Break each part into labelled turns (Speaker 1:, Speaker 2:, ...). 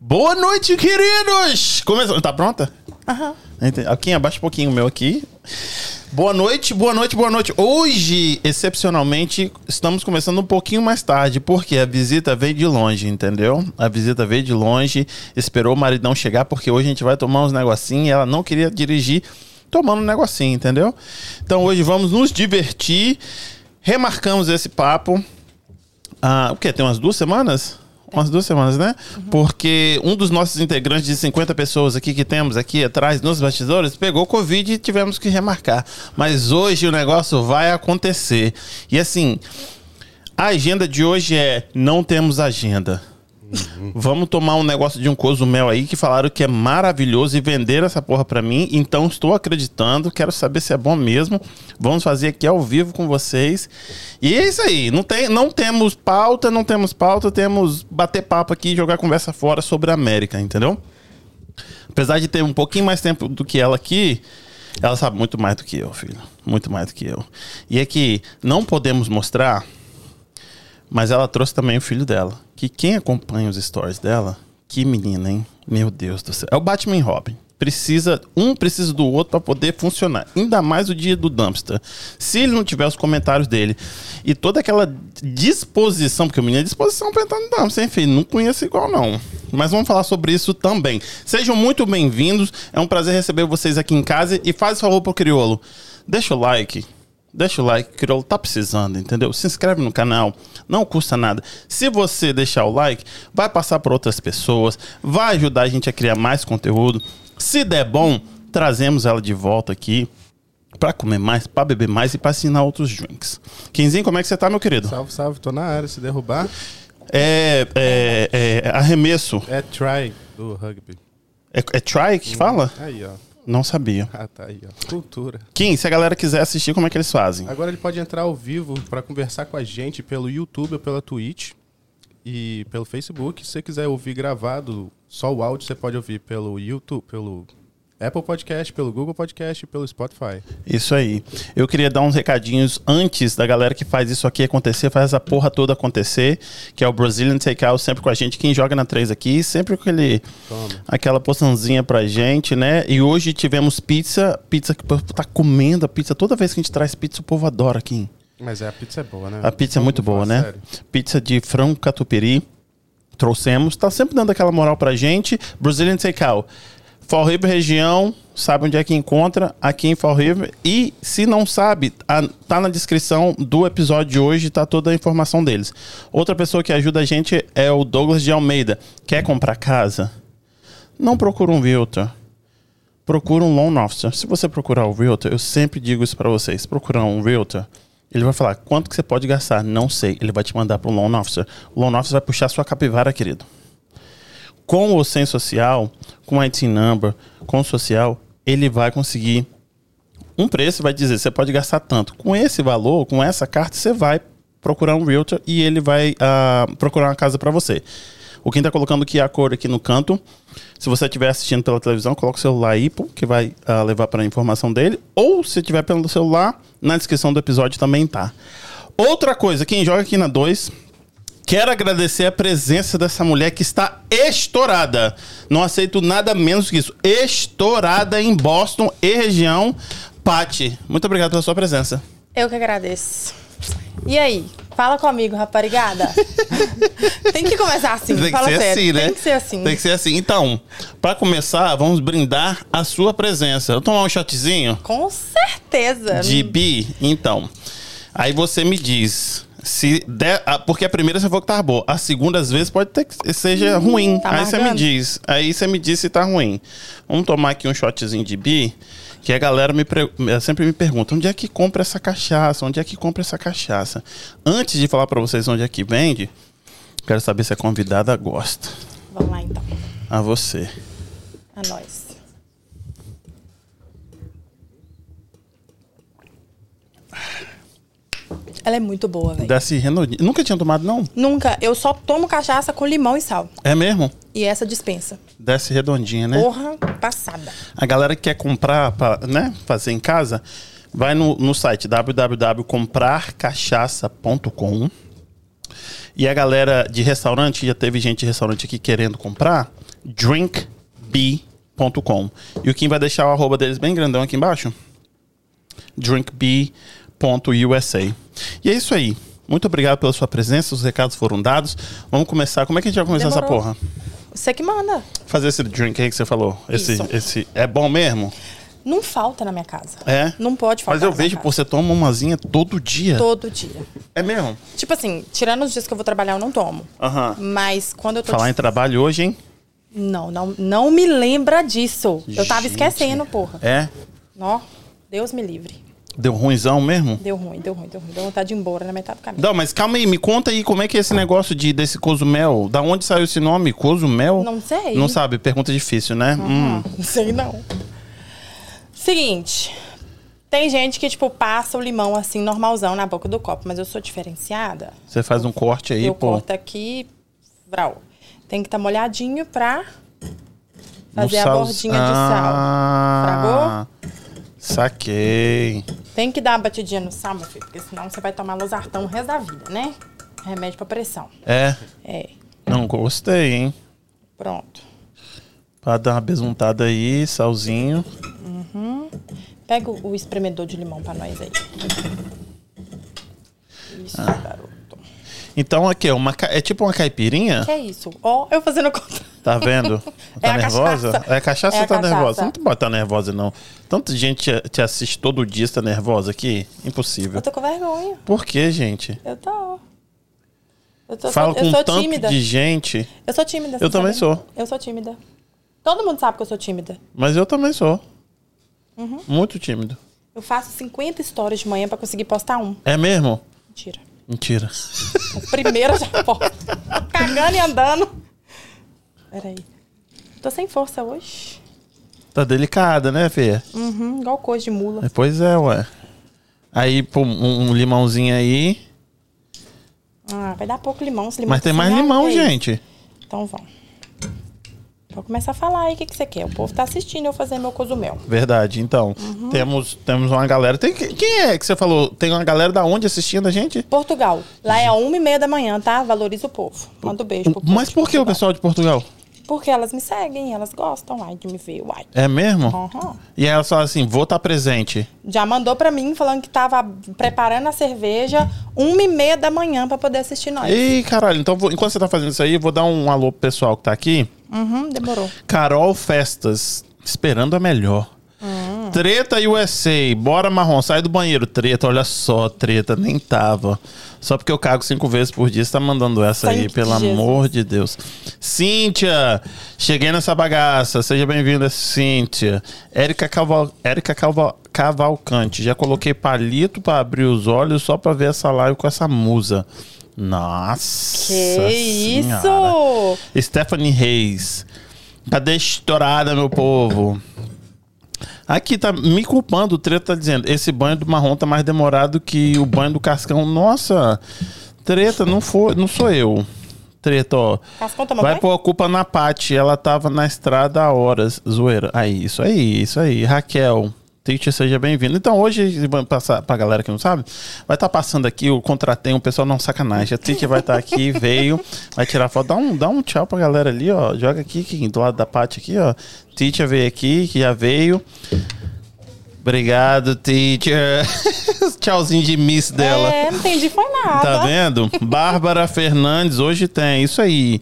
Speaker 1: Boa noite, queridos! Começou. Tá pronta? Aham. Aqui, abaixa um pouquinho o meu aqui. Boa noite, boa noite, boa noite. Hoje, excepcionalmente, estamos começando um pouquinho mais tarde, porque a visita veio de longe, entendeu? A visita veio de longe, esperou o maridão chegar, porque hoje a gente vai tomar uns negocinhos e ela não queria dirigir tomando um negocinho, entendeu? Então hoje vamos nos divertir. Remarcamos esse papo. Ah, o quê? Tem umas duas semanas? Umas duas semanas, né? Porque um dos nossos integrantes de 50 pessoas aqui que temos aqui atrás nos bastidores pegou Covid e tivemos que remarcar. Mas hoje o negócio vai acontecer. E assim, a agenda de hoje é: não temos agenda. Vamos tomar um negócio de um cozumel aí que falaram que é maravilhoso e venderam essa porra pra mim. Então estou acreditando, quero saber se é bom mesmo. Vamos fazer aqui ao vivo com vocês. E é isso aí. Não, tem, não temos pauta, não temos pauta, temos bater papo aqui e jogar conversa fora sobre a América, entendeu? Apesar de ter um pouquinho mais tempo do que ela aqui, ela sabe muito mais do que eu, filho. Muito mais do que eu. E é que não podemos mostrar mas ela trouxe também o filho dela. Que quem acompanha os stories dela, que menina, hein? Meu Deus do céu. É o Batman e Robin. Precisa, um precisa do outro para poder funcionar. Ainda mais o dia do dumpster. Se ele não tiver os comentários dele e toda aquela disposição, porque o menino é disposição pra entrar no dumpster, enfim, não conheço igual não. Mas vamos falar sobre isso também. Sejam muito bem-vindos. É um prazer receber vocês aqui em casa e faz favor pro criolo. Deixa o like, Deixa o like, Crioulo tá precisando, entendeu? Se inscreve no canal, não custa nada. Se você deixar o like, vai passar para outras pessoas, vai ajudar a gente a criar mais conteúdo. Se der bom, trazemos ela de volta aqui para comer mais, para beber mais e para assinar outros drinks. Quinzinho, como é que você tá, meu querido?
Speaker 2: Salve, salve, tô na área. Se derrubar,
Speaker 1: É, é, é arremesso.
Speaker 2: é try do rugby.
Speaker 1: É, é try que fala?
Speaker 2: Aí, ó.
Speaker 1: Não sabia.
Speaker 2: Ah, tá aí, ó. Cultura.
Speaker 1: Kim, se a galera quiser assistir, como é que eles fazem?
Speaker 2: Agora ele pode entrar ao vivo pra conversar com a gente pelo YouTube ou pela Twitch e pelo Facebook. Se você quiser ouvir gravado, só o áudio você pode ouvir pelo YouTube, pelo Apple Podcast, pelo Google Podcast e pelo Spotify.
Speaker 1: Isso aí. Eu queria dar uns recadinhos antes da galera que faz isso aqui acontecer, faz essa porra toda acontecer, que é o Brazilian Takeout sempre com a gente, quem joga na 3 aqui, sempre com aquele, aquela poçãozinha pra gente, né? E hoje tivemos pizza, pizza que o povo tá comendo a pizza. Toda vez que a gente traz pizza, o povo adora aqui.
Speaker 2: Mas é, a pizza é boa, né?
Speaker 1: A pizza é muito boa,
Speaker 2: Vamos falar
Speaker 1: né?
Speaker 2: sério.
Speaker 1: Pizza de frango catupiry. Trouxemos. Tá sempre dando aquela moral pra gente. Brazilian Takeout. Fall River região, sabe onde é que encontra, aqui em Fall River. E se não sabe, a- tá na descrição do episódio de hoje, tá toda a informação deles. Outra pessoa que ajuda a gente é o Douglas de Almeida. Quer comprar casa? Não procura um realtor procura um loan officer. Se você procurar um realtor, eu sempre digo isso pra vocês, procurar um realtor, ele vai falar quanto que você pode gastar, não sei. Ele vai te mandar para um loan officer. O loan officer vai puxar sua capivara, querido. Com ou sem social, com IT number, com social, ele vai conseguir um preço, vai dizer, você pode gastar tanto. Com esse valor, com essa carta, você vai procurar um realtor e ele vai ah, procurar uma casa para você. O Kim tá colocando aqui a cor aqui no canto. Se você estiver assistindo pela televisão, coloca o celular aí, pô, que vai ah, levar para a informação dele. Ou se tiver pelo celular, na descrição do episódio também tá. Outra coisa, quem joga aqui na 2, Quero agradecer a presença dessa mulher que está estourada. Não aceito nada menos que isso. Estourada em Boston e região. Pati, muito obrigado pela sua presença.
Speaker 3: Eu que agradeço. E aí? Fala comigo, raparigada. tem que começar assim, fala sério. Tem que ser assim.
Speaker 1: né? Tem que ser assim. Então, para começar, vamos brindar a sua presença. Eu tomar um shotzinho
Speaker 3: Com certeza. Hum,
Speaker 1: de bi, então. Aí você me diz se der, ah, porque a primeira você falou que tá boa, a segunda às vezes pode ter que seja ruim.
Speaker 3: tá
Speaker 1: aí você me
Speaker 3: amargando?
Speaker 1: diz, aí você me diz se tá ruim. Vamos tomar aqui um shotzinho de bi, que a galera me pre- eh, sempre me pergunta, onde é que compra essa cachaça? Onde é que compra essa cachaça? Antes de falar pra vocês onde é que vende, quero saber se a convidada gosta.
Speaker 3: Vamos lá então. É
Speaker 1: A você.
Speaker 3: A nós. Ela é muito boa, velho.
Speaker 1: Desce Renaudinho. Nunca tinha tomado não?
Speaker 3: Nunca, eu só tomo cachaça com limão e sal.
Speaker 1: É mesmo?
Speaker 3: E essa dispensa.
Speaker 1: Desce redondinha, né?
Speaker 3: Porra passada.
Speaker 1: A galera que quer comprar, pra, né, fazer em casa, vai no, no site www.comprarcachaça.com. E a galera de restaurante, já teve gente de restaurante aqui querendo comprar, drinkb.com. E o Kim vai deixar o arroba deles bem grandão aqui embaixo. drinkb.usa. E é isso aí. Muito obrigado pela sua presença, os recados foram dados. Vamos começar. Como é que a gente vai começar
Speaker 3: Demorou.
Speaker 1: essa porra?
Speaker 3: Você que manda.
Speaker 1: Fazer esse drink aí que você falou. Esse,
Speaker 3: Isso.
Speaker 1: esse é bom mesmo?
Speaker 3: Não falta na minha casa.
Speaker 1: É?
Speaker 3: Não pode faltar.
Speaker 1: Mas eu
Speaker 3: na minha
Speaker 1: vejo,
Speaker 3: casa.
Speaker 1: pô, você toma umazinha todo dia.
Speaker 3: Todo dia.
Speaker 1: É mesmo?
Speaker 3: Tipo assim, tirando os dias que eu vou trabalhar, eu não tomo.
Speaker 1: Aham.
Speaker 3: Mas quando eu tô.
Speaker 1: Falar em trabalho hoje, hein?
Speaker 3: Não, não, não me lembra disso. Eu tava
Speaker 1: Gente.
Speaker 3: esquecendo, porra.
Speaker 1: É?
Speaker 3: Nó, Deus me livre.
Speaker 1: Deu ruimzão mesmo?
Speaker 3: Deu ruim, deu ruim, deu ruim. Deu vontade de ir embora na metade do caminho.
Speaker 1: Não, mas calma aí, me conta aí como é que é esse negócio de, desse Cozumel. Da onde saiu esse nome? Cozumel?
Speaker 3: Não sei.
Speaker 1: Não sabe, pergunta difícil, né? Hum.
Speaker 3: Ah, Não sei não. Seguinte, tem gente que, tipo, passa o limão assim, normalzão, na boca do copo, mas eu sou diferenciada.
Speaker 1: Você faz um corte aí,
Speaker 3: eu
Speaker 1: pô.
Speaker 3: corto aqui, vral. Tem que estar molhadinho pra
Speaker 1: no
Speaker 3: fazer a
Speaker 1: sal-
Speaker 3: bordinha
Speaker 1: ah, Saquei.
Speaker 3: de sal. Tem que dar uma batidinha no sal, meu filho, porque senão você vai tomar losartão o resto da vida, né? Remédio pra pressão.
Speaker 1: É.
Speaker 3: É,
Speaker 1: Não gostei, hein?
Speaker 3: pronto.
Speaker 1: Pra dar uma besuntada aí, salzinho.
Speaker 3: Pega o o espremedor de limão pra nós aí. Isso,
Speaker 1: Ah.
Speaker 3: garoto.
Speaker 1: Então aqui, é, uma, ca- é tipo uma caipirinha?
Speaker 3: Que é isso? Ó, eu fazendo conta.
Speaker 1: Tá vendo? Tá
Speaker 3: É a
Speaker 1: nervosa?
Speaker 3: cachaça.
Speaker 1: É a cachaça
Speaker 3: É a
Speaker 1: tá
Speaker 3: cachaça.
Speaker 1: nervosa? Não pode estar nervosa, não. Tanta gente te- te assiste todo dia, você tá nervosa aqui? Impossível.
Speaker 3: Eu tô com vergonha.
Speaker 1: Por que, gente?
Speaker 3: Eu tô. Eu, tô
Speaker 1: Fala
Speaker 3: sou,
Speaker 1: com um
Speaker 3: eu sou
Speaker 1: tanto
Speaker 3: tímida.
Speaker 1: de gente,
Speaker 3: Eu sou tímida.
Speaker 1: Eu
Speaker 3: você
Speaker 1: também
Speaker 3: sabe? né?
Speaker 1: sou.
Speaker 3: Eu sou tímida. Todo mundo sabe que eu sou tímida.
Speaker 1: mas eu também sou.
Speaker 3: Uhum.
Speaker 1: Muito tímido.
Speaker 3: Eu faço 50 stories de manhã pra conseguir postar um.
Speaker 1: É mesmo?
Speaker 3: Mentira.
Speaker 1: Mentira.
Speaker 3: O primeiro eu já posto. Cagando e andando. Peraí. Tô sem força hoje.
Speaker 1: Tá delicada, né, Fê?
Speaker 3: Uhum, igual coisa de mula.
Speaker 1: Pois é, ué. Aí, pô, um, um limãozinho aí.
Speaker 3: Ah, vai dar pouco limão. Esse limão
Speaker 1: Mas
Speaker 3: tá
Speaker 1: tem
Speaker 3: sem
Speaker 1: mais
Speaker 3: nada,
Speaker 1: limão,
Speaker 3: que isso?
Speaker 1: gente.
Speaker 3: Então vão. Vou começar a falar aí o que, que você quer. O povo tá assistindo eu fazer meu cozumel.
Speaker 1: Verdade. Então,
Speaker 3: Uhum.
Speaker 1: temos, temos uma galera. Tem, que- quem é que você falou? Tem uma galera da onde assistindo a gente?
Speaker 3: Portugal. Lá é uma e meia da manhã, tá? Valoriza o povo. Manda um beijo pro povo
Speaker 1: Mas
Speaker 3: de
Speaker 1: por que o
Speaker 3: Portugal.
Speaker 1: pessoal de Portugal?
Speaker 3: Porque elas me seguem, elas gostam ai, de me ver. Uai.
Speaker 1: É mesmo?
Speaker 3: Aham.
Speaker 1: E aí elas falam assim, vou estar presente.
Speaker 3: Já mandou pra mim falando que tava preparando a cerveja uma e meia da manhã pra poder assistir nós.
Speaker 1: Ei, caralho, então vou- enquanto você tá fazendo isso aí, eu vou dar um alô pro pessoal que tá aqui.
Speaker 3: Uhum, demorou.
Speaker 1: Carol Festas, esperando a melhor.
Speaker 3: Hum.
Speaker 1: Treta USA, bora marrom, sai do banheiro, treta, olha só, treta, nem tava. Só porque eu cago cinco vezes por dia, você tá mandando essa aí,
Speaker 3: Sangue de
Speaker 1: pelo
Speaker 3: Jesus.
Speaker 1: amor de Deus. Cíntia, cheguei nessa bagaça, seja bem-vinda, Cíntia. Érica, Calval... Érica Calval... Cavalcante, já coloquei palito pra abrir os olhos só pra ver essa live com essa musa. Nossa!
Speaker 3: Que
Speaker 1: Senhora.
Speaker 3: isso!
Speaker 1: Stephanie Reis. Cadê a estourada, meu povo? Aqui tá me culpando, o treta tá dizendo. Esse banho do marrom tá mais demorado que o banho do cascão. Nossa! Treta, não foi, não sou eu. Treta, ó.
Speaker 3: Cascão tomou
Speaker 1: Vai
Speaker 3: banho?
Speaker 1: pôr a culpa na Paty, ela tava na estrada há horas. Zoeira. Aí, isso aí, isso aí. Raquel, teacher, seja bem-vindo. Então, hoje, vamos passar pra galera que não sabe, vai estar passando aqui, eu contratei um pessoal, não, sacanagem. A teacher vai estar aqui, veio, vai tirar foto. Dá um, dá um tchau pra galera ali, ó. Joga aqui, que- do lado da Paty aqui, ó. Teacher veio aqui, que já veio.
Speaker 3: É.
Speaker 1: Obrigado, teacher. Tchauzinho de miss dela.
Speaker 3: É, não entendi, foi nada.
Speaker 1: Tá vendo? Bárbara Fernandes, hoje tem. Isso aí.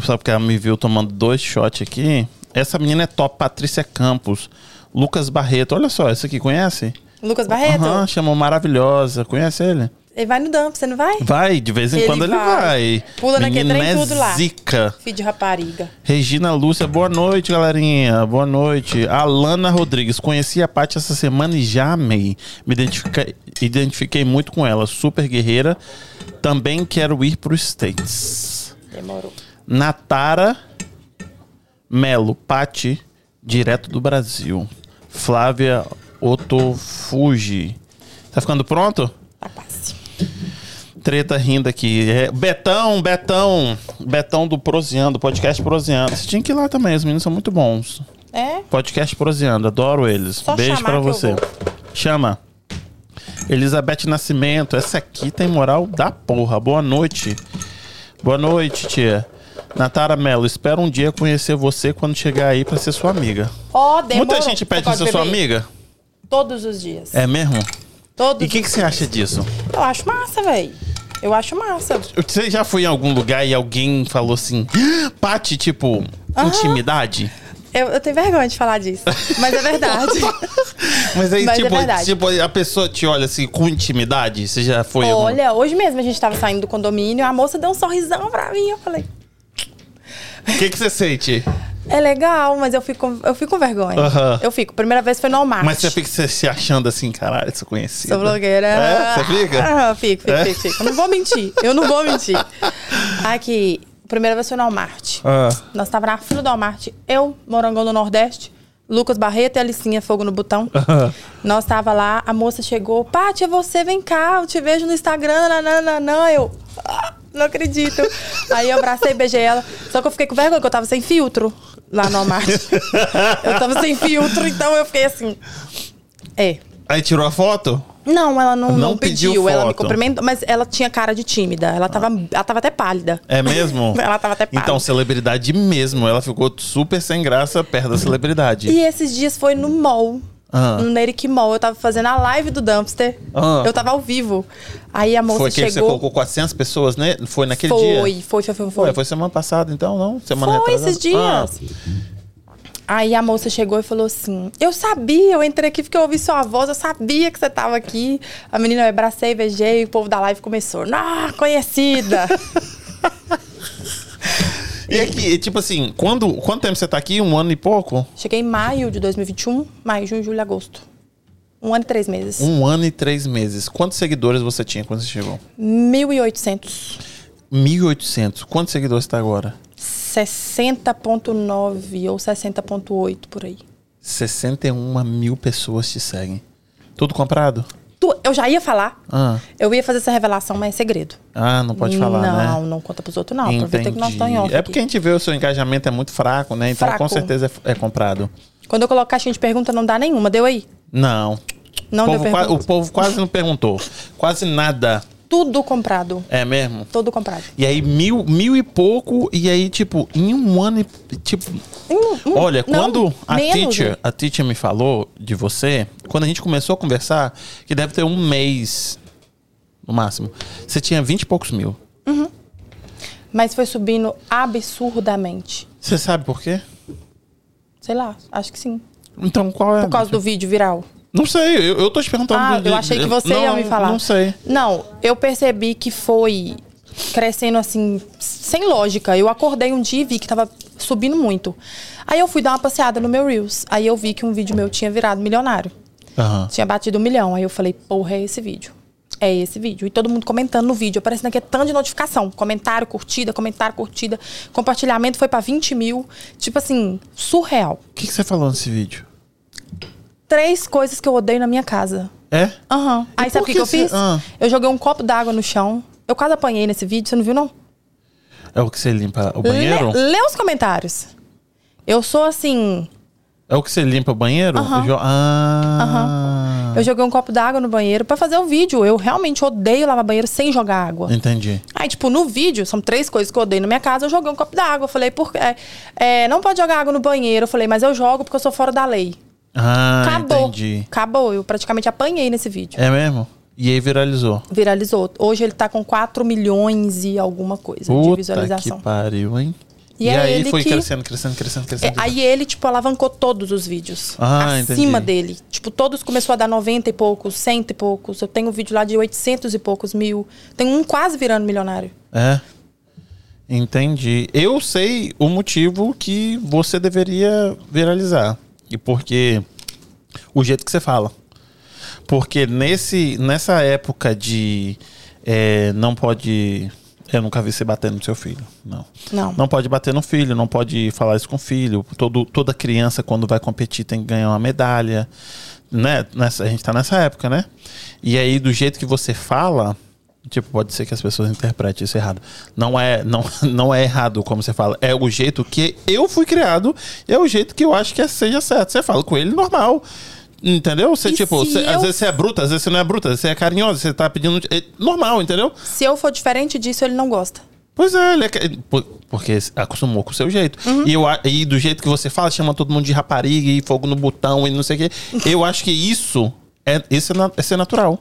Speaker 1: Só porque ela me viu tomando dois shots aqui. Essa menina é top, Patrícia Campos. Lucas Barreto, olha só, essa aqui conhece?
Speaker 3: Lucas Barreto,
Speaker 1: Aham, chamou Maravilhosa. Conhece ele?
Speaker 3: ele vai no dump, você não vai?
Speaker 1: Vai, de vez em
Speaker 3: Ele
Speaker 1: quando ele
Speaker 3: vai.
Speaker 1: vai.
Speaker 3: Pula naquele
Speaker 1: Menina
Speaker 3: trem
Speaker 1: é
Speaker 3: tudo lá.
Speaker 1: Zica.
Speaker 3: Filho de rapariga.
Speaker 1: Regina Lúcia, boa noite, galerinha. Boa noite. Alana Rodrigues, conheci a Paty essa semana e já amei. Me identifica- identifiquei muito com ela. Super guerreira. Também quero ir para os States.
Speaker 3: Demorou.
Speaker 1: Natara Melo, Pati, direto do Brasil. Flávia Otofuji. Tá ficando pronto?
Speaker 3: Tá quase.
Speaker 1: Treta rindo aqui. É, Betão, Betão. Betão do Proseando, podcast Proseando. Você tinha que ir lá também, os meninos são muito bons.
Speaker 3: É?
Speaker 1: Podcast Proseando, adoro eles.
Speaker 3: Só
Speaker 1: Beijo
Speaker 3: chamar
Speaker 1: pra
Speaker 3: que eu
Speaker 1: você.
Speaker 3: vou.
Speaker 1: Chama. Elizabeth Nascimento, essa aqui tem moral da porra. Boa noite. Boa noite, tia. Natara Mello, espero um dia conhecer você quando chegar aí pra ser sua amiga.
Speaker 3: Ó, demorou.
Speaker 1: Muita gente
Speaker 3: Você
Speaker 1: pede pra
Speaker 3: pode
Speaker 1: ser sua
Speaker 3: beber?
Speaker 1: amiga?
Speaker 3: Todos os dias.
Speaker 1: É mesmo?
Speaker 3: Todos
Speaker 1: E o que, que você acha disso?
Speaker 3: Eu acho massa, velho. Eu acho massa.
Speaker 1: Você já foi em algum lugar e alguém falou assim, "Ah, Pati, tipo, intimidade?
Speaker 3: Eu, eu tenho vergonha de falar disso. Mas é verdade.
Speaker 1: Mas aí,
Speaker 3: Mas é
Speaker 1: tipo,
Speaker 3: verdade.
Speaker 1: tipo, a pessoa te olha assim com intimidade? Você já foi. em algum-
Speaker 3: Olha, hoje mesmo a gente tava saindo do condomínio, a moça deu um sorrisão pra mim. Eu falei,
Speaker 1: O que, que você sente?
Speaker 3: é legal, mas eu fico, com- eu fico com vergonha.
Speaker 1: Aham.
Speaker 3: Eu fico. Primeira vez foi no Walmart.
Speaker 1: Mas você fica se- se achando assim, caralho, sou conhecida.
Speaker 3: Sou blogueira.
Speaker 1: É? Você fica?
Speaker 3: Ah, fico, fico,
Speaker 1: É?
Speaker 3: fico, fico. Eu não vou mentir. Eu não vou mentir. Aqui, primeira vez foi no Walmart.
Speaker 1: Ah.
Speaker 3: Nós tava na fila do Walmart. Eu, Morangão do Nordeste, Lucas Barreto e Alicinha, Fogo no Botão. Nós tava lá, a moça chegou. Paty, é você, vem cá, eu te vejo no Instagram, nananana. Eu... "Ah, Não acredito. Aí eu abracei, beijei ela. Só que eu fiquei com vergonha, que eu tava sem filtro lá no Walmart. eu tava sem filtro, então eu fiquei assim... É,
Speaker 1: Aí tirou a foto?
Speaker 3: não, ela não,
Speaker 1: Não
Speaker 3: não
Speaker 1: pediu
Speaker 3: pediu, ela me
Speaker 1: foto. Ah.
Speaker 3: cumprimentou, mas ela tinha cara de tímida. Ela tava, ela tava até pálida.
Speaker 1: É mesmo?
Speaker 3: Ela tava até pálida.
Speaker 1: Então, celebridade mesmo. Ela ficou super sem graça perto da celebridade.
Speaker 3: E esses dias foi no mall.
Speaker 1: Ah.
Speaker 3: No Neric Mall, eu tava fazendo a live do Dumpster.
Speaker 1: Ah.
Speaker 3: Eu tava ao vivo. Aí a moça
Speaker 1: Foi que você
Speaker 3: chegou.
Speaker 1: colocou 400 pessoas, né? Foi naquele dia?
Speaker 3: foi, foi, foi, foi, foi.
Speaker 1: Ué, foi semana passada, então, não? Semana
Speaker 3: Foi
Speaker 1: retrasada? Ah.
Speaker 3: esses dias. Aí a moça chegou e falou assim: Eu sabia, eu entrei aqui porque eu ouvi sua voz, eu sabia que você tava aqui. A menina eu abracei, beijei, e o povo da live começou. Ah, conhecida!
Speaker 1: Ah. E aqui, e, tipo assim, quando, quanto tempo você tá aqui? Um ano e pouco?
Speaker 3: Cheguei em maio de 2021, maio, junho, julho, agosto. Um ano e três meses.
Speaker 1: Um ano e três meses. Quantos seguidores você tinha quando você chegou?
Speaker 3: 1.800.
Speaker 1: 1.800. Quantos seguidores você tá agora?
Speaker 3: 60.9 ou 60.8 por aí.
Speaker 1: 61 mil pessoas te seguem. Tudo comprado?
Speaker 3: Tu- eu já ia falar.
Speaker 1: Ah,
Speaker 3: Eu ia fazer essa revelação, mas é segredo.
Speaker 1: ah não pode falar, né?
Speaker 3: não, não conta pros outros, não. Aproveita que nós estamos em off
Speaker 1: É
Speaker 3: aqui.
Speaker 1: porque a gente vê o seu engajamento é muito fraco, né? Então
Speaker 3: Fraco.
Speaker 1: com certeza é f- é, comprado.
Speaker 3: Quando eu coloco caixinha de pergunta, não dá nenhuma. Deu aí?
Speaker 1: Não.
Speaker 3: Não
Speaker 1: o,
Speaker 3: deu
Speaker 1: povo, qua-
Speaker 3: pergunta.
Speaker 1: o povo quase não perguntou. Quase nada.
Speaker 3: Tudo comprado.
Speaker 1: É mesmo?
Speaker 3: Todo comprado.
Speaker 1: E aí, mil, mil e pouco, e aí, tipo, em um ano e. Tipo.
Speaker 3: Hum, hum,
Speaker 1: Olha,
Speaker 3: não,
Speaker 1: quando a
Speaker 3: menos,
Speaker 1: teacher,
Speaker 3: né?
Speaker 1: a teacher me falou de você, quando a gente começou a conversar, que deve ter um mês no máximo, você tinha vinte e poucos mil.
Speaker 3: Mas foi subindo absurdamente.
Speaker 1: Você sabe por quê?
Speaker 3: Sei lá, acho que sim.
Speaker 1: Então qual é?
Speaker 3: Por causa do vídeo viral.
Speaker 1: Não sei, eu, eu tô te perguntando.
Speaker 3: Ah,
Speaker 1: de-
Speaker 3: eu achei que você ia
Speaker 1: Não,
Speaker 3: me falar.
Speaker 1: Não sei.
Speaker 3: Não, eu percebi que foi crescendo assim, sem lógica. Eu acordei um dia e vi que tava subindo muito. Aí eu fui dar uma passeada no meu Reels. Aí eu vi que um vídeo meu tinha virado milionário.
Speaker 1: Aham.
Speaker 3: Tinha batido um milhão. Aí eu falei, porra, é esse vídeo. É esse vídeo. E todo mundo comentando no vídeo. Aparecendo aqui é tanto de notificação. Comentário, curtida, comentário, curtida. Compartilhamento foi pra 20 mil. Tipo assim, surreal.
Speaker 1: O que, que você falou nesse vídeo?
Speaker 3: Três coisas que eu odeio na minha casa.
Speaker 1: É?
Speaker 3: Aham. Aí sabe
Speaker 1: por
Speaker 3: o que,
Speaker 1: que
Speaker 3: que eu
Speaker 1: cê-
Speaker 3: fiz?
Speaker 1: Ah.
Speaker 3: Eu joguei um copo d'água no chão. Eu quase apanhei nesse vídeo, você não viu, não?
Speaker 1: É o que você limpa o
Speaker 3: Lê,
Speaker 1: banheiro?
Speaker 3: lê os comentários. Eu sou assim.
Speaker 1: É o que você limpa o banheiro?
Speaker 3: Aham.
Speaker 1: Jo- Ah.
Speaker 3: Eu joguei um copo d'água no banheiro pra fazer o vídeo. Eu realmente odeio lavar banheiro sem jogar
Speaker 1: É.
Speaker 3: água.
Speaker 1: Entendi.
Speaker 3: Aí, tipo, no vídeo, são três coisas que eu odeio na minha casa. Eu joguei um copo d'água. Eu falei, por é, é, não pode jogar água no banheiro. Eu falei, mas eu jogo porque eu sou fora da lei.
Speaker 1: Ah,
Speaker 3: Acabou.
Speaker 1: entendi.
Speaker 3: Acabou. Eu praticamente apanhei nesse vídeo.
Speaker 1: É mesmo? E aí viralizou.
Speaker 3: Viralizou. Hoje ele tá com 4 milhões e alguma coisa de
Speaker 1: Puta
Speaker 3: visualização.
Speaker 1: que pariu, hein?
Speaker 3: E
Speaker 1: E,
Speaker 3: é
Speaker 1: aí
Speaker 3: ele
Speaker 1: foi
Speaker 3: que-
Speaker 1: crescendo, crescendo, crescendo,
Speaker 3: É,
Speaker 1: crescendo.
Speaker 3: aí ele, tipo, alavancou todos os vídeos.
Speaker 1: Ah,
Speaker 3: acima
Speaker 1: entendi.
Speaker 3: dele. Tipo, todos começou a dar 90 e poucos, 100 e poucos. Eu tenho um vídeo lá de 800 e poucos mil. Tem um quase virando milionário.
Speaker 1: É. Entendi. Eu sei o motivo que você deveria viralizar. E porque o jeito que você fala. Porque nesse, nessa época de é, não pode. Eu nunca vi você bater no seu filho. Não.
Speaker 3: Não.
Speaker 1: Não pode bater no filho, não pode falar isso com o filho. Todo, toda criança, quando vai competir, tem que ganhar uma medalha. Né? Nessa, a gente tá nessa época, né? E aí, do jeito que você fala, tipo, pode ser que as pessoas interpretem isso errado. Não é, não, não é errado como você fala. É o jeito que eu fui criado, é o jeito que eu acho que seja certo. Você fala com ele normal. Entendeu? Você,
Speaker 3: E
Speaker 1: tipo,
Speaker 3: se
Speaker 1: você- às
Speaker 3: eu-
Speaker 1: vezes você é bruta, às vezes você não é bruta, às vezes você é carinhosa, você tá pedindo. é normal, entendeu?
Speaker 3: Se eu for diferente disso, ele não gosta.
Speaker 1: Pois é, ele é que- por- porque acostumou com o seu jeito. E, eu, a- e do jeito que você fala, chama todo mundo de rapariga e fogo no botão e não sei o quê. Eu acho que isso é, isso é, na- é ser natural.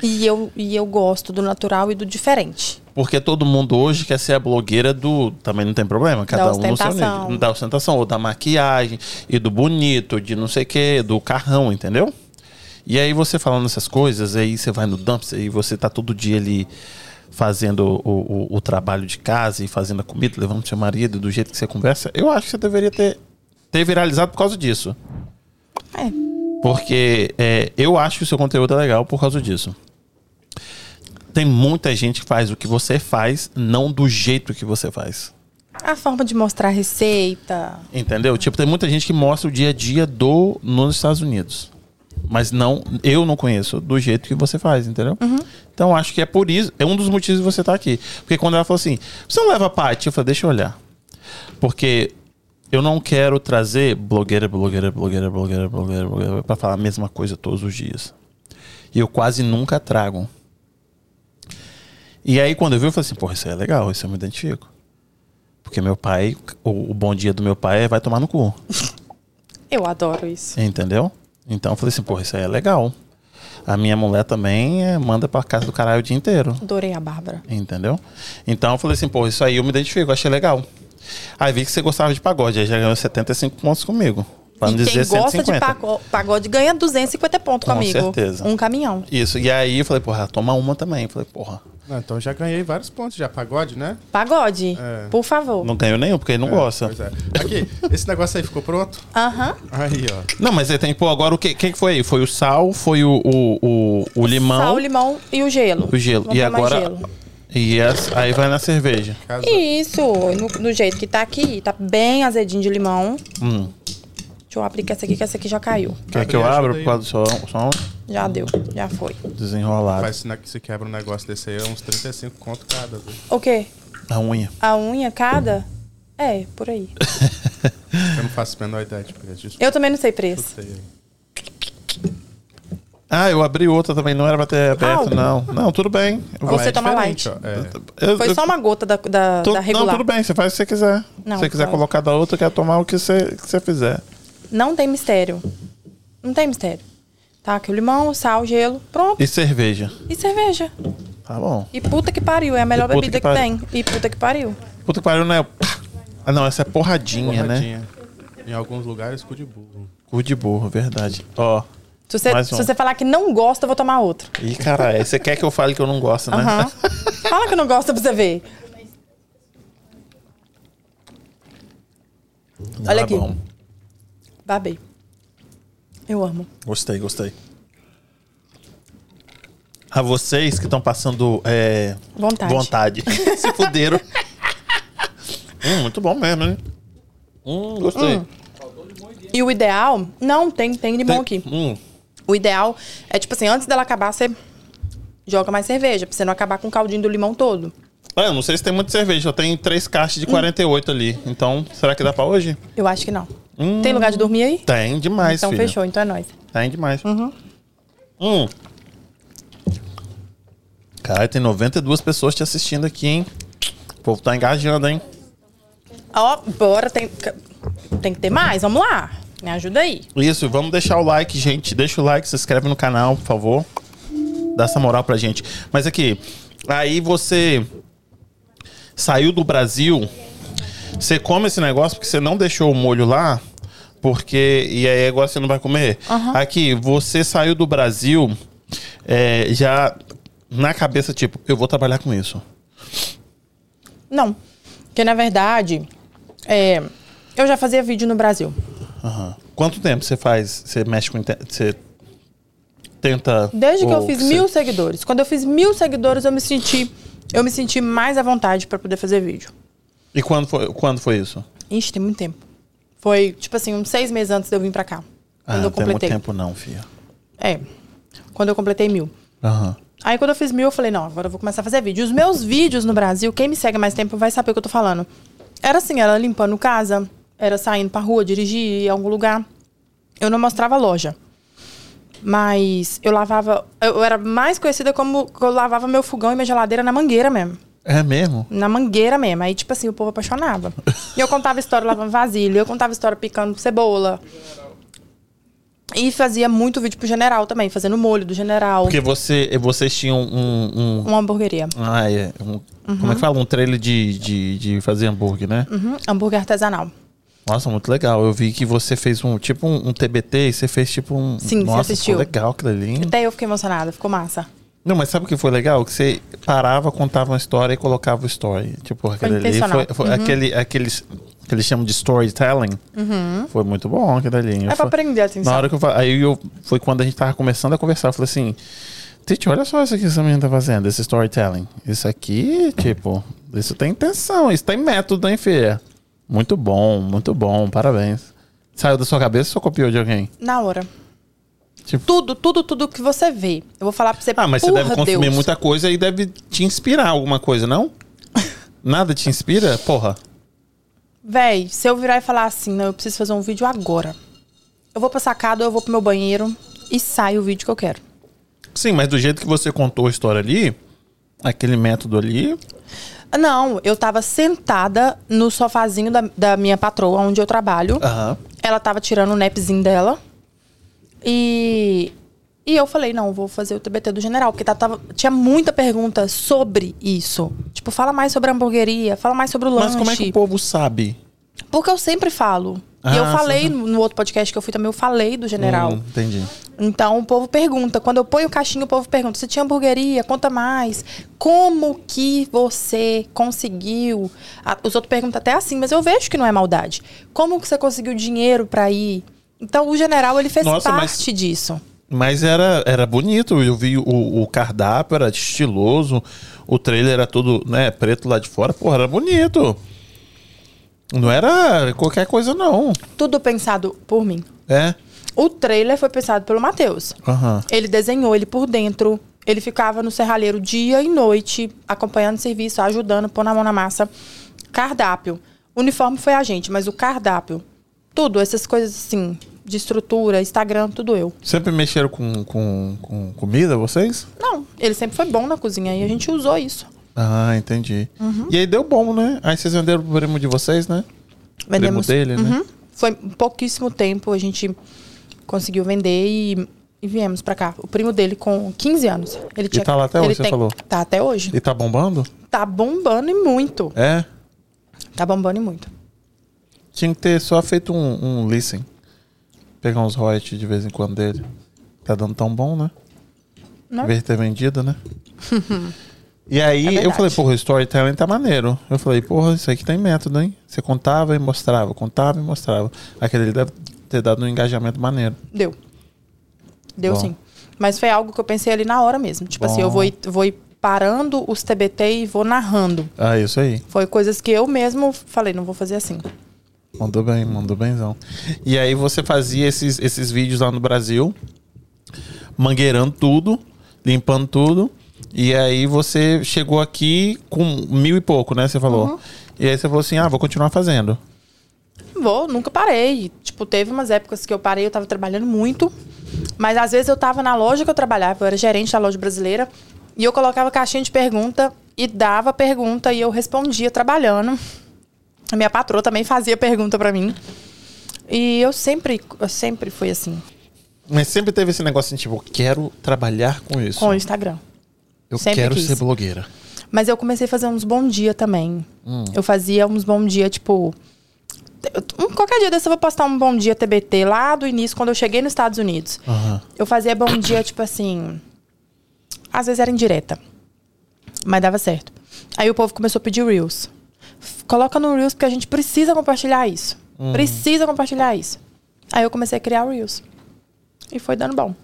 Speaker 3: E eu, e eu gosto do natural e do diferente.
Speaker 1: Porque todo mundo hoje quer ser a blogueira do. Também não tem problema, cada um no seu
Speaker 3: ostentação.
Speaker 1: nível. Da ostentação, ou da maquiagem, e do bonito, de não sei o quê, do carrão, entendeu? E aí você falando essas coisas, aí você vai no dumpster e você tá todo dia ali fazendo o, o- o trabalho de casa e fazendo a comida, levando seu marido, do jeito que você conversa. Eu acho que você deveria ter, ter viralizado por causa disso.
Speaker 3: É.
Speaker 1: Porque é, eu acho que o seu conteúdo é legal por causa disso. Tem muita gente que faz o que você faz, não do jeito que você faz.
Speaker 3: A forma de mostrar a receita.
Speaker 1: Entendeu? Tipo, tem muita gente que mostra o dia a dia do nos Estados Unidos. Mas não, eu não conheço do jeito que você faz, entendeu? Então acho que é por isso, é um dos motivos de você estar aqui. Porque quando ela falou assim, você não leva a parte, eu falei, deixa eu olhar. Porque eu não quero trazer blogueira, blogueira, blogueira, blogueira, blogueira, blogueira pra falar a mesma coisa todos os dias. E eu quase nunca trago. E aí quando eu vi, eu falei assim, porra, isso é legal, isso eu me identifico. Porque meu pai, o, o bom dia do meu pai é vai tomar no cu.
Speaker 3: Eu adoro isso.
Speaker 1: Entendeu? Então eu falei assim, porra, isso aí é legal. A minha mulher também é, manda pra casa do caralho o dia inteiro.
Speaker 3: Adorei a Bárbara.
Speaker 1: Entendeu? Então eu falei assim, porra, isso aí eu me identifico, achei legal. Aí vi que você gostava de pagode, aí já ganhou 75 pontos comigo. Pra não
Speaker 3: e
Speaker 1: dizer
Speaker 3: quem gosta
Speaker 1: 150.
Speaker 3: de pago- pagode ganha 250 pontos
Speaker 1: Com
Speaker 3: comigo.
Speaker 1: certeza.
Speaker 3: Um caminhão.
Speaker 1: Isso, e aí eu falei, porra, toma uma também. Eu falei, porra,
Speaker 2: Ah, então já ganhei vários pontos já. Pagode, né?
Speaker 3: Pagode,
Speaker 2: É.
Speaker 3: por favor.
Speaker 1: não ganhou nenhum, porque ele não gosta.
Speaker 2: Pois é. Aqui, esse negócio aí ficou pronto?
Speaker 3: Aham.
Speaker 2: Aí, ó.
Speaker 1: Não, mas ele tem, pô, agora o que, quem que foi aí? Foi o sal, foi o, o, o, o limão,
Speaker 3: Sal, limão e o gelo.
Speaker 1: o gelo.
Speaker 3: Vamos
Speaker 1: e
Speaker 3: tomar
Speaker 1: agora.
Speaker 3: gelo.
Speaker 1: E essa- aí vai na cerveja.
Speaker 2: Casou.
Speaker 3: Isso, no- do jeito que tá aqui, tá bem azedinho de limão.
Speaker 1: Hum.
Speaker 3: Deixa eu abrir que essa aqui, que essa aqui já caiu.
Speaker 1: Quer que eu
Speaker 2: Abre,
Speaker 1: abra
Speaker 2: ajuda
Speaker 1: por causa do som? som?
Speaker 3: Já deu, já foi.
Speaker 1: Desenrolado.
Speaker 2: Faz sinal que se quebra um negócio desse aí, é uns 35 conto cada. viu?
Speaker 3: O quê?
Speaker 1: A unha.
Speaker 3: A unha cada? É, por aí.
Speaker 2: Eu não faço a menor ideia tipo, é de preço. Desculpa
Speaker 3: Eu também não sei preço.
Speaker 2: aí.
Speaker 1: Ah, eu abri outra também, não era pra ter aberto,
Speaker 3: Au.
Speaker 1: não. Não, tudo bem. Eu vou-
Speaker 3: Você toma
Speaker 2: diferente,
Speaker 3: light.
Speaker 2: ó, é.
Speaker 1: eu-
Speaker 3: Foi
Speaker 1: eu-
Speaker 3: só uma gota da, da,
Speaker 1: tu-
Speaker 3: da
Speaker 1: Não,
Speaker 3: regular.
Speaker 1: tudo bem, você faz o que você quiser.
Speaker 3: Não,
Speaker 1: se você quiser
Speaker 3: pode.
Speaker 1: colocar da outra, quer tomar o que você, que você fizer.
Speaker 3: Não tem mistério. Não tem mistério. Tá, aqui o limão, o sal, o gelo, pronto.
Speaker 1: E cerveja.
Speaker 3: E cerveja.
Speaker 1: Tá bom.
Speaker 3: E puta que pariu, é a melhor
Speaker 1: puta
Speaker 3: bebida
Speaker 1: que
Speaker 3: que,
Speaker 1: pariu.
Speaker 3: tem. E puta que pariu.
Speaker 1: Puta que pariu, não é. Ah, não, essa é porradinha, né?
Speaker 2: Porradinha. Em alguns lugares, cu de burro.
Speaker 1: Cu de burro, verdade. Ó.
Speaker 3: Se você,
Speaker 1: Mais
Speaker 3: se
Speaker 1: um.
Speaker 3: você falar que não gosta, eu vou tomar outro.
Speaker 1: Ih, caralho, você quer que eu fale que eu não gosto, né?
Speaker 3: Aham. Fala que não gosta pra você ver.
Speaker 1: Não,
Speaker 3: Olha
Speaker 1: é
Speaker 3: aqui.
Speaker 1: bom.
Speaker 3: Babei. Eu amo.
Speaker 1: Gostei, gostei. A vocês que estão passando é,
Speaker 3: Vontade.
Speaker 1: vontade. Se fuderam. Hum, muito bom mesmo, hein? Hum, gostei.
Speaker 3: E o ideal. Não, tem, tem limão
Speaker 1: Tem-
Speaker 3: aqui.
Speaker 1: Hum,
Speaker 3: O ideal é, tipo assim, antes dela acabar, você joga mais cerveja, pra você não acabar com o caldinho do limão todo.
Speaker 1: Ah, eu não sei se tem muita cerveja. Eu tenho três caixas de
Speaker 3: Hum.
Speaker 1: 48 ali. Então, será que dá pra hoje?
Speaker 3: Eu acho que não. Tem lugar de dormir aí?
Speaker 1: Tem demais,
Speaker 3: então
Speaker 1: Hum. Tá filha.
Speaker 3: fechou, Uhum. então é nóis.
Speaker 1: Tem demais. Hum. Cara, tem 92 pessoas te assistindo aqui, hein? O povo tá engajando, hein?
Speaker 3: Ó, bora, tem, tem que ter mais, vamos lá. Me ajuda aí.
Speaker 1: Isso, vamos deixar o like, gente. Deixa o like, se inscreve no canal, por favor. Dá essa moral pra gente. Mas aqui, aí você saiu do Brasil, você come esse negócio porque você não deixou o molho lá, porque. E aí agora você não vai comer. Aqui, você saiu do Brasil é, já na cabeça, tipo, eu vou trabalhar com isso.
Speaker 3: Não. Porque, na verdade, é, eu já fazia vídeo no Brasil.
Speaker 1: Aham. Quanto tempo você faz? Você mexe com. inte- Você tenta.
Speaker 3: Desde que
Speaker 1: o
Speaker 3: eu fiz
Speaker 1: você-
Speaker 3: mil seguidores. Quando eu fiz mil seguidores, eu me senti, eu me senti mais à vontade pra poder fazer vídeo.
Speaker 1: E quando foi, quando foi isso?
Speaker 3: Ixi, tem muito tempo. Foi, tipo assim, uns seis meses antes de eu vir pra cá. Quando eu
Speaker 1: não Ah, tem muito
Speaker 3: completei.
Speaker 1: tempo não, filha.
Speaker 3: É. Quando eu completei mil.
Speaker 1: Aham.
Speaker 3: Aí quando eu fiz mil, eu falei, não, agora eu vou começar a fazer vídeo. Os meus vídeos no Brasil, quem me segue mais tempo vai saber o que eu tô falando. Era assim, era limpando casa, era saindo pra rua, dirigir em algum lugar. Eu não mostrava loja. Mas eu lavava. Eu eu era mais conhecida como que eu lavava meu fogão e minha geladeira na mangueira mesmo.
Speaker 1: É mesmo?
Speaker 3: Na mangueira mesmo. Aí, tipo assim, o povo apaixonava. E eu contava história lavando vasilha, eu contava história picando cebola. E fazia muito vídeo pro general também, fazendo molho do general.
Speaker 1: Porque você, vocês tinham um. um-
Speaker 3: Uma hamburgueria.
Speaker 1: ah, é. um- Como é que fala? Um trailer de, de, de fazer hambúrguer, né?
Speaker 3: Uhum, hambúrguer artesanal.
Speaker 1: Nossa, muito legal. Eu vi que você fez um tipo um, um TBT e você fez tipo um.
Speaker 3: Sim, você
Speaker 1: Nossa,
Speaker 3: assistiu.
Speaker 1: Ficou legal aquilo ali. hein?
Speaker 3: Até eu fiquei emocionada, ficou massa.
Speaker 1: Não, mas sabe o que foi legal? Que você parava, contava uma história e colocava o story. Tipo, aquele ali.
Speaker 3: intencional. Uhum.
Speaker 1: Foi, foi aquele, aqueles que eles chamam de storytelling. Foi muito bom aquele ali.
Speaker 3: Uhum. É pra
Speaker 1: Foi-
Speaker 3: aprender a atenção.
Speaker 1: Na hora que eu fa- aí eu foi quando a gente tava começando a conversar, eu falei assim, Titi, olha só isso aqui que essa menina tá fazendo, esse storytelling. Isso aqui, tipo, isso tem intenção, isso tem método, hein, filha? Muito bom, muito bom, parabéns. Saiu da sua cabeça ou copiou de alguém?
Speaker 3: Na hora.
Speaker 1: Tipo-
Speaker 3: Tudo, tudo, tudo que você vê. Eu vou falar pra você.
Speaker 1: Ah, mas você
Speaker 3: porra,
Speaker 1: deve consumir
Speaker 3: Deus.
Speaker 1: muita coisa e deve te inspirar alguma coisa, não? Nada te inspira? Porra.
Speaker 3: Véi, se eu virar e falar assim, não, eu preciso fazer um vídeo agora. Eu vou pra sacada, eu vou pro meu banheiro e sai o vídeo que eu quero.
Speaker 1: Sim, mas do jeito que você contou a história ali, aquele método ali,
Speaker 3: Não, eu tava sentada no sofazinho da, da minha patroa, onde eu trabalho.
Speaker 1: aham.
Speaker 3: Ela tava tirando o nepzinho dela. E. E eu falei, não, vou fazer o TBT do general, porque tá- tava, tinha muita pergunta sobre isso. Tipo, fala mais sobre a hamburgueria, fala mais sobre o lanche.
Speaker 1: Mas como é que o povo sabe?
Speaker 3: Porque eu sempre falo. e eu
Speaker 1: Ah,
Speaker 3: falei
Speaker 1: sim,
Speaker 3: no no outro podcast que eu fui também, eu falei do general.
Speaker 1: Hum, entendi.
Speaker 3: Então o povo pergunta. Quando eu ponho o caixinho, o povo pergunta: você tinha hamburgueria? Conta mais. Como que você conseguiu? A- Os outros perguntam até assim, mas eu vejo que não é maldade. Como que você conseguiu dinheiro pra ir? Então o general ele fez
Speaker 1: Nossa, mas-
Speaker 3: parte disso.
Speaker 1: Mas era, era bonito, eu vi o, o cardápio, era estiloso, o trailer era todo né, preto lá de fora, porra, era bonito. Não era qualquer coisa, não.
Speaker 3: Tudo pensado por mim.
Speaker 1: É?
Speaker 3: O trailer foi pensado pelo Matheus.
Speaker 1: Aham.
Speaker 3: Ele desenhou ele por dentro. Ele ficava no serralheiro dia e noite, acompanhando o serviço, ajudando, pondo a mão na massa. Cardápio. O uniforme foi a gente, mas o cardápio, tudo, essas coisas assim, de estrutura, Instagram, tudo eu.
Speaker 1: Sempre mexeram com, com, com comida, vocês?
Speaker 3: Não, ele sempre foi bom na cozinha e a gente usou isso.
Speaker 1: Ah, entendi.
Speaker 3: Uhum.
Speaker 1: E aí deu bom, né? Aí vocês venderam pro primo de vocês, né?
Speaker 3: Vendemos.
Speaker 1: Primo dele, né?
Speaker 3: Uhum. Foi pouquíssimo tempo a gente conseguiu vender e, e viemos pra cá. O primo dele com 15 anos. Ele tinha,
Speaker 1: tá lá até
Speaker 3: ele
Speaker 1: hoje, você falou?
Speaker 3: Tá até hoje.
Speaker 1: E tá bombando?
Speaker 3: Tá bombando e muito.
Speaker 1: É.
Speaker 3: Tá bombando e muito.
Speaker 1: Tinha que ter só feito um, um listen. Pegar uns royalties de vez em quando dele. Tá dando tão bom, né?
Speaker 3: Não.
Speaker 1: Em vez de ter vendido, né? e aí
Speaker 3: É
Speaker 1: eu falei,
Speaker 3: verdade.
Speaker 1: porra, o storytelling tá maneiro. Eu falei, porra, isso aqui tem método, hein? Você contava e mostrava, contava e mostrava. Aquele ali deve ter dado um engajamento maneiro.
Speaker 3: Deu. Deu
Speaker 1: Bom.
Speaker 3: sim. Mas foi algo que eu pensei ali na hora mesmo. Tipo assim, eu
Speaker 1: Bom.
Speaker 3: vou, ir- vou ir parando os TBT e vou narrando.
Speaker 1: Ah, isso aí.
Speaker 3: Foi coisas que eu mesmo falei, não vou fazer assim.
Speaker 1: Mandou bem, mandou benzão. E aí você fazia esses, esses vídeos lá no Brasil, mangueirando tudo, limpando tudo. E aí você chegou aqui com mil e pouco, né? Você falou.
Speaker 3: Uhum.
Speaker 1: E aí você falou assim, ah, vou continuar fazendo.
Speaker 3: Vou, nunca parei. Tipo, teve umas épocas que eu parei, eu tava trabalhando muito. Mas às vezes eu tava na loja que eu trabalhava, eu era gerente da loja brasileira. E eu colocava caixinha de pergunta e dava pergunta e eu respondia trabalhando. A minha patroa também fazia pergunta pra mim. E eu sempre, eu sempre fui assim,
Speaker 1: Mas sempre teve esse negócio assim, tipo, eu quero trabalhar com isso.
Speaker 3: com o Instagram.
Speaker 1: eu
Speaker 3: sempre
Speaker 1: quero
Speaker 3: quis.
Speaker 1: ser blogueira.
Speaker 3: Mas eu comecei a fazer uns bom dia também. Eu fazia uns bom dia, tipo. um- Qualquer dia desse eu vou postar um bom dia TBT lá do início, quando eu cheguei nos Estados Unidos.
Speaker 1: Aham.
Speaker 3: Eu fazia bom dia, tipo assim. Às vezes era indireta. Mas dava certo. Aí o povo começou a pedir Reels. F- Coloca no Reels porque a gente precisa compartilhar isso. Precisa compartilhar isso. Aí eu comecei a criar o Reels. E foi dando bom.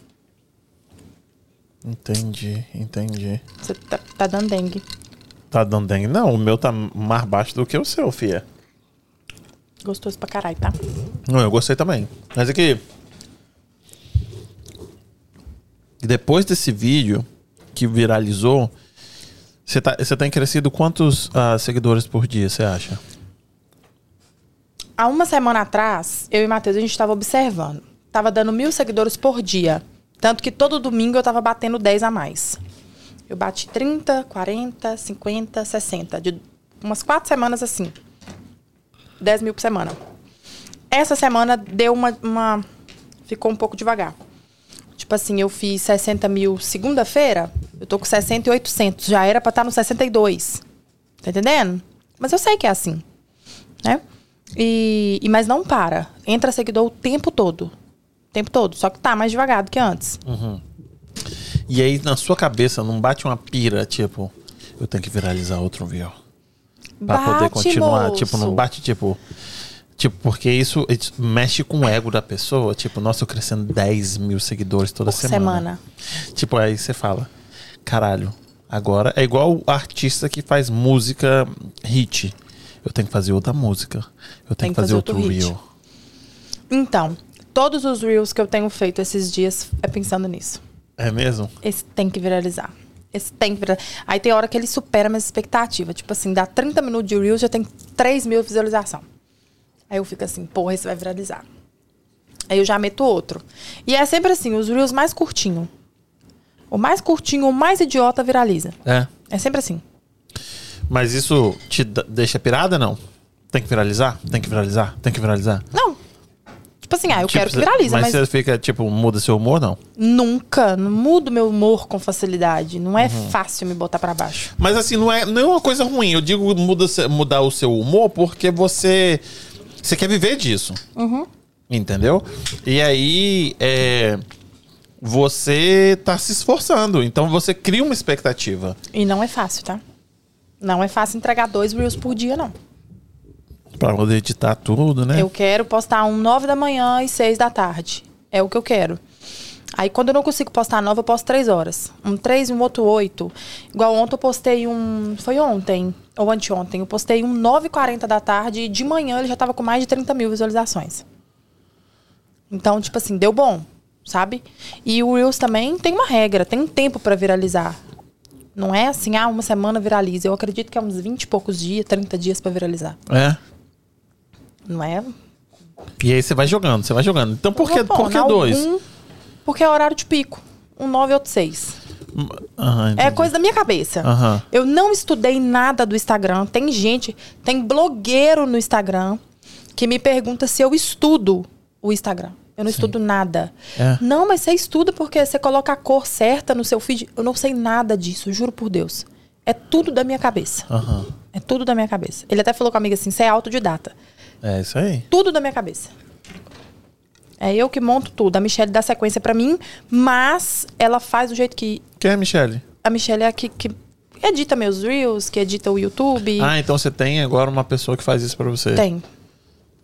Speaker 1: Entendi, entendi.
Speaker 3: Você tá, tá dando dengue.
Speaker 1: Tá dando dengue? Não, o meu tá mais baixo do que o seu, fia.
Speaker 3: Gostoso pra caralho, tá?
Speaker 1: Não, eu gostei também. Mas é que. Depois desse vídeo que viralizou, você tá, você tem crescido quantos ah, seguidores por dia, você acha?
Speaker 3: Há uma semana atrás, eu e Matheus, a gente estava observando. Tava dando mil seguidores por dia. Tanto que todo domingo eu tava batendo 10 a mais. Eu bati 30, 40, 50, 60. De umas quatro semanas assim. 10 mil por semana. Essa semana deu uma, uma- Ficou um pouco devagar. Tipo assim, eu fiz 60 mil segunda-feira, eu tô com 60,800. Já era pra estar no 62. Tá entendendo? Mas eu sei que é assim. Né? E, e- mas não para. Entra seguidor o tempo todo. O tempo todo. Só que tá mais devagar do que antes.
Speaker 1: Hum, E aí, na sua cabeça, não bate uma pira, tipo, eu tenho que viralizar outro vídeo. Pra poder continuar.
Speaker 3: moço.
Speaker 1: Tipo, não bate, tipo. Tipo, porque isso, isso mexe com o ego da pessoa. Tipo, nossa, eu crescendo 10 mil seguidores toda
Speaker 3: Por
Speaker 1: semana. Tipo, aí você fala, caralho, agora é igual o artista que faz música hit. Eu tenho que fazer outra música. Eu tenho que fazer, outro,
Speaker 3: hit.
Speaker 1: reel.
Speaker 3: Então, todos os reels que eu tenho feito esses dias é pensando nisso.
Speaker 1: É mesmo?
Speaker 3: Esse tem que viralizar. Esse tem que viralizar. Aí tem hora que ele supera minhas expectativas. Tipo assim, dá 30 minutos de reels, já tem 3 mil visualização. Aí eu fico assim, porra, esse vai viralizar. Aí eu já meto outro. E é sempre assim, os reels mais curtinho. O mais curtinho, o mais idiota viraliza.
Speaker 1: É.
Speaker 3: É sempre assim.
Speaker 1: Mas isso te d- deixa pirada, não? Tem que viralizar? Tem que viralizar? Tem que viralizar?
Speaker 3: Não. Tipo assim, ah, eu
Speaker 1: Tipo,
Speaker 3: quero que viralize,
Speaker 1: mas,
Speaker 3: mas,
Speaker 1: você fica, tipo, muda seu humor, não?
Speaker 3: nunca, não mudo meu humor com facilidade. Não é
Speaker 1: Uhum.
Speaker 3: fácil me botar pra baixo.
Speaker 1: Mas assim, não é, não é uma coisa ruim. Eu digo muda, se- mudar o seu humor porque você. Você quer viver disso.
Speaker 3: Uhum.
Speaker 1: Entendeu? E aí. é, você tá se esforçando. Então você cria uma expectativa.
Speaker 3: E não é fácil, tá? Não é fácil entregar dois reels por dia, não.
Speaker 1: Pra poder editar tudo, né?
Speaker 3: Eu quero postar um 9 da manhã e 6 da tarde. É o que eu quero. Aí quando eu não consigo postar nove, eu posto três horas. Um três e um outro oito. Igual ontem eu postei um. Foi ontem, ou anteontem. Eu postei um 9h40 da tarde e de manhã ele já tava com mais de 30 mil visualizações. Então, tipo assim, deu bom, sabe? E o Reels também tem uma regra, tem um tempo pra viralizar. Não é assim, ah, uma semana viraliza. Eu acredito que é uns 20 e poucos dias, 30 dias pra viralizar.
Speaker 1: É.
Speaker 3: Não é
Speaker 1: E aí você vai jogando, você vai jogando. Então por que,
Speaker 3: Vou pôr,
Speaker 1: por que
Speaker 3: né?
Speaker 1: dois?
Speaker 3: Um, porque é horário de pico. Um 9 e outro 6.
Speaker 1: Aham,
Speaker 3: É
Speaker 1: entendi.
Speaker 3: coisa da minha cabeça.
Speaker 1: Aham.
Speaker 3: Eu não estudei nada do Instagram. Tem gente, tem blogueiro no Instagram que me pergunta se eu estudo o Instagram. Eu não estudo nada.
Speaker 1: É.
Speaker 3: Não, mas você estuda porque você coloca a cor certa no seu feed. Eu não sei nada disso, juro por Deus. É tudo da minha cabeça.
Speaker 1: Aham.
Speaker 3: É tudo da minha cabeça. Ele até falou com a amiga assim: você é autodidata
Speaker 1: É isso aí.
Speaker 3: tudo da minha cabeça. É eu que monto tudo. A Michelle dá sequência pra mim, mas ela faz do jeito que.
Speaker 1: Quem é, Michele?
Speaker 3: A Michelle é a que, que edita meus reels, que edita o YouTube.
Speaker 1: Ah, então você tem agora uma pessoa que faz isso pra você.
Speaker 3: Tem.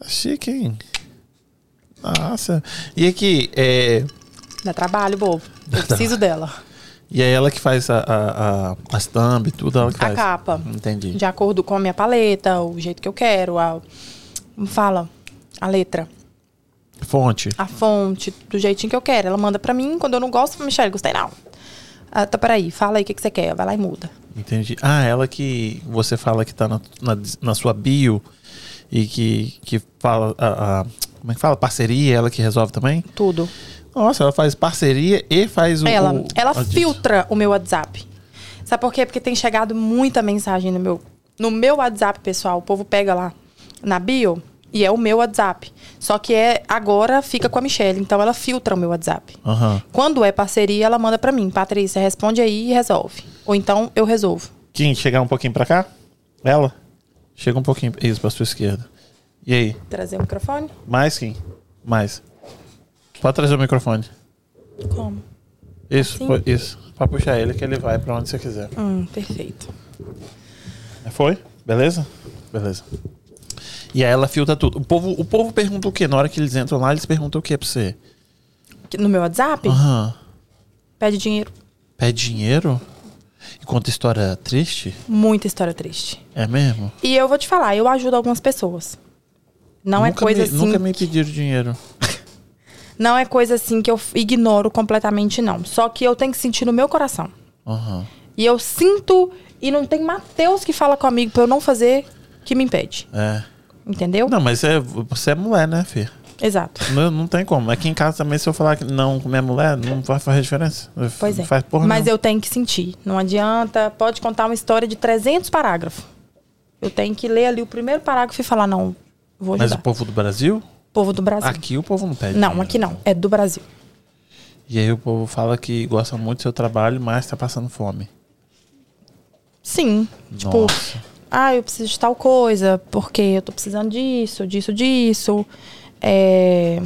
Speaker 1: É Chique, hein? Nossa. E aqui, é...
Speaker 3: Dá trabalho, bobo. Eu preciso dela.
Speaker 1: E é ela que faz a, a, a, as thumb, e tudo ela que
Speaker 3: A
Speaker 1: faz.
Speaker 3: capa.
Speaker 1: Entendi.
Speaker 3: De acordo com a minha paleta, o jeito que eu quero, a. como Fala, a letra.
Speaker 1: Fonte.
Speaker 3: a fonte do jeitinho que eu quero. Ela manda pra mim, quando eu não gosto, eu falo, Michelle, gostei não. Ah, tá, peraí, fala aí o que, que você quer. Vai lá e muda.
Speaker 1: Entendi. Ah, ela que você fala que tá na, na, na sua bio e que, que fala. A, a- como é que fala? Parceria, ela que resolve também?
Speaker 3: Tudo.
Speaker 1: Nossa, ela faz parceria e faz o.
Speaker 3: Ela,
Speaker 1: o-
Speaker 3: ela
Speaker 1: a-
Speaker 3: filtra o meu WhatsApp. Sabe por quê? Porque tem chegado muita mensagem no meu, no meu WhatsApp, pessoal. O povo pega lá na bio e é o meu WhatsApp. Só que é agora fica com a Michelle, então ela filtra o meu WhatsApp.
Speaker 1: Aham.
Speaker 3: Quando é parceria, ela manda pra mim. Patrícia, responde aí e resolve. Ou então eu resolvo.
Speaker 1: Quem chegar um pouquinho pra cá? Ela? Chega um pouquinho. Isso, pra sua esquerda. E aí?
Speaker 3: Trazer o microfone?
Speaker 1: Mais quem? Mais. Pode trazer o microfone.
Speaker 3: Como?
Speaker 1: Isso,
Speaker 3: Assim?
Speaker 1: foi, isso. Pode puxar ele que ele vai pra onde você quiser.
Speaker 3: Hum, perfeito.
Speaker 1: Foi? Beleza? Beleza. E aí ela filtra tudo. O povo, o povo pergunta o quê? Na hora que eles entram lá, eles perguntam o quê pra você?
Speaker 3: No meu WhatsApp,
Speaker 1: Aham.
Speaker 3: pede dinheiro.
Speaker 1: Pede dinheiro? E conta história triste?
Speaker 3: Muita história triste.
Speaker 1: É mesmo?
Speaker 3: E eu vou te falar, eu ajudo algumas pessoas. Não é
Speaker 1: Nunca
Speaker 3: coisa
Speaker 1: me,
Speaker 3: assim.
Speaker 1: Nunca me pediram dinheiro.
Speaker 3: Não é coisa assim que eu f- ignoro completamente, não. Só que eu tenho que sentir no meu coração.
Speaker 1: Aham.
Speaker 3: E eu sinto, e não tem Mateus que fala comigo pra eu não fazer que me impede.
Speaker 1: É.
Speaker 3: Entendeu?
Speaker 1: Não, mas é, você é mulher, né, Fê?
Speaker 3: Exato.
Speaker 1: Não, não tem como. Aqui em casa também, se eu falar que não com minha mulher, não vai fazer diferença.
Speaker 3: Pois é.
Speaker 1: Não faz porra
Speaker 3: Mas
Speaker 1: nenhuma.
Speaker 3: eu tenho que sentir. Não adianta. Pode contar uma história de 300 parágrafos. Eu tenho que ler ali o primeiro parágrafo e falar, não, vou
Speaker 1: Mas
Speaker 3: ajudar.
Speaker 1: o povo do Brasil?
Speaker 3: Povo do Brasil.
Speaker 1: Aqui o povo não pede.
Speaker 3: é. Assim. Não, aqui não. É do Brasil.
Speaker 1: E aí o povo fala que gosta muito do seu trabalho, mas tá passando fome.
Speaker 3: Sim. Tipo,
Speaker 1: Nossa.
Speaker 3: ah, eu preciso de tal coisa, porque eu tô precisando disso, disso, disso. É...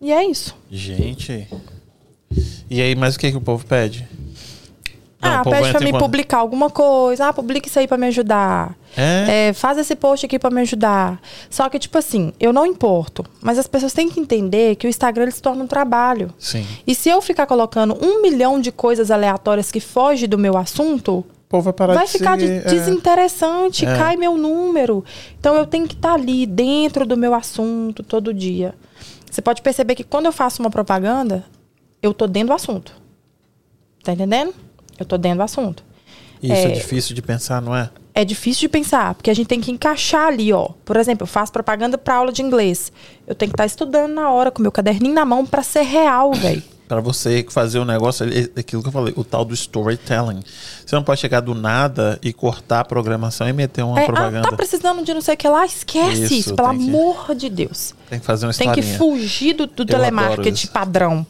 Speaker 3: E é isso.
Speaker 1: Gente. E aí, mas o que, que o povo pede? Não,
Speaker 3: ah,
Speaker 1: o povo
Speaker 3: pede pra
Speaker 1: entra
Speaker 3: me
Speaker 1: em conta-
Speaker 3: publicar alguma coisa. Ah, publica isso aí pra me ajudar.
Speaker 1: É?
Speaker 3: É, faz esse post aqui pra me ajudar. Só que, tipo assim, eu não importo. Mas as pessoas têm que entender que o Instagram ele se torna um trabalho.
Speaker 1: Sim.
Speaker 3: E se eu ficar colocando um milhão de coisas aleatórias que fogem do meu assunto,
Speaker 1: O povo vai parar
Speaker 3: vai
Speaker 1: de
Speaker 3: ficar de-
Speaker 1: seguir, é.
Speaker 3: desinteressante,
Speaker 1: É.
Speaker 3: cai meu número. Então eu tenho que estar ali dentro do meu assunto todo dia. Você pode perceber que quando eu faço uma propaganda, eu tô dentro do assunto. Tá entendendo? Eu tô dentro do assunto.
Speaker 1: Isso é
Speaker 3: É.
Speaker 1: difícil de pensar, não é?
Speaker 3: É difícil de pensar, porque a gente tem que encaixar ali, ó. Por exemplo, eu faço propaganda para aula de inglês. Eu tenho que estar estudando na hora, com meu caderninho na mão, para ser real, velho.
Speaker 1: Pra você fazer o negócio, é aquilo que eu falei, o tal do storytelling. Você não pode chegar do nada e cortar a programação e meter uma
Speaker 3: É, ah,
Speaker 1: propaganda.
Speaker 3: tá precisando de não sei o que lá? Esquece isso,
Speaker 1: Isso,
Speaker 3: pelo
Speaker 1: tem que-
Speaker 3: amor de Deus.
Speaker 1: Tem que fazer uma
Speaker 3: Tem
Speaker 1: historinha.
Speaker 3: que fugir do, do
Speaker 1: adoro
Speaker 3: telemarketing
Speaker 1: isso.
Speaker 3: padrão.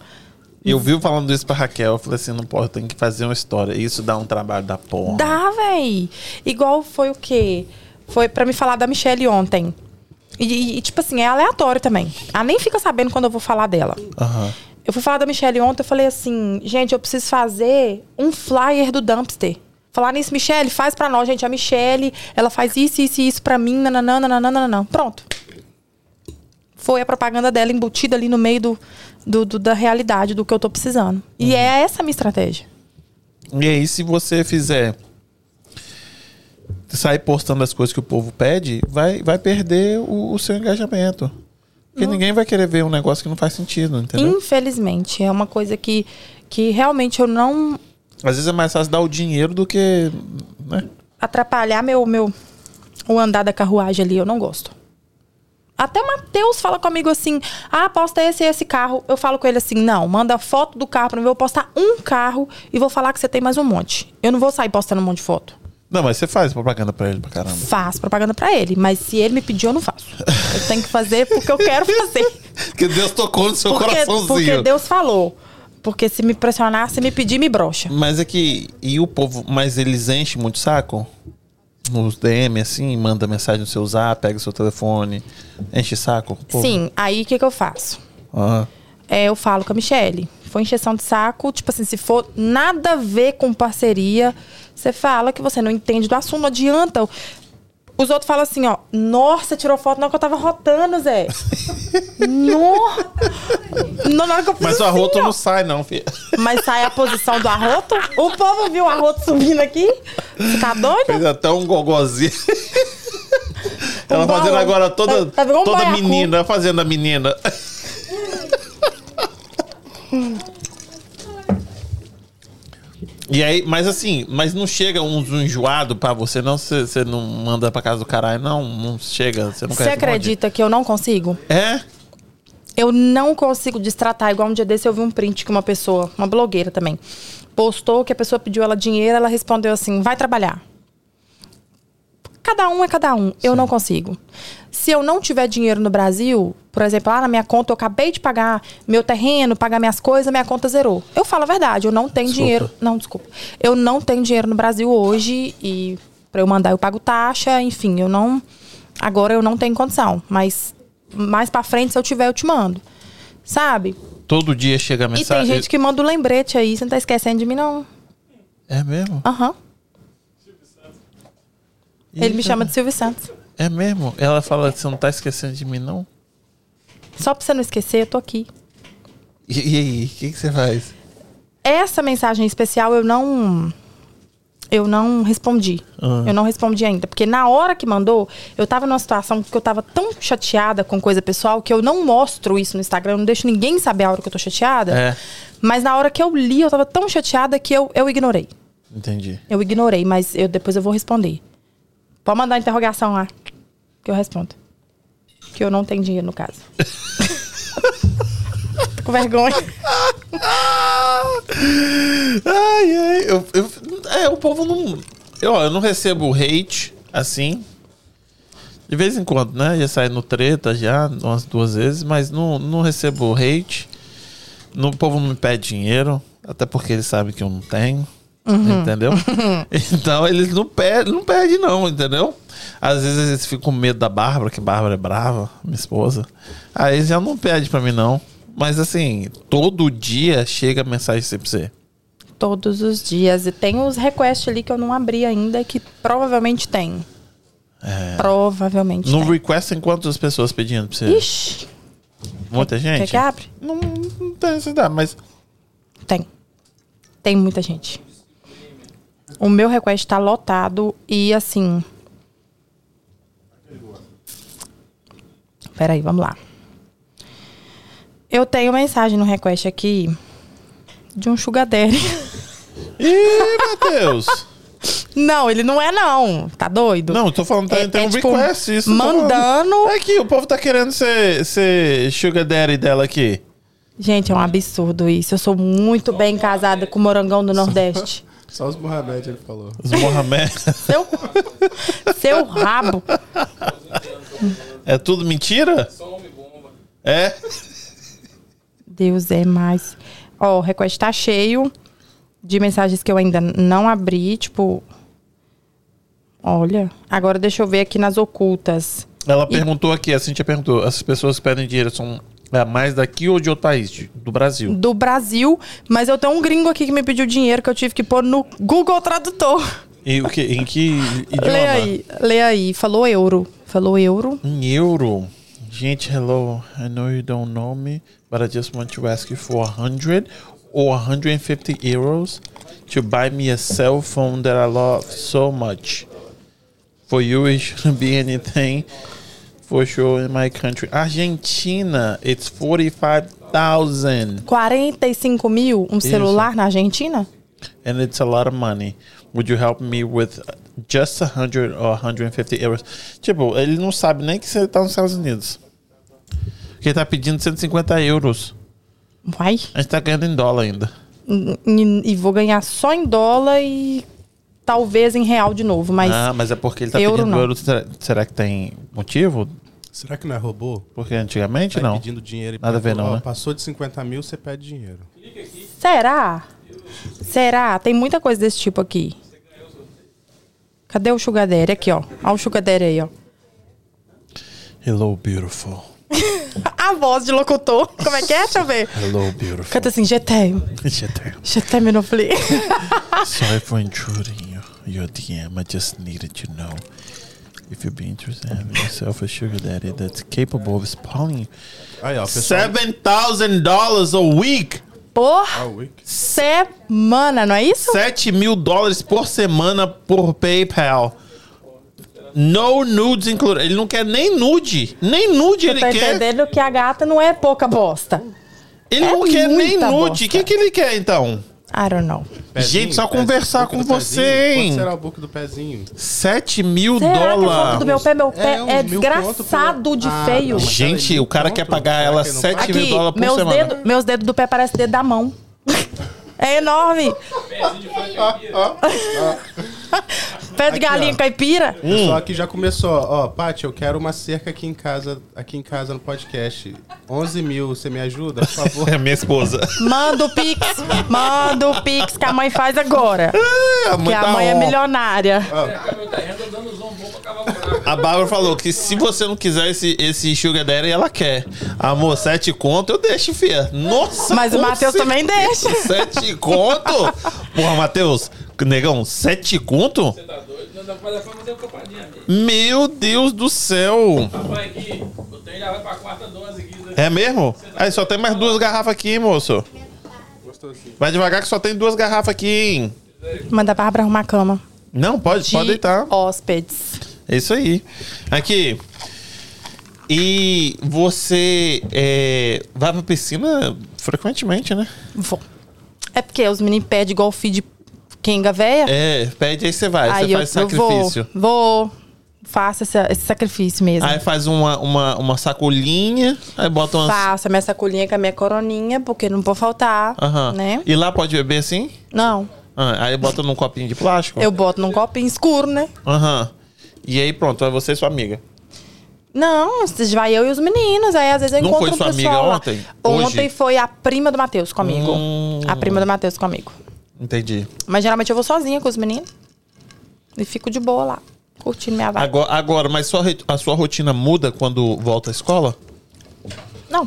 Speaker 1: E eu vi falando isso pra Raquel, eu falei assim, não pode, tem que fazer uma história. Isso dá um trabalho da porra.
Speaker 3: Dá, véi. Igual foi o quê? Foi pra me falar da Michelle ontem. E, e- e, tipo assim, é aleatório também. Ela nem fica sabendo quando eu vou falar dela.
Speaker 1: Aham.
Speaker 3: Eu fui falar da Michelle ontem, eu falei assim, gente, eu preciso fazer um flyer do dumpster. Falar nisso, Michelle, faz pra nós, gente. A Michelle, ela faz isso, isso e isso pra mim, nananã, nananã, nananã. Pronto. Foi a propaganda dela embutida ali no meio do, do- do- da realidade, do que eu tô precisando. E é essa a minha estratégia.
Speaker 1: E aí, se você fizer sair postando as coisas que o povo pede, vai, vai perder o, o seu engajamento. Porque ninguém vai querer ver um negócio que não faz sentido, entendeu?
Speaker 3: Infelizmente, é uma coisa que, que realmente eu não
Speaker 1: Às vezes é mais fácil dar o dinheiro do que. Né?
Speaker 3: atrapalhar meu, meu o andar da carruagem ali, eu não gosto. Até o Matheus fala comigo assim: ah, posta esse e esse carro. Eu falo com ele assim: não, manda foto do carro pra mim. Eu vou postar um carro e vou falar que você tem mais um monte. Eu não vou sair postando um monte de foto.
Speaker 1: Não, mas você faz propaganda pra ele pra caramba.
Speaker 3: Faço propaganda pra ele, mas se ele me pedir, eu não faço. Eu tenho que fazer porque eu quero fazer.
Speaker 1: Porque Deus tocou no seu
Speaker 3: Porque, porque
Speaker 1: coraçãozinho.
Speaker 3: Deus falou. Porque se me pressionar, se me pedir, me brocha.
Speaker 1: Mas é que. E o povo. Mas eles enchem muito o saco? Nos DM, assim, manda mensagem no seu zap, pega o seu telefone, enche saco? o povo?
Speaker 3: Sim, aí o que, que eu faço?
Speaker 1: Ah,
Speaker 3: É, eu falo com a Michelle. Foi encheção de saco, tipo assim, se for nada a ver com parceria, você fala que você não entende do assunto, não adianta. Os outros falam assim, ó, nossa, tirou foto na hora que eu tava rotando, Zé. no... No- Na hora que eu fiz
Speaker 1: Mas o
Speaker 3: assim,
Speaker 1: arroto
Speaker 3: ó.
Speaker 1: não sai, não, filho.
Speaker 3: Mas sai a posição do arroto. O povo viu o arroto subindo aqui. Você tá doido?
Speaker 1: Fez até um gogozinho. ela
Speaker 3: balão.
Speaker 1: fazendo agora toda,
Speaker 3: Um Tá- tá igual um
Speaker 1: toda
Speaker 3: baiacu.
Speaker 1: menina, ela fazendo a menina. E aí, mas assim, mas não chega um enjoado pra você, não? Você você não manda pra casa do caralho, não? Não chega, você não
Speaker 3: Você acredita que eu não consigo?
Speaker 1: É?
Speaker 3: Eu não consigo destratar, igual um dia desse eu vi um print que uma pessoa, uma blogueira também, postou que a pessoa pediu ela dinheiro, ela respondeu assim, vai trabalhar. Cada um é cada um, eu não consigo. Se eu não tiver dinheiro no Brasil, por exemplo, lá na minha conta eu acabei de pagar meu terreno, pagar minhas coisas, minha conta zerou. Eu falo a verdade, eu não tenho
Speaker 1: Desculpa.
Speaker 3: dinheiro. Não, desculpa. Eu não tenho dinheiro no Brasil hoje e para eu mandar eu pago taxa, enfim, eu não agora eu não tenho condição, mas mais para frente se eu tiver eu te mando. Sabe?
Speaker 1: Todo dia chega a
Speaker 3: E tem
Speaker 1: mensagem.
Speaker 3: gente que manda um lembrete aí, você não tá esquecendo de mim não.
Speaker 1: É mesmo?
Speaker 3: Aham. Ele me
Speaker 1: Eita.
Speaker 3: chama de Silvio Santos.
Speaker 1: É mesmo? Ela fala, você não tá esquecendo de mim, não?
Speaker 3: Só pra você não esquecer, eu tô aqui.
Speaker 1: E, e aí, o que, que você faz?
Speaker 3: Essa mensagem especial eu não. Eu não respondi.
Speaker 1: Ah.
Speaker 3: Eu não respondi ainda. Porque na hora que mandou, eu tava numa situação que eu tava tão chateada com coisa pessoal que eu não mostro isso no Instagram. Eu não deixo ninguém saber a hora que eu tô chateada.
Speaker 1: É.
Speaker 3: Mas na hora que eu li, eu tava tão chateada que eu, eu ignorei.
Speaker 1: Entendi.
Speaker 3: Eu ignorei, mas eu, depois eu vou responder. Pode mandar interrogação lá. Que eu respondo. Que eu não tenho dinheiro, no caso. Tô com vergonha.
Speaker 1: Ai, ai. Eu, eu- é, o povo não. Eu, ó, eu não recebo hate assim. De vez em quando, né? Já saí no treta já, umas duas vezes, mas não, não recebo hate. No, o povo não me pede dinheiro, até porque eles sabem que eu não tenho. Entendeu? Então eles não pedem, não pedem, não, entendeu? Às vezes eles ficam com medo da Bárbara, que Bárbara é brava, minha esposa. Aí eles já não pedem pra mim, não. Mas assim, todo dia chega mensagem assim pra você.
Speaker 3: Todos os dias. E tem os requests ali que eu não abri ainda, que provavelmente tem. Provavelmente
Speaker 1: No
Speaker 3: tem.
Speaker 1: request tem quantas pessoas pedindo pra você?
Speaker 3: Ixi,
Speaker 1: Muita
Speaker 3: quer
Speaker 1: gente?
Speaker 3: que abre?
Speaker 1: Não, não tem necessidade, mas.
Speaker 3: Tem. Tem muita gente. O meu request tá lotado e assim. Peraí, vamos lá. Eu tenho mensagem no request aqui de um sugar daddy.
Speaker 1: Ih, Matheus!
Speaker 3: Não, ele não é não. Tá doido?
Speaker 1: não, eu tô falando, tem,
Speaker 3: É-
Speaker 1: tem
Speaker 3: é
Speaker 1: um
Speaker 3: tipo,
Speaker 1: request. Isso eu tô falando.
Speaker 3: mandando.
Speaker 1: É aqui, o povo tá querendo ser, ser sugar daddy dela aqui.
Speaker 3: Gente, é um absurdo isso. Eu sou muito bem casada com o morangão do Nordeste.
Speaker 2: Só os Mohamed, ele falou.
Speaker 1: Os Mohamed.
Speaker 3: Seu, seu rabo.
Speaker 1: é tudo mentira? É?
Speaker 3: Deus é mais. Ó, o request tá cheio de mensagens que eu ainda não abri, tipo. Olha, agora deixa eu ver aqui nas ocultas.
Speaker 1: Ela perguntou aqui, a Cintia perguntou: as pessoas que pedem dinheiro são é, mais daqui ou de outro país? De- Do Brasil.
Speaker 3: Do Brasil, mas eu tenho um gringo aqui que me pediu dinheiro que eu tive que pôr no Google Tradutor.
Speaker 1: E o que, em que idioma?
Speaker 3: Lê aí, lê aí. Falou euro. Falou euro.
Speaker 1: Um euro. Gente, hello. I know you don't know me, but I just want to ask you for 100 or 150 euros to buy me a cell phone that I love so much. For you, it shouldn't be anything for sure in my country. Argentina, it's 45,000
Speaker 3: 45 mil um celular na Argentina?
Speaker 1: and it's a lot of money. Would you help me with just 100 or 150 euros? Tipo, ele não sabe nem que você tá nos Estados Unidos. Porque ele tá pedindo 150 euros.
Speaker 3: Vai.
Speaker 1: A gente tá ganhando em dólar ainda.
Speaker 3: E, e- e vou ganhar só em dólar e talvez em real de novo, mas.
Speaker 1: ah, mas é porque ele tá
Speaker 3: euro
Speaker 1: pedindo
Speaker 3: não.
Speaker 1: euros. Será, será que tem motivo?
Speaker 2: Será que não é robô?
Speaker 1: Porque antigamente
Speaker 2: Tá
Speaker 1: não.
Speaker 2: pedindo dinheiro. e
Speaker 1: Nada a ver,
Speaker 2: pergunta,
Speaker 1: não,
Speaker 2: ó,
Speaker 1: né?
Speaker 2: Passou de 50 mil, você pede dinheiro.
Speaker 3: Será? Será? Tem muita coisa desse tipo aqui. Cadê o Sugar Daddy? Aqui, ó. Olha o Sugar Daddy aí, ó.
Speaker 1: Hello, beautiful.
Speaker 3: A voz de locutor. Como é que é? Deixa eu ver.
Speaker 1: Hello, beautiful.
Speaker 3: Canta assim, GTM. GTM no Fli. Ah.
Speaker 1: Sorry é for intruding your, your DM. I just needed to know if you'd be interested in having yourself a sugar daddy that's capable of spawning you.
Speaker 2: Aí, ó, o pessoal.
Speaker 1: Seven thousand dollars a week.
Speaker 3: Por
Speaker 2: Ah, o Wix.
Speaker 3: semana, não é isso?
Speaker 1: 7 mil dólares por semana por PayPal. No nudes incluído. Ele não quer nem nude. Nem nude ele
Speaker 3: Tô
Speaker 1: quer.
Speaker 3: entendendo que a gata não é pouca bosta.
Speaker 1: Ele
Speaker 3: É
Speaker 1: não quer nem
Speaker 3: muita
Speaker 1: nude.
Speaker 3: bosta.
Speaker 1: O que, que ele quer então?
Speaker 3: I don't know.
Speaker 2: Pezinho,
Speaker 1: Gente, só
Speaker 2: pezinho,
Speaker 1: conversar
Speaker 2: book
Speaker 1: com
Speaker 2: do
Speaker 1: você,
Speaker 2: pezinho.
Speaker 1: hein?
Speaker 2: Quanto será o book do pezinho?
Speaker 1: 7 mil
Speaker 3: Será que o fogo do
Speaker 1: dólares.
Speaker 3: meu pé, meu pé
Speaker 2: É, uns
Speaker 3: é,
Speaker 2: mil conto
Speaker 3: desgraçado
Speaker 2: pro-
Speaker 3: de
Speaker 2: Ah,
Speaker 3: feio?
Speaker 2: não, mas
Speaker 1: Gente, o cara
Speaker 2: Pronto,
Speaker 1: quer pagar
Speaker 2: será
Speaker 1: ela
Speaker 2: que não
Speaker 1: 7
Speaker 2: paga?
Speaker 1: mil
Speaker 3: Aqui,
Speaker 1: dólares por
Speaker 3: meus
Speaker 1: semana.
Speaker 3: dedos, meus dedos do pé parecem dedo da mão. É enorme. Pé de galinha
Speaker 2: ó.
Speaker 3: caipira.
Speaker 1: Hum.
Speaker 2: Só que já começou, ó, Paty, eu quero uma cerca aqui em casa, aqui em casa no podcast. 11 mil, você me ajuda, por favor?
Speaker 1: É minha esposa.
Speaker 3: Manda o pix. Manda o pix que a mãe faz agora.
Speaker 1: a
Speaker 3: Que
Speaker 1: mãe,
Speaker 3: a
Speaker 1: tá
Speaker 3: mãe é
Speaker 1: on.
Speaker 3: milionária.
Speaker 1: Ah. A Bárbara falou que se você não quiser esse, esse sugar daddy, ela quer. Amor, sete conto, eu deixo, fia. Nossa,
Speaker 3: Mas o
Speaker 1: com
Speaker 3: Matheus
Speaker 1: certeza.
Speaker 3: também deixa.
Speaker 1: Sete conto? Porra, Matheus, negão, sete conto?
Speaker 4: Tá doido? Não dá pra fazer pra fazer ocupadinha, amigo.
Speaker 1: Meu Deus do céu.
Speaker 4: Vai aqui, o trem já vai pra quarta dose aqui. né?
Speaker 1: É mesmo? Aí só tem mais duas garrafas aqui, hein, moço. Vai devagar que só tem duas garrafas aqui, hein?
Speaker 3: Manda a Bárbara arrumar a cama.
Speaker 1: Não, pode,
Speaker 3: De
Speaker 1: pode deitar.
Speaker 3: hóspedes.
Speaker 1: É isso aí. Aqui. E você é, vai pra piscina frequentemente, né?
Speaker 3: Vou. É porque os meninos pedem golfe de quenga véia.
Speaker 1: É, pede aí você vai, você faz sacrifício.
Speaker 3: Vou, vou. faço essa- esse sacrifício mesmo.
Speaker 1: Aí faz uma, uma, uma sacolinha, aí bota umas.
Speaker 3: Faço a minha sacolinha com a minha coroninha, porque não vou faltar,
Speaker 1: Aham.
Speaker 3: né?
Speaker 1: E lá pode beber assim?
Speaker 3: Não,
Speaker 1: Ah, aí bota num copinho de plástico?
Speaker 3: eu boto num copinho escuro, né?
Speaker 1: Aham. E aí pronto, é você e sua amiga.
Speaker 3: Não, vai eu e os meninos. Aí às vezes eu
Speaker 1: Não
Speaker 3: encontro
Speaker 1: foi
Speaker 3: um
Speaker 1: sua
Speaker 3: pessoal
Speaker 1: amiga
Speaker 3: lá.
Speaker 1: ontem?
Speaker 3: Ontem
Speaker 1: Hoje?
Speaker 3: foi a prima do Matheus comigo.
Speaker 1: Hum.
Speaker 3: A prima do Matheus comigo.
Speaker 1: Entendi.
Speaker 3: Mas geralmente eu vou sozinha com os meninos. E fico de boa lá, curtindo minha vibe.
Speaker 1: Agora, agora mas sua, re- a sua rotina muda quando volta à escola?
Speaker 3: Não,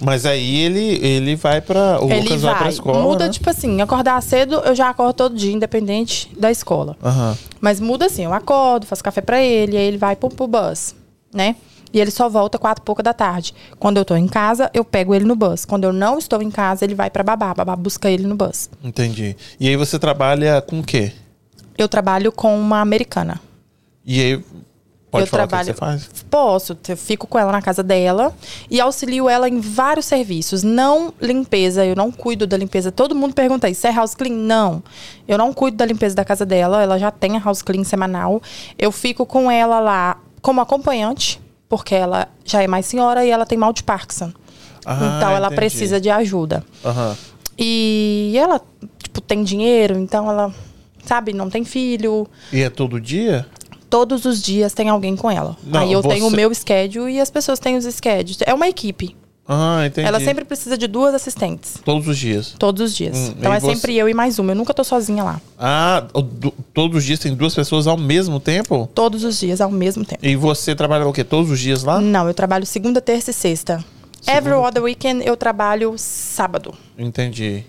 Speaker 1: Mas aí ele, ele vai pra. O
Speaker 3: ele
Speaker 1: Lucas vai, pra
Speaker 3: vai.
Speaker 1: escola.
Speaker 3: muda,
Speaker 1: né?
Speaker 3: tipo assim, acordar cedo, eu já acordo todo dia, independente da escola.
Speaker 1: Aham.
Speaker 3: Mas muda assim, eu acordo, faço café pra ele, aí ele vai pro, pro bus, né? E ele só volta quatro e pouca da tarde. Quando eu tô em casa, eu pego ele no bus. Quando eu não estou em casa, ele vai pra babá. Babá busca ele no bus.
Speaker 1: Entendi. E aí você trabalha com o quê?
Speaker 3: Eu trabalho com uma americana.
Speaker 1: E aí. Pode
Speaker 3: eu
Speaker 1: falar
Speaker 3: trabalho.
Speaker 1: o que que você faz?
Speaker 3: Posso, eu fico com ela na casa dela e auxilio ela em vários serviços. Não limpeza, eu não cuido da limpeza. Todo mundo pergunta isso, é house clean? Não. Eu não cuido da limpeza da casa dela, ela já tem a house clean semanal. Eu fico com ela lá como acompanhante, porque ela já é mais senhora e ela tem mal de Parkinson.
Speaker 1: Ah,
Speaker 3: então ela
Speaker 1: entendi.
Speaker 3: precisa de ajuda.
Speaker 1: Aham.
Speaker 3: E ela, tipo, tem dinheiro, então ela, sabe, não tem filho
Speaker 1: E é todo dia?
Speaker 3: todos os dias tem alguém com ela.
Speaker 1: Não,
Speaker 3: Aí eu
Speaker 1: você-
Speaker 3: tenho o meu schedule e as pessoas têm os schedules. É uma equipe.
Speaker 1: Ah, entendi.
Speaker 3: Ela sempre precisa de duas assistentes.
Speaker 1: Todos os dias.
Speaker 3: Todos os dias.
Speaker 1: Hum,
Speaker 3: então
Speaker 1: e
Speaker 3: é
Speaker 1: você-
Speaker 3: sempre eu e mais uma. Eu nunca tô sozinha lá.
Speaker 1: Ah, o- do- todos os dias tem duas pessoas ao mesmo tempo?
Speaker 3: Todos os dias, ao mesmo tempo.
Speaker 1: E você trabalha o quê? Todos os dias lá?
Speaker 3: Não, eu trabalho segunda, terça e sexta. Every other weekend eu trabalho sábado.
Speaker 1: Entendi.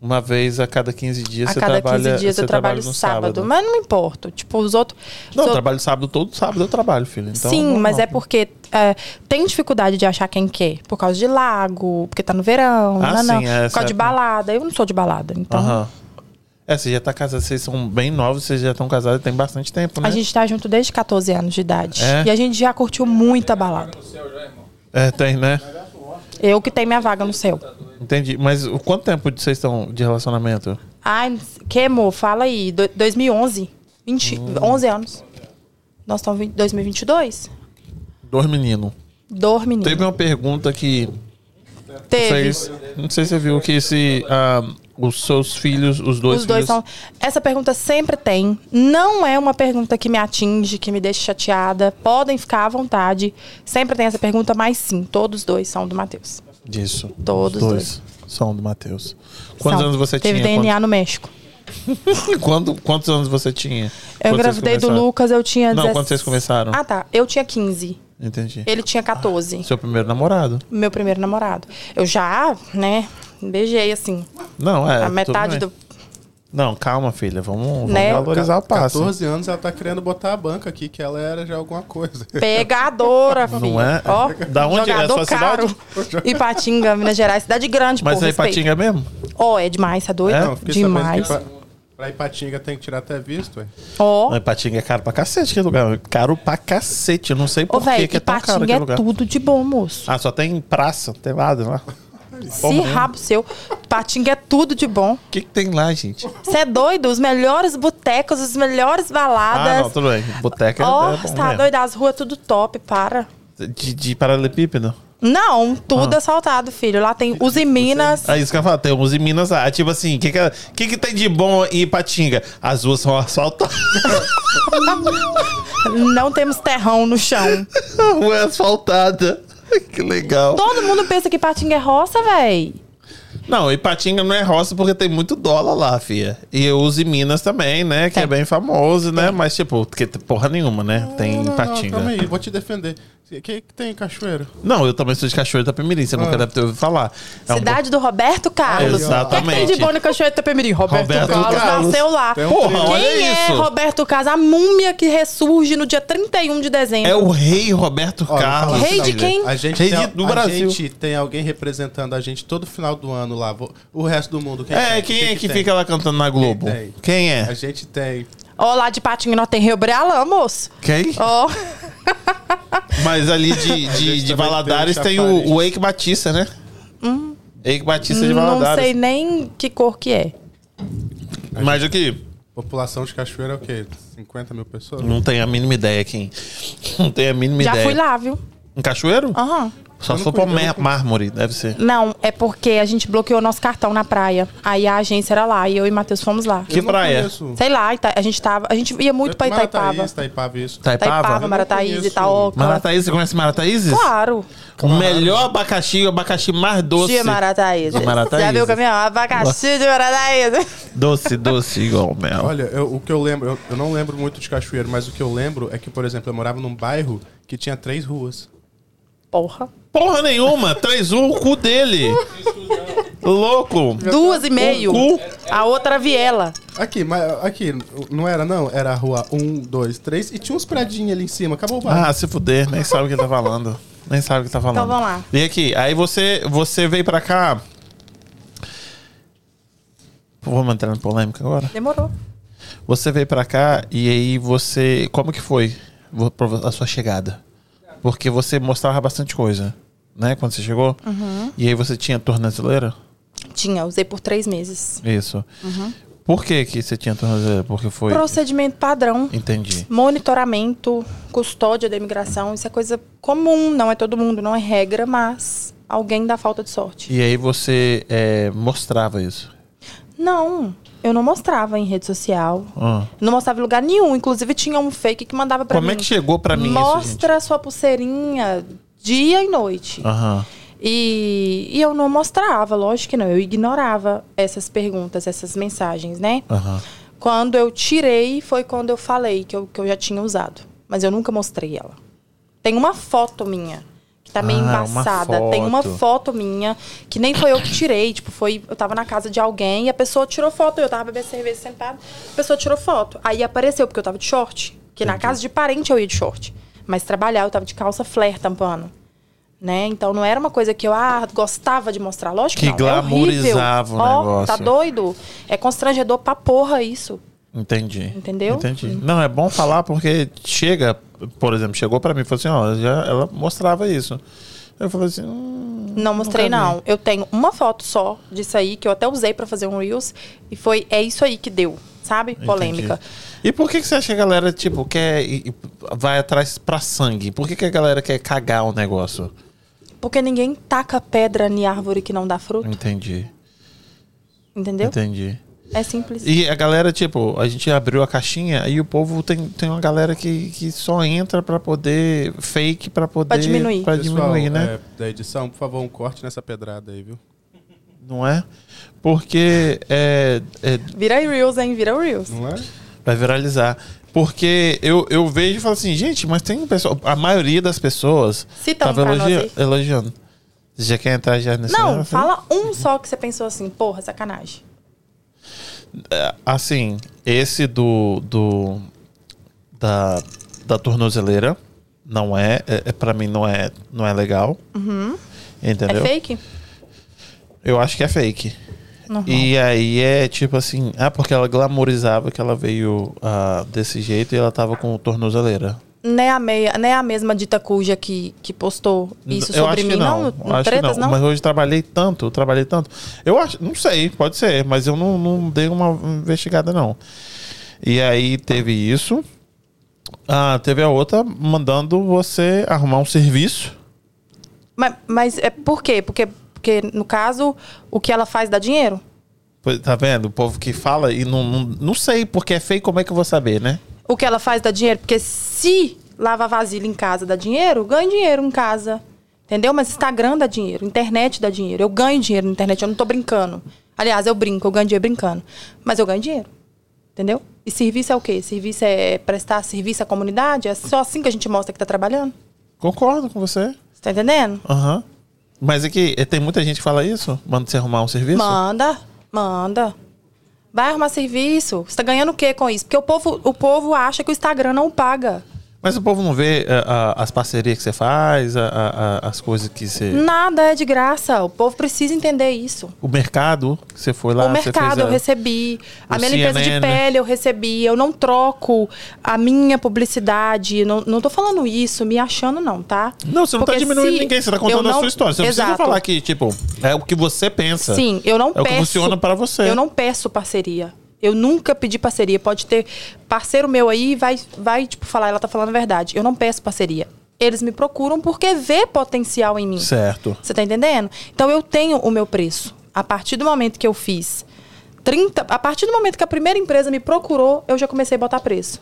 Speaker 1: Uma vez a cada 15 dias
Speaker 3: Uhum. A
Speaker 1: você
Speaker 3: cada
Speaker 1: trabalha.
Speaker 3: 15 dias
Speaker 1: você
Speaker 3: eu trabalho
Speaker 1: trabalha no
Speaker 3: sábado. Mas não me importo. Tipo, os outros.
Speaker 1: Não,
Speaker 3: os
Speaker 1: eu
Speaker 3: outros-
Speaker 1: trabalho sábado, todo sábado eu trabalho, filho. Então,
Speaker 3: Sim,
Speaker 1: normal.
Speaker 3: mas é porque é, tem dificuldade de achar quem quer. Por causa de lago, porque tá no verão,
Speaker 1: Ah,
Speaker 3: não, não.
Speaker 1: sim, é,
Speaker 3: por causa de
Speaker 1: certo.
Speaker 3: balada. Eu não sou de balada, então.
Speaker 1: Aham. É, você já tá casado, vocês são bem novos, vocês já estão casados tem bastante tempo, né?
Speaker 3: A gente tá junto desde 14 anos de idade.
Speaker 1: É?
Speaker 3: E a gente já curtiu muita balada.
Speaker 4: No céu já, irmão.
Speaker 1: É, tem, né?
Speaker 3: Eu que tenho minha vaga no céu.
Speaker 1: Entendi. Mas o quanto tempo de vocês estão de relacionamento?
Speaker 3: Ai, que amor, fala aí. Do- 2011. 20,
Speaker 1: Hum.
Speaker 3: 11 anos. Nós estamos em 2022?
Speaker 1: Dois meninos.
Speaker 3: Dor, menino.
Speaker 1: Teve uma pergunta que
Speaker 3: Teve.
Speaker 1: fez. Não sei se você viu que se ah, os seus filhos, os dois
Speaker 3: Os dois
Speaker 1: filhos-
Speaker 3: são. Essa pergunta sempre tem. Não é uma pergunta que me atinge, que me deixa chateada. Podem ficar à vontade. Sempre tem essa pergunta, mas sim, todos dois são do Matheus.
Speaker 1: Disso.
Speaker 3: Todos
Speaker 1: Os dois. São do Matheus. Quantos
Speaker 3: São.
Speaker 1: anos você
Speaker 3: Teve
Speaker 1: tinha?
Speaker 3: DNA no México.
Speaker 1: Quando- quando- quantos anos você tinha?
Speaker 3: Eu
Speaker 1: Quando vocês
Speaker 3: engravidei do
Speaker 1: começaram?
Speaker 3: Lucas, eu tinha.
Speaker 1: Não,
Speaker 3: 16.
Speaker 1: quando vocês começaram?
Speaker 3: Ah, tá. Eu tinha 15.
Speaker 1: Entendi.
Speaker 3: Ele tinha 14.
Speaker 1: Seu primeiro namorado?
Speaker 3: Meu primeiro namorado. Eu já, né, beijei, assim,
Speaker 1: Não, é.
Speaker 3: a
Speaker 1: tudo
Speaker 3: metade
Speaker 1: bem.
Speaker 3: do.
Speaker 1: Não, calma, filha. Vamos, vamos
Speaker 3: Né?
Speaker 1: valorizar o passo.
Speaker 2: 14 anos ela tá querendo botar a banca aqui, que ela era já alguma coisa.
Speaker 3: Pegadora, filho.
Speaker 1: é?
Speaker 3: Ó,
Speaker 1: Da onde é?
Speaker 3: jogador
Speaker 1: Sua cidade?
Speaker 3: caro. Ipatinga, Minas Gerais, cidade grande,
Speaker 1: Mas
Speaker 3: pô,
Speaker 1: é
Speaker 3: respeito.
Speaker 1: Ipatinga mesmo?
Speaker 3: Ó, é demais, tá doido?
Speaker 1: É?
Speaker 2: Não, fiquei sabendo
Speaker 3: demais.
Speaker 2: que pra, pra Ipatinga tem que tirar até visto, ué.
Speaker 3: Ó,
Speaker 1: Não, Ipatinga é caro pra cacete aquele lugar. Caro pra cacete. Eu não sei
Speaker 3: ô,
Speaker 1: por que,
Speaker 3: velho,
Speaker 1: que é tão caro
Speaker 3: Ipatinga
Speaker 1: aquele
Speaker 3: é
Speaker 1: lugar.
Speaker 3: tudo de bom, moço.
Speaker 1: Ah, só tem praça, não tem nada lá.
Speaker 3: Se rabo seu, Ipatinga é tudo de bom.
Speaker 1: O que, que tem lá, gente?
Speaker 3: Você é doido? Os melhores botecos, as melhores baladas.
Speaker 1: Ah, não, tudo bem. Boteca
Speaker 3: Ó,
Speaker 1: é bom
Speaker 3: você tá
Speaker 1: mesmo.
Speaker 3: doido? As ruas tudo top, para.
Speaker 1: De, de paralelepípedo?
Speaker 3: Não, tudo é assaltado, filho. Lá tem os em Minas.
Speaker 1: Ah. É isso que eu ia falar, tem uns em Minas lá. Tipo assim, o que que, é- que que tem de bom em Ipatinga? As ruas são asfaltadas.
Speaker 3: Não temos terrão no chão.
Speaker 1: A rua é asfaltada. Que legal.
Speaker 3: Todo mundo pensa que Patinga é roça, véi.
Speaker 1: Não, Ipatinga não é roça porque tem muito dólar lá, fia. E eu uso em Minas também, né? Que é bem famoso, né? Mas, tipo, que tem porra nenhuma, né? Tem Ipatinga.
Speaker 2: calma
Speaker 1: Não,
Speaker 2: aí, vou te defender. O que, que tem, cachoeiro?
Speaker 1: eu também sou de Cachoeira da Pemirim, você nunca deve ter ouvido falar. É um
Speaker 3: Cidade do Roberto Carlos.
Speaker 1: Exatamente.
Speaker 3: O que, é que tem de bom no Cachoeira de Itapemirim? Roberto,
Speaker 1: Roberto
Speaker 3: Carlos,
Speaker 1: Carlos.
Speaker 3: nasceu lá.
Speaker 1: um Porra, trilho. olha
Speaker 3: Quem é
Speaker 1: isso.
Speaker 3: Roberto Carlos? A múmia que ressurge no dia 31 de dezembro.
Speaker 1: É o rei Roberto
Speaker 2: Ó, não
Speaker 1: Carlos.
Speaker 2: fala
Speaker 3: Rei
Speaker 2: isso
Speaker 1: filha.
Speaker 3: de
Speaker 2: não.
Speaker 3: quem?
Speaker 2: A gente,
Speaker 1: Rei
Speaker 2: tem,
Speaker 1: de- do
Speaker 2: a
Speaker 1: Brasil.
Speaker 2: gente tem alguém representando a gente todo final do ano lá. Vo- O resto do mundo. Quem
Speaker 1: É,
Speaker 2: tem?
Speaker 1: quem
Speaker 2: Quem
Speaker 1: é que
Speaker 2: tem?
Speaker 1: fica lá cantando na Globo?
Speaker 2: Quem tem?
Speaker 1: Quem
Speaker 2: A
Speaker 1: é?
Speaker 2: gente tem.
Speaker 3: Ó, lá de Patinga nós tem Rio Brealã, moço.
Speaker 1: Quem?
Speaker 3: Ó,
Speaker 1: Mas ali de, de, de
Speaker 2: também
Speaker 1: Valadares
Speaker 2: tem
Speaker 1: tem
Speaker 2: o
Speaker 1: o,
Speaker 2: Chafariz.
Speaker 1: o Eike Batista, né? Eike Batista de
Speaker 3: Hum. não
Speaker 1: Valadares.
Speaker 3: sei nem que cor que é.
Speaker 1: Mas aqui,
Speaker 2: População de Cachoeira é o quê? 50 mil pessoas?
Speaker 1: Não tenho a mínima ideia quem. Não tenho a mínima
Speaker 3: Já
Speaker 1: ideia.
Speaker 3: fui lá, Ah. viu?
Speaker 1: Um cachoeiro?
Speaker 3: Aham.
Speaker 1: Só
Speaker 2: Eu
Speaker 1: se for
Speaker 2: não
Speaker 1: pra
Speaker 2: conheço.
Speaker 1: mar- mármore, deve ser.
Speaker 3: Não, é porque a gente bloqueou nosso cartão na praia. Aí a agência era lá e eu e Matheus fomos lá.
Speaker 1: Que
Speaker 2: Eu não
Speaker 1: praia?
Speaker 2: conheço. tá
Speaker 3: Sei lá, Ita- a gente tava. A gente ia é muito pra Itaipava.
Speaker 2: Marataízes, Itaipava, isso.
Speaker 1: Tá É
Speaker 3: Itaipava,
Speaker 1: Taipava?
Speaker 3: Marataízes,
Speaker 2: conheço.
Speaker 3: Itaoca.
Speaker 1: Marataízes, você conhece Marataízes?
Speaker 3: Claro.
Speaker 1: O melhor abacaxi, o abacaxi mais doce.
Speaker 3: Dia Marataízes.
Speaker 1: Marataízes.
Speaker 3: Já viu o caminhão? Abacaxi de Marataízes.
Speaker 1: Doce, doce, igual mel.
Speaker 2: Olha, eu- o que eu lembro, eu, eu não lembro muito de Cachoeiro, mas o que eu lembro é que, por exemplo, eu morava num bairro que tinha três ruas.
Speaker 3: Porra.
Speaker 1: Porra nenhuma, 3 1 o cu dele. Louco.
Speaker 3: Duas e meio.
Speaker 1: O cu.
Speaker 3: A outra viela.
Speaker 2: Aqui, mas aqui, não era não, era a rua 1, 2, 3 e tinha uns prédinhos ali em cima, acabou o bairro.
Speaker 1: Ah, se fuder, nem sabe o que tá falando. Nem sabe o que tá falando.
Speaker 3: Então vamos lá.
Speaker 1: Vem aqui, aí você, você veio pra cá. Vamos entrar em polêmica agora?
Speaker 3: Demorou.
Speaker 1: Você veio pra cá e aí você. Como que foi vo- pra vo- a sua chegada? Porque você mostrava bastante coisa, né? Quando você chegou.
Speaker 3: Uhum.
Speaker 1: E aí você tinha tornozeleira?
Speaker 3: Tinha, usei por três meses.
Speaker 1: Isso.
Speaker 3: Uhum.
Speaker 1: Por que, que você tinha tornozeleira? Porque foi.
Speaker 3: Procedimento padrão.
Speaker 1: Entendi.
Speaker 3: Monitoramento, custódia da imigração, isso é coisa comum, não é todo mundo, não é regra, mas alguém dá falta de sorte.
Speaker 1: E aí você é, mostrava isso.
Speaker 3: Não, eu não mostrava em rede social.
Speaker 1: Ah.
Speaker 3: Não mostrava em lugar nenhum. Inclusive, tinha um fake que mandava pra
Speaker 1: Como
Speaker 3: mim.
Speaker 1: é que chegou pra mim isso, gente? Ah.
Speaker 3: Mostra sua pulseirinha dia e noite.
Speaker 1: Aham.
Speaker 3: E, e eu não mostrava, lógico que não. Eu ignorava essas perguntas, essas mensagens, né?
Speaker 1: Aham.
Speaker 3: Quando eu tirei, foi quando eu falei que eu, que eu já tinha usado. Mas eu nunca mostrei ela. Tem uma foto minha, que tá meio
Speaker 1: Ah, uma
Speaker 3: embaçada. Tem uma
Speaker 1: foto.
Speaker 3: foto minha, que nem foi eu que tirei. Tipo, foi. Eu tava na casa de alguém e a pessoa tirou foto. Eu tava bebendo cerveja sentada. A pessoa tirou foto. Aí apareceu, porque eu tava de short. Que na casa de parente eu ia de short. Mas trabalhar, eu tava de calça flare tampando. Né? Então não era uma coisa que eu ah, gostava de mostrar. Lógico que,
Speaker 1: Que
Speaker 3: não. é horrível.
Speaker 1: glamourizava o
Speaker 3: Ó,
Speaker 1: negócio.
Speaker 3: Tá doido? É constrangedor pra porra isso.
Speaker 1: Entendi.
Speaker 3: Entendeu? Hum.
Speaker 1: Entendi. Não, é bom falar porque chega, por exemplo, chegou pra mim e falou assim, ó, já- ela mostrava isso. Eu falei assim, hum,
Speaker 3: Não mostrei,
Speaker 1: nunca vi.
Speaker 3: não. Eu tenho uma foto só disso aí, que eu até usei pra fazer um Reels. E foi, é isso aí que deu, sabe? Polêmica.
Speaker 1: Entendi. E por que, que você acha que a galera, tipo, quer. e- e vai atrás pra sangue? Por que, que a galera quer cagar o negócio?
Speaker 3: Porque ninguém taca pedra em árvore que não dá fruto,
Speaker 1: Entendi.
Speaker 3: entendeu?
Speaker 1: Entendi.
Speaker 3: É simples.
Speaker 1: E a galera, tipo, a gente abriu a caixinha e o povo tem, tem uma galera que, que só entra pra poder. fake pra poder.
Speaker 3: diminuir.
Speaker 1: Pra
Speaker 2: Pessoal,
Speaker 1: diminuir, né?
Speaker 2: é, da edição, por favor, um corte nessa pedrada aí, viu?
Speaker 1: Não é? Porque é, é,
Speaker 3: Vira aí Reels, hein? Vira Reels.
Speaker 2: Não é?
Speaker 1: vai viralizar. Porque eu, eu vejo e falo assim, gente, mas tem pessoal. A maioria das pessoas
Speaker 3: Cita um
Speaker 1: tava
Speaker 3: pra nós
Speaker 1: elogia-
Speaker 3: aí.
Speaker 1: elogiando. Você já quer entrar já nesse
Speaker 3: Não,
Speaker 1: negócio?
Speaker 3: fala um só que você pensou assim, porra, sacanagem.
Speaker 1: É, Assim, esse do. do da, da tornozeleira não é, é, é. Pra mim não é, não é legal. Entendeu?
Speaker 3: Uhum. É fake?
Speaker 1: Eu acho que é fake.
Speaker 3: Normal.
Speaker 1: E aí é tipo assim, ah, porque ela glamorizava que ela veio ah, desse jeito e ela tava com tornozeleira.
Speaker 3: Não é a, meia, não é a mesma dita cuja que, que postou isso
Speaker 1: Eu
Speaker 3: sobre
Speaker 1: acho
Speaker 3: mim,
Speaker 1: que
Speaker 3: não? No, no
Speaker 1: acho
Speaker 3: tretas,
Speaker 1: que
Speaker 3: não?
Speaker 1: não. Mas hoje trabalhei tanto, eu trabalhei tanto. Eu acho, não sei, pode ser, mas eu não, não dei uma investigada, não. E aí teve isso. Ah, teve a outra mandando você arrumar um serviço.
Speaker 3: Mas, mas é por quê? Porque, porque, no caso, o que ela faz dá dinheiro?
Speaker 1: Pois, Tá vendo? O povo que fala e não, não, não sei, porque é feio, como é que eu vou saber, né?
Speaker 3: o que ela faz dá dinheiro? Porque se lava vasilha em casa dá dinheiro, ganha dinheiro em casa. Entendeu? Mas Instagram dá dinheiro, internet dá dinheiro. Eu ganho dinheiro na internet, eu não tô brincando. Aliás, eu brinco, eu ganho dinheiro brincando. Mas eu ganho dinheiro. Entendeu? E serviço é o quê? Serviço é prestar serviço à comunidade? É só assim que a gente mostra que tá trabalhando?
Speaker 1: Concordo com você.
Speaker 3: Você tá entendendo?
Speaker 1: Aham. Mas é que é, tem muita gente que fala isso? Manda você arrumar um serviço?
Speaker 3: Manda, manda. Vai arrumar serviço. Você tá ganhando o quê com isso? Porque o povo, o povo acha que o Instagram não paga.
Speaker 1: Mas o povo não vê é, a- as parcerias que você faz, a- a- a- as coisas que você.
Speaker 3: Nada é de graça. O povo precisa entender isso.
Speaker 1: O mercado, você foi lá,
Speaker 3: o
Speaker 1: você
Speaker 3: mercado
Speaker 1: fez a-
Speaker 3: eu recebi, a
Speaker 1: o
Speaker 3: minha limpeza de
Speaker 1: CNN,
Speaker 3: pele eu recebi, eu não troco a minha publicidade, não, não tô falando isso, me achando não, tá?
Speaker 1: Não, você não tá
Speaker 3: Porque
Speaker 1: diminuindo
Speaker 3: se
Speaker 1: ninguém, você tá
Speaker 3: eu
Speaker 1: contando a
Speaker 3: não-
Speaker 1: sua história. Você não
Speaker 3: Exato.
Speaker 1: precisa falar que, tipo, é o que você pensa.
Speaker 3: Sim, eu não
Speaker 1: É o que
Speaker 3: peço-
Speaker 1: funciona pra você.
Speaker 3: Eu não peço parceria. Eu nunca pedi parceria. Pode ter parceiro meu aí e vai, vai, tipo, falar, ela tá falando a verdade. Eu não peço parceria. Eles me procuram porque vê potencial em mim.
Speaker 1: Certo.
Speaker 3: Você tá entendendo? Então eu tenho o meu preço. A partir do momento que eu fiz 30, a partir do momento que a primeira empresa me procurou, eu já comecei a botar preço.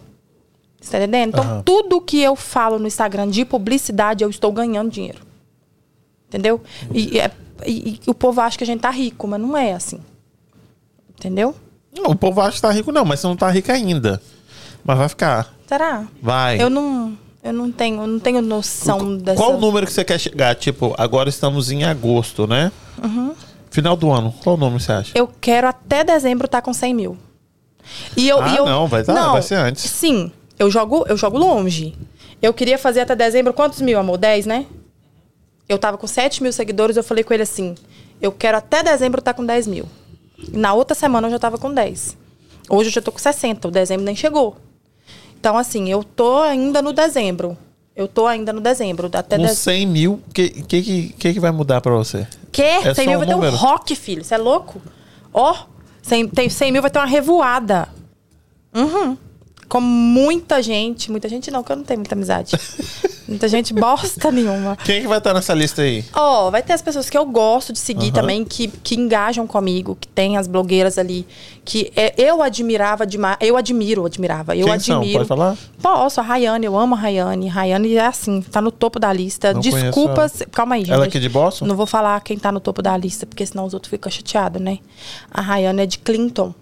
Speaker 3: Você tá entendendo? Então
Speaker 1: Aham.
Speaker 3: tudo que eu falo no Instagram de publicidade, eu estou ganhando dinheiro. Entendeu? E, é- e- e o povo acha que a gente tá rico, mas não é assim. Entendeu?
Speaker 1: Não, o povo acha que tá rico, não, mas você não tá rico ainda. Mas vai ficar.
Speaker 3: Será?
Speaker 1: Vai.
Speaker 3: Eu não, eu não tenho, eu não tenho noção dessa.
Speaker 1: Qual o número que você quer chegar? Tipo, agora estamos em agosto, né? Final do ano. Qual o número você acha?
Speaker 3: Uhum. Eu quero até dezembro estar com 100 mil. E eu,
Speaker 1: Ah,
Speaker 3: e eu-
Speaker 1: não, vai tá- vai ser antes.
Speaker 3: Sim, eu jogo, eu jogo longe. Eu queria fazer até dezembro quantos mil, amor? 10, né? Eu tava com 7 mil seguidores, eu falei com ele assim: eu quero até dezembro estar com 10 mil. E na outra semana eu já tava com 10. Hoje eu já tô com 60, o dezembro nem chegou. Então, assim, eu tô ainda no dezembro. Eu tô ainda no dezembro. Até
Speaker 1: Com
Speaker 3: dez-
Speaker 1: 100 mil, o que, que, que, que que vai mudar pra você?
Speaker 3: Quê?
Speaker 1: É
Speaker 3: 100
Speaker 1: só
Speaker 3: mil
Speaker 1: um
Speaker 3: vai ter um
Speaker 1: número.
Speaker 3: rock, filho. Você é louco? Ó, 100, tem 100 mil vai ter uma revoada. Uhum. Com muita gente. Muita gente não, que eu não tenho muita amizade. muita gente bosta nenhuma.
Speaker 1: Quem que vai estar nessa lista aí?
Speaker 3: Ó, vai ter as pessoas que eu gosto de seguir também, que, que engajam comigo, que tem as blogueiras ali, que é, eu admirava demais. Eu admiro, admirava. Eu
Speaker 1: Quem
Speaker 3: admiro.
Speaker 1: são? Pode falar?
Speaker 3: Posso, a Rayane, eu amo a Rayane. Rayane é assim, tá no topo da lista.
Speaker 1: Não conheço
Speaker 3: Desculpas. Calma aí, gente.
Speaker 1: Ela é aqui de Boston?
Speaker 3: Não vou falar quem tá no topo da lista, porque senão os outros ficam chateados, né? A Rayane é de Clinton.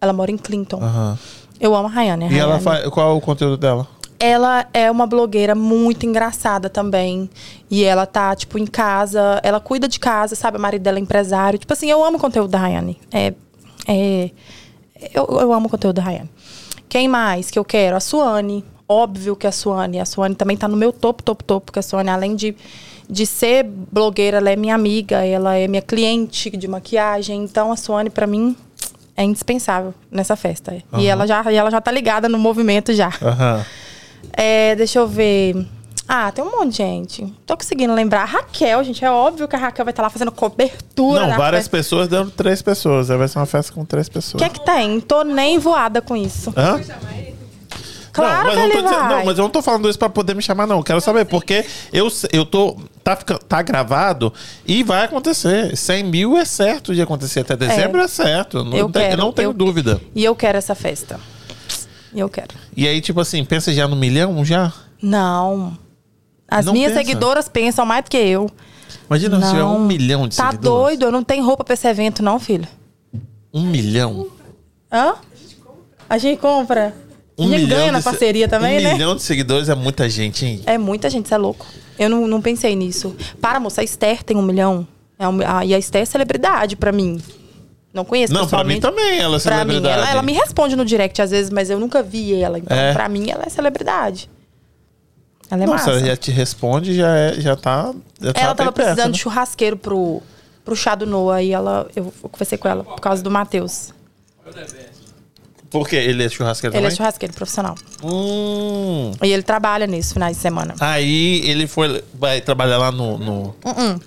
Speaker 3: Ela mora em Clinton.
Speaker 1: Aham.
Speaker 3: Eu amo a Rayane. a
Speaker 1: E ela
Speaker 3: Rayane-
Speaker 1: faz. Qual é o conteúdo dela?
Speaker 3: ela é uma blogueira muito engraçada também. E ela tá, tipo, em casa, ela cuida de casa, sabe? O marido dela é empresário. Tipo assim, eu amo o conteúdo da Rayane. É, é, eu, eu amo o conteúdo da Rayane. Quem mais que eu quero? A Suane. Óbvio que a Suane. A Suane também tá no meu topo, topo, topo. Porque a Suane, além de, de ser blogueira, ela é minha amiga, ela é minha cliente de maquiagem. Então, a Suane, pra mim, é indispensável nessa festa. E ela já, e ela já tá ligada no movimento já.
Speaker 1: Aham.
Speaker 3: É, deixa eu ver. Ah, tem um monte de gente. Tô conseguindo lembrar. A Raquel, gente, é óbvio que a Raquel vai estar lá fazendo cobertura.
Speaker 1: Não,
Speaker 3: da
Speaker 1: várias
Speaker 3: festa.
Speaker 1: pessoas dando três pessoas. Aí Vai ser uma festa com três
Speaker 3: O
Speaker 1: pessoas.
Speaker 3: que é que tem? Tô nem voada com isso.
Speaker 1: Hã?
Speaker 3: Claro
Speaker 1: não, mas
Speaker 3: que
Speaker 1: eu
Speaker 3: ele
Speaker 1: não tô dizendo-
Speaker 3: vai.
Speaker 1: não, mas eu não tô falando isso pra poder me chamar, não. Eu Quero saber, porque eu, se- eu tô. Tá, fica- tá gravado e vai acontecer. 100 mil é certo de acontecer. Até dezembro é, certo. Não,
Speaker 3: Eu
Speaker 1: tem-
Speaker 3: quero,
Speaker 1: não tenho
Speaker 3: eu-
Speaker 1: dúvida.
Speaker 3: E eu quero essa festa. E eu quero.
Speaker 1: E aí, tipo assim, pensa já no milhão já?
Speaker 3: Não. As
Speaker 1: Não
Speaker 3: minhas
Speaker 1: pensa?
Speaker 3: seguidoras pensam mais do que eu.
Speaker 1: Imagina se tiver
Speaker 3: Não.
Speaker 1: um milhão de
Speaker 3: Tá
Speaker 1: seguidores.
Speaker 3: doido? Eu não tenho roupa pra esse evento, não, filho.
Speaker 1: Um milhão.
Speaker 3: Hã? A gente compra.
Speaker 1: Um
Speaker 3: a gente
Speaker 1: milhão
Speaker 3: ganha na
Speaker 1: de se-
Speaker 3: parceria também,
Speaker 1: um
Speaker 3: né?
Speaker 1: milhão de seguidores é muita gente, hein?
Speaker 3: É muita gente, você é louco. Eu não, não pensei nisso. Para, moça, a Esther tem um milhão. É um- a- e a Esther é celebridade pra mim. Não conheço
Speaker 1: Não, pra mim
Speaker 3: pessoalmente.
Speaker 1: também ela é
Speaker 3: Pra mim,
Speaker 1: celebridade.
Speaker 3: ela, ela me responde no direct às vezes, mas eu nunca vi ela. Então,
Speaker 1: É.
Speaker 3: pra mim, ela é celebridade. Ela é
Speaker 1: Não, se
Speaker 3: massa.
Speaker 1: ela já te responde, já, é, já tá. Já tá
Speaker 3: Ela
Speaker 1: bem
Speaker 3: tava
Speaker 1: perto,
Speaker 3: precisando
Speaker 1: né?
Speaker 3: de churrasqueiro pro, pro chá do Noah. E ela, eu conversei com ela por causa do Matheus.
Speaker 1: Por quê? Ele é churrasqueiro
Speaker 3: Ele é
Speaker 1: também?
Speaker 3: churrasqueiro profissional.
Speaker 1: Hum.
Speaker 3: E ele trabalha nisso finais de semana.
Speaker 1: Aí ele foi. Vai trabalhar lá no. no-
Speaker 3: Uh-uh.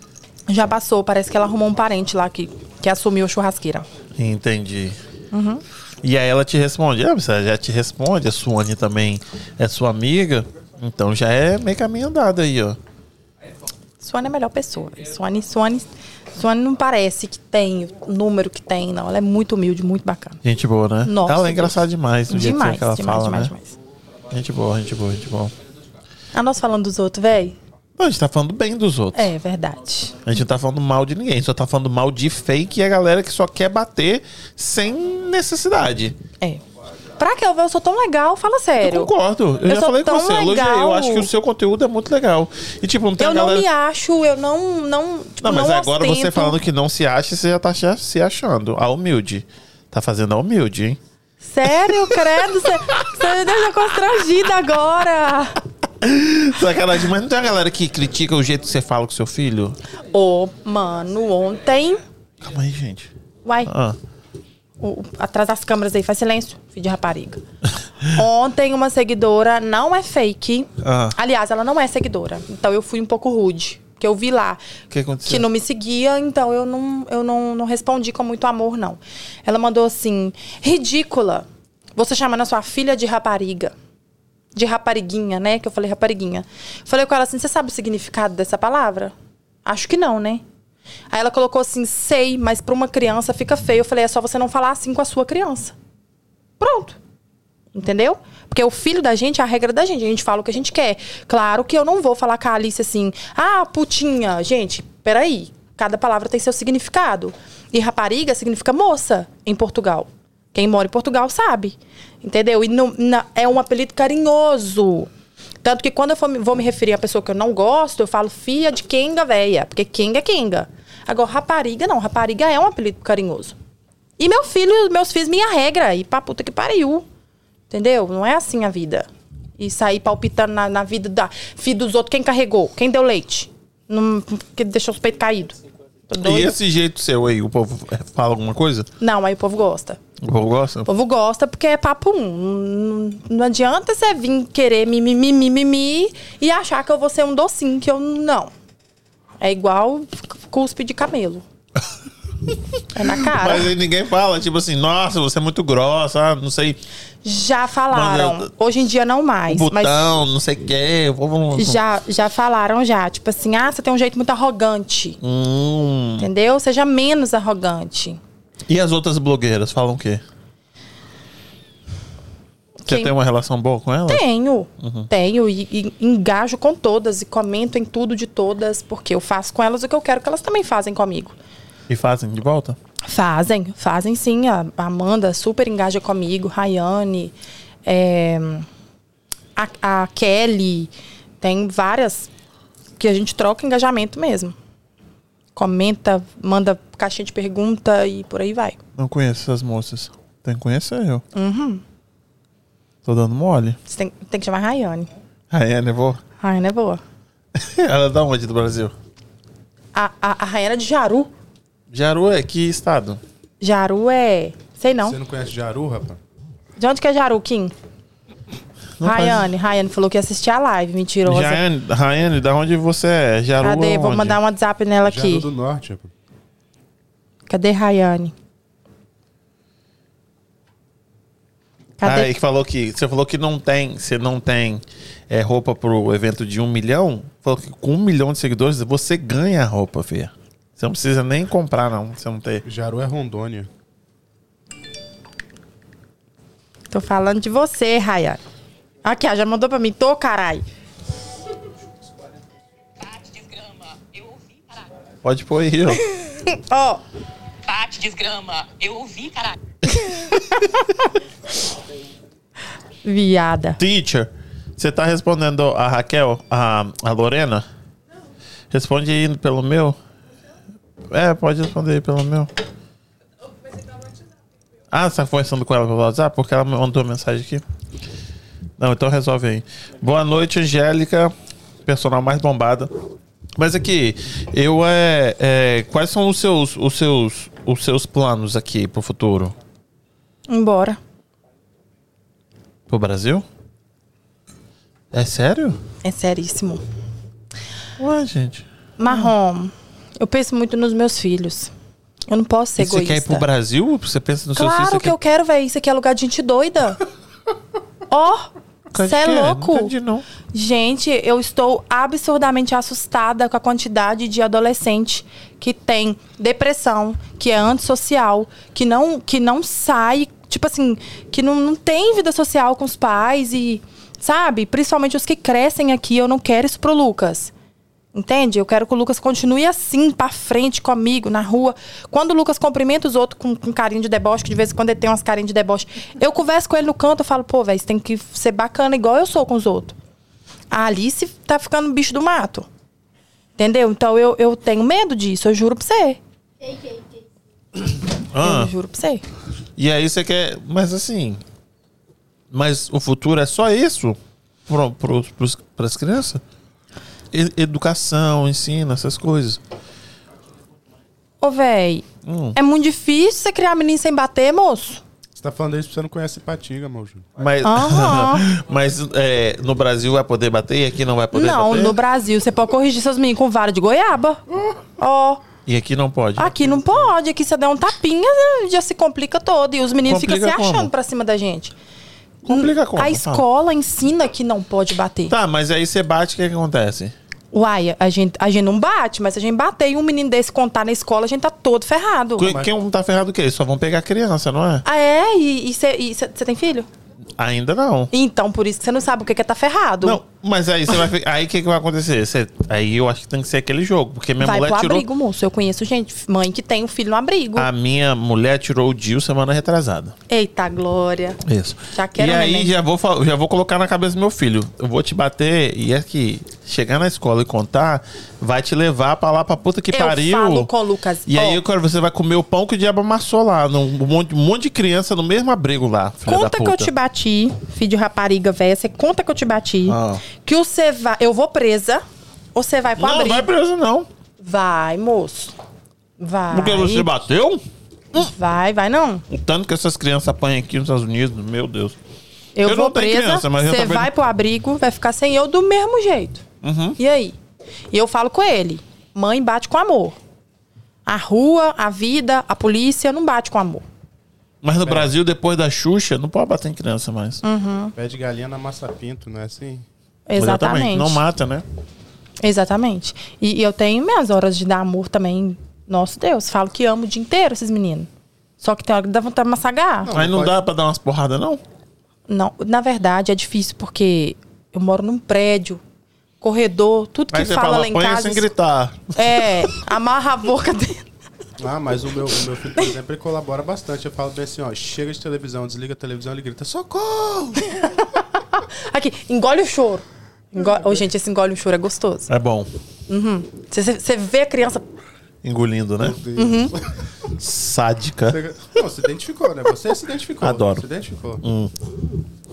Speaker 3: Já passou, parece que ela arrumou um parente lá que, que assumiu a churrasqueira.
Speaker 1: Entendi.
Speaker 3: Uhum.
Speaker 1: E aí ela te responde. Ah, você já te responde. A Suane também é sua amiga. Então já é meio caminho andado aí, ó.
Speaker 3: Suane é a melhor pessoa. velho. Suane, Suane, Suane não parece que tem o número que tem, não. Ela é muito humilde, muito bacana.
Speaker 1: Gente boa, né?
Speaker 3: Nossa,
Speaker 1: ela é
Speaker 3: Deus.
Speaker 1: engraçada demais do jeito
Speaker 3: Demais,
Speaker 1: que ela
Speaker 3: demais,
Speaker 1: fala,
Speaker 3: demais,
Speaker 1: né?
Speaker 3: demais.
Speaker 1: Gente boa, gente boa, gente boa.
Speaker 3: Ah, nós falando dos outros, velho?
Speaker 1: Não, a gente tá falando bem dos outros.
Speaker 3: É verdade.
Speaker 1: A gente não tá falando mal de ninguém, só tá falando mal de fake e a galera que só quer bater sem necessidade.
Speaker 3: É. Pra que eu ver? Eu sou tão legal, fala sério.
Speaker 1: Eu concordo. Eu,
Speaker 3: Eu
Speaker 1: já
Speaker 3: sou
Speaker 1: falei com
Speaker 3: tão
Speaker 1: você, elogiei. Eu
Speaker 3: legal.
Speaker 1: acho que o seu conteúdo é muito legal. E tipo, não tem
Speaker 3: Eu
Speaker 1: a
Speaker 3: não
Speaker 1: galera.
Speaker 3: me acho, eu não. Não, tipo,
Speaker 1: Não, mas é agora
Speaker 3: ostento.
Speaker 1: você falando que não se acha, você já tá acha- se achando. A humilde. Tá fazendo a humilde, hein?
Speaker 3: Sério, credo, você você me deixa constrangida agora.
Speaker 1: Sacanagem, mas não tem a galera que critica o jeito que você fala com seu filho?
Speaker 3: Ô, mano, ontem.
Speaker 1: Calma aí, gente.
Speaker 3: Uai.
Speaker 1: Ah,
Speaker 3: O- o- atrás das câmeras aí, faz silêncio, filho de rapariga. Ontem uma seguidora não é fake.
Speaker 1: Ah.
Speaker 3: Aliás, ela não é seguidora. Então eu fui um pouco rude. Porque eu vi lá
Speaker 1: O que aconteceu?
Speaker 3: que não me seguia, então eu não, eu não, não respondi com muito amor, não. Ela mandou assim: ridícula, você chamando a sua filha de rapariga. De rapariguinha, né? Que eu falei rapariguinha. Falei com ela assim: você sabe o significado dessa palavra? Acho que não, né? Aí ela colocou assim: sei, mas pra uma criança fica feio. Eu falei: é só você não falar assim com a sua criança. Pronto. Entendeu? Porque o filho da gente é a regra da gente. A gente fala o que a gente quer. Claro que eu não vou falar com a Alice assim, ah, putinha. Gente, peraí. Cada palavra tem seu significado. E rapariga significa moça em Portugal. Quem mora em Portugal sabe. Entendeu? E não- na- é um apelido carinhoso. Tanto que quando eu for me- vou me referir a pessoa que eu não gosto, eu falo fia de quenga véia. Porque quenga é quenga. Agora, rapariga não. Rapariga é um apelido carinhoso. E meu filho, meus filhos, minha regra. E pra puta que pariu. Entendeu? Não é assim a vida. E sair palpitando na, na vida da filho dos outros. Quem carregou? Quem deu leite? Não, que deixou os peitos caídos.
Speaker 1: E
Speaker 3: Tô doida?
Speaker 1: esse jeito seu aí, o povo é, fala alguma coisa?
Speaker 3: Não, aí o povo gosta.
Speaker 1: O povo gosta?
Speaker 3: O povo gosta porque é papo um. Não- Não adianta você vir querer mimimi, mimimi e achar que eu vou ser um docinho, que eu não. É igual cuspe de camelo. é na cara.
Speaker 1: Mas aí ninguém fala, tipo assim, nossa, você é muito grossa, ah, não sei,
Speaker 3: Já falaram.
Speaker 1: Mas é- eu-
Speaker 3: Hoje em dia não
Speaker 1: um
Speaker 3: mais. mas
Speaker 1: botão, não sei o que, o povo não...
Speaker 3: já, já falaram já. Tipo assim, ah, você tem um jeito muito arrogante.
Speaker 1: Hum.
Speaker 3: Entendeu? Seja menos arrogante.
Speaker 1: E as outras blogueiras falam o quê? Você
Speaker 3: Quem-
Speaker 1: tem uma relação boa com elas?
Speaker 3: Tenho, tenho. E, e engajo com todas e comento em tudo de todas, porque eu faço com elas o que eu quero que elas também fazem comigo.
Speaker 1: E fazem de volta?
Speaker 3: Fazem, fazem sim. A a Amanda super engaja comigo, Rayane, é, a, a Kelly. Tem várias que a gente troca engajamento mesmo. Comenta, manda caixinha de pergunta e por aí vai.
Speaker 1: Não conheço essas moças. Tem que conhecer eu. Uhum. Tô dando mole.
Speaker 3: Você tem, tem que chamar a Rayane.
Speaker 1: Rayane, vou.
Speaker 3: Rayane é boa.
Speaker 1: Ela é da onde do Brasil?
Speaker 3: A, a, a Rayane é de Jaru.
Speaker 1: Jaru é que estado?
Speaker 3: Jaru é. Sei não.
Speaker 2: Você não conhece Jaru, rapaz?
Speaker 3: De onde que é Jaru, Kim?
Speaker 1: Não faz-
Speaker 3: Rayane. Rayane falou que ia assistir a live, mentirosa.
Speaker 1: Jaiane- Rayane, da onde você é? Jaru
Speaker 3: Cadê?
Speaker 1: é
Speaker 3: Vou
Speaker 1: onde?
Speaker 3: mandar um WhatsApp nela aqui.
Speaker 2: Jaru do Norte, rapaz.
Speaker 3: Cadê Rayane? Cadê?
Speaker 1: Ah, e que falou que você falou que não tem, você não tem é, roupa pro evento de um milhão. Falou que com um milhão de seguidores você ganha a roupa, filha. Você não precisa nem comprar, não. Você não tem.
Speaker 2: Jaru é Rondônia.
Speaker 3: Tô falando de você, Rayane. Aqui, ó, já mandou pra mim. Tô, caralho.
Speaker 5: Bate, desgrama, eu ouvi, caralho.
Speaker 1: Pode pôr aí, ó.
Speaker 3: Ó,
Speaker 5: Bate, desgrama, eu ouvi, caralho.
Speaker 3: viada.
Speaker 1: Teacher, você tá respondendo a Raquel, a, a Lorena? Responde aí pelo meu. É, pode responder aí pelo meu. Ah, você tá conversando com ela pelo WhatsApp? Porque ela me mandou uma mensagem aqui. Não, então resolve aí. Boa noite, Angélica, personal mais bombada. Mas aqui, eu é, é, quais são os seus, os seus, os seus planos aqui pro futuro?
Speaker 3: Embora.
Speaker 1: Pro Brasil? É sério?
Speaker 3: É seríssimo.
Speaker 1: Ué, gente.
Speaker 3: Marrom, eu penso muito nos meus filhos. Eu não posso ser
Speaker 1: E Você
Speaker 3: é egoísta.
Speaker 1: quer ir pro Brasil? Você pensa no seu
Speaker 3: Claro
Speaker 1: filho?
Speaker 3: que eu quero, velho. Isso aqui é lugar de gente doida. Ó, você é louco.
Speaker 1: Não entendi, não.
Speaker 3: Gente, eu estou absurdamente assustada com a quantidade de adolescente que tem depressão, que é antissocial, que não, que não sai, tipo assim, que não, não tem vida social com os pais e, sabe? Principalmente os que crescem aqui, eu não quero isso pro Lucas. Entende? Eu quero que o Lucas continue assim, pra frente comigo, na rua. Quando o Lucas cumprimenta os outros com, com carinho de deboche, que de vez em quando ele tem umas carinhas de deboche, eu converso com ele no canto, eu falo, pô, velho, você tem que ser bacana igual eu sou com os outros. A Alice tá ficando bicho do mato. Entendeu? Então eu, eu tenho medo disso, eu juro pra você.
Speaker 1: Ah,
Speaker 3: Eu juro pra você.
Speaker 1: e aí você quer... Mas assim... Mas o futuro é só isso? Pro, pro, pros, pras crianças? E- educação, ensino, essas coisas.
Speaker 3: Ô, véi,
Speaker 1: Hum.
Speaker 3: é muito difícil você criar menino sem bater, moço.
Speaker 2: Você tá falando isso porque você não conhece Patinga, meu Júnior.
Speaker 1: Mas,
Speaker 3: Aham.
Speaker 1: mas é, no Brasil vai poder bater e aqui não vai poder
Speaker 3: Não,
Speaker 1: bater?
Speaker 3: no Brasil você pode corrigir seus meninos com vara de goiaba. Ó,
Speaker 1: E aqui não pode.
Speaker 3: aqui não pode. Aqui você der um tapinha, já se complica todo. E os meninos ficam se
Speaker 1: Complica como?
Speaker 3: achando pra cima da gente.
Speaker 1: Complica como?
Speaker 3: A
Speaker 1: Fala.
Speaker 3: escola ensina que não pode bater.
Speaker 1: Tá, mas aí você bate, o que, que acontece?
Speaker 3: Uai, a gente, a gente não bate, mas se a gente bater e um menino desse contar na escola, a gente tá todo ferrado.
Speaker 1: Quem- Quem tá ferrado o quê? Só vão pegar criança, não é?
Speaker 3: Ah, é? E você tem filho?
Speaker 1: Ainda não.
Speaker 3: Então, por isso que você não sabe o que que é tá ferrado.
Speaker 1: Não, mas aí você vai fi- Aí o que, que vai acontecer? Você- Aí eu acho que tem que ser aquele jogo. Porque minha
Speaker 3: Vai
Speaker 1: mulher
Speaker 3: pro
Speaker 1: tirou. Ah.
Speaker 3: abrigo, moço. Eu conheço gente, mãe que tem um filho no abrigo.
Speaker 1: A minha mulher tirou o Dil semana retrasada.
Speaker 3: Eita, Glória.
Speaker 1: Isso.
Speaker 3: Já quero
Speaker 1: e
Speaker 3: um
Speaker 1: aí
Speaker 3: neném.
Speaker 1: já vou, fal- já vou colocar na cabeça do meu filho. Eu vou te bater e é que chegar na escola e contar vai te levar pra lá pra puta que
Speaker 3: Eu
Speaker 1: pariu.
Speaker 3: falo com o Lucas,
Speaker 1: E aí
Speaker 3: ó.
Speaker 1: eu quero, você vai comer o pão que o diabo amassou lá. Num, um, monte, um monte de criança no mesmo abrigo lá. Filha da
Speaker 3: Conta que
Speaker 1: puta.
Speaker 3: eu te bati, filho de rapariga velha. Você conta que eu te bati.
Speaker 1: Ah.
Speaker 3: Que você vai. Eu vou presa, ou você vai pro
Speaker 1: Não,
Speaker 3: abrigo.
Speaker 1: vai
Speaker 3: Vai,
Speaker 1: preso não.
Speaker 3: moço. Vai.
Speaker 1: Porque você bateu?
Speaker 3: Vai, vai não.
Speaker 1: O tanto que essas crianças apanham aqui nos Estados Unidos, meu Deus.
Speaker 3: Eu,
Speaker 1: Eu
Speaker 3: vou
Speaker 1: não tenho
Speaker 3: presa,
Speaker 1: criança, mas eu
Speaker 3: você
Speaker 1: também
Speaker 3: vai
Speaker 1: não- Uhum.
Speaker 3: pro abrigo, vai ficar sem eu do mesmo jeito. E aí? E eu falo com ele: mãe bate com amor. A rua, a vida, a polícia não bate com amor. É.
Speaker 1: Mas no Brasil, depois da Xuxa, não pode bater em criança mais.
Speaker 3: Hum.
Speaker 2: Pé de galinha na massa pinto, não é assim?
Speaker 3: Exatamente.
Speaker 1: Não mata, né?
Speaker 3: Exatamente. E, e eu tenho minhas horas de dar amor também. Nosso Deus, falo que amo o dia inteiro esses meninos. Só que tem hora que dá vontade de massagar. Não.
Speaker 2: Não,
Speaker 1: Mas não
Speaker 2: pode.
Speaker 1: dá pra dar umas porradas, não?
Speaker 3: na verdade é difícil porque eu moro num prédio, corredor, tudo que
Speaker 1: Aí você
Speaker 3: fala,
Speaker 1: fala,
Speaker 3: lá em
Speaker 1: apanha
Speaker 3: casa.
Speaker 1: sem gritar.
Speaker 3: É, amarra a boca dele.
Speaker 2: Ah, mas o meu, o meu filho, por exemplo, ele colabora bastante. Eu falo bem assim, ó, chega de televisão, desliga a televisão, ele grita, socorro!
Speaker 3: Aqui, engole o choro. Engo- Ô, gente, esse engole o choro é gostoso.
Speaker 1: É bom.
Speaker 3: Você vê a criança.
Speaker 1: Engolindo,
Speaker 3: Hum.
Speaker 1: né?
Speaker 3: Uhum.
Speaker 1: Sádica.
Speaker 2: Não, se identificou, né? Você se identificou.
Speaker 1: Adoro.
Speaker 2: Se identificou.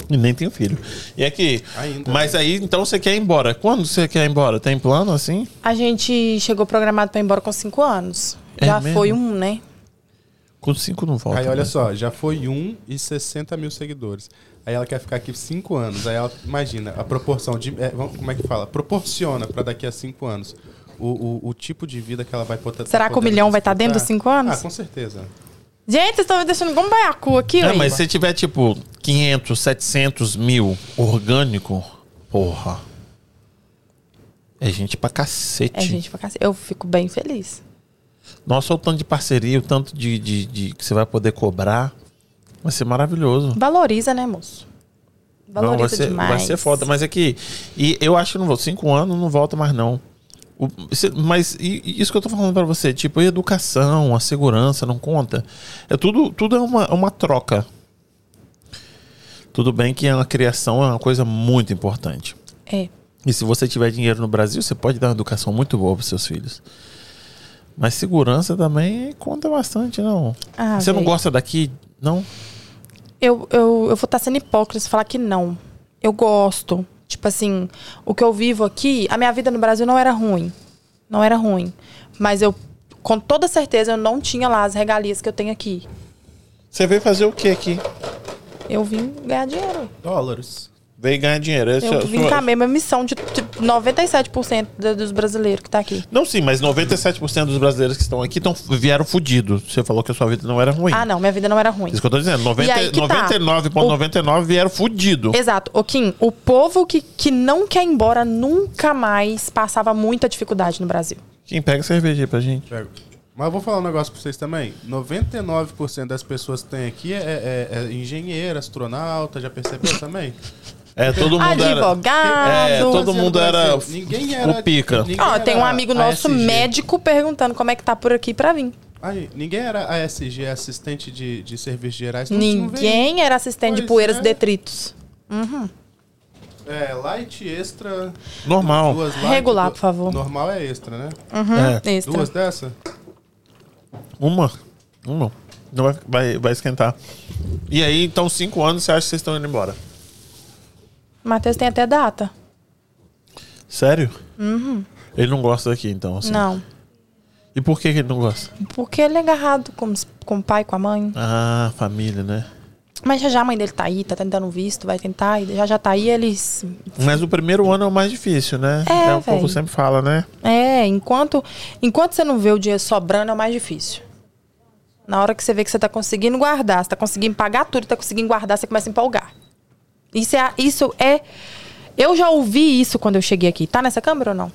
Speaker 1: E nem tenho filho. E aqui.
Speaker 2: Ainda,
Speaker 3: né?
Speaker 1: mas aí, então você quer ir embora. Quando você quer ir embora? Tem plano assim?
Speaker 3: A gente chegou programado pra ir embora com cinco anos.
Speaker 1: É
Speaker 3: Já
Speaker 1: mesmo?
Speaker 3: foi um, né?
Speaker 1: Com cinco não volta.
Speaker 2: Aí olha
Speaker 1: né?
Speaker 2: só, já foi 1 e 60 mil seguidores. Aí ela quer ficar aqui 5 anos. Aí ela, imagina, a proporção de. é, vamos- como é que fala? Proporciona pra daqui a 5 anos o, o, o tipo de vida que ela vai poder.
Speaker 3: Será que o milhão vai tá dentro dos cinco anos?
Speaker 2: Ah, com certeza.
Speaker 3: Gente, vocês estão me deixando como baiacu aqui,
Speaker 1: É,
Speaker 3: ué.
Speaker 1: mas se tiver tipo 500, 700 mil orgânico, porra. É gente pra cacete.
Speaker 3: É, gente, pra cacete. Eu fico bem feliz.
Speaker 1: Nossa, olha o tanto de parceria, o tanto de, de- de- que você vai poder cobrar. Vai ser maravilhoso.
Speaker 3: Valoriza, né, moço? Valoriza
Speaker 1: Não, vai, ser,
Speaker 3: demais.
Speaker 1: vai ser foda, mas é que. E eu acho que não vou. Cinco anos não volta mais, não. O- cê- mas e- e isso que eu tô falando pra você, tipo, a educação, a segurança, não conta. É tudo, tudo é uma, é uma troca. Tudo bem que a criação é uma coisa muito importante.
Speaker 3: É.
Speaker 1: E se você tiver dinheiro no Brasil, você pode dar uma educação muito boa para seus filhos. Mas segurança também conta bastante, não.
Speaker 3: Ah,
Speaker 1: você não
Speaker 3: véi.
Speaker 1: gosta daqui, não?
Speaker 3: Eu, eu, eu vou estar sendo hipócrita se falar que não. Eu gosto. Tipo assim, o que eu vivo aqui, a minha vida no Brasil não era ruim. Não era ruim. Mas eu, com toda certeza, eu não tinha lá as regalias que eu tenho aqui.
Speaker 1: Você veio fazer o que aqui?
Speaker 3: Eu vim ganhar dinheiro.
Speaker 2: Dólares.
Speaker 1: Veio ganhar dinheiro. é sua-
Speaker 3: Eu vim
Speaker 1: sua-
Speaker 3: com a mesma missão de de 97% do- dos brasileiros que tá aqui.
Speaker 1: Não, sim, mas 97% dos brasileiros que estão aqui tão, vieram fudidos. Você falou que a sua vida não era ruim.
Speaker 3: Ah, não, minha vida não era ruim.
Speaker 1: Isso que eu tô dizendo. 90
Speaker 3: E aí que tá.
Speaker 1: 99,99 vieram fudido.
Speaker 3: Exato. Ô, Kim, o povo que, que não quer ir embora nunca mais passava muita dificuldade no Brasil.
Speaker 1: Quem pega cerveja aí pra gente?
Speaker 2: Pega. Mas eu vou falar um negócio pra vocês também. 99% das pessoas que tem aqui é, é- é engenheiro, astronauta, já percebeu também?
Speaker 1: É, todo mundo
Speaker 3: Advogado.
Speaker 1: era... É, todo
Speaker 2: Fazia no
Speaker 1: mundo era...
Speaker 2: Brasil. Então, assim, Ninguém era.
Speaker 1: O pica.
Speaker 2: ninguém
Speaker 3: Ó, tem um
Speaker 2: era
Speaker 3: amigo nosso
Speaker 2: ASG.
Speaker 3: médico perguntando como é que tá por aqui pra vir.
Speaker 2: Aí, ninguém era ASG, assistente de, de serviços gerais. não tinha um veículo.
Speaker 3: Ninguém era assistente de
Speaker 2: Pois
Speaker 3: poeiras
Speaker 2: é.
Speaker 3: e detritos.
Speaker 2: É, light, extra.
Speaker 1: Normal.
Speaker 2: Duas light,
Speaker 3: Regular,
Speaker 2: du-
Speaker 3: por favor.
Speaker 2: Normal é extra, né?
Speaker 3: Uhum.
Speaker 1: É.
Speaker 3: Extra.
Speaker 2: Duas dessa?
Speaker 1: Uma. Uma. Não vai, vai, vai esquentar. E aí, então, cinco anos, você acha que vocês estão indo embora?
Speaker 3: Matheus tem até data.
Speaker 1: Sério? Uhum. Ele não gosta daqui, então, assim.
Speaker 3: Não.
Speaker 1: E por que que ele não gosta?
Speaker 3: Porque ele é agarrado com, com o pai, com a mãe.
Speaker 1: Ah, família, né?
Speaker 3: Mas já já a mãe dele tá aí, tá tentando um visto, vai tentar. E já já tá aí, eles.
Speaker 1: Mas o primeiro ano é o mais difícil, né?
Speaker 3: É,
Speaker 1: o que o povo
Speaker 3: véi.
Speaker 1: sempre fala, né?
Speaker 3: É, enquanto, enquanto você não vê o dinheiro sobrando, é o mais difícil. Na hora que você vê que você tá conseguindo guardar, você tá conseguindo pagar tudo, tá conseguindo guardar, você começa a empolgar. Isso é. a- Isso é eu já ouvi isso quando eu cheguei aqui. Tá nessa câmera ou não?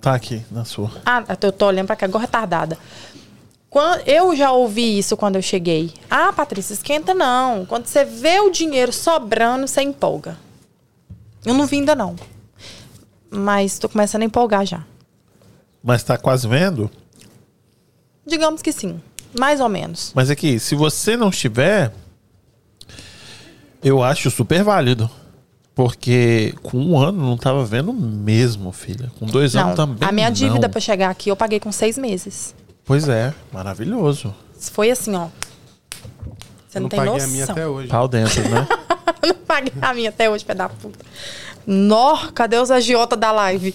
Speaker 1: Tá aqui, na sua.
Speaker 3: Ah, eu tô olhando pra cá, agora é retardada. Quan- Eu já ouvi isso quando eu cheguei. Ah, Patrícia, esquenta não. Quando você vê o dinheiro sobrando, você empolga. Eu não vi ainda não. Mas tô começando a empolgar já.
Speaker 1: Mas tá quase vendo?
Speaker 3: Digamos que sim. Mais ou menos.
Speaker 1: Mas aqui, se você não estiver, eu acho super válido. Porque com um ano não tava vendo mesmo, filha. Com dois
Speaker 3: Não,
Speaker 1: anos também.
Speaker 3: a minha dívida
Speaker 1: não.
Speaker 3: pra chegar aqui eu paguei com seis meses.
Speaker 1: Pois é, maravilhoso.
Speaker 3: Foi assim, ó. Você
Speaker 2: Eu
Speaker 3: não,
Speaker 2: não
Speaker 3: tem
Speaker 2: paguei
Speaker 3: noção.
Speaker 2: a minha até hoje.
Speaker 1: Pau dentro, né?
Speaker 3: Eu não paguei a minha até hoje, pé da puta. Nó, cadê os agiota da live?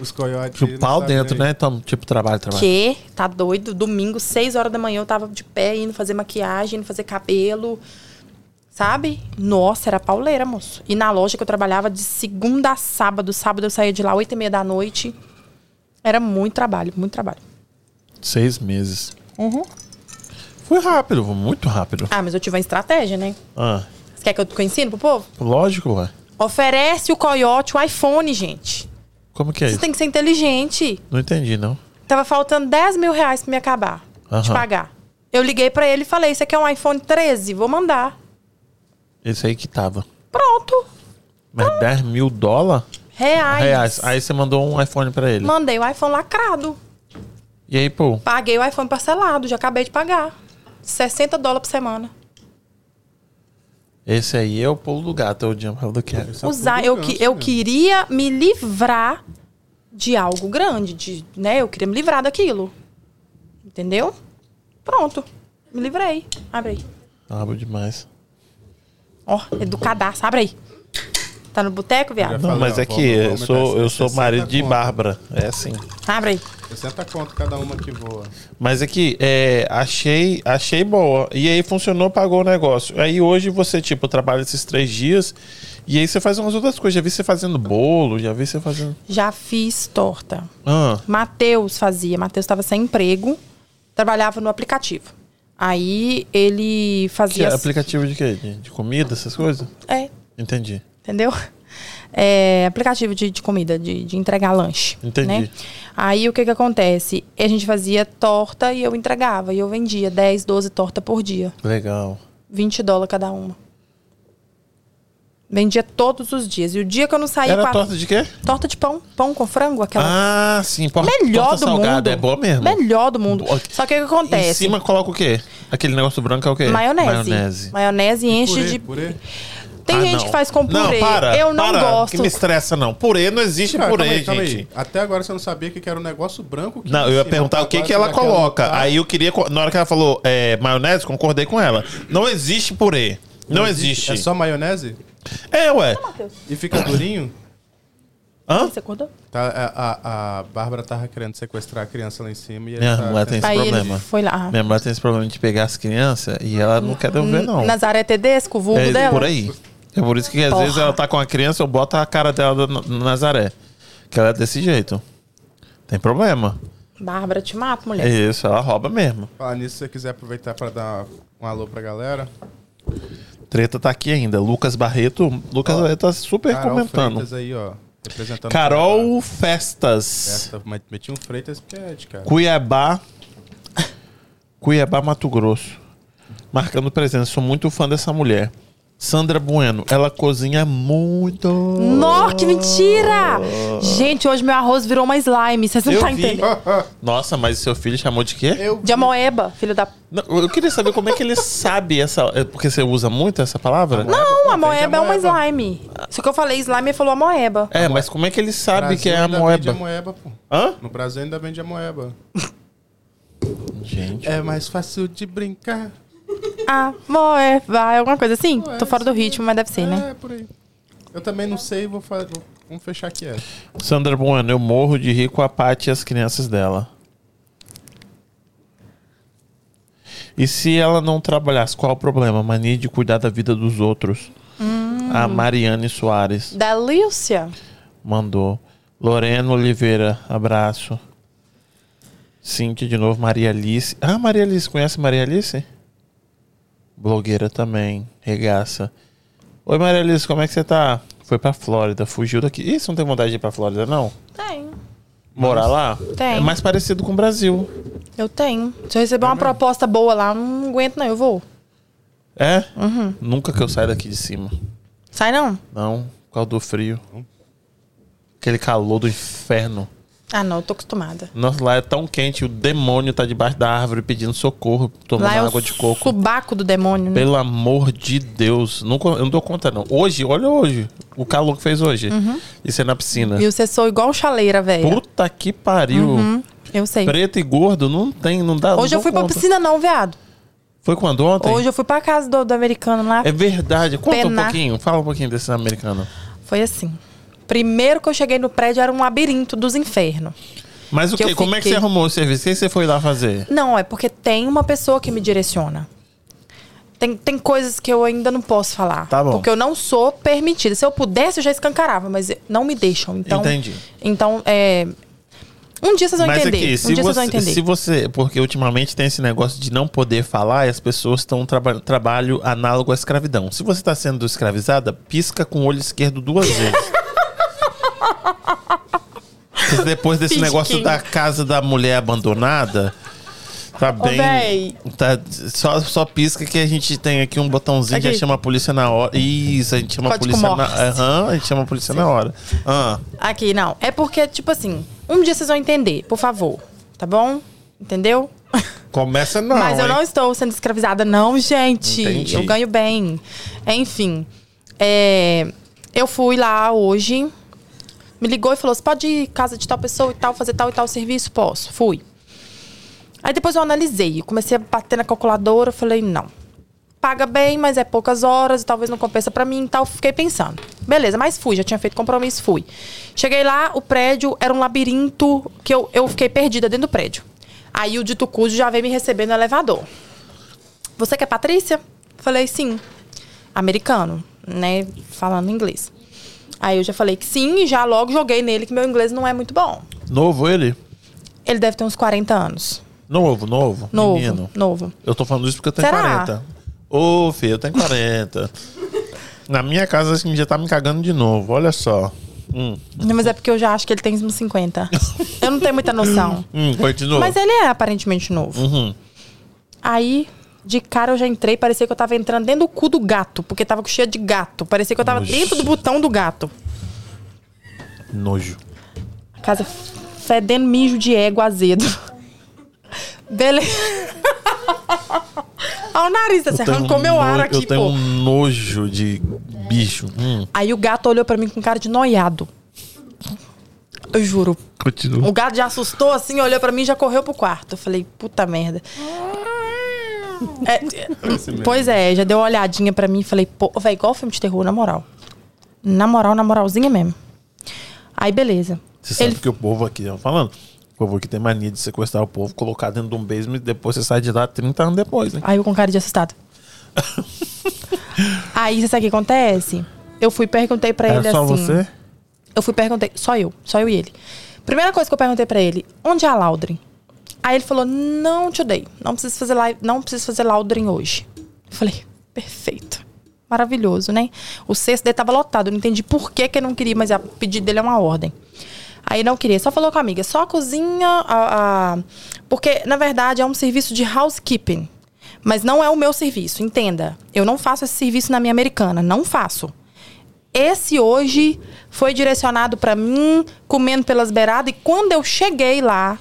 Speaker 2: Os coiotes.
Speaker 1: Tipo,
Speaker 2: não
Speaker 1: pau
Speaker 2: sabem
Speaker 1: dentro,
Speaker 2: nem.
Speaker 1: né? Então, tipo, trabalho, trabalho.
Speaker 3: Que? Tá doido? Domingo, 6 horas da manhã, eu tava de pé, indo fazer maquiagem, indo fazer cabelo. Sabe? Nossa, era pauleira, moço. E na loja que eu trabalhava de segunda a sábado. Sábado eu saía de lá 8 e meia da noite. Era muito trabalho, muito trabalho.
Speaker 1: Seis meses.
Speaker 3: Uhum.
Speaker 1: Foi rápido, muito rápido.
Speaker 3: Ah, mas eu tive uma estratégia, né?
Speaker 1: Ah,
Speaker 3: Você quer que eu, que eu ensine pro povo?
Speaker 1: lógico, ué.
Speaker 3: Oferece o coiote o iPhone, gente.
Speaker 1: Como que é
Speaker 3: Você
Speaker 1: isso?
Speaker 3: tem que ser inteligente.
Speaker 1: Não entendi, não.
Speaker 3: Tava faltando 10 mil reais pra me acabar de
Speaker 1: Aham.
Speaker 3: pagar. Eu liguei pra ele e falei: Você quer um iPhone 13? Vou mandar.
Speaker 1: Esse aí que tava.
Speaker 3: Pronto.
Speaker 1: Mas 10 mil dólares?
Speaker 3: Reais.
Speaker 1: Reais. Aí você mandou um iPhone pra ele.
Speaker 3: Mandei o iPhone lacrado.
Speaker 1: E aí, pô,
Speaker 3: Paguei o iPhone parcelado, já acabei de pagar. 60 dólares por semana.
Speaker 1: esse aí é o pulo do gato, é o Jump do Kevin.
Speaker 2: Isso é
Speaker 3: Usar,
Speaker 2: tudo
Speaker 3: eu, que,
Speaker 2: cansa,
Speaker 3: eu
Speaker 2: né?
Speaker 3: queria me livrar de algo grande, de, né? Eu queria me livrar daquilo. Entendeu? Pronto. Me livrei. Abre aí.
Speaker 1: Abre Tá demais.
Speaker 3: Ó, educadaço. Abre aí. Tá no boteco,
Speaker 2: Eu
Speaker 3: viado?
Speaker 2: já
Speaker 1: Não,
Speaker 2: falei,
Speaker 1: mas
Speaker 2: ó,
Speaker 1: é
Speaker 2: vamos-
Speaker 1: que eu
Speaker 2: vamos
Speaker 1: sou,
Speaker 2: aumentar
Speaker 1: eu
Speaker 2: essa
Speaker 1: sou marido de
Speaker 2: 60
Speaker 1: Bárbara. É assim.
Speaker 3: Abre aí.
Speaker 2: conto. 60 conto cada uma que voa.
Speaker 1: Mas é que é, achei, achei boa. E aí funcionou, pagou o negócio. Aí hoje você, tipo, trabalha esses três dias e aí você faz umas outras coisas. Já vi você fazendo bolo, já vi você fazendo.
Speaker 3: Já fiz torta.
Speaker 1: Ah,
Speaker 3: Matheus fazia. Matheus estava sem emprego, trabalhava no aplicativo. Aí ele
Speaker 1: que
Speaker 3: fazia.
Speaker 1: é aplicativo de quê? De, de comida, essas coisas?
Speaker 3: É,
Speaker 1: Entendi.
Speaker 3: entendeu? É, aplicativo de, de comida, de, de entregar lanche.
Speaker 1: Entendi.
Speaker 3: né? Aí o que que acontece? A gente fazia torta e eu entregava. E eu vendia 10, 12 tortas por dia.
Speaker 1: Legal.
Speaker 3: 20 dólares cada uma. Vendia todos os dias. E o dia que eu não saía
Speaker 1: Era
Speaker 3: com a-
Speaker 1: torta de quê?
Speaker 3: torta de pão, pão com frango, aquela
Speaker 1: Ah, sim. por-
Speaker 3: Então, melhor
Speaker 1: torta
Speaker 3: do mundo.
Speaker 1: salgada é boa mesmo.
Speaker 3: Melhor do mundo.
Speaker 1: Boa.
Speaker 3: Só que o que
Speaker 1: Em
Speaker 3: acontece?
Speaker 1: cima coloca o quê? Aquele negócio branco é o quê?
Speaker 3: Maionese.
Speaker 1: Maionese.
Speaker 3: Maionese enche
Speaker 2: Purê,
Speaker 3: de.
Speaker 2: purê.
Speaker 3: Tem
Speaker 1: Ah,
Speaker 3: gente
Speaker 1: não.
Speaker 3: que faz com purê.
Speaker 1: Não, para,
Speaker 3: eu não
Speaker 1: para,
Speaker 3: gosto.
Speaker 1: que me estressa, não. Purê não existe
Speaker 2: Cara,
Speaker 1: purê,
Speaker 2: calma aí, calma
Speaker 1: gente.
Speaker 2: aí. Até agora você não sabia que era um negócio branco. que
Speaker 1: Não, eu
Speaker 2: em
Speaker 1: ia
Speaker 2: cima
Speaker 1: perguntar
Speaker 2: tá
Speaker 1: o que,
Speaker 2: quase
Speaker 1: que é um ela
Speaker 2: daquela-
Speaker 1: coloca.
Speaker 2: tá.
Speaker 1: Aí eu queria. co- Na hora que ela falou é, maionese, concordei com ela. Não existe purê. Não, existe.
Speaker 2: É só maionese?
Speaker 1: É, ué.
Speaker 3: Matheus,
Speaker 2: E fica durinho?
Speaker 1: Hã?
Speaker 3: você acordou?
Speaker 2: Tá, a, a, a Bárbara tava querendo sequestrar a criança lá em cima e ele
Speaker 1: Minha
Speaker 2: tá
Speaker 1: mulher tem
Speaker 2: tentando-
Speaker 1: esse
Speaker 3: Aí ele
Speaker 1: problema.
Speaker 3: foi lá.
Speaker 1: Minha mulher tem esse problema de pegar as crianças e ela não quer devolver, não.
Speaker 3: Hum, Nazaré Tedesco, o vulgo
Speaker 1: É
Speaker 3: dela?
Speaker 1: por aí. É por isso que às
Speaker 3: Porra.
Speaker 1: vezes ela tá com a criança, eu boto a cara dela na- na Nazaré. Que ela é desse jeito. Tem problema.
Speaker 3: Bárbara, te mato,
Speaker 1: É
Speaker 3: mulher.
Speaker 1: isso, ela rouba mesmo.
Speaker 2: Falar nisso, se você quiser aproveitar pra dar um alô pra galera.
Speaker 1: Treta tá aqui ainda. Lucas Barreto. Lucas Barreto tá super comentando.
Speaker 2: Freitas aí, ó. Representando
Speaker 1: Carol Festas.
Speaker 2: Essa, mas meti um Freitas porque é de cara.
Speaker 1: Cuiabá. Cuiabá, Mato Grosso. Marcando presença. Sou muito fã dessa mulher. Sandra Bueno. Ela cozinha muito.
Speaker 3: Norte, mentira! Gente, hoje meu arroz virou uma slime, vocês não
Speaker 1: Oh. Eu
Speaker 3: estão
Speaker 1: vi.
Speaker 3: entendendo.
Speaker 1: Nossa, mas seu filho chamou de quê?
Speaker 2: Eu
Speaker 3: De amoeba, filho da.
Speaker 1: Não, eu queria saber como é que ele sabe essa. é Porque você usa muito essa palavra?
Speaker 3: Não, a
Speaker 2: vende
Speaker 3: moeba é uma
Speaker 2: amoeba.
Speaker 3: slime. Só que eu falei slime, ele falou amoeba.
Speaker 1: É, mas como é que ele sabe
Speaker 2: Brasil
Speaker 1: que é a
Speaker 2: ainda vende
Speaker 1: moeba?
Speaker 2: amoeba, pô.
Speaker 1: Hã?
Speaker 2: No Brasil ainda vende amoeba.
Speaker 1: Gente.
Speaker 2: É mais fácil de brincar.
Speaker 3: Ah, moeba, é alguma coisa assim? Tô fora do ritmo, mas deve ser, né?
Speaker 2: É, por aí. Eu também não sei, vou fazer. Vamos fechar aqui essa.
Speaker 1: Sandra Bueno, eu morro de rir com a Paty e as crianças dela. E se ela não trabalhasse, qual o problema? Mania de cuidar da vida dos outros. A Mariane Soares
Speaker 3: Delícia.
Speaker 1: mandou. Lorena Oliveira, abraço. Cintia de novo, Maria Alice. Ah, Maria Alice, conhece Maria Alice? Blogueira também, regaça. Oi Maria Alice, como é que você tá? Foi pra Flórida, fugiu daqui. Ih, você não tem vontade de ir pra Flórida, não?
Speaker 3: Tem.
Speaker 1: Morar lá?
Speaker 3: Tem.
Speaker 1: É mais parecido com o Brasil.
Speaker 3: Eu tenho. Se eu receber uma proposta boa lá, não aguento não, eu vou.
Speaker 1: É? Nunca que eu saio daqui de cima.
Speaker 3: Sai não?
Speaker 1: Não, por causa do frio. Aquele calor do inferno.
Speaker 3: Ah, não, eu tô acostumada.
Speaker 1: Nossa, lá é tão quente, o demônio tá debaixo da árvore pedindo socorro, tomando
Speaker 3: Lá é o
Speaker 1: água de coco.
Speaker 3: subaco do demônio, né?
Speaker 1: Pelo amor de Deus. Não, co- eu não dou conta, não. Hoje, olha hoje. O calor que fez hoje. Isso é na piscina.
Speaker 3: Uhum. E você sou igual chaleira, velho.
Speaker 1: Puta que pariu.
Speaker 3: Eu sei.
Speaker 1: Preto e gordo, não tem, não dá.
Speaker 3: Hoje
Speaker 1: não
Speaker 3: eu fui
Speaker 1: dou
Speaker 3: pra
Speaker 1: conta.
Speaker 3: piscina não, viado.
Speaker 1: Foi quando ontem?
Speaker 3: Hoje eu fui pra casa do, do americano lá.
Speaker 1: É verdade. Conta um
Speaker 3: Penar.
Speaker 1: pouquinho. Fala um pouquinho desse americano.
Speaker 3: Foi assim. Primeiro que eu cheguei no prédio era um labirinto dos infernos.
Speaker 1: Mas o
Speaker 3: Que
Speaker 1: quê?
Speaker 3: eu
Speaker 1: Como é que
Speaker 3: fiquei-
Speaker 1: você arrumou o serviço? O que você foi lá fazer?
Speaker 3: Não, é porque tem uma pessoa que me direciona. Tem, tem coisas que eu ainda não posso falar.
Speaker 1: Tá bom.
Speaker 3: Porque eu não sou permitida. Se eu pudesse, eu já escancarava, mas não me deixam. Então,
Speaker 1: Entendi.
Speaker 3: Então, é. Um dia vocês vão
Speaker 1: Mas
Speaker 3: entender.
Speaker 1: aqui,
Speaker 3: um
Speaker 1: se
Speaker 3: dia vocês vão
Speaker 1: você,
Speaker 3: entender.
Speaker 1: se você. Porque ultimamente tem esse negócio de não poder falar e as pessoas estão trabalhando trabalho análogo à escravidão. Se você está sendo escravizada, pisca com o olho esquerdo duas vezes. Porque Depois desse
Speaker 3: Pisquinho.
Speaker 1: negócio da casa da mulher abandonada, tá bem.
Speaker 3: véi.
Speaker 1: Tá, só, só pisca que a gente tem aqui um botãozinho que
Speaker 3: Aqui.
Speaker 1: já chama a polícia na hora. Isso, a gente chama
Speaker 3: Código
Speaker 1: a polícia na
Speaker 3: Morse.
Speaker 1: Aham, A gente chama a polícia na hora. Ah,
Speaker 3: Aqui, não. É porque, tipo assim, um dia vocês vão entender, por favor. Tá bom? Entendeu?
Speaker 1: começa não.
Speaker 3: Mas eu
Speaker 1: hein?
Speaker 3: não estou sendo escravizada, não, gente.
Speaker 1: Entendi.
Speaker 3: Eu ganho bem. Enfim. é, eu fui lá hoje. Me ligou e falou: você pode ir em casa de tal pessoa e tal, fazer tal e tal serviço? Posso. Fui. Aí depois eu analisei. Comecei a bater na calculadora. Falei, não. Paga bem, mas é poucas horas, talvez não compensa pra mim e tal. Fiquei pensando. Beleza, mas fui, já tinha feito compromisso, fui. Cheguei lá, o prédio era um labirinto que eu, eu fiquei perdida dentro do prédio. Aí o dito cujo já veio me receber no elevador. Você que é Patrícia? Falei, sim. Americano, né? Falando inglês. Aí eu já falei que sim e já logo joguei nele que meu inglês não é muito bom.
Speaker 1: Novo ele?
Speaker 3: Ele deve ter uns 40 anos.
Speaker 1: Novo, novo.
Speaker 3: Novo,
Speaker 1: Menino.
Speaker 3: novo.
Speaker 1: Eu tô falando isso porque eu tenho
Speaker 3: Será?
Speaker 1: 40. Ô, filho, eu tenho 40. Na minha casa, acho que já tá me cagando de novo. Olha só. Hum,
Speaker 3: Não, Mas é porque eu já acho que ele tem uns 50. Eu não tenho muita noção.
Speaker 1: hum, continua.
Speaker 3: Mas ele é aparentemente novo.
Speaker 1: Uhum.
Speaker 3: Aí, de cara, eu já entrei, parecia que eu tava entrando dentro do cu do gato, porque tava com cheia de gato. Parecia que eu tava
Speaker 1: Nossa.
Speaker 3: dentro do botão do gato. é-
Speaker 1: Nojo.
Speaker 3: A casa fedendo mijo de ego azedo. Beleza. Olha o nariz, você
Speaker 1: Eu tenho
Speaker 3: arrancou meu ar
Speaker 1: no-
Speaker 3: aqui,
Speaker 1: Eu tenho
Speaker 3: pô.
Speaker 1: um nojo de bicho. Hum,
Speaker 3: Aí o gato olhou pra mim com cara de noiado. Eu juro.
Speaker 1: continua.
Speaker 3: O gato já assustou assim, olhou pra mim e já correu pro quarto. Eu falei, puta merda. É, é, pois é, já deu uma olhadinha pra mim e falei, pô, velho, igual filme de terror, na moral. Na moral, na moralzinha mesmo. Aí, beleza.
Speaker 1: Você sabe
Speaker 3: Ele,
Speaker 1: que o povo aqui, eu falando, o povo aqui tem mania de sequestrar o povo, colocar dentro de um basement e depois você sai de lá 30 anos depois, hein?
Speaker 3: Aí eu com cara de assustado. Aí, você sabe o que acontece? Eu fui e perguntei pra
Speaker 1: Era
Speaker 3: ele
Speaker 1: É só
Speaker 3: assim.
Speaker 1: você?
Speaker 3: Eu fui e perguntei, só eu, só eu e ele. Primeira coisa que eu perguntei pra ele, onde é a Laudrin? Aí ele falou, não te odeio, não preciso fazer live, não preciso fazer Laudrin hoje. Eu falei, perfeito. Maravilhoso, né? O sexto dele tava lotado, eu não entendi por que que ele não queria, mas o pedido dele é uma ordem. Aí não queria, só falou com a amiga, só cozinha, a- a- porque na verdade é um serviço de housekeeping, mas não é o meu serviço, entenda. Eu não faço esse serviço na minha americana, não faço. Esse hoje foi direcionado pra mim, comendo pelas beiradas. E quando eu cheguei lá,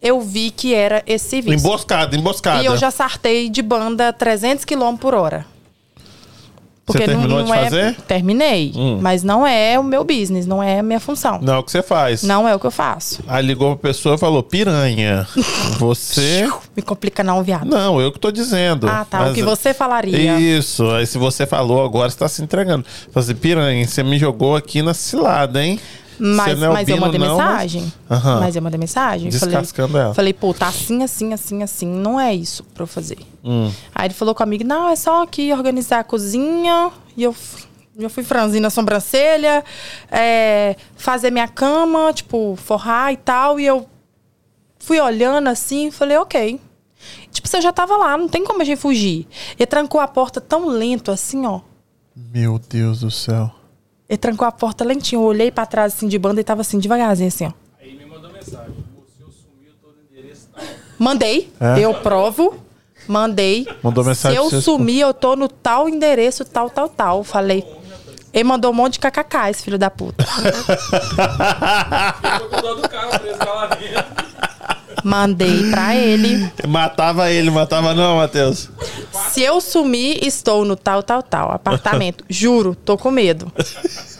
Speaker 3: eu vi que era esse serviço.
Speaker 1: Emboscada, emboscada.
Speaker 3: E eu já sartei de banda 300 km por hora.
Speaker 1: terminou de
Speaker 3: é,
Speaker 1: fazer? Hum.
Speaker 3: Terminei. Mas não é o meu business, não é a minha função.
Speaker 1: Não, é o que você faz.
Speaker 3: Não é o que eu faço.
Speaker 1: Aí ligou pra pessoa e falou: piranha, você.
Speaker 3: Me complica não, viado.
Speaker 1: Não, eu que tô dizendo.
Speaker 3: Ah, tá. O que você falaria.
Speaker 1: Isso, aí se você falou agora, você tá se entregando. Falei assim, piranha, você me jogou aqui na cilada, hein? Você
Speaker 3: Mas,
Speaker 1: não é
Speaker 3: mas eu
Speaker 1: albino,
Speaker 3: mandei
Speaker 1: não, mas-
Speaker 3: mensagem. Mas...
Speaker 1: Aham.
Speaker 3: eu mandei mensagem. Falei-
Speaker 1: Descascando ela.
Speaker 3: Falei, pô, tá assim, assim, assim, assim. Não é isso pra eu fazer.
Speaker 1: Hum.
Speaker 3: Aí ele falou comigo, não, é só aqui organizar a cozinha. E eu, f- eu fui franzindo a sobrancelha, é, fazer minha cama, tipo, forrar e tal. E eu fui olhando assim, falei, ok. Tipo, você já tava lá, não tem como a gente fugir. Ele trancou a porta tão lento assim, ó.
Speaker 1: Meu Deus do céu.
Speaker 3: Ele trancou a porta lentinho. Eu olhei pra trás, assim, de banda e tava assim, devagarzinho, assim, ó.
Speaker 4: Aí me mandou mensagem. O senhor sumiu todo o endereço e tal.
Speaker 3: Mandei,
Speaker 1: É?
Speaker 3: eu provo. Mandei.
Speaker 1: Mandou mensagem
Speaker 3: Se
Speaker 1: pro seu
Speaker 3: eu sumir, eu tô no tal endereço, tal, tal, tal. Falei. Ele mandou um monte de kkk, esse filho da puta.
Speaker 4: Eu tô com o dono do carro preso lá dentro.
Speaker 3: Mandei pra ele.
Speaker 1: Matava ele, matava não, Matheus.
Speaker 3: Se eu sumir, estou no tal, tal, tal. Apartamento. Juro, tô com medo.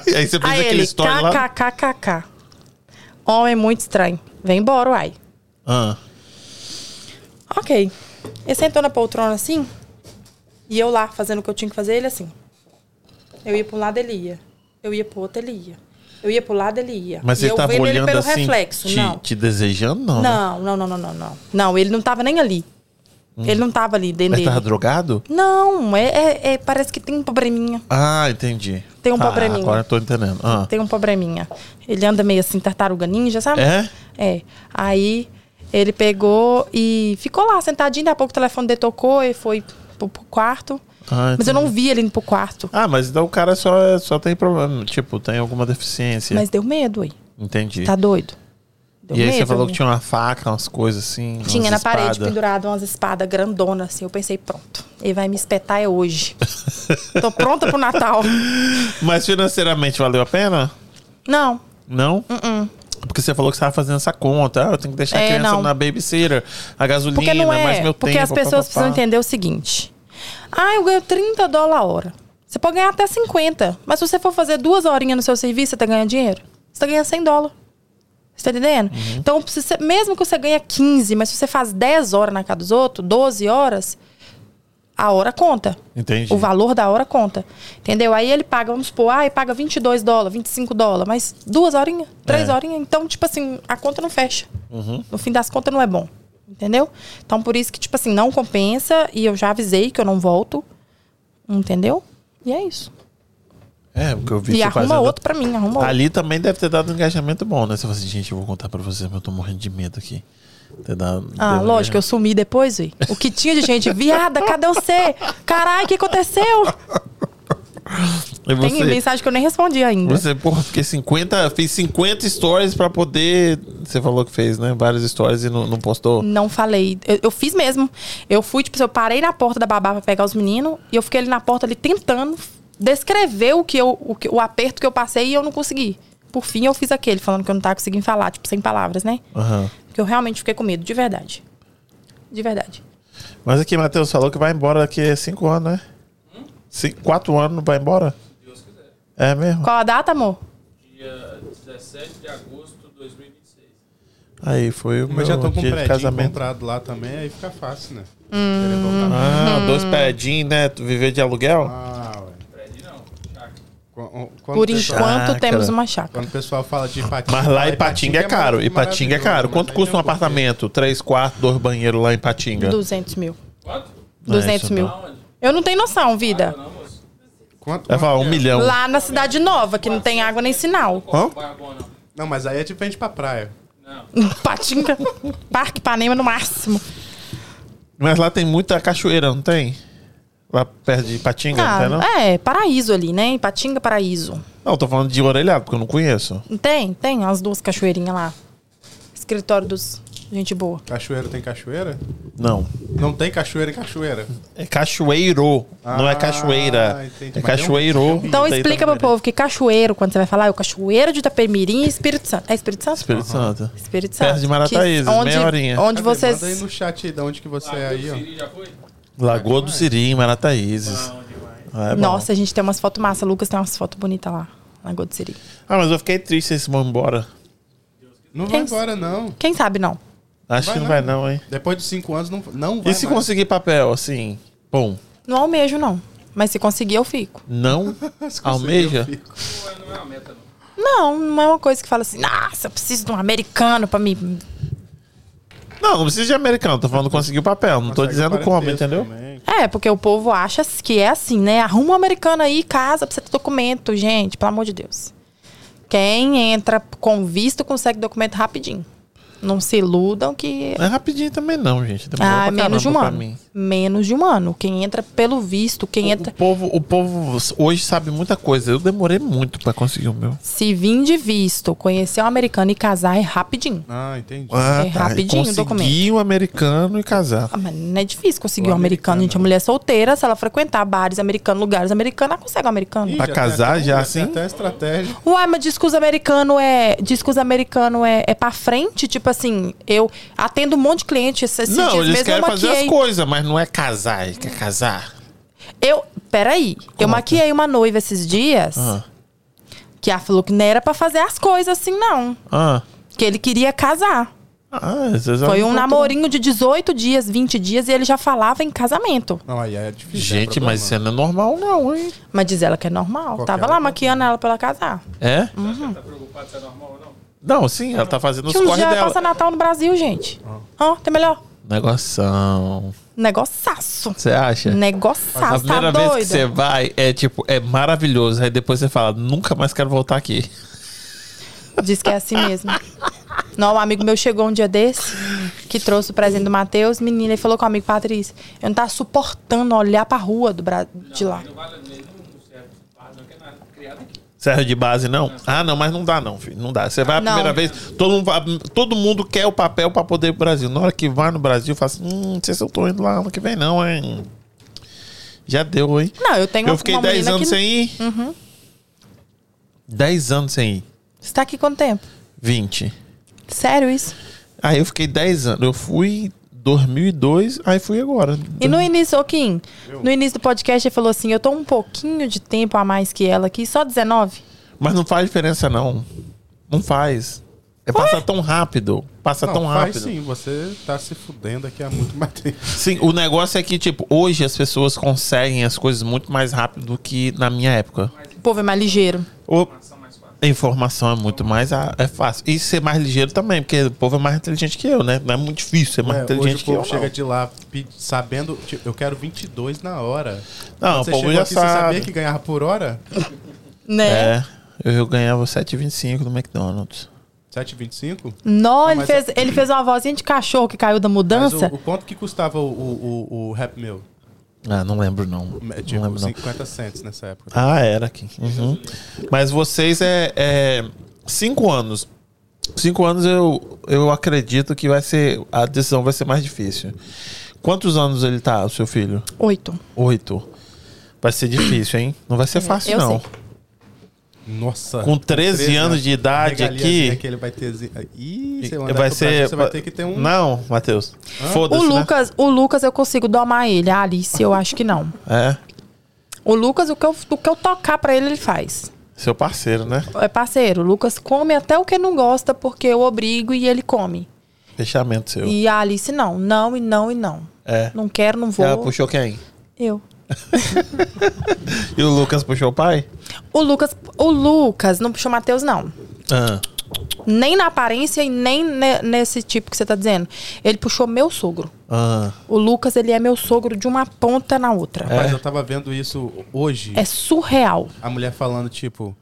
Speaker 1: E aí você fez
Speaker 3: Aí
Speaker 1: aquele
Speaker 3: ele,
Speaker 1: story lá.
Speaker 3: kkkk. Homem muito estranho. Vem embora, uai.
Speaker 1: Ah.
Speaker 3: Ok. Ele sentou na poltrona assim, e eu lá fazendo o que eu tinha que fazer, ele assim. Eu ia pra um lado, ele ia. Eu ia pro outro, ele ia. Eu ia pro lado, ele ia.
Speaker 1: Mas
Speaker 3: e
Speaker 1: ele
Speaker 3: eu
Speaker 1: tava
Speaker 3: vendo ele
Speaker 1: olhando
Speaker 3: pelo
Speaker 1: assim,
Speaker 3: reflexo.
Speaker 1: te,
Speaker 3: não.
Speaker 1: te desejando, não. né?
Speaker 3: não, não, não, não, não, não. Não, ele não tava nem ali. Ele não tava ali dentro
Speaker 1: Mas
Speaker 3: dele.
Speaker 1: Hum. tava drogado?
Speaker 3: Não, é, é- é- parece que tem um probleminha.
Speaker 1: Ah, entendi.
Speaker 3: Tem um
Speaker 1: Tá,
Speaker 3: probleminha.
Speaker 1: Agora eu tô entendendo. Ah.
Speaker 3: Tem um probleminha. Ele anda meio assim, tartaruga ninja, sabe?
Speaker 1: É?
Speaker 3: É. Aí ele pegou e ficou lá sentadinho. Daqui a pouco o telefone dele tocou e foi pro, pro quarto.
Speaker 1: Ah,
Speaker 3: Mas eu não vi ele indo pro quarto.
Speaker 1: Ah, mas então o cara só, só tem problema. Tipo, tem alguma deficiência.
Speaker 3: Mas deu medo, aí.
Speaker 1: Entendi.
Speaker 3: Tá doido? Deu
Speaker 1: e aí você falou
Speaker 3: né?
Speaker 1: que tinha uma faca, umas coisas assim.
Speaker 3: Tinha
Speaker 1: umas
Speaker 3: na parede
Speaker 1: espadas.
Speaker 3: pendurado umas espadas grandonas, assim. Eu pensei, pronto, ele vai me espetar é hoje. Tô pronta pro Natal.
Speaker 1: Mas financeiramente valeu a pena?
Speaker 3: Não, Uh-uh.
Speaker 1: Não? Porque você falou que você tava fazendo essa conta. Ah, eu tenho que deixar a
Speaker 3: Hum. É,
Speaker 1: criança
Speaker 3: não.
Speaker 1: na babysitter, a gasolina,
Speaker 3: porque não é.
Speaker 1: mais meu
Speaker 3: porque
Speaker 1: tempo.
Speaker 3: as pessoas
Speaker 1: pá, pá,
Speaker 3: precisam
Speaker 1: pá.
Speaker 3: entender o seguinte. Ah, eu ganho 30 dólares a hora. Você pode ganhar até 50. Mas se você for fazer duas horinhas no seu serviço, você tá ganhando dinheiro? Você tá ganhando 100 dólares. Você tá entendendo?
Speaker 1: Uhum.
Speaker 3: Então, se você- mesmo que você ganha 15, mas se você faz 10 horas na casa dos outros, 12 horas, a hora conta.
Speaker 1: Entendi.
Speaker 3: O valor da hora conta. Entendeu? Aí ele paga, vamos supor, ah, ele paga 22 dólares, 25 dólares, mas duas horinhas, três
Speaker 1: É. Uhum.
Speaker 3: horinhas. Então, tipo assim, a conta não fecha. No fim das contas, não é bom. Entendeu? Então, por isso que, tipo assim, não compensa e eu já avisei que eu não volto. Entendeu? E é isso.
Speaker 1: É, porque eu vi
Speaker 3: e
Speaker 1: você
Speaker 3: arruma
Speaker 1: fazendo
Speaker 3: outro pra mim, arruma outro.
Speaker 1: Ali também deve ter dado um engajamento bom, né? Você fala assim, gente, eu vou contar pra vocês, mas eu tô morrendo de medo aqui. Ter dado,
Speaker 3: Ah,
Speaker 1: deu um
Speaker 3: lógico, eu
Speaker 1: engajamento.
Speaker 3: sumi depois, vi. O que tinha de gente, viada, cadê você? Caralho, o que aconteceu?
Speaker 1: E
Speaker 3: Tem
Speaker 1: você,
Speaker 3: mensagem que eu nem respondi ainda.
Speaker 1: você, porra, fiquei 50, fiz 50 stories pra poder. Você falou que fez, né? Várias stories e não, não postou.
Speaker 3: Não falei. Eu, eu fiz mesmo. Eu fui, tipo, eu parei na porta da babá pra pegar os meninos e eu fiquei ali na porta ali tentando descrever o que eu, o, que- o aperto que eu passei e eu não consegui. Por fim, eu fiz aquele, falando que eu não tava conseguindo falar, tipo, sem palavras, né?
Speaker 1: Aham.
Speaker 3: Porque eu realmente fiquei com medo, de verdade. De verdade.
Speaker 1: Mas aqui, Matheus falou que vai embora daqui a 5 anos, né? 4 anos não vai embora?
Speaker 4: Deus quiser.
Speaker 1: É mesmo?
Speaker 3: Qual a data, amor?
Speaker 4: Dia 17 de agosto de 2026.
Speaker 1: Aí foi o meu
Speaker 2: Mas já tô com um
Speaker 1: dia de
Speaker 2: prédio
Speaker 1: casamento.
Speaker 2: comprado lá também, aí fica fácil, né?
Speaker 3: Hum.
Speaker 1: Ah, dois prédios, né? Tu viver de aluguel?
Speaker 2: Ah, ué.
Speaker 4: Prédio não. chácara.
Speaker 2: Qu- Quando o
Speaker 3: Por
Speaker 2: pessoal-
Speaker 3: enquanto, temos uma
Speaker 2: Quando o
Speaker 3: chácara.
Speaker 2: pessoal fala de Ipatinga.
Speaker 1: Mas lá
Speaker 2: fala,
Speaker 1: em Patinga é caro.
Speaker 2: maravilhoso,
Speaker 1: E Patinga é caro.
Speaker 2: mas
Speaker 1: Quanto
Speaker 2: aí
Speaker 1: custa um
Speaker 2: tem porquê.
Speaker 1: apartamento? Três quartos, dois banheiros lá em Patinga.
Speaker 3: 200 mil.
Speaker 4: Quanto?
Speaker 3: 200
Speaker 1: isso
Speaker 3: mil.
Speaker 1: não.
Speaker 4: Aonde?
Speaker 3: Eu não tenho noção, vida.
Speaker 4: Água não, moço.
Speaker 2: Quanto,
Speaker 1: Vai falar, um milhão.
Speaker 3: Lá na Cidade Nova, que não tem água nem sinal.
Speaker 4: Qual
Speaker 1: Hã?
Speaker 4: o bairro Tá bom, não?
Speaker 2: Não, mas aí é tipo a gente pra praia.
Speaker 4: Não.
Speaker 3: Patinga. Parque Ipanema no máximo.
Speaker 1: Mas lá tem muita cachoeira, não tem? Lá perto de Patinga, não tem não?
Speaker 3: Ah, é, paraíso ali, né? Patinga, paraíso.
Speaker 1: Não, eu tô falando de orelhado, porque eu não conheço.
Speaker 3: Não Tem, tem as duas cachoeirinhas lá. Escritório dos. Gente boa.
Speaker 2: Cachoeira tem cachoeira?
Speaker 1: Não.
Speaker 2: Não tem cachoeira em cachoeira.
Speaker 1: É cachoeiro, não é
Speaker 2: Ah,
Speaker 1: cachoeira. É
Speaker 2: entendi. Mas tem um-
Speaker 1: cachoeiro.
Speaker 3: Então
Speaker 1: Tem
Speaker 3: explica
Speaker 2: né?
Speaker 1: também.
Speaker 3: pro povo que cachoeiro, quando você vai falar, é o cachoeiro de Itapemirim e Espírito Santo. É Espírito Santo?
Speaker 1: Espírito Santo.
Speaker 3: Espírito Santo.
Speaker 1: Perto de Marataízes,
Speaker 3: Que-
Speaker 1: meia horinha.
Speaker 3: Onde
Speaker 2: Cadê?
Speaker 3: vocês.
Speaker 2: Manda aí no chat aí de onde que você é
Speaker 4: Lagoa do
Speaker 2: aí, ó.
Speaker 4: Siri já foi?
Speaker 1: Lagoa do Siri, em Marataízes.
Speaker 4: Não, demais.
Speaker 1: Ah, é bom.
Speaker 3: Nossa, a gente tem umas fotos massas. Lucas tem umas fotos bonitas lá. Lagoa do Siri.
Speaker 1: Ah, mas eu fiquei triste se eles vão embora.
Speaker 2: Não vai
Speaker 3: Quem-
Speaker 2: embora, não.
Speaker 3: Quem sabe não?
Speaker 1: Acho
Speaker 2: Vai
Speaker 1: que não
Speaker 2: não.
Speaker 1: vai não, hein?
Speaker 2: Depois dos cinco anos, não, não vai
Speaker 1: E se
Speaker 2: mais.
Speaker 1: conseguir papel, assim? Bom,
Speaker 3: Não almejo, não. Mas se conseguir, eu fico.
Speaker 1: não
Speaker 2: Se conseguir, eu
Speaker 1: almeja?
Speaker 2: fico.
Speaker 4: Não é- Não é uma meta, não.
Speaker 3: Não, não é uma coisa que fala assim, nossa, eu preciso de um americano pra me.
Speaker 1: Não, não precisa de americano, tô falando conseguir o papel, não tô
Speaker 2: Consegue
Speaker 1: dizendo como,
Speaker 2: parentesco
Speaker 1: entendeu?
Speaker 2: também.
Speaker 3: É, porque o povo acha que é assim, né? Arruma um americano aí, casa pra você ter documento, gente, pelo amor de Deus. Quem entra com visto consegue documento rapidinho. Não se iludam que
Speaker 1: Não é rapidinho também não, gente. Demorou
Speaker 3: Ah,
Speaker 1: pra
Speaker 3: menos de um
Speaker 1: caramba pra
Speaker 3: ano.
Speaker 1: mim. Uhum.
Speaker 3: Menos de um ano. Quem entra pelo visto, quem
Speaker 1: O
Speaker 3: entra.
Speaker 1: povo, o povo hoje sabe muita coisa. Eu demorei muito pra conseguir o meu.
Speaker 3: Se vir de visto, conhecer um americano e casar é rapidinho.
Speaker 2: Ah, entendi.
Speaker 1: Ah,
Speaker 3: É rapidinho o
Speaker 1: Consegui
Speaker 3: documento.
Speaker 1: o americano e casar.
Speaker 3: Ah, mas não é difícil conseguir
Speaker 2: O
Speaker 3: um americano.
Speaker 2: americano.
Speaker 3: Gente, a mulher solteira, se ela frequentar bares americanos, lugares americanos, ela consegue um americano.
Speaker 2: Ih,
Speaker 1: Pra
Speaker 2: já
Speaker 1: casar,
Speaker 2: tem até-
Speaker 1: já assim?
Speaker 2: Até estratégia.
Speaker 3: Uai, mas diz que os americanos é. Diz que os americanos é, é pra frente. Tipo assim, eu atendo um monte de cliente esses esses
Speaker 1: não,
Speaker 3: dias
Speaker 1: eles
Speaker 3: mesmo.
Speaker 1: querem
Speaker 3: eu
Speaker 1: fazer
Speaker 3: maquiei.
Speaker 1: as coisas, mas não é casar, ele quer casar.
Speaker 3: Eu. Peraí, eu
Speaker 1: Conta.
Speaker 3: maquiei uma noiva esses dias
Speaker 1: Ah,
Speaker 3: que ela falou que não era pra fazer as coisas assim, não.
Speaker 1: ah,
Speaker 3: Que ele queria casar.
Speaker 1: ah, às vezes
Speaker 3: Foi
Speaker 1: eu
Speaker 3: um
Speaker 1: não-
Speaker 3: namorinho de 18 dias, 20 dias e ele já falava em casamento.
Speaker 2: Não, aí é difícil.
Speaker 1: Gente,
Speaker 2: é
Speaker 1: mas isso não é normal não, hein?
Speaker 3: Mas diz ela que é normal.
Speaker 2: Qualquer
Speaker 3: Tava
Speaker 1: um.
Speaker 3: lá
Speaker 2: outra.
Speaker 3: maquiando ela pra ela casar.
Speaker 1: É?
Speaker 4: Tá preocupado se é normal ou não?
Speaker 1: Não, sim, ela tá fazendo os
Speaker 3: Que uns
Speaker 1: corre
Speaker 3: dias ela passa
Speaker 1: dela. Ah.
Speaker 3: Natal no Brasil, gente. Ó, tem melhor.
Speaker 1: Negoção.
Speaker 3: Negociaço.
Speaker 1: Você acha? É. A
Speaker 3: Negociaço, tá
Speaker 1: primeira vez que você
Speaker 3: doido?
Speaker 1: vai é tipo, é maravilhoso. Aí depois você fala, nunca mais quero voltar aqui.
Speaker 3: Diz que é assim mesmo. Não, um amigo meu chegou um dia desse, que trouxe o presente do Matheus, menina, ele falou com o amigo Patrícia, eu não tava suportando olhar pra rua do Bra... de lá.
Speaker 4: Não vale nenhum certo. Ah, não quer nada. Criado aqui.
Speaker 1: Serve de base, não? Ah, não, mas não dá, não, filho. Não dá. Você vai a
Speaker 3: Não.
Speaker 1: primeira vez, todo mundo, va- todo mundo quer o papel pra poder ir pro Brasil. Na hora que vai no Brasil, fala assim: hum, não sei se eu tô indo lá ano que vem, não, hein? Já deu, hein?
Speaker 3: Não, eu tenho
Speaker 1: eu fiquei
Speaker 3: uma
Speaker 1: 10
Speaker 3: menina
Speaker 1: anos
Speaker 3: que... Uhum.
Speaker 1: sem ir. 10 anos sem ir.
Speaker 3: Você tá aqui quanto tempo?
Speaker 1: 20.
Speaker 3: Sério isso?
Speaker 1: Aí eu fiquei 10 anos. Eu fui em 2002, aí fui agora.
Speaker 3: E no início, ô Kim, no início do podcast ele falou assim: eu tô um pouquinho de tempo a mais que ela aqui, só 19.
Speaker 1: Mas não faz diferença, não. Não faz. É passar tão rápido. Passa
Speaker 2: né?
Speaker 1: é
Speaker 2: Não,
Speaker 1: tão
Speaker 2: faz
Speaker 1: rápido.
Speaker 2: sim, você tá se fudendo aqui há muito mais tempo.
Speaker 1: Sim, o negócio é que, tipo, hoje as pessoas conseguem as coisas muito mais rápido do que na minha época.
Speaker 3: O povo é mais ligeiro.
Speaker 1: O- A informação é muito mais. a- É fácil. E ser mais ligeiro também, porque o povo é mais inteligente que eu, né? Não é muito difícil ser mais
Speaker 2: É, hoje
Speaker 1: inteligente
Speaker 2: o
Speaker 1: que eu.
Speaker 2: povo
Speaker 1: não.
Speaker 2: chega de lá pe- sabendo, tipo, eu quero 22 na hora.
Speaker 1: Não,
Speaker 2: Quando
Speaker 1: o povo
Speaker 2: chegou
Speaker 1: já
Speaker 2: aqui, Você
Speaker 1: sabe.
Speaker 2: sabia que ganhava por hora?
Speaker 3: Né?
Speaker 1: É. Eu, eu ganhava 7,25 no McDonald's.
Speaker 2: 7,25?
Speaker 3: Nó, ele,
Speaker 2: mas
Speaker 3: fez,
Speaker 1: é-
Speaker 3: ele fez uma vozinha de cachorro que caiu da
Speaker 2: Mas o,
Speaker 3: mudança.
Speaker 2: o quanto que custava o, o, o, o Happy Meal?
Speaker 1: Ah, não lembro, não.
Speaker 2: É,
Speaker 1: não
Speaker 2: Tipo,
Speaker 1: lembro, não.
Speaker 2: 50 cents nessa época.
Speaker 1: Ah, era aqui. Uhum. Mas vocês é, é cinco anos. Cinco anos eu, eu acredito que vai ser a decisão vai ser mais difícil. Quantos anos ele tá, o seu filho?
Speaker 3: Oito.
Speaker 1: Oito. Vai ser difícil, hein? Não vai ser fácil,
Speaker 3: É, eu
Speaker 1: não.
Speaker 3: sei.
Speaker 2: Nossa.
Speaker 1: Ah, Com 13 anos de idade
Speaker 2: regaliazinha
Speaker 1: aqui-
Speaker 2: Que ele vai ter... zi- Ih, você mandar
Speaker 1: Vai
Speaker 2: pro Brasil,
Speaker 1: ser.
Speaker 2: Você vai ter que ter um...
Speaker 1: Não, Matheus. Foda-se.
Speaker 3: O
Speaker 1: né?
Speaker 3: Lucas, o Lucas eu consigo domar ele. A Alice, eu acho que não.
Speaker 1: É.
Speaker 3: O Lucas, o que eu, o que eu tocar pra ele, ele faz.
Speaker 1: Seu parceiro, né?
Speaker 3: É parceiro, o Lucas come até o que não gosta, porque eu obrigo e ele come.
Speaker 1: Fechamento seu.
Speaker 3: E a Alice, não. Não, e não, e não.
Speaker 1: É.
Speaker 3: Não quero, não vou.
Speaker 1: Ela puxou quem?
Speaker 3: Eu.
Speaker 1: E o Lucas puxou o pai?
Speaker 3: O Lucas, o Lucas não puxou o Matheus, não.
Speaker 1: Ah.
Speaker 3: Nem na aparência e nem ne- nesse tipo que você tá dizendo. Ele puxou meu sogro.
Speaker 1: Ah.
Speaker 3: O Lucas, ele é meu sogro de uma ponta na outra.
Speaker 2: Rapaz, eu tava vendo isso hoje.
Speaker 3: É, surreal.
Speaker 2: A mulher falando, tipo...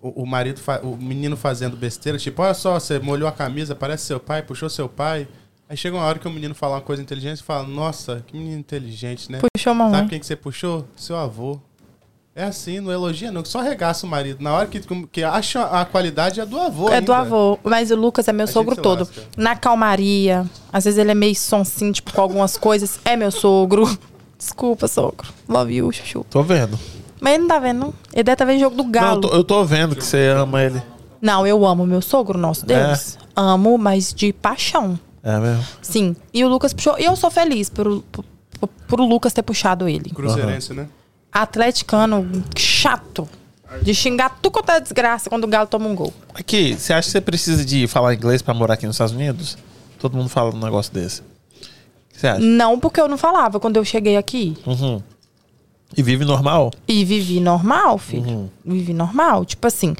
Speaker 2: O, o marido, fa- o menino fazendo besteira, tipo, olha só, você molhou a camisa, parece seu pai, puxou seu pai. Aí chega uma hora que o menino fala uma coisa inteligente e fala, nossa, que menino inteligente, né?
Speaker 3: Puxou a
Speaker 2: Sabe
Speaker 3: mamãe.
Speaker 2: quem que você puxou? Seu avô. É assim, não elogia não, que só regaça o marido. Na hora que, que acha a qualidade é do avô
Speaker 3: É
Speaker 2: ainda.
Speaker 3: do avô, mas o Lucas é meu
Speaker 2: A
Speaker 3: sogro
Speaker 2: gente se
Speaker 3: todo.
Speaker 2: lasca.
Speaker 3: Na calmaria, às vezes ele é meio sonsinho, tipo, com algumas coisas. É meu sogro. Desculpa, sogro. Love you, chuchu.
Speaker 1: Tô vendo.
Speaker 3: Mas ele não tá vendo, não. Ele deve tá vendo jogo do
Speaker 1: Não,
Speaker 3: galo.
Speaker 1: eu tô, eu tô vendo que você ama ele.
Speaker 3: Não, eu amo meu sogro,
Speaker 2: É.
Speaker 3: nosso Deus. Amo, mas de paixão.
Speaker 1: É mesmo.
Speaker 3: Sim. E o Lucas puxou. E eu sou feliz por, por, por o Lucas ter puxado ele.
Speaker 2: Cruzeirense, né?
Speaker 3: Atleticano chato. De xingar tu quanto é desgraça quando o Galo toma um gol.
Speaker 1: Aqui, você acha que você precisa de falar inglês pra morar aqui nos Estados Unidos? Todo mundo fala um negócio desse. O que você acha?
Speaker 3: Não porque eu não falava quando eu cheguei aqui.
Speaker 1: Uhum. E vive normal?
Speaker 3: E vivi normal, filho. Vivi normal. Tipo assim,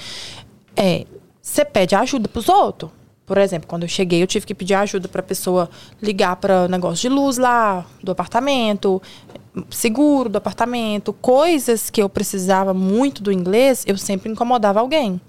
Speaker 3: É, você pede ajuda pros outros. Por exemplo, quando eu cheguei, eu tive que pedir ajuda pra pessoa ligar para negócio de luz lá, do apartamento, seguro do apartamento, coisas que eu precisava muito do inglês, eu sempre incomodava alguém.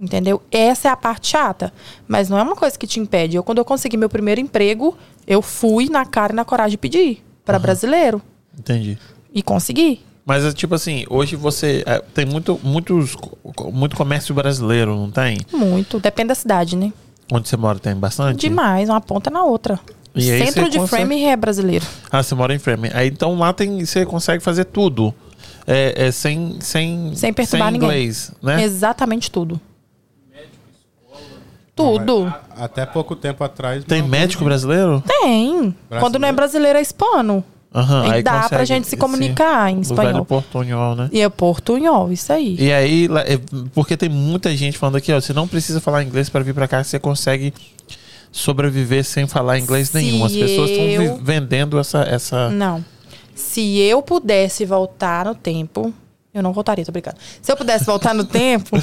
Speaker 3: Entendeu? Essa é a parte chata. Mas não é uma coisa que te impede. Eu, quando eu consegui meu primeiro emprego, eu fui na cara e na coragem pedir pra brasileiro.
Speaker 6: Entendi.
Speaker 3: E consegui.
Speaker 1: Mas é tipo assim, hoje você. é, tem muito, muitos, co- muito comércio brasileiro, não tem?
Speaker 3: Muito. Depende da cidade, né?
Speaker 1: Onde você mora tem bastante?
Speaker 3: Demais, uma ponta na outra.
Speaker 1: E aí
Speaker 3: Centro
Speaker 1: você
Speaker 3: de
Speaker 1: consegue-
Speaker 3: frame é brasileiro.
Speaker 1: Ah, você mora em Frame. Aí então lá tem, você consegue fazer tudo. É, é sem, sem.
Speaker 3: Sem perturbar ninguém.
Speaker 1: inglês, né?
Speaker 3: Exatamente tudo. Tudo.
Speaker 2: Até pouco tempo atrás.
Speaker 1: Tem
Speaker 2: não-
Speaker 1: médico brasileiro?
Speaker 3: Tem. Quando não é brasileiro, é hispano.
Speaker 1: Aham.
Speaker 3: E
Speaker 1: aí
Speaker 3: dá pra
Speaker 1: consegue
Speaker 3: gente se
Speaker 1: esse-
Speaker 3: comunicar em
Speaker 1: O velho
Speaker 3: espanhol.
Speaker 1: portunhol, né?
Speaker 3: E é portunhol, isso aí.
Speaker 1: E aí, lá- é, porque tem muita gente falando aqui, ó, você não precisa falar inglês pra vir pra cá, você consegue sobreviver sem falar inglês
Speaker 3: Se
Speaker 1: nenhum. As pessoas estão
Speaker 3: eu- Hum.
Speaker 1: vendendo essa, essa
Speaker 3: Não. Se eu pudesse voltar no tempo. Eu não voltaria, tô brincando. Se eu pudesse voltar no tempo,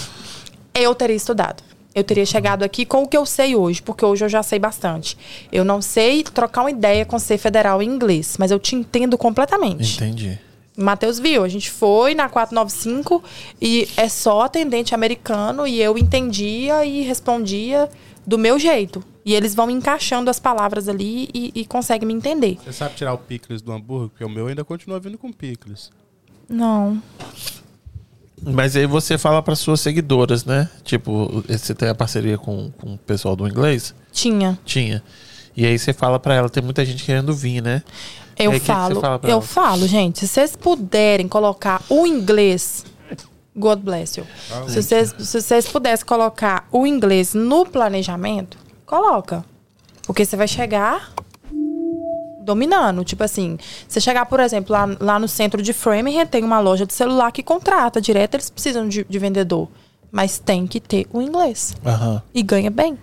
Speaker 3: eu teria estudado. Eu teria chegado aqui com o que eu sei hoje, porque hoje eu já sei bastante. Eu não sei trocar uma ideia com ser federal em inglês, mas eu te entendo completamente.
Speaker 1: Entendi.
Speaker 3: Matheus viu, a gente foi na 495 e é só atendente americano e eu entendia e respondia do meu jeito. E eles vão encaixando as palavras ali e, e conseguem me entender.
Speaker 2: Você sabe tirar o picles do hambúrguer? Porque o meu ainda continua vindo com picles.
Speaker 3: Não.
Speaker 1: Mas aí você fala para suas seguidoras, né? Tipo, você tem a parceria com, com o pessoal do inglês?
Speaker 3: Tinha.
Speaker 1: Tinha. E aí você fala para ela, tem muita gente querendo vir, né?
Speaker 3: É, Eu
Speaker 1: E aí, o que que você
Speaker 3: falo,
Speaker 1: fala pra
Speaker 3: eu
Speaker 1: ela?
Speaker 3: falo, gente, se vocês puderem colocar o inglês, God bless you.
Speaker 1: Ah,
Speaker 3: Se vocês, se vocês pudessem colocar o inglês no planejamento, coloca. Porque você vai chegar dominando. Tipo assim, você chegar, por exemplo, lá, lá no centro de Framingham, tem uma loja de celular que contrata direto, eles precisam de, de vendedor. Mas tem que ter o inglês.
Speaker 1: Aham.
Speaker 3: E ganha bem.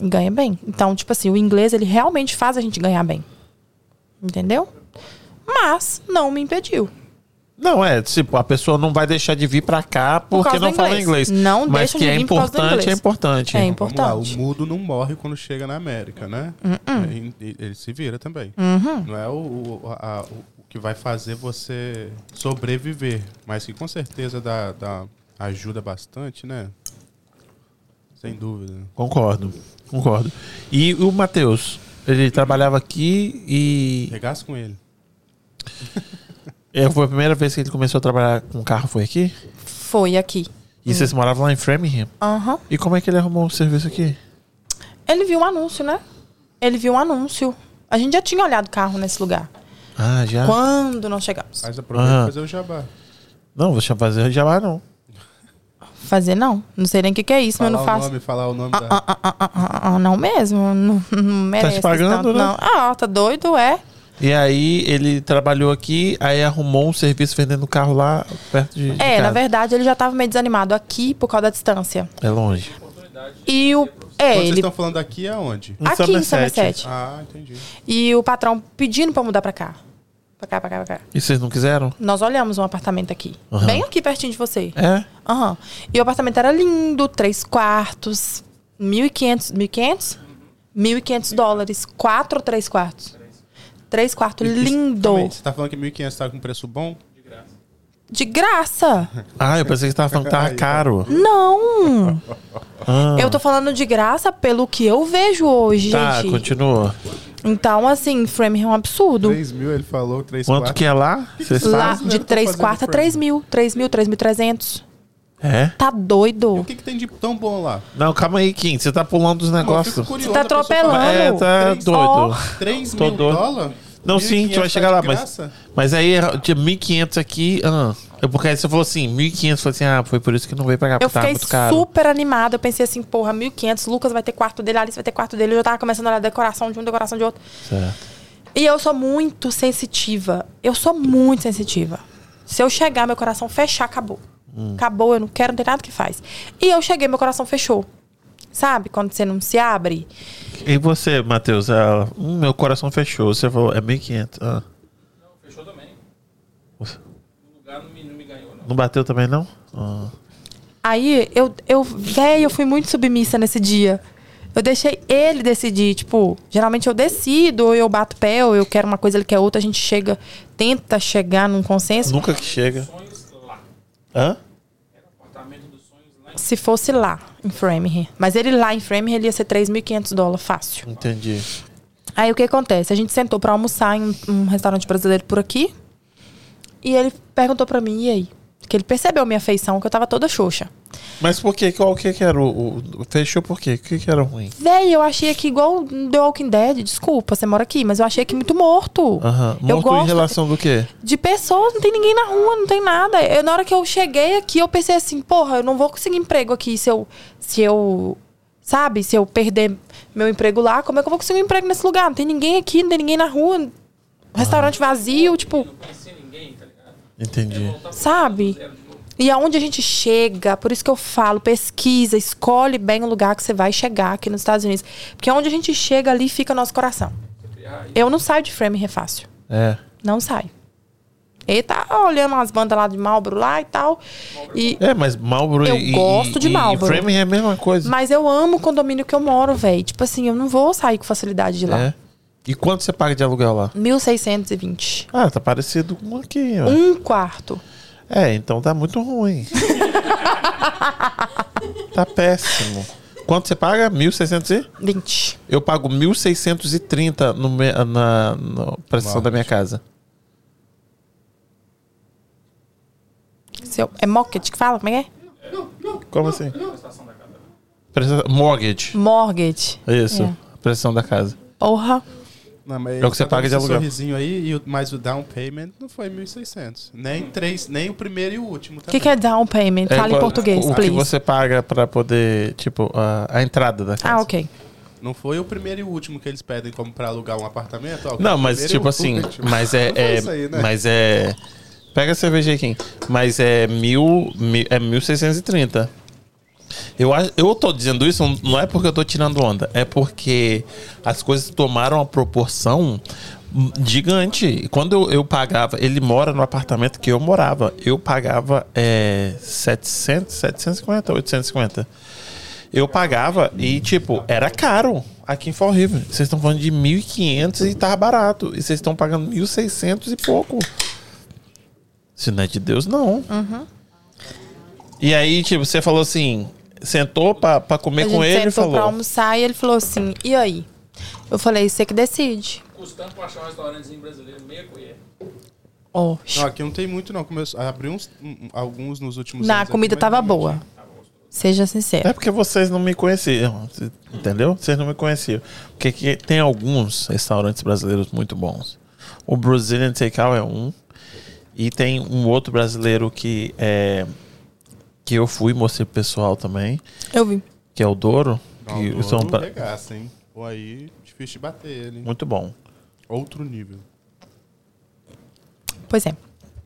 Speaker 3: E ganha bem. Então, tipo assim, o inglês, ele realmente faz a gente ganhar bem. Entendeu? Mas não me impediu.
Speaker 1: Não, é, tipo, a pessoa não vai deixar de vir pra cá
Speaker 3: Por
Speaker 1: porque
Speaker 3: causa
Speaker 1: não
Speaker 3: do
Speaker 1: fala
Speaker 3: inglês.
Speaker 1: inglês.
Speaker 3: Não
Speaker 1: Mas
Speaker 3: deixa
Speaker 1: que
Speaker 3: de
Speaker 1: é
Speaker 3: vir por causa do
Speaker 1: importante, é
Speaker 3: inglês.
Speaker 1: importante.
Speaker 3: É
Speaker 2: Vamos lá, o
Speaker 3: importante. Uh-uh.
Speaker 2: mudo não morre quando chega na América, né? É, e- e- Ele se vira também.
Speaker 3: Uhum.
Speaker 2: Não é o, o- a- a- o que vai fazer você sobreviver, mas que com certeza dá, dá- ajuda bastante, né? Sem dúvida.
Speaker 1: Concordo, concordo. E o Matheus, ele trabalhava aqui e
Speaker 2: Regaço com ele.
Speaker 1: é, foi a primeira vez que ele começou a trabalhar com carro foi aqui?
Speaker 3: Foi aqui.
Speaker 1: E vocês moravam lá em Framingham?
Speaker 3: Aham.
Speaker 1: E como é que ele arrumou o serviço aqui?
Speaker 3: Ele viu um anúncio, né? Ele viu um anúncio. A gente já tinha olhado carro nesse lugar.
Speaker 1: Ah, já.
Speaker 3: Quando nós chegamos.
Speaker 2: Mas aproveita pra
Speaker 1: Ah.
Speaker 2: fazer o jabá.
Speaker 1: Não, vou chamar- fazer já lá não.
Speaker 3: Fazer não. Não sei nem o que, que é isso, mas eu
Speaker 2: Falar
Speaker 3: não
Speaker 2: o
Speaker 3: faço.
Speaker 2: nome, falar o nome da.
Speaker 3: Ah, ah, ah, ah, ah, ah, não mesmo. Não, não merece.
Speaker 1: te pagando,
Speaker 3: tanto,
Speaker 1: né?
Speaker 3: não. Ah, tá doido, é.
Speaker 1: E aí ele trabalhou aqui, aí arrumou um serviço vendendo carro lá perto de, de
Speaker 3: É,
Speaker 1: casa.
Speaker 3: na verdade, ele já tava meio desanimado aqui por causa da distância.
Speaker 1: É longe.
Speaker 3: E o.
Speaker 2: Quando
Speaker 3: É,
Speaker 2: vocês
Speaker 3: ele.
Speaker 2: estão falando aqui é onde?
Speaker 1: Em
Speaker 3: aqui em
Speaker 1: Somerset.
Speaker 3: Somerset.
Speaker 2: Ah, entendi.
Speaker 3: E o patrão pedindo pra mudar pra cá. Pra cá, pra cá, pra cá.
Speaker 1: E vocês não quiseram?
Speaker 3: Nós olhamos um apartamento aqui.
Speaker 1: Aham.
Speaker 3: Bem aqui pertinho de você.
Speaker 1: É?
Speaker 3: Aham. E o apartamento era lindo, três quartos, 1.500, 1.500? 1.500 dólares, quatro ou três quartos? Três quartos,
Speaker 2: E- e- calma aí,
Speaker 3: lindo.
Speaker 2: Você tá falando que 1.500 tá com preço bom?
Speaker 3: De graça.
Speaker 1: Ah, eu pensei que você tava falando que tava caro.
Speaker 3: Não.
Speaker 1: Ah,
Speaker 3: Eu tô falando de graça pelo que eu vejo hoje,
Speaker 1: tá,
Speaker 3: gente.
Speaker 1: continua.
Speaker 3: Então, assim, frame é um absurdo.
Speaker 2: 3 mil, ele falou, 3
Speaker 1: Quanto que é lá? Vocês
Speaker 3: Lá,
Speaker 1: fazem?
Speaker 2: Faz, né?
Speaker 3: de
Speaker 2: Tô
Speaker 3: três
Speaker 2: fazendo
Speaker 3: quartos a
Speaker 2: frame.
Speaker 3: 3 mil. 3 mil, 3.300.
Speaker 1: É?
Speaker 3: Tá doido.
Speaker 2: O que, que tem de tão bom lá?
Speaker 1: Não, calma aí, Kim. Você tá pulando os negócios.
Speaker 3: Você tá atropelando.
Speaker 2: "Ah,
Speaker 1: É, tá
Speaker 2: Três-
Speaker 1: doido.
Speaker 2: 3
Speaker 1: Tô
Speaker 2: mil
Speaker 1: doido.
Speaker 2: dólares?
Speaker 1: Não, sim, a gente vai chegar lá, mas.
Speaker 2: é
Speaker 1: Mas aí tinha 1.500 aqui. Ah, é porque aí você falou assim, 1.500, eu falei assim, ah, foi por isso que não veio pagar,
Speaker 3: Eu
Speaker 1: porque tava
Speaker 3: fiquei
Speaker 1: tá muito caro.
Speaker 3: super animada. Eu pensei assim, porra, 1.500. Lucas vai ter quarto dele, Alice vai ter quarto dele. Eu já tava começando a olhar decoração de um, decoração de outro.
Speaker 1: Certo.
Speaker 3: E eu sou muito sensitiva. Eu sou muito sensitiva. Se eu chegar, meu coração fechar, acabou. Acabou, eu não quero, não tem nada que faz. E eu cheguei, meu coração fechou. Sabe? Quando você não se abre.
Speaker 1: E você, Matheus? Ela, hum, meu coração fechou. Você falou, é 1.500. Ah,
Speaker 7: Não, fechou também.
Speaker 1: Ufa.
Speaker 7: O lugar não me, não me ganhou, não.
Speaker 1: não bateu também, não? Ah.
Speaker 3: Aí eu, eu velho, eu fui muito submissa nesse dia. Eu deixei ele decidir, tipo, geralmente eu decido, ou eu bato pé, ou eu quero uma coisa, ele quer outra, a gente chega, tenta chegar num consenso.
Speaker 1: Nunca que chega.
Speaker 4: Sonhos lá.
Speaker 1: Hã?
Speaker 4: Apartamento dos sonhos lá em
Speaker 3: Se fosse lá, em Framingham. Mas ele lá em Framingham, ele ia ser 3.500 dólares, fácil.
Speaker 1: Entendi.
Speaker 3: Aí o que acontece? A gente sentou pra almoçar em um, um restaurante brasileiro por aqui. E ele perguntou pra mim, e aí? Porque ele percebeu minha feição, que eu tava toda xoxa.
Speaker 1: Mas por quê? Qual que que era o, o- Fechou por quê? O que que era ruim?
Speaker 3: Véi, eu achei aqui igual The Walking Dead, desculpa, você mora aqui, mas eu achei aqui muito morto.
Speaker 1: Aham.
Speaker 3: Eu
Speaker 1: Morto em
Speaker 3: gosto
Speaker 1: relação do quê?
Speaker 3: de pessoas, não tem ninguém na rua, não tem nada. Eu, na hora que eu cheguei aqui, eu pensei assim, porra, eu não vou conseguir emprego aqui se eu. Se eu. Sabe, se eu perder meu emprego lá, como é que eu vou conseguir um emprego nesse lugar? Não tem ninguém aqui, não tem ninguém na rua. Restaurante
Speaker 1: Ah.
Speaker 3: vazio, tipo,
Speaker 4: conhecer ninguém, tá ligado?
Speaker 7: É
Speaker 1: Entendi.
Speaker 3: sabe? E aonde a gente chega, por isso que eu falo, pesquisa, escolhe bem o lugar que você vai chegar aqui nos Estados Unidos. Porque aonde a gente chega, ali fica nosso coração. Eu não saio de frame refácil.
Speaker 1: É.
Speaker 3: Não saio. Ele tá olhando umas bandas lá de Marlboro lá e tal. E,
Speaker 1: É, mas Marlboro
Speaker 3: Eu
Speaker 1: e,
Speaker 3: gosto de
Speaker 1: e,
Speaker 3: Marlboro.
Speaker 1: E Framingham é a mesma coisa.
Speaker 3: mas eu amo o condomínio que eu moro, velho. Tipo assim, eu não vou sair com facilidade de lá.
Speaker 1: É. E quanto você paga de aluguel lá?
Speaker 3: 1.620.
Speaker 1: Ah, tá parecido com aqui, ó.
Speaker 3: Um quarto.
Speaker 1: É, então tá muito ruim. tá péssimo. Quanto você paga? 1.600 e?
Speaker 3: 20.
Speaker 1: Eu pago 1.630 no me- na, na prestação da minha casa.
Speaker 3: Seu, é mocket que fala? Como é que é?
Speaker 1: Como assim? Presta- Mortgage.
Speaker 3: Mortgage.
Speaker 1: Isso.
Speaker 3: É.
Speaker 1: Prestação da casa.
Speaker 3: Porra.
Speaker 2: Não, mas
Speaker 1: É o que você
Speaker 2: tá
Speaker 1: paga
Speaker 2: dando
Speaker 1: de
Speaker 2: esse
Speaker 1: aluguel.
Speaker 2: sorrisinho aí, e o, mas o down payment não foi 1.600. Nem três, nem o primeiro e o último
Speaker 3: O
Speaker 2: também.
Speaker 3: que, que é down payment? Fala
Speaker 1: igual-
Speaker 3: em português,
Speaker 1: o
Speaker 3: please.
Speaker 1: que você paga pra poder, tipo, a, a entrada da casa.
Speaker 3: Ah, ok.
Speaker 2: Não foi o primeiro e o último que eles pedem como pra alugar um apartamento? Ó,
Speaker 1: Não,
Speaker 2: o
Speaker 1: mas
Speaker 2: primeiro e
Speaker 1: tipo
Speaker 2: o
Speaker 1: assim,
Speaker 2: último.
Speaker 1: mas é,
Speaker 2: Não foi
Speaker 1: é-
Speaker 2: isso aí, né?
Speaker 1: mas é, pega a cerveja aí, Kim. Mas é mil, mil é 1630. Eu, acho- eu tô dizendo isso, não é porque eu tô tirando onda, é porque as coisas tomaram uma proporção gigante. E Quando eu, eu pagava, ele mora no apartamento que eu morava, eu pagava é, 700, 750, 850. Eu pagava e, tipo, era caro aqui em Fall River. Vocês estão falando de 1.500 e tava barato. E vocês estão pagando 1.600 e pouco. Se não é de Deus, não.
Speaker 3: Uhum.
Speaker 1: E aí, tipo, você falou assim... Sentou pra, pra comer
Speaker 3: a
Speaker 1: com
Speaker 3: gente
Speaker 1: ele e
Speaker 3: sentou pra
Speaker 1: falou...
Speaker 3: almoçar e ele falou assim, e aí? Eu falei, você que decide.
Speaker 4: Custando pra achar um restaurantezinho brasileiro, meia colher.
Speaker 3: Ó,
Speaker 2: Não, aqui não tem muito, não. Começou, abriu uns, um- alguns nos últimos
Speaker 3: na
Speaker 2: anos aqui,
Speaker 3: comida
Speaker 2: mas
Speaker 3: tava
Speaker 2: não é tinha.
Speaker 3: boa. Seja sincero.
Speaker 1: É porque vocês não me conheciam, cê- entendeu? Vocês não me conheciam. Porque aqui tem alguns restaurantes brasileiros muito bons. O Brazilian Takeout é um. E tem um outro brasileiro que é... Que eu fui, mostrei pro pessoal também.
Speaker 3: Eu vi.
Speaker 1: que é o Douro.
Speaker 2: Não,
Speaker 1: que
Speaker 2: o
Speaker 1: são
Speaker 2: Douro
Speaker 1: pra-
Speaker 2: regaça, hein? Ou aí, difícil de bater ele. hein?
Speaker 1: Muito bom.
Speaker 2: Outro nível.
Speaker 3: Pois é.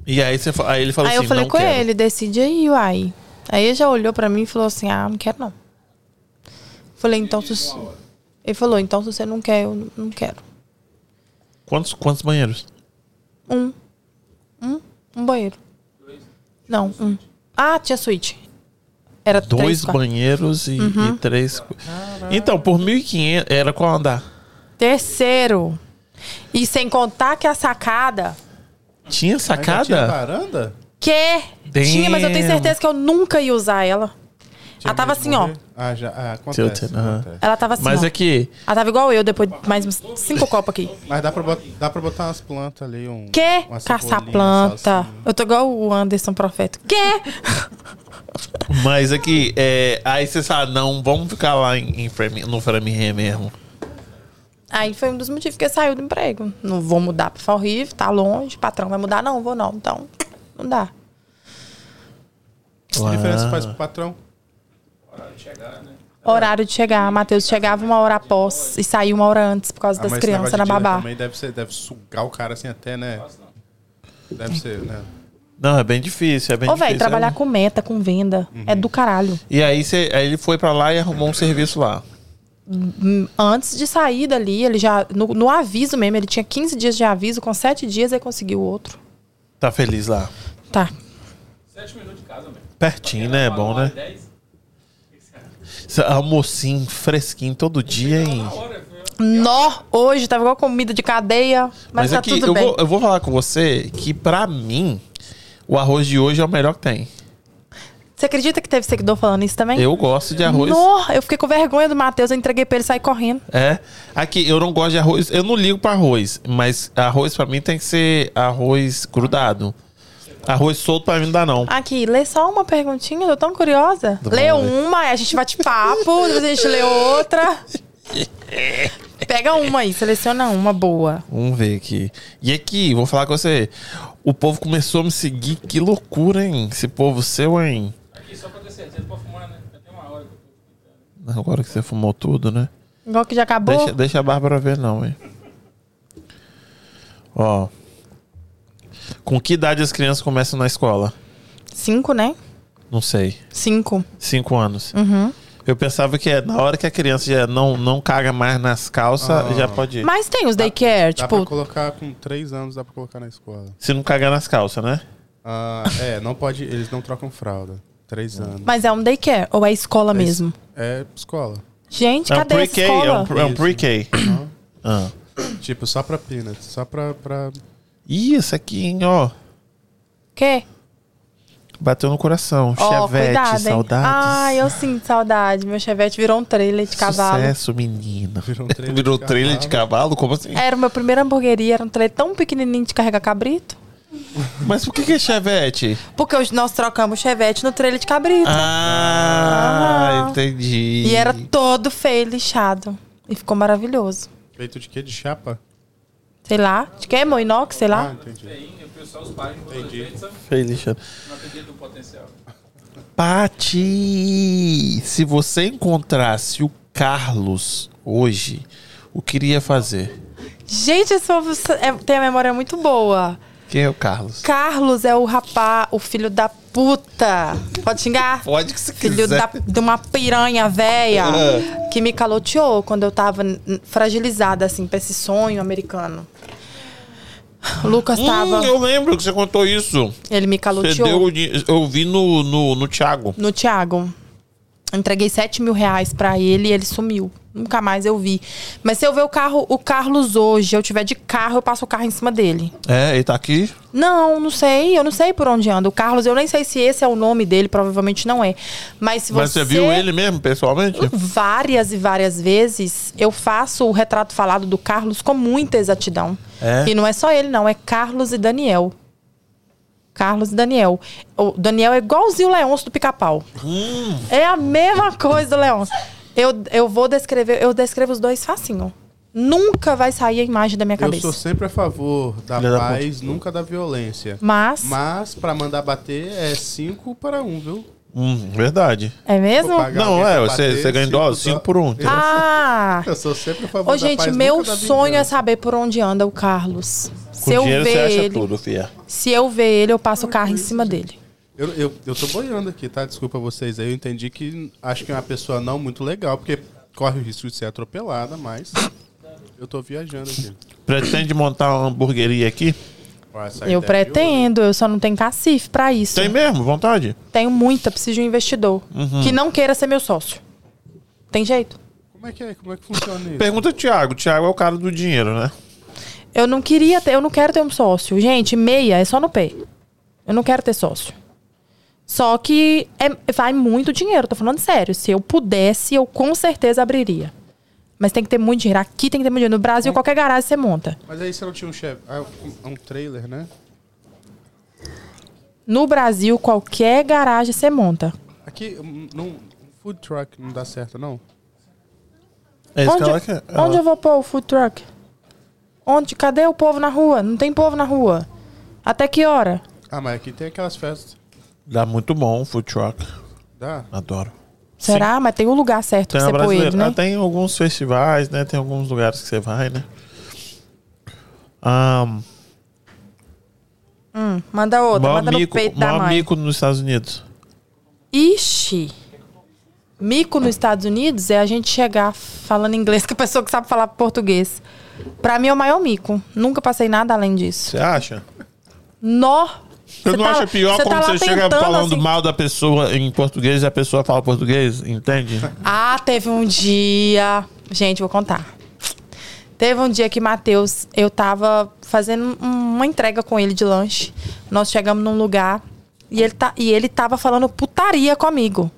Speaker 1: E aí, você, fa- aí ele falou
Speaker 3: aí
Speaker 1: assim,
Speaker 3: eu falei
Speaker 1: não
Speaker 3: com
Speaker 1: quero.
Speaker 3: ele, decide aí, uai. Aí ele já olhou pra mim e falou assim, ah, não quero não. Falei, então se... você- Ele falou, então se você não quer, eu não- não quero.
Speaker 1: Quantos, quantos banheiros?
Speaker 3: Um. Um? Um banheiro. Não, um. Ah, tinha suíte. Era
Speaker 1: Dois
Speaker 3: três, quatro. Uhum.
Speaker 1: banheiros e, e três... co- Então, por 1.500... Era qual andar?
Speaker 3: Terceiro. E sem contar que a sacada.
Speaker 1: Tinha
Speaker 2: Mas já Tinha
Speaker 1: sacada?
Speaker 2: varanda?
Speaker 3: Que
Speaker 1: Damn.
Speaker 3: tinha, mas eu tenho certeza que eu nunca ia usar ela.
Speaker 2: Tinha
Speaker 3: ela tava
Speaker 2: medo de
Speaker 3: assim, ó.
Speaker 2: morrer? Ah, já. Ah, acontece.
Speaker 1: Tilted, aham.
Speaker 2: acontece.
Speaker 3: Ela tava assim.
Speaker 1: Mas
Speaker 3: ó.
Speaker 1: é que...
Speaker 3: Ela tava igual eu, depois de mais uns cinco copos aqui.
Speaker 2: Mas dá pra, bot- dá pra botar umas plantas ali, um.
Speaker 3: Que?
Speaker 2: uma
Speaker 3: Caçar
Speaker 2: cebolinha,
Speaker 3: planta.
Speaker 2: salsinha.
Speaker 3: Eu tô igual o Anderson Profeta. Que?
Speaker 1: Mas é que... é, aí você sabe, não, vamos ficar lá em, em Frame, no Framingham mesmo.
Speaker 3: Aí foi um dos motivos que ele saiu do emprego. Não vou mudar pra Fall River, tá longe. Patrão vai mudar? Não, vou não. Então, não dá.
Speaker 2: Que diferença faz pro patrão? Ah,
Speaker 3: Horário de chegar. Matheus chegava uma hora após e saiu uma hora antes por causa
Speaker 2: Ah,
Speaker 3: das
Speaker 2: mas esse
Speaker 3: crianças
Speaker 2: negócio
Speaker 3: na
Speaker 2: de dia
Speaker 3: babá.
Speaker 2: Também deve, ser, deve sugar o cara assim até, né? Deve ser, né?
Speaker 1: Não, é bem difícil, é bem
Speaker 3: Ô,
Speaker 1: difícil.
Speaker 3: velho, trabalhar
Speaker 1: é um-
Speaker 3: com meta, com venda, é
Speaker 1: Uhum.
Speaker 3: do caralho.
Speaker 1: E aí, você, aí ele foi pra lá e arrumou um serviço lá.
Speaker 3: Hum, Antes de sair dali, ele já. No, no aviso mesmo, ele tinha 15 dias de aviso, com 7 dias ele conseguiu outro.
Speaker 1: Tá feliz lá.
Speaker 3: Tá.
Speaker 4: Sete minutos de casa, velho.
Speaker 1: Pertinho, né? É bom, né?
Speaker 4: Dez.
Speaker 1: Esse Almocinho fresquinho todo dia, hein?
Speaker 4: Bora, viu?
Speaker 3: Nó, hoje tava igual comida de cadeia,
Speaker 1: Mas
Speaker 3: mas, tá
Speaker 1: aqui,
Speaker 3: tudo
Speaker 1: eu,
Speaker 3: bem.
Speaker 1: vou, eu vou falar com você que, pra mim, o arroz de hoje é o melhor que tem.
Speaker 3: Você acredita que teve seguidor falando isso também?
Speaker 1: Eu gosto de arroz.
Speaker 3: Nó, eu fiquei com vergonha do Matheus, eu entreguei pra ele sair correndo.
Speaker 1: É. Aqui, eu não gosto de arroz. Eu não ligo pra arroz, mas arroz pra mim tem que ser arroz grudado. Arroz solto pra mim não dá, não.
Speaker 3: Aqui, lê só uma perguntinha, eu tô tão curiosa. lê
Speaker 1: bom, né?
Speaker 3: uma, aí a gente bate papo, depois a gente lê outra. Pega uma aí, seleciona uma boa.
Speaker 1: Vamos ver aqui. E aqui, vou falar com você. O povo começou a me seguir. Que loucura, hein? Esse povo seu, hein?
Speaker 4: Aqui, só pra ter certeza, pra fumar, né? Já tem uma hora que eu tô.
Speaker 1: Agora que você fumou tudo, né?
Speaker 3: Igual que já acabou.
Speaker 1: Deixa, deixa a Bárbara ver, não, hein? Ó. Com que idade as crianças começam na escola?
Speaker 3: Cinco, né?
Speaker 1: Não sei.
Speaker 3: Cinco.
Speaker 1: Cinco anos.
Speaker 3: Uhum.
Speaker 1: Eu pensava que é na hora que a criança já não, não caga mais nas calças,
Speaker 2: Ah.
Speaker 1: já pode ir.
Speaker 3: Mas tem os daycare,
Speaker 2: Dá
Speaker 3: tipo,
Speaker 2: pra colocar com três anos, dá pra colocar na escola.
Speaker 1: Se não cagar nas calças, né?
Speaker 2: Ah, é, não pode. Eles não trocam fralda. Três anos.
Speaker 3: mas é um daycare ou é escola mesmo?
Speaker 2: É escola.
Speaker 3: Gente,
Speaker 1: É um
Speaker 3: cadê essa
Speaker 1: pre-K. É um, é
Speaker 3: escola?
Speaker 1: um
Speaker 2: Isso. Uhum.
Speaker 1: pre-K. Ah.
Speaker 2: Tipo, só pra peanuts. Só pra. pra...
Speaker 1: Ih, esse aqui, hein, ó.
Speaker 3: Quê?
Speaker 1: Bateu no coração.
Speaker 3: Ó,
Speaker 1: Chevette,
Speaker 3: cuidado, hein?
Speaker 1: saudades.
Speaker 3: Ai, eu sinto saudade. Meu chevette virou um trailer de cavalo.
Speaker 1: Sucesso, menina.
Speaker 2: Virou um trailer
Speaker 1: Virou
Speaker 2: de
Speaker 1: trailer de cavalo? Como assim?
Speaker 3: Era o meu primeiro hamburgueria, era um trailer tão pequenininho de carregar cabrito.
Speaker 1: Mas por que, que é Chevette?
Speaker 3: Porque hoje nós trocamos o chevette no trailer de cabrito.
Speaker 1: Ah,
Speaker 3: Ah.
Speaker 1: entendi.
Speaker 3: E era todo feio, lixado. E ficou maravilhoso.
Speaker 2: Feito de quê? De chapa?
Speaker 3: Sei lá, de que? Meu inox, sei
Speaker 2: Ah,
Speaker 3: lá.
Speaker 2: entendi.
Speaker 4: Tem, o pessoal, os pais, não
Speaker 2: Entendi.
Speaker 1: Feio, lixado.
Speaker 4: acreditam no potencial.
Speaker 1: Pati, se você encontrasse o Carlos hoje, o que iria fazer?
Speaker 3: Gente, esse povo é- tem a memória muito boa.
Speaker 1: Quem é o Carlos?
Speaker 3: Carlos é o rapá, o filho da puta. Pode xingar?
Speaker 1: Pode que se
Speaker 3: Filho da, de uma piranha véia
Speaker 1: Ah.
Speaker 3: que me caloteou quando eu tava n- n- fragilizada, assim, pra esse sonho americano. O Lucas tava.
Speaker 1: Hum, eu lembro que você contou isso.
Speaker 3: Ele me
Speaker 1: Você
Speaker 3: caloteou.
Speaker 1: deu, o di- eu vi no, no, no Thiago.
Speaker 3: no Thiago. Entreguei 7 mil reais pra ele e ele sumiu. Nunca mais eu vi. Mas se eu ver o carro, o Carlos hoje, eu tiver de carro, eu passo o carro em cima dele.
Speaker 1: É, ele tá aqui.
Speaker 3: Não, não sei. Eu não sei por onde anda. O Carlos, eu nem sei se esse é o nome dele, provavelmente não é. Mas se você.
Speaker 1: Mas você viu ele mesmo, pessoalmente?
Speaker 3: Várias e várias vezes eu faço o retrato falado do Carlos com muita exatidão.
Speaker 1: É?
Speaker 3: E não é só ele, não. É Carlos e Daniel. Carlos e Daniel. O Daniel é igualzinho o Leôncio do pica-pau.
Speaker 1: Hum.
Speaker 3: É a mesma coisa do Leôncio. Eu, eu vou descrever, eu descrevo os dois facinho. Nunca vai sair a imagem da minha
Speaker 2: Eu
Speaker 3: cabeça.
Speaker 2: sou sempre a favor da
Speaker 1: Filha da
Speaker 2: paz, nunca da violência.
Speaker 3: Mas,
Speaker 2: Mas pra mandar bater é 5 para 1, um, viu?
Speaker 1: Hum, verdade.
Speaker 3: é mesmo?
Speaker 2: Vou pagar
Speaker 1: Não,
Speaker 2: alguém
Speaker 1: é,
Speaker 2: pra
Speaker 1: você,
Speaker 2: bater,
Speaker 1: você ganha dó,
Speaker 2: cinco
Speaker 1: 5 por 1. Um.
Speaker 3: Ah!
Speaker 2: Eu sou sempre a favor
Speaker 3: Ô,
Speaker 2: da
Speaker 3: gente,
Speaker 2: paz,
Speaker 3: meu
Speaker 2: nunca da né?
Speaker 3: sonho é
Speaker 2: vingança.
Speaker 3: saber por onde anda o Carlos.
Speaker 1: Com
Speaker 3: Se eu
Speaker 1: dinheiro você
Speaker 3: ver
Speaker 1: acha
Speaker 3: ele,
Speaker 1: tudo, fia.
Speaker 3: se eu ver ele, eu passo o carro em cima dele.
Speaker 2: Eu, eu, eu tô boiando aqui, tá? Desculpa vocês aí. Eu entendi que acho que é uma pessoa não muito legal, porque corre o risco de ser atropelada, mas eu tô viajando aqui.
Speaker 1: Pretende montar uma hamburgueria aqui?
Speaker 2: Ó, essa ideia
Speaker 3: Eu
Speaker 2: de
Speaker 3: pretendo, eu só não tenho cacife pra isso.
Speaker 1: é Tem Uhum. mesmo, vontade?
Speaker 3: Tenho muita, preciso de um investidor que não queira ser meu sócio. Tem jeito?
Speaker 2: ouro. Como é que é? Como é que funciona isso?
Speaker 1: Pergunta o Thiago. O Thiago é o cara do dinheiro, né?
Speaker 3: Eu não queria ter, eu não quero ter um sócio. Gente, meia é só no pé. Eu não quero ter sócio. Só que é- vai muito dinheiro, tô falando sério. Se eu pudesse, eu com certeza abriria. Mas tem que ter muito dinheiro. Aqui tem que ter muito dinheiro.
Speaker 1: É.
Speaker 3: No Brasil, qualquer garagem você monta.
Speaker 2: Mas aí você não tinha um chefe. Ah, um, um trailer, né?
Speaker 3: No Brasil, qualquer garagem você monta.
Speaker 2: Aqui, um, num- um food truck não dá certo, não?
Speaker 1: É isso
Speaker 3: Onde,
Speaker 1: que ela quer.
Speaker 3: onde eu vou pôr o food truck? Onde? Cadê o povo na rua? Não tem povo na rua. Até que hora?
Speaker 2: Ah, mas aqui tem aquelas festas.
Speaker 1: Dá muito bom food truck.
Speaker 2: Dá?
Speaker 1: Adoro.
Speaker 3: Será? Mas tem o lugar certo
Speaker 1: Tem,
Speaker 3: pra
Speaker 1: a
Speaker 3: você pôr
Speaker 1: brasileira.
Speaker 3: ele, né?
Speaker 1: Ah, tem alguns festivais, né? Tem alguns lugares que você vai, né? Ah,
Speaker 3: Hum, manda outra,
Speaker 1: maior
Speaker 3: manda no
Speaker 1: mico,
Speaker 3: peito da
Speaker 1: maior
Speaker 3: mãe.
Speaker 1: mico nos Estados Unidos.
Speaker 3: Ixi! Mico nos Estados Unidos é a gente chegar falando inglês com a pessoa que sabe falar português. Pra mim é o maior mico. Nunca passei nada além disso.
Speaker 1: Você acha?
Speaker 3: Nó!
Speaker 1: Eu
Speaker 3: Você
Speaker 1: não
Speaker 3: tá-
Speaker 1: acho pior
Speaker 3: você
Speaker 1: quando
Speaker 3: tá lá
Speaker 1: você chega
Speaker 3: tentando,
Speaker 1: falando
Speaker 3: assim.
Speaker 1: mal da pessoa em português e a pessoa fala português, entende?
Speaker 3: Ah, teve um dia. Gente, vou contar. Teve um dia que Matheus, eu tava fazendo um- uma entrega com ele de lanche. Nós chegamos num lugar e ele, tá, e ele tava falando putaria comigo.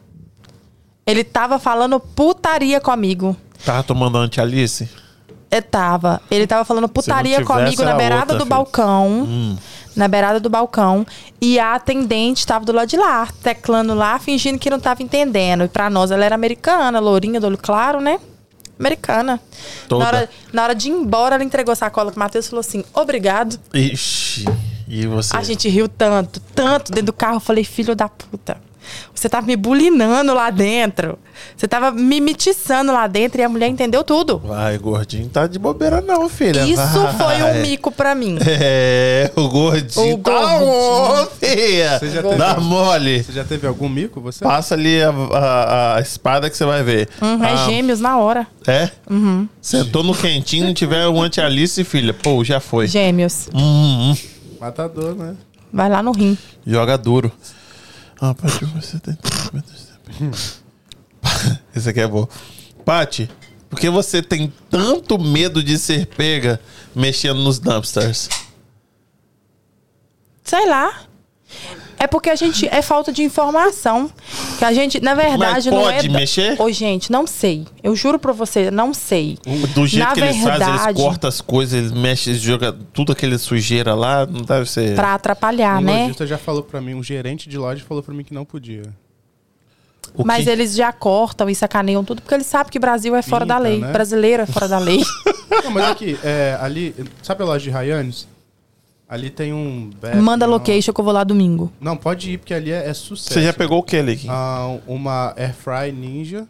Speaker 3: Ele tava falando putaria comigo.
Speaker 1: Tava Tá tomando anti-Alice?
Speaker 3: Eu É, tava. Ele tava falando putaria
Speaker 1: tivesse,
Speaker 3: comigo na
Speaker 1: era
Speaker 3: beirada
Speaker 1: outra, Hum.
Speaker 3: do
Speaker 1: filho.
Speaker 3: balcão. Na beirada do balcão. E a atendente tava do lado de lá, teclando lá, fingindo que não tava entendendo. E pra nós ela era americana, lourinha, do olho claro, né? Americana.
Speaker 1: Toda.
Speaker 3: Na hora, na hora de ir embora, ela entregou a sacola pro Matheus e falou assim: obrigado.
Speaker 1: Ixi. E você?
Speaker 3: A gente riu tanto, tanto dentro do carro. Eu falei, filho da puta. Você tava me bulinando lá dentro. Você tava me mitiçando lá dentro e a mulher entendeu tudo.
Speaker 1: Vai, gordinho, tá de bobeira não, filha.
Speaker 3: Isso foi
Speaker 1: Vai.
Speaker 3: um mico pra mim.
Speaker 1: É, o gordinho
Speaker 3: O
Speaker 1: tá
Speaker 3: gordinho.
Speaker 1: on, filha.
Speaker 2: Você já teve-
Speaker 1: Dá mole.
Speaker 2: Você já teve algum mico, você?
Speaker 1: Passa ali a, a- a espada que você vai ver. Ah,
Speaker 3: Uhum, é Uhum. gêmeos na hora.
Speaker 1: É? Sentou no quentinho, tiver um anti-Alice, filha. Pô, já foi.
Speaker 3: Gêmeos.
Speaker 1: Hum, hum.
Speaker 2: Matador, né?
Speaker 3: Vai lá no rim.
Speaker 1: Joga duro. Ah, Paty, você tem. meu Deus do céu. Esse aqui é bom. Paty, por que você tem tanto medo de ser pega mexendo nos dumpsters?
Speaker 3: Sei lá. É porque a gente. É falta de informação. Que a gente, na verdade, não é.
Speaker 1: pode mexer?
Speaker 3: Ô, gente, não sei. Eu juro pra você, não sei.
Speaker 1: Um, Do jeito
Speaker 3: Na
Speaker 1: que eles fazem, eles
Speaker 3: verdade-
Speaker 1: cortam as coisas, eles mexem, eles jogam tudo aquele sujeira lá, não deve ser.
Speaker 3: Pra atrapalhar,
Speaker 2: um
Speaker 3: né?
Speaker 2: lojista já falou pra mim, um gerente de loja falou pra mim que não podia.
Speaker 1: O
Speaker 3: Mas
Speaker 1: que-
Speaker 3: eles já cortam e sacaneiam tudo, porque eles sabem que Brasil é fora da
Speaker 2: Pinta,
Speaker 3: lei.
Speaker 2: né?
Speaker 3: Brasileiro é fora da lei.
Speaker 2: Não, mas aqui, é, ali, sabe a loja de Rayanes? Ali tem um... Bep,
Speaker 3: Manda
Speaker 2: não.
Speaker 3: location que eu vou lá domingo.
Speaker 2: Não, pode ir, porque ali é, é sucesso.
Speaker 1: Você já pegou o que ali?
Speaker 2: Ah, uma Airfry Ninja,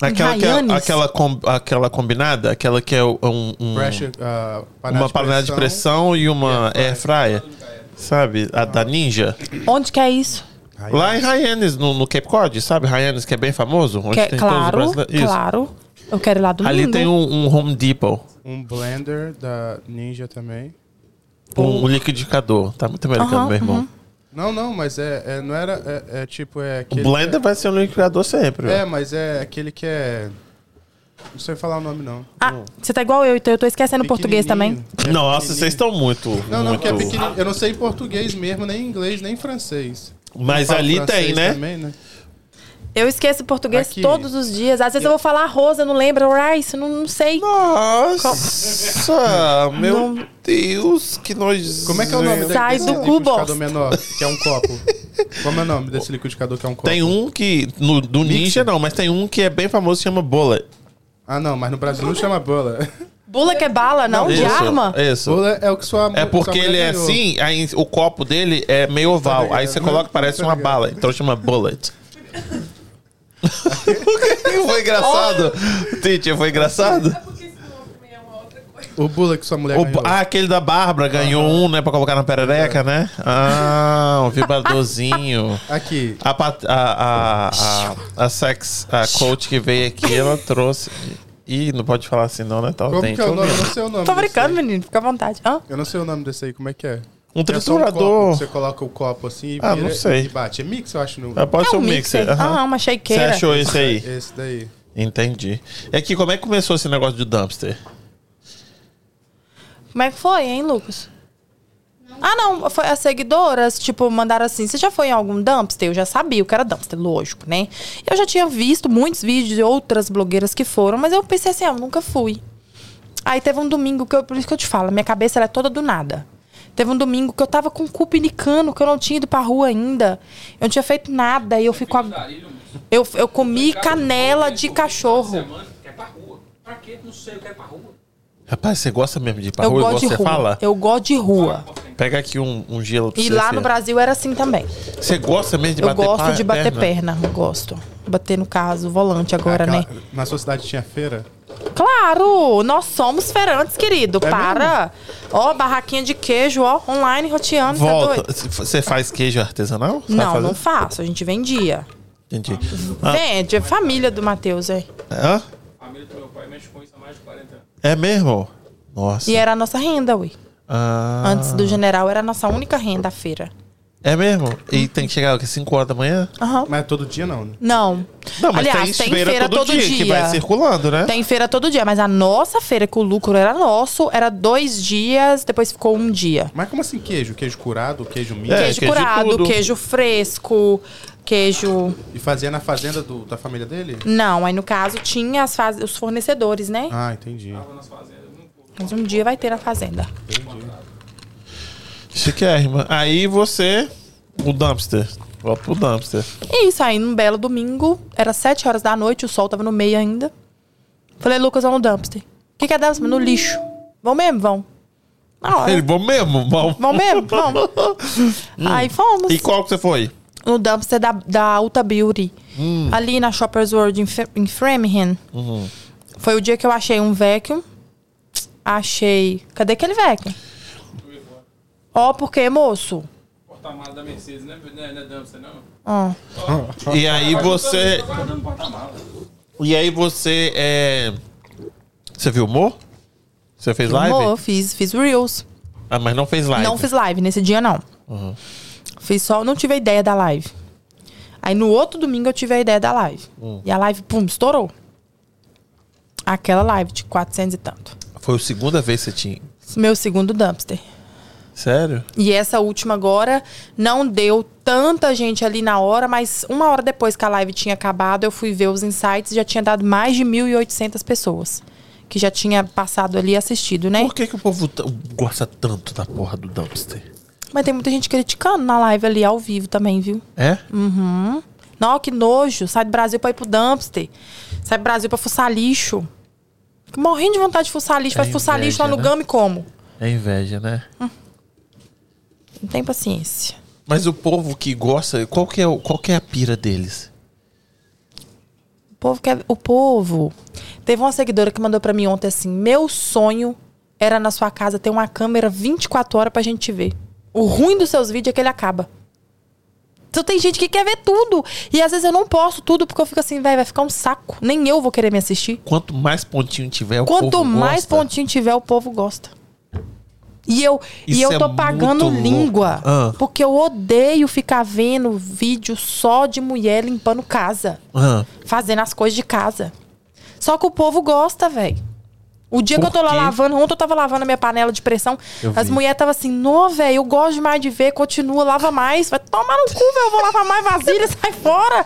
Speaker 1: aquela, que é-
Speaker 3: Raianes?
Speaker 1: aquela, com- aquela combinada? Aquela que é um,
Speaker 3: Hum.
Speaker 1: um-
Speaker 2: pressure, ah, panela
Speaker 1: uma panela de pressão e uma air fryer. Sabe? A da Ninja.
Speaker 3: Onde que é isso?
Speaker 2: Aí,
Speaker 1: Lá em Hyannis, no, no Cape Cod, sabe? Hyannis, que é bem famoso. Onde
Speaker 3: Que-
Speaker 1: tem todos os
Speaker 3: claro,
Speaker 1: brasileiros. Isso.
Speaker 3: claro. Eu quero ir lá domingo.
Speaker 1: Ali tem um, um Home Depot,
Speaker 2: Um blender da Ninja também.
Speaker 1: um, um liquidificador. Tá muito americano,
Speaker 3: Aham,
Speaker 1: meu irmão.
Speaker 2: Não, não, mas é, é- não era... É, é tipo, é
Speaker 1: O
Speaker 2: aquele...
Speaker 1: Blender vai ser um liquidificador sempre. ó.
Speaker 2: É, mas é aquele que é... Não sei falar o nome, não.
Speaker 3: Ah, você tá igual eu, então eu tô esquecendo o português também.
Speaker 2: Pequenininho. É
Speaker 1: Nossa, vocês
Speaker 2: pequenininho.
Speaker 1: estão muito.
Speaker 2: Não, não,
Speaker 1: muito...
Speaker 2: porque é pequenininho. Eu não sei português mesmo, nem inglês, nem francês.
Speaker 1: Mas
Speaker 2: Falo
Speaker 1: ali
Speaker 2: francês
Speaker 1: tem, né?
Speaker 2: também, né?
Speaker 3: Eu esqueço português
Speaker 2: Aqui.
Speaker 3: todos os dias. Às vezes eu vou falar arroz, eu não lembro, rice, não, não sei.
Speaker 1: Nossa, meu
Speaker 3: Não.
Speaker 1: Deus, que nós.
Speaker 2: Como é que é o nome desse-
Speaker 3: Sai
Speaker 2: desse
Speaker 3: do cu, bosta.
Speaker 2: liquidificador menor, que é um copo? Como é o nome desse liquidificador que é um copo?
Speaker 1: Tem um que. No, do Ninja não, mas tem um que é bem famoso que chama Bullet.
Speaker 2: Ah, não, mas no Brasil não chama bola.
Speaker 3: Bula que é bala,
Speaker 2: um
Speaker 3: não, de
Speaker 1: Isso,
Speaker 3: arma.
Speaker 1: Isso.
Speaker 2: Bola é o que sua
Speaker 1: É
Speaker 2: sua
Speaker 1: porque
Speaker 2: mulher
Speaker 1: ele é
Speaker 2: ganhou.
Speaker 1: assim, aí o copo dele é meio oval.
Speaker 2: ligado.
Speaker 1: aí você coloca, parece
Speaker 2: Tá
Speaker 1: uma
Speaker 2: ligado.
Speaker 1: bala. Então chama bullet. foi engraçado. Titi, foi engraçado?
Speaker 2: O bula que sua mulher
Speaker 1: O-
Speaker 2: ganhou.
Speaker 1: ah, aquele da Bárbara ganhou um, né? Pra colocar na perereca, né? Ah, um vibradorzinho.
Speaker 2: Aqui.
Speaker 1: A, pat- a, a, a, a sex a coach que veio aqui, ela trouxe. Ih, não pode falar assim, não, né? Tá
Speaker 2: Como que é o nome? Eu não sei o nome.
Speaker 3: Tô
Speaker 2: desse
Speaker 3: brincando,
Speaker 2: aí.
Speaker 3: menino, fica à vontade. Hã?
Speaker 2: Eu não sei o nome desse aí, como é que é?
Speaker 1: Um
Speaker 2: É só um copo
Speaker 1: triturador.
Speaker 2: que você coloca o copo assim e
Speaker 1: Ah,
Speaker 2: vira
Speaker 1: não sei.
Speaker 2: e bate. É mix, eu acho, no...
Speaker 1: Ah, Pode
Speaker 3: É
Speaker 1: ser um
Speaker 3: um
Speaker 1: mixer.
Speaker 3: mixer.
Speaker 1: aham.
Speaker 3: Aham, uma shakeira.
Speaker 1: Você achou esse aí?
Speaker 2: Esse daí.
Speaker 1: Entendi. É que como é que começou esse negócio de dumpster?
Speaker 3: Como é que foi, hein, Lucas? Ah, não, foi as seguidoras, tipo, mandaram assim, você já foi em algum dumpster? Eu já sabia o que era dumpster, lógico, né? Eu já tinha visto muitos vídeos de outras blogueiras que foram, mas eu pensei assim, ah, eu nunca fui. Aí teve um domingo que eu, por isso que eu te falo, minha cabeça ela é toda do nada. Teve um domingo que eu tava com o cu pinicando, que eu não tinha ido pra rua ainda. Eu não tinha feito nada e eu fico. a- Eu, eu comi canela de cachorro.
Speaker 4: Semana, quer pra rua. Pra quê? Não sei, eu quero pra rua.
Speaker 1: Rapaz, você gosta mesmo de ir pra
Speaker 3: Eu
Speaker 1: rua, igual
Speaker 3: gosto de
Speaker 1: você
Speaker 3: rua.
Speaker 1: fala?
Speaker 3: Eu gosto de rua.
Speaker 1: Pega aqui um, um gelo pra
Speaker 3: E
Speaker 1: você.
Speaker 3: lá no
Speaker 1: filha.
Speaker 3: Brasil era assim também.
Speaker 1: Você gosta mesmo de
Speaker 3: Eu
Speaker 1: bater
Speaker 3: gosto
Speaker 1: pa-
Speaker 3: de bater perna. eu gosto. Bater, no caso, o volante agora,
Speaker 2: Aquela-
Speaker 3: né?
Speaker 2: Na sua cidade tinha feira?
Speaker 3: Claro! Nós somos feirantes, querido.
Speaker 2: É
Speaker 3: Para! Ó, barraquinha de queijo, ó, online, roteando. tá
Speaker 1: Volta.
Speaker 3: doido?
Speaker 1: Você faz queijo artesanal? Sabe
Speaker 3: Não,
Speaker 1: fazer? Ah.
Speaker 3: não faço. A gente vendia.
Speaker 1: Entendi. Ah,
Speaker 3: Vende. É família do Matheus, é.
Speaker 1: Hã?
Speaker 4: A família do meu pai mexe com isso há mais de 40 anos.
Speaker 1: É mesmo? Nossa.
Speaker 3: E era a nossa renda, ui.
Speaker 1: Ah,
Speaker 3: Antes do general era a nossa única renda a feira.
Speaker 1: É mesmo? E tem que chegar o quê? 5 horas da manhã?
Speaker 3: Aham.
Speaker 2: Mas todo dia não, né?
Speaker 3: Não.
Speaker 1: Não, mas
Speaker 3: Aliás,
Speaker 1: tem feira, todo, dia, que vai circulando, né?
Speaker 3: Tem feira todo dia, mas a nossa feira, que o lucro era nosso, era dois dias, depois ficou um dia.
Speaker 2: Mas como assim queijo? Queijo curado, queijo misto?
Speaker 1: É,
Speaker 3: queijo,
Speaker 1: queijo
Speaker 3: curado,
Speaker 1: tudo.
Speaker 3: queijo fresco, queijo.
Speaker 2: E fazia na fazenda do- da família dele?
Speaker 3: Não, aí no caso tinha as faz- os fornecedores, né?
Speaker 2: Ah, entendi.
Speaker 3: Mas um dia vai ter na fazenda.
Speaker 1: Chiquérrima. Aí você. O dumpster. Volta pro dumpster.
Speaker 3: E é isso aí, num belo domingo, era sete horas da noite, o sol tava no meio ainda. Falei, Lucas, vamos no dumpster. O que, que é dumpster? No lixo. Vão mesmo? Vão. Na hora.
Speaker 1: Ele, vamos mesmo? Vamos.
Speaker 3: Vão mesmo? Vão. Aí fomos.
Speaker 1: E qual que você foi?
Speaker 3: no dumpster da, da Ulta Beauty.
Speaker 1: Hum.
Speaker 3: Ali na Shoppers World em, Fe- em Framingham.
Speaker 1: Uhum.
Speaker 3: Foi o dia que eu achei um vacuum. Achei. Cadê aquele vacuum? Ó, por quê, moço?
Speaker 4: Porta-mala da Mercedes, né? Não é, não é dumpster, não?
Speaker 3: Ó.
Speaker 1: E aí você.
Speaker 4: Tô guardando porta-mala.
Speaker 1: E aí você é. Você filmou? Você fez live?
Speaker 3: Amor, fiz, fiz Reels.
Speaker 1: Ah, mas não fez live. Uhum.
Speaker 3: Não fiz live nesse dia, não. Fiz só, não tive a ideia da live. Aí no outro domingo eu tive a ideia da live.
Speaker 1: Hum.
Speaker 3: E a live, pum, estourou. Aquela live de 400 e tanto.
Speaker 1: Foi a segunda vez que você tinha.
Speaker 3: Meu segundo dumpster.
Speaker 1: Sério?
Speaker 3: E essa última agora não deu tanta gente ali na hora, mas uma hora depois que a live tinha acabado, eu fui ver os insights e já tinha dado mais de 1.800 pessoas que já tinha passado ali e assistido, né?
Speaker 1: Por que, que o povo t- gosta tanto da porra do dumpster?
Speaker 3: Mas tem muita gente criticando na live ali ao vivo também, viu?
Speaker 1: É?
Speaker 3: Não, que nojo. Sai do Brasil pra ir pro dumpster. Sai do Brasil pra fuçar lixo. Fico Morrendo de vontade de fuçar lixo.
Speaker 1: É
Speaker 3: Vai fuçar
Speaker 1: inveja,
Speaker 3: lixo lá no
Speaker 1: né?
Speaker 3: Gama e como?
Speaker 1: É inveja, né?
Speaker 3: Não tem paciência.
Speaker 1: Mas o povo que gosta, qual que é, o- qual que é a pira deles?
Speaker 3: O povo quer. O povo. Teve uma seguidora que mandou pra mim ontem assim: meu sonho era na sua casa ter uma câmera 24 horas pra gente te ver. O ruim dos seus vídeos é que ele acaba. Então tem gente que quer ver tudo. E às vezes eu não posso tudo, porque eu fico assim, velho, vai ficar um saco. Nem eu vou querer me assistir.
Speaker 1: Quanto mais pontinho tiver, o
Speaker 3: Quanto
Speaker 1: povo
Speaker 3: mais
Speaker 1: gosta.
Speaker 3: pontinho tiver, o povo gosta. E eu, e
Speaker 1: Isso
Speaker 3: eu
Speaker 1: é
Speaker 3: tô
Speaker 1: muito
Speaker 3: pagando
Speaker 1: louco.
Speaker 3: língua.
Speaker 1: Ah.
Speaker 3: Porque eu odeio ficar vendo vídeo só de mulher limpando casa
Speaker 1: Ah,
Speaker 3: fazendo as coisas de casa. Só que o povo gosta, velho. O dia
Speaker 1: Por
Speaker 3: que eu tô lá
Speaker 1: quê?
Speaker 3: lavando, ontem eu tava lavando a minha panela de pressão,
Speaker 1: Eu
Speaker 3: as
Speaker 1: vi.
Speaker 3: mulheres tava assim, não, velho, eu gosto demais de ver, continua, lava mais, vai tomar no cu, velho, eu vou lavar mais vasilha, sai fora.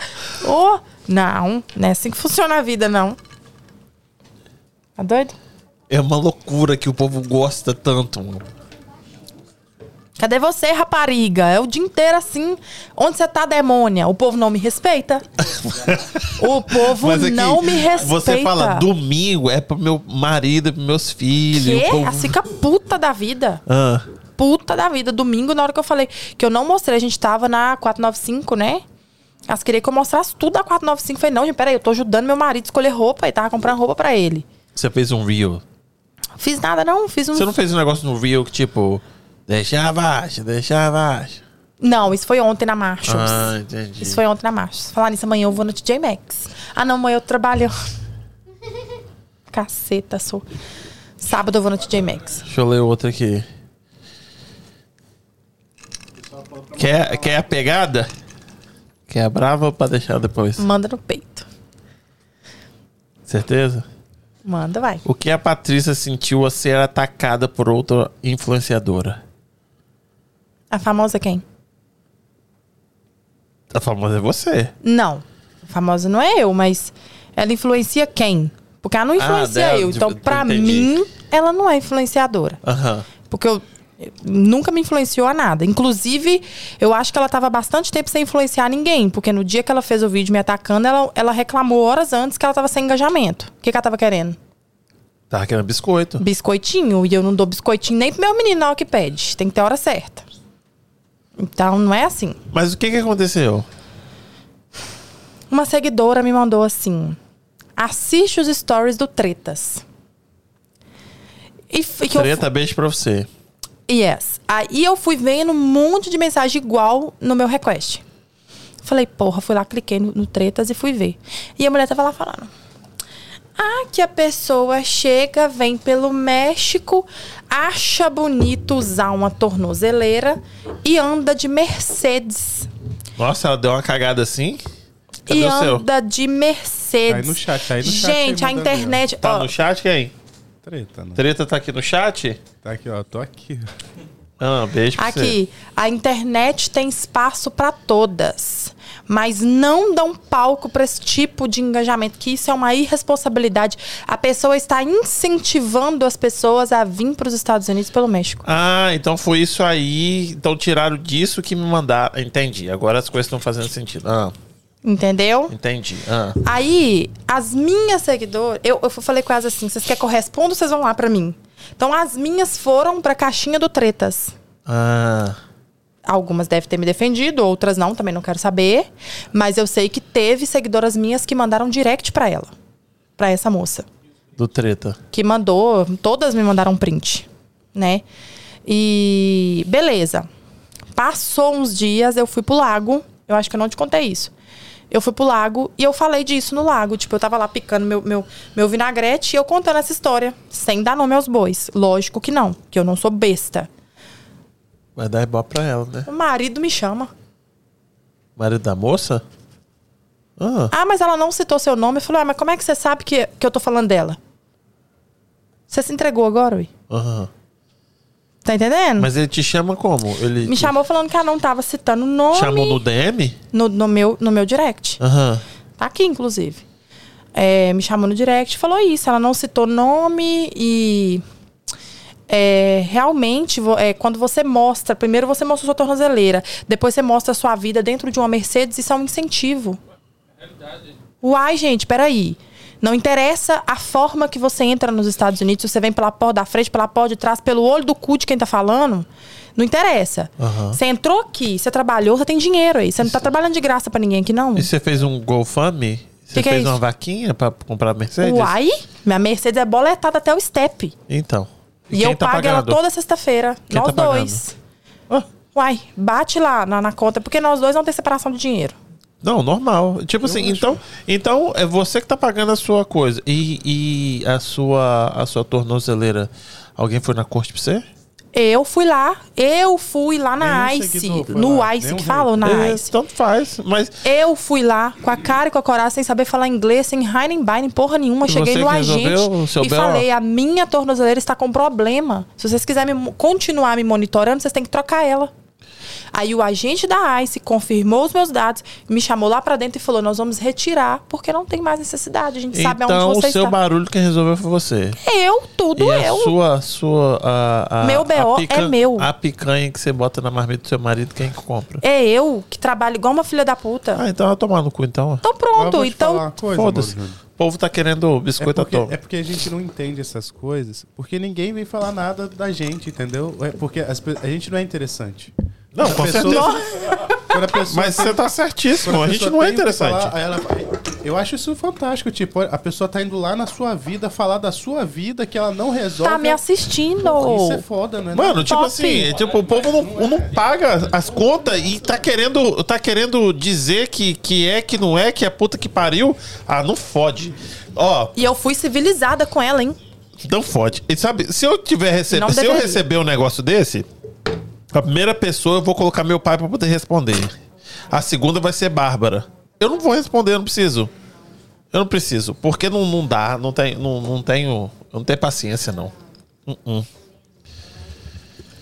Speaker 3: Ô, não, não é assim que funciona a vida, não. Tá doido?
Speaker 1: é uma loucura que o povo gosta tanto. mano.
Speaker 3: Cadê você, rapariga? É o dia inteiro assim. Onde você tá, demônia? O povo não me respeita. o povo
Speaker 1: Mas é que
Speaker 3: não me respeita.
Speaker 1: Você fala, domingo é pro meu marido, é pros meus filhos.
Speaker 3: Quê?
Speaker 1: o povo-
Speaker 3: Ela fica puta da vida.
Speaker 1: Ah,
Speaker 3: Puta da vida. Domingo, na hora que eu falei que eu não mostrei, a gente tava na 495, né? Elas queriam que eu mostrasse tudo da 495. Falei, não, gente, peraí, eu tô ajudando meu marido a escolher roupa e tava comprando roupa pra ele.
Speaker 1: você fez um reel.
Speaker 3: Fiz nada, não. Fiz um.
Speaker 1: Você não
Speaker 3: não...
Speaker 1: fez um negócio no reel que tipo, deixa abaixo, deixa abaixo.
Speaker 3: isso foi ontem na Marshalls.
Speaker 1: Ah, entendi.
Speaker 3: Isso foi ontem na Marshalls. Falar nisso, amanhã eu vou no TJ Maxx. Ah, não, amanhã eu trabalho. Caceta, sou. Sábado eu vou no TJ Maxx.
Speaker 1: Deixa eu ler outra aqui. Quer, quer a pegada? é Quer a brava pra deixar depois?
Speaker 3: Manda no peito.
Speaker 1: Certeza?
Speaker 3: Manda, vai.
Speaker 1: O que a Patrícia sentiu a ser atacada por outra influenciadora?
Speaker 3: A famosa quem?
Speaker 1: A famosa é você.
Speaker 3: Não. A famosa não é eu, mas ela influencia quem? Porque ela não influencia
Speaker 1: Ah, dela,
Speaker 3: eu.
Speaker 1: de-
Speaker 3: Então, pra
Speaker 1: entendi.
Speaker 3: mim, ela não é influenciadora.
Speaker 1: Aham.
Speaker 3: Porque eu eu- nunca me influenciou a nada. Inclusive, eu acho que ela tava bastante tempo sem influenciar ninguém. Porque no dia que ela fez o vídeo me atacando, ela, ela reclamou horas antes que ela tava sem engajamento. O que, que ela tava querendo?
Speaker 1: Tava querendo biscoito.
Speaker 3: Biscoitinho. E eu não dou biscoitinho nem pro meu menino na hora que pede. Tem que ter hora certa. Então, não é assim.
Speaker 1: Mas o que que aconteceu?
Speaker 3: Uma seguidora me mandou assim: assiste os stories do Tretas. E, f- que eu
Speaker 1: Treta, beijo pra você.
Speaker 3: Yes. Aí eu fui vendo um monte de mensagem igual no meu request. Falei, porra, fui lá, cliquei no, no Tretas e fui ver. E a mulher tava lá falando. Ah, que a pessoa chega, vem pelo México, acha bonito usar uma tornozeleira e anda de Mercedes.
Speaker 1: Nossa, ela deu uma cagada assim? Cadê
Speaker 3: e
Speaker 1: o seu?
Speaker 3: anda de Mercedes.
Speaker 2: Aí no chat, aí no chat
Speaker 3: Gente,
Speaker 2: aí
Speaker 3: a
Speaker 2: manda
Speaker 3: internet.
Speaker 1: Tá
Speaker 3: ó,
Speaker 1: no chat, quem?
Speaker 2: Treta, não.
Speaker 1: Treta tá aqui no chat?
Speaker 2: Tá aqui, ó. Tô aqui.
Speaker 1: Ah, beijo pra você.
Speaker 3: Aqui, a internet tem espaço pra todas, mas não dão palco pra esse tipo de engajamento, que isso é uma irresponsabilidade. A pessoa está incentivando as pessoas a vir para os Estados Unidos pelo México.
Speaker 1: Ah, então foi isso aí. Então tiraram disso que me mandaram. Entendi. Agora as coisas estão fazendo sentido. Ah,
Speaker 3: Entendeu?
Speaker 1: entendi. Ah.
Speaker 3: Aí, as minhas seguidoras, eu, eu falei com elas assim: vocês querem que eu responda ou vocês vão lá pra mim? Então, as minhas foram pra caixinha do Tretas.
Speaker 1: Ah.
Speaker 3: Algumas devem ter me defendido, outras não, também não quero saber. Mas eu sei que teve seguidoras minhas que mandaram direct pra ela. pra essa moça.
Speaker 1: Do treta.
Speaker 3: Que mandou, todas me mandaram um print, né? E beleza. Passou uns dias, eu fui pro lago. Eu acho que eu não te contei isso. Eu fui pro lago e eu falei disso no lago. Tipo, eu tava lá picando meu, meu, meu vinagrete e eu contando essa história. Sem dar nome aos bois. Lógico que não, que eu não sou besta.
Speaker 1: Vai dar ibope pra ela, né?
Speaker 3: O marido me chama.
Speaker 1: Marido da moça? Ah.
Speaker 3: Ah, mas ela não citou seu nome. Eu falei, ah, mas como é que você sabe que, que eu tô falando dela? Você se entregou agora, ui?
Speaker 1: Aham.
Speaker 3: Tá entendendo?
Speaker 1: Mas ele te chama como? Ele
Speaker 3: Me
Speaker 1: te
Speaker 3: chamou falando que ela não tava citando o nome
Speaker 1: chamou no DM?
Speaker 3: no, no meu, no meu direct.
Speaker 1: Aham.
Speaker 3: Tá aqui, inclusive. É, me chamou no direct, falou isso. Ela não citou nome e. é, realmente, vo- é, quando você mostra, primeiro você mostra sua tornozeleira, depois você mostra a sua vida dentro de uma Mercedes, isso é um incentivo. Uai, gente, peraí. Não interessa a forma que você entra nos Estados Unidos, se você vem pela porta da frente, pela porta de trás, pelo olho do cu de quem tá falando. Não interessa.
Speaker 1: Aham.
Speaker 3: Você entrou aqui, você trabalhou, você tem dinheiro aí. Você não tá trabalhando de graça pra ninguém aqui, não.
Speaker 1: E você fez um GoFundMe? Você
Speaker 3: Que que é
Speaker 1: fez uma
Speaker 3: isso?
Speaker 1: vaquinha pra comprar a Mercedes?
Speaker 3: Uai, minha Mercedes é boletada até o step.
Speaker 1: Então.
Speaker 3: E, eu pago ela toda sexta-feira.
Speaker 1: Quem
Speaker 3: Nós
Speaker 1: tá pagando?
Speaker 3: dois. Uai, bate lá na, na conta, porque nós dois não tem separação de dinheiro.
Speaker 1: Não, normal. Tipo assim, então, então é você que tá pagando a sua coisa. E, e a sua a sua tornozeleira, alguém foi na corte pra você?
Speaker 3: Eu fui lá, eu fui lá na
Speaker 2: Nenhum
Speaker 3: ICE.
Speaker 2: seguidor foi
Speaker 3: No
Speaker 2: lá,
Speaker 3: ICE
Speaker 2: nenhum
Speaker 3: que falam, na
Speaker 1: É,
Speaker 3: ICE.
Speaker 1: Tanto faz, mas
Speaker 3: Eu fui lá com a cara e com a coragem, sem saber falar inglês, sem Heinenbein, porra nenhuma.
Speaker 1: E
Speaker 3: Cheguei
Speaker 1: você
Speaker 3: no
Speaker 1: que resolveu o
Speaker 3: agente
Speaker 1: seu
Speaker 3: e
Speaker 1: BO?
Speaker 3: falei: a minha tornozeleira está com problema. Se vocês quiserem me mo- continuar me monitorando, vocês têm que trocar ela. Aí o agente da ICE confirmou os meus dados, me chamou lá pra dentro e falou: nós vamos retirar, porque não tem mais necessidade. A gente sabe
Speaker 1: então
Speaker 3: aonde
Speaker 1: o
Speaker 3: você
Speaker 1: seu
Speaker 3: está.
Speaker 1: barulho quem resolveu foi você.
Speaker 3: Eu, tudo
Speaker 1: e
Speaker 3: eu.
Speaker 1: a sua sua a, a-
Speaker 3: Meu
Speaker 1: a
Speaker 3: BO é meu.
Speaker 1: A picanha que você bota na marmita do seu marido quem que compra.
Speaker 3: É eu que trabalho igual uma filha da puta.
Speaker 1: Ah, então vai tomar no cu então.
Speaker 3: Então
Speaker 2: Mas eu vou
Speaker 3: pronto,
Speaker 2: te falar uma
Speaker 3: então.
Speaker 2: coisa,
Speaker 1: Foda-se.
Speaker 2: Mauro Júnior.
Speaker 1: O povo tá querendo
Speaker 2: É
Speaker 1: biscoito à
Speaker 2: porque,
Speaker 1: toa.
Speaker 2: é porque a gente não entende essas coisas, porque ninguém vem falar nada da gente, entendeu? É porque as pe- a gente não é interessante.
Speaker 1: Não,
Speaker 2: Quando a
Speaker 1: com
Speaker 2: pessoa- quando a pessoa
Speaker 1: Mas você tá certíssimo,
Speaker 2: Quando
Speaker 1: a gente
Speaker 2: pessoa
Speaker 1: não é
Speaker 2: tem o que
Speaker 1: interessante.
Speaker 2: falar, aí ela- eu acho isso fantástico. Tipo, a pessoa tá indo lá na sua vida falar da sua vida que ela não resolve.
Speaker 3: Tá me assistindo.
Speaker 2: Isso é foda, né?
Speaker 1: Mano, tipo
Speaker 3: Top.
Speaker 1: assim, é tipo, o povo não, não paga as contas e tá querendo, tá querendo dizer que, que é, que não é, que é puta que pariu. Ah, não fode. Ó,
Speaker 3: E eu fui civilizada com ela, hein?
Speaker 1: não fode. E sabe, se eu tiver rece
Speaker 3: Não
Speaker 1: se eu
Speaker 3: deveria.
Speaker 1: receber um negócio desse, a primeira pessoa eu vou colocar meu pai pra poder responder. A segunda vai ser Bárbara. Eu não vou responder, eu não preciso. Eu não preciso, porque não, não dá, não, tem, não, não tenho, eu não tenho paciência não.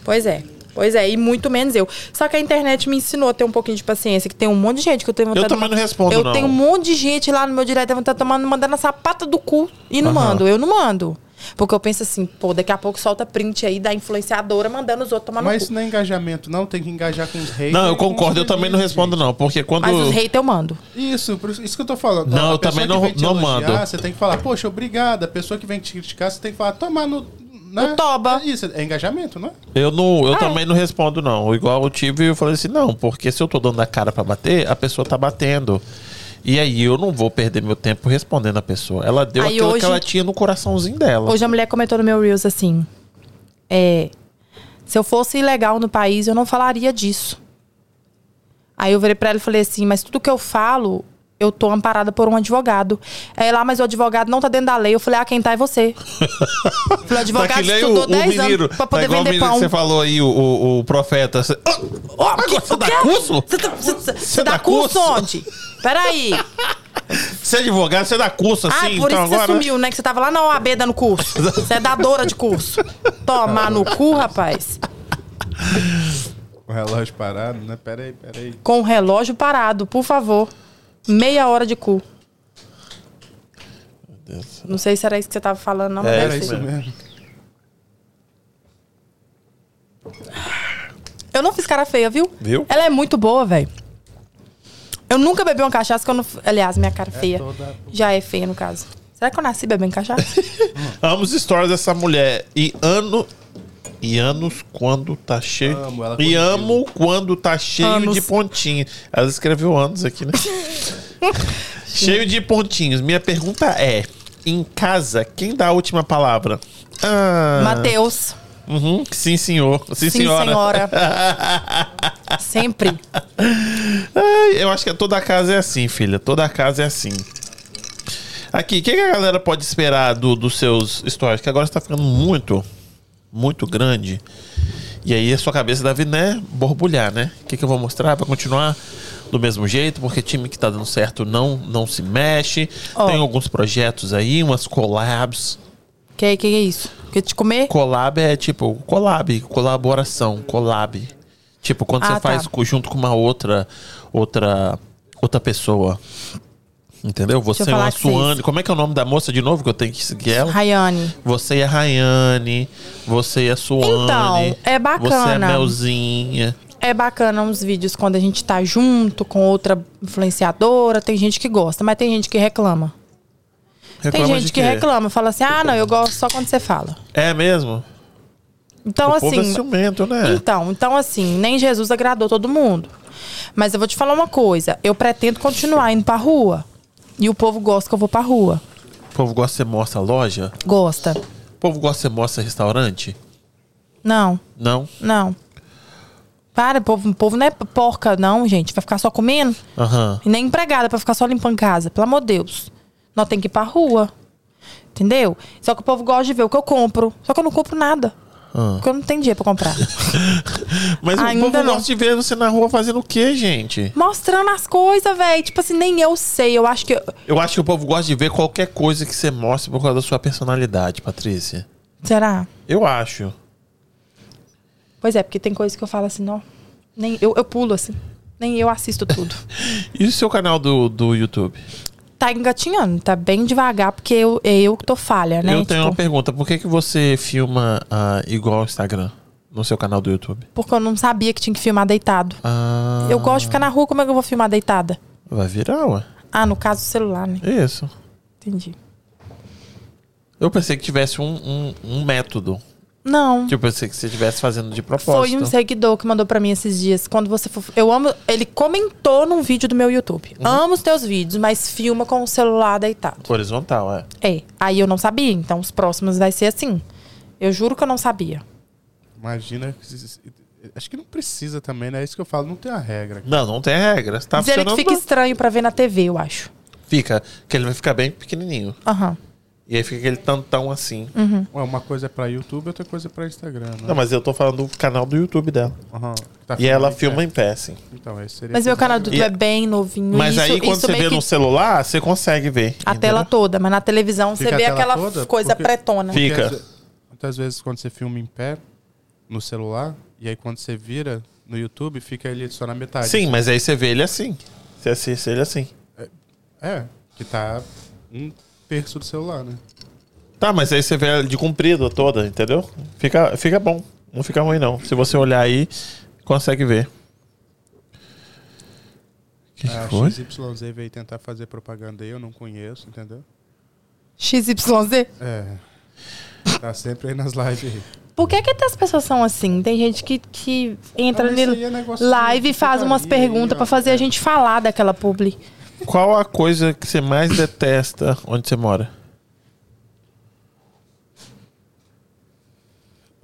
Speaker 3: Pois é. Pois é, e muito menos eu. Só que a internet me ensinou a ter um pouquinho de paciência, que tem um monte de gente que eu tenho vontade
Speaker 1: Eu também
Speaker 3: de-
Speaker 1: não respondo,
Speaker 3: Eu
Speaker 1: não.
Speaker 3: tenho um monte de gente lá no meu direto, eu vontade de tomar, mandando a sapata do cu e não mando. Eu não mando. Porque eu penso assim, pô, daqui a pouco solta print aí da influenciadora mandando os outros tomar
Speaker 2: Mas
Speaker 3: Tá no cu.
Speaker 2: isso não é engajamento, não. Tem que engajar com os haters.
Speaker 1: Não, eu
Speaker 2: e com os
Speaker 1: concordo, eu também não
Speaker 2: felizes,
Speaker 1: respondo não, porque quando
Speaker 3: Mas os haters eu mando.
Speaker 2: Isso, por isso isso que eu tô falando.
Speaker 1: Não,
Speaker 2: A
Speaker 1: eu também
Speaker 2: pessoa que
Speaker 1: não-
Speaker 2: vem te
Speaker 1: não
Speaker 2: elogiar,
Speaker 1: mando.
Speaker 2: Você tem que falar, poxa, obrigada. A pessoa que vem te criticar, você tem que falar, toma no.
Speaker 3: No toba.
Speaker 2: É Isso, é engajamento, não é?
Speaker 1: Eu, não, eu também não respondo, não. Igual eu tive, eu falei assim, não, porque se eu tô dando a cara pra bater, a pessoa tá batendo. E aí eu não vou perder meu tempo respondendo a pessoa. Ela deu
Speaker 3: Aí
Speaker 1: aquilo
Speaker 3: hoje-
Speaker 1: que ela tinha no coraçãozinho dela.
Speaker 3: Hoje a mulher comentou no meu Reels assim: é, se eu fosse ilegal no país, eu não falaria disso. Aí eu virei pra ela e falei assim: mas tudo que eu falo, eu tô amparada por um advogado. Aí lá, mas o advogado não tá dentro da lei. Eu falei, ah, quem tá é você. Eu falei, o advogado
Speaker 1: Tá que nem
Speaker 3: estudou
Speaker 1: o, o
Speaker 3: 10
Speaker 1: menino,
Speaker 3: anos pra
Speaker 1: tá
Speaker 3: poder
Speaker 1: igual o
Speaker 3: vender
Speaker 1: menino que
Speaker 3: pão.
Speaker 1: você falou aí, o, o, o profeta. Você- Ah,
Speaker 3: Ó,
Speaker 1: agora
Speaker 3: que-
Speaker 1: você
Speaker 3: o
Speaker 1: dá
Speaker 3: quê?
Speaker 1: curso?
Speaker 3: Você tá- você- você- Você
Speaker 1: dá
Speaker 3: dá curso
Speaker 1: curso?
Speaker 3: onde? Peraí.
Speaker 1: Você é advogado, você dá curso
Speaker 3: Ah,
Speaker 1: assim,
Speaker 3: por isso
Speaker 1: então
Speaker 3: que você
Speaker 1: agora.
Speaker 3: sumiu, né? Que você tava lá na OAB dando curso. Você é dadora de curso. Tomar no cu, rapaz.
Speaker 2: O relógio parado, né? Peraí, peraí.
Speaker 3: Com o relógio parado, por favor. Meia hora de cu. Não sei se era isso que você tava falando, não. mas
Speaker 1: É,
Speaker 3: deve
Speaker 1: era
Speaker 3: ser.
Speaker 1: isso mesmo.
Speaker 3: Eu não fiz cara feia, viu?
Speaker 1: Viu?
Speaker 3: Ela é muito boa, velho. Eu nunca bebi uma cachaça que eu não. Aliás, minha cara feia.
Speaker 2: toda-
Speaker 3: Já é feia, no caso. Será que eu nasci bebendo cachaça?
Speaker 1: Amo os stories dessa mulher. E ano. E anos quando tá cheio.
Speaker 2: Amo ela
Speaker 1: e
Speaker 2: quando
Speaker 1: amo quando tá cheio
Speaker 3: Anos.
Speaker 1: de pontinhos. Ela escreveu anos aqui, né? cheio de pontinhos. Minha pergunta é: em casa, quem dá a última palavra? Ah,
Speaker 3: Mateus.
Speaker 1: uhum, sim, senhor. Sim,
Speaker 3: Sim,
Speaker 1: senhora.
Speaker 3: senhora. Sempre.
Speaker 1: Ai, eu acho que toda casa é assim, filha. Toda casa é assim. Aqui, o que, que a galera pode esperar do, dos seus stories? Que agora está ficando muito, muito grande. E aí a sua cabeça deve, né, borbulhar, né? O que, que eu vou mostrar para continuar do mesmo jeito? Porque time que tá dando certo não, não se mexe.
Speaker 3: Ó.
Speaker 1: Tem alguns projetos aí, umas collabs.
Speaker 3: Que, que é isso? Quer te comer?
Speaker 1: Collab é tipo, collab, colaboração, collab. Tipo, quando
Speaker 3: Ah,
Speaker 1: você faz
Speaker 3: tá.
Speaker 1: co- junto com uma outra, outra, outra pessoa. Entendeu? Você é
Speaker 3: falar
Speaker 1: uma
Speaker 3: que vocês-
Speaker 1: Suane. Como é que é o nome da moça de novo que eu tenho que seguir ela?
Speaker 3: Rayane.
Speaker 1: Você é a Rayane, você é a Suane.
Speaker 3: Então, é
Speaker 1: Você é a
Speaker 3: bacana.
Speaker 1: Melzinha.
Speaker 3: É bacana uns vídeos quando a gente tá junto com outra influenciadora. Tem gente que gosta, mas tem gente que reclama.
Speaker 1: Reclama
Speaker 3: tem
Speaker 1: de
Speaker 3: gente que
Speaker 1: quê?
Speaker 3: reclama, fala assim: ah, não, eu gosto só quando você fala.
Speaker 1: É mesmo?
Speaker 3: Então,
Speaker 1: o povo é
Speaker 3: assim.
Speaker 1: ciumento, né?
Speaker 3: Então, então, assim, nem Jesus agradou todo mundo. Mas eu vou te falar uma coisa: eu pretendo continuar indo pra rua. E o povo gosta que eu vou pra rua.
Speaker 1: O povo gosta que você mostra loja?
Speaker 3: Gosta.
Speaker 1: O povo gosta que você mostra restaurante?
Speaker 3: Não,
Speaker 1: Não?
Speaker 3: não. Para, o povo, o povo não é porca, não, gente. Vai ficar só comendo?
Speaker 1: Aham.
Speaker 3: E nem empregada pra ficar só limpando casa. Pelo amor de Deus. Nós tem que ir pra rua. Entendeu? Só que o povo gosta de ver o que eu compro. Só que eu não compro nada.
Speaker 1: Ah.
Speaker 3: Porque eu não tenho dinheiro pra comprar.
Speaker 1: Mas
Speaker 3: Ainda
Speaker 1: o povo
Speaker 3: não.
Speaker 1: gosta de ver você na rua fazendo o quê, gente?
Speaker 3: Mostrando as coisas, velho. Tipo assim, nem eu sei. Eu acho que. eu-
Speaker 1: Eu acho que o povo gosta de ver qualquer coisa que você mostre por causa da sua personalidade, Patrícia.
Speaker 3: Será?
Speaker 1: Eu acho.
Speaker 3: Pois é, porque tem coisas que eu falo assim, não. Nem eu, eu pulo assim. Nem eu assisto tudo.
Speaker 1: E o seu canal do, do YouTube?
Speaker 3: tá engatinhando, tá bem devagar, porque eu, é eu que tô falha, né?
Speaker 1: eu tenho
Speaker 3: Tipo,
Speaker 1: uma pergunta. Por que, que você filma ah, igual ao Instagram no seu canal do YouTube?
Speaker 3: Porque eu não sabia que tinha que filmar deitado.
Speaker 1: Ah,
Speaker 3: Eu gosto de ficar na rua, como é que eu vou filmar deitada?
Speaker 1: Vai virar, ué.
Speaker 3: Ah, no caso, o celular, né?
Speaker 1: Isso.
Speaker 3: Entendi.
Speaker 1: Eu pensei que tivesse um, um, um método.
Speaker 3: Não.
Speaker 1: Tipo, eu pensei que você estivesse fazendo de propósito.
Speaker 3: Foi um seguidor que mandou pra mim esses dias. Quando você for. Eu amo. Ele comentou num vídeo do meu YouTube.
Speaker 1: Uhum.
Speaker 3: Amo os teus vídeos, mas filma com o celular deitado.
Speaker 1: Horizontal, é.
Speaker 3: É. Aí eu não sabia, então os próximos vai ser assim. Eu juro que eu não sabia.
Speaker 2: Imagina. que se- se- Acho que não precisa também, né? É isso que eu falo, não tem a regra.
Speaker 1: Não, não tem regra. Tá
Speaker 3: Diz ele que
Speaker 1: funcionando.
Speaker 3: fica estranho pra ver na TV, eu acho.
Speaker 1: Fica. Que ele vai ficar bem pequenininho.
Speaker 3: Aham.
Speaker 1: E aí fica aquele tantão assim.
Speaker 3: Uhum.
Speaker 2: Ué, Uma coisa é pra YouTube, outra coisa é pra Instagram, né?
Speaker 1: Não, mas eu tô falando do canal do YouTube dela.
Speaker 2: Aham. Tá
Speaker 1: E ela filma
Speaker 2: filmando,
Speaker 1: em pé, assim.
Speaker 2: é. Então, esse seria.
Speaker 3: Mas meu canal do YouTube
Speaker 1: E-
Speaker 3: é bem novinho.
Speaker 1: Mas
Speaker 3: isso,
Speaker 1: aí quando
Speaker 3: isso
Speaker 1: você
Speaker 3: meio
Speaker 1: vê
Speaker 3: que
Speaker 1: no celular, você consegue ver.
Speaker 3: a tela toda, mas na televisão
Speaker 2: Fica
Speaker 3: você
Speaker 2: a
Speaker 3: vê
Speaker 2: tela
Speaker 3: aquela
Speaker 2: toda?
Speaker 3: coisa
Speaker 2: Porque-
Speaker 3: pretona.
Speaker 1: Fica.
Speaker 2: Porque às ve- Muitas vezes quando você filma em pé no celular, e aí quando você vira no YouTube, fica ele só na metade.
Speaker 1: Sim, mas aí você vê ele assim. Você assiste ele assim.
Speaker 2: É, que tá um terço do celular, né?
Speaker 1: Tá, mas aí você vê ela de comprido toda, entendeu? Fica, fica bom. Não fica ruim, não. Se você olhar aí, consegue ver. Que
Speaker 2: A
Speaker 1: foi?
Speaker 2: XYZ veio tentar fazer propaganda aí, eu não conheço, entendeu?
Speaker 3: XYZ.
Speaker 2: É. Tá sempre aí nas lives aí.
Speaker 3: Por que, que até as pessoas são assim? Tem gente que, que entra
Speaker 2: Ah, mas isso aí
Speaker 3: em
Speaker 2: é negócio
Speaker 3: live e
Speaker 2: de
Speaker 3: faz umas
Speaker 2: putaria é. aí,
Speaker 3: perguntas
Speaker 2: ó.
Speaker 3: pra
Speaker 1: é.
Speaker 3: fazer a gente falar daquela publi.
Speaker 1: Qual a coisa que você mais detesta onde você mora?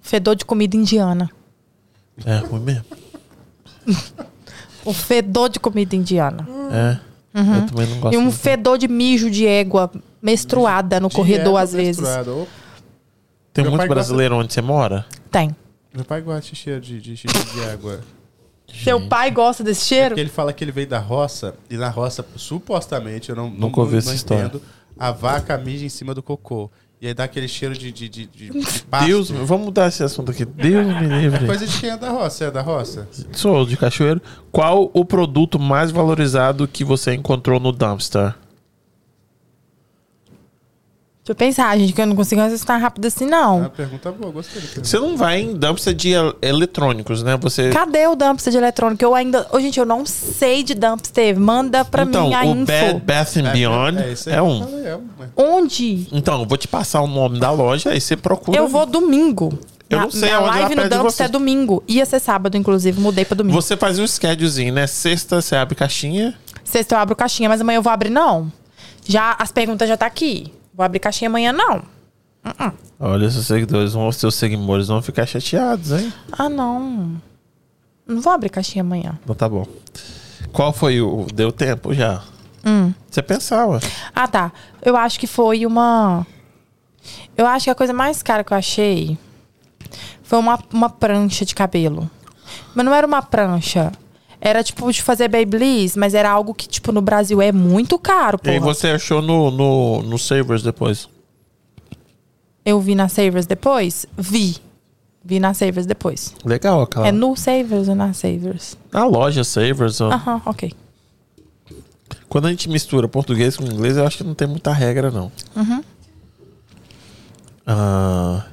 Speaker 3: Fedor de comida indiana.
Speaker 1: É ruim mesmo.
Speaker 3: Um O fedor de comida indiana.
Speaker 1: É. Eu também não gosto.
Speaker 3: Uhum. E um
Speaker 1: muito.
Speaker 3: fedor de mijo de égua menstruada no
Speaker 2: De
Speaker 3: corredor,
Speaker 2: erva
Speaker 3: às vezes.
Speaker 2: misturada. Ô,
Speaker 1: Tem
Speaker 2: Meu
Speaker 1: muito
Speaker 2: pai gosta-
Speaker 1: brasileiro onde você mora?
Speaker 3: Tem.
Speaker 2: Meu pai gosta de cheiro de, de xixi de água.
Speaker 3: Seu pai gosta desse cheiro?
Speaker 2: Porque ele fala que ele veio da roça, e na roça, supostamente, eu não, não,
Speaker 1: Nunca ouvi
Speaker 2: não
Speaker 1: essa história.
Speaker 2: a vaca mija em cima do cocô. E aí dá aquele cheiro de, de, de, de, de pasto.
Speaker 1: Deus, vamos mudar esse assunto aqui. Deus me livre.
Speaker 2: Coisa de quem é da roça, é da roça.
Speaker 1: Sou de cachoeiro. Qual o produto mais valorizado que você encontrou no dumpster?
Speaker 3: Deixa eu pensar, gente, que eu não consigo raciocinar rápido assim,
Speaker 2: É uma
Speaker 3: não.
Speaker 2: pergunta boa, gostei. da pergunta.
Speaker 1: Você não vai em dumpster de el- eletrônicos, né? Você.
Speaker 3: Cadê o dumpster de eletrônico? Eu ainda. Ô, gente, eu não sei de dumpster. Manda pra
Speaker 1: então,
Speaker 3: mim a
Speaker 1: o
Speaker 3: info.
Speaker 1: Bad Bath and Beyond
Speaker 2: é, isso
Speaker 1: é,
Speaker 2: aí que eu
Speaker 1: um.
Speaker 2: falei, é um, é.
Speaker 3: Onde?
Speaker 1: Então, eu vou te passar o nome da loja, aí você procura.
Speaker 3: Eu vou domingo.
Speaker 1: Eu não sei
Speaker 3: A
Speaker 1: aonde, lá
Speaker 3: live no
Speaker 1: perto de
Speaker 3: dumpster é
Speaker 1: vocês.
Speaker 3: domingo. Ia ser sábado, inclusive. Mudei pra domingo.
Speaker 1: Você faz um schedulezinho, né? Sexta você abre caixinha.
Speaker 3: Sexta eu abro caixinha, mas amanhã eu vou abrir, não. Já, as perguntas já tá aqui. Vou abrir caixinha amanhã, não.
Speaker 1: Olha, seus seguidores, vão, seus seguidores vão ficar chateados, hein?
Speaker 3: Ah, não. Não vou abrir caixinha amanhã.
Speaker 1: Então tá bom. Qual foi o. Deu tempo já?
Speaker 3: Hum.
Speaker 1: Você pensava.
Speaker 3: Ah, tá. Eu acho que foi uma. Eu acho que a coisa mais cara que eu achei foi uma, uma prancha de cabelo. Mas não era uma prancha. Era tipo de fazer babyliss, mas era algo que, tipo, no Brasil é muito caro,
Speaker 1: E aí
Speaker 3: porra.
Speaker 1: você achou no, no, no Savers depois.
Speaker 3: Eu vi na Savers depois? Vi. Vi na Savers depois.
Speaker 1: Legal, aquela.
Speaker 3: É no Savers ou na Savers?
Speaker 1: Na loja Savers. ó.
Speaker 3: Aham, ok.
Speaker 1: Quando a gente mistura português com inglês, eu acho que não tem muita regra, não.
Speaker 3: Uhum.
Speaker 1: Ah...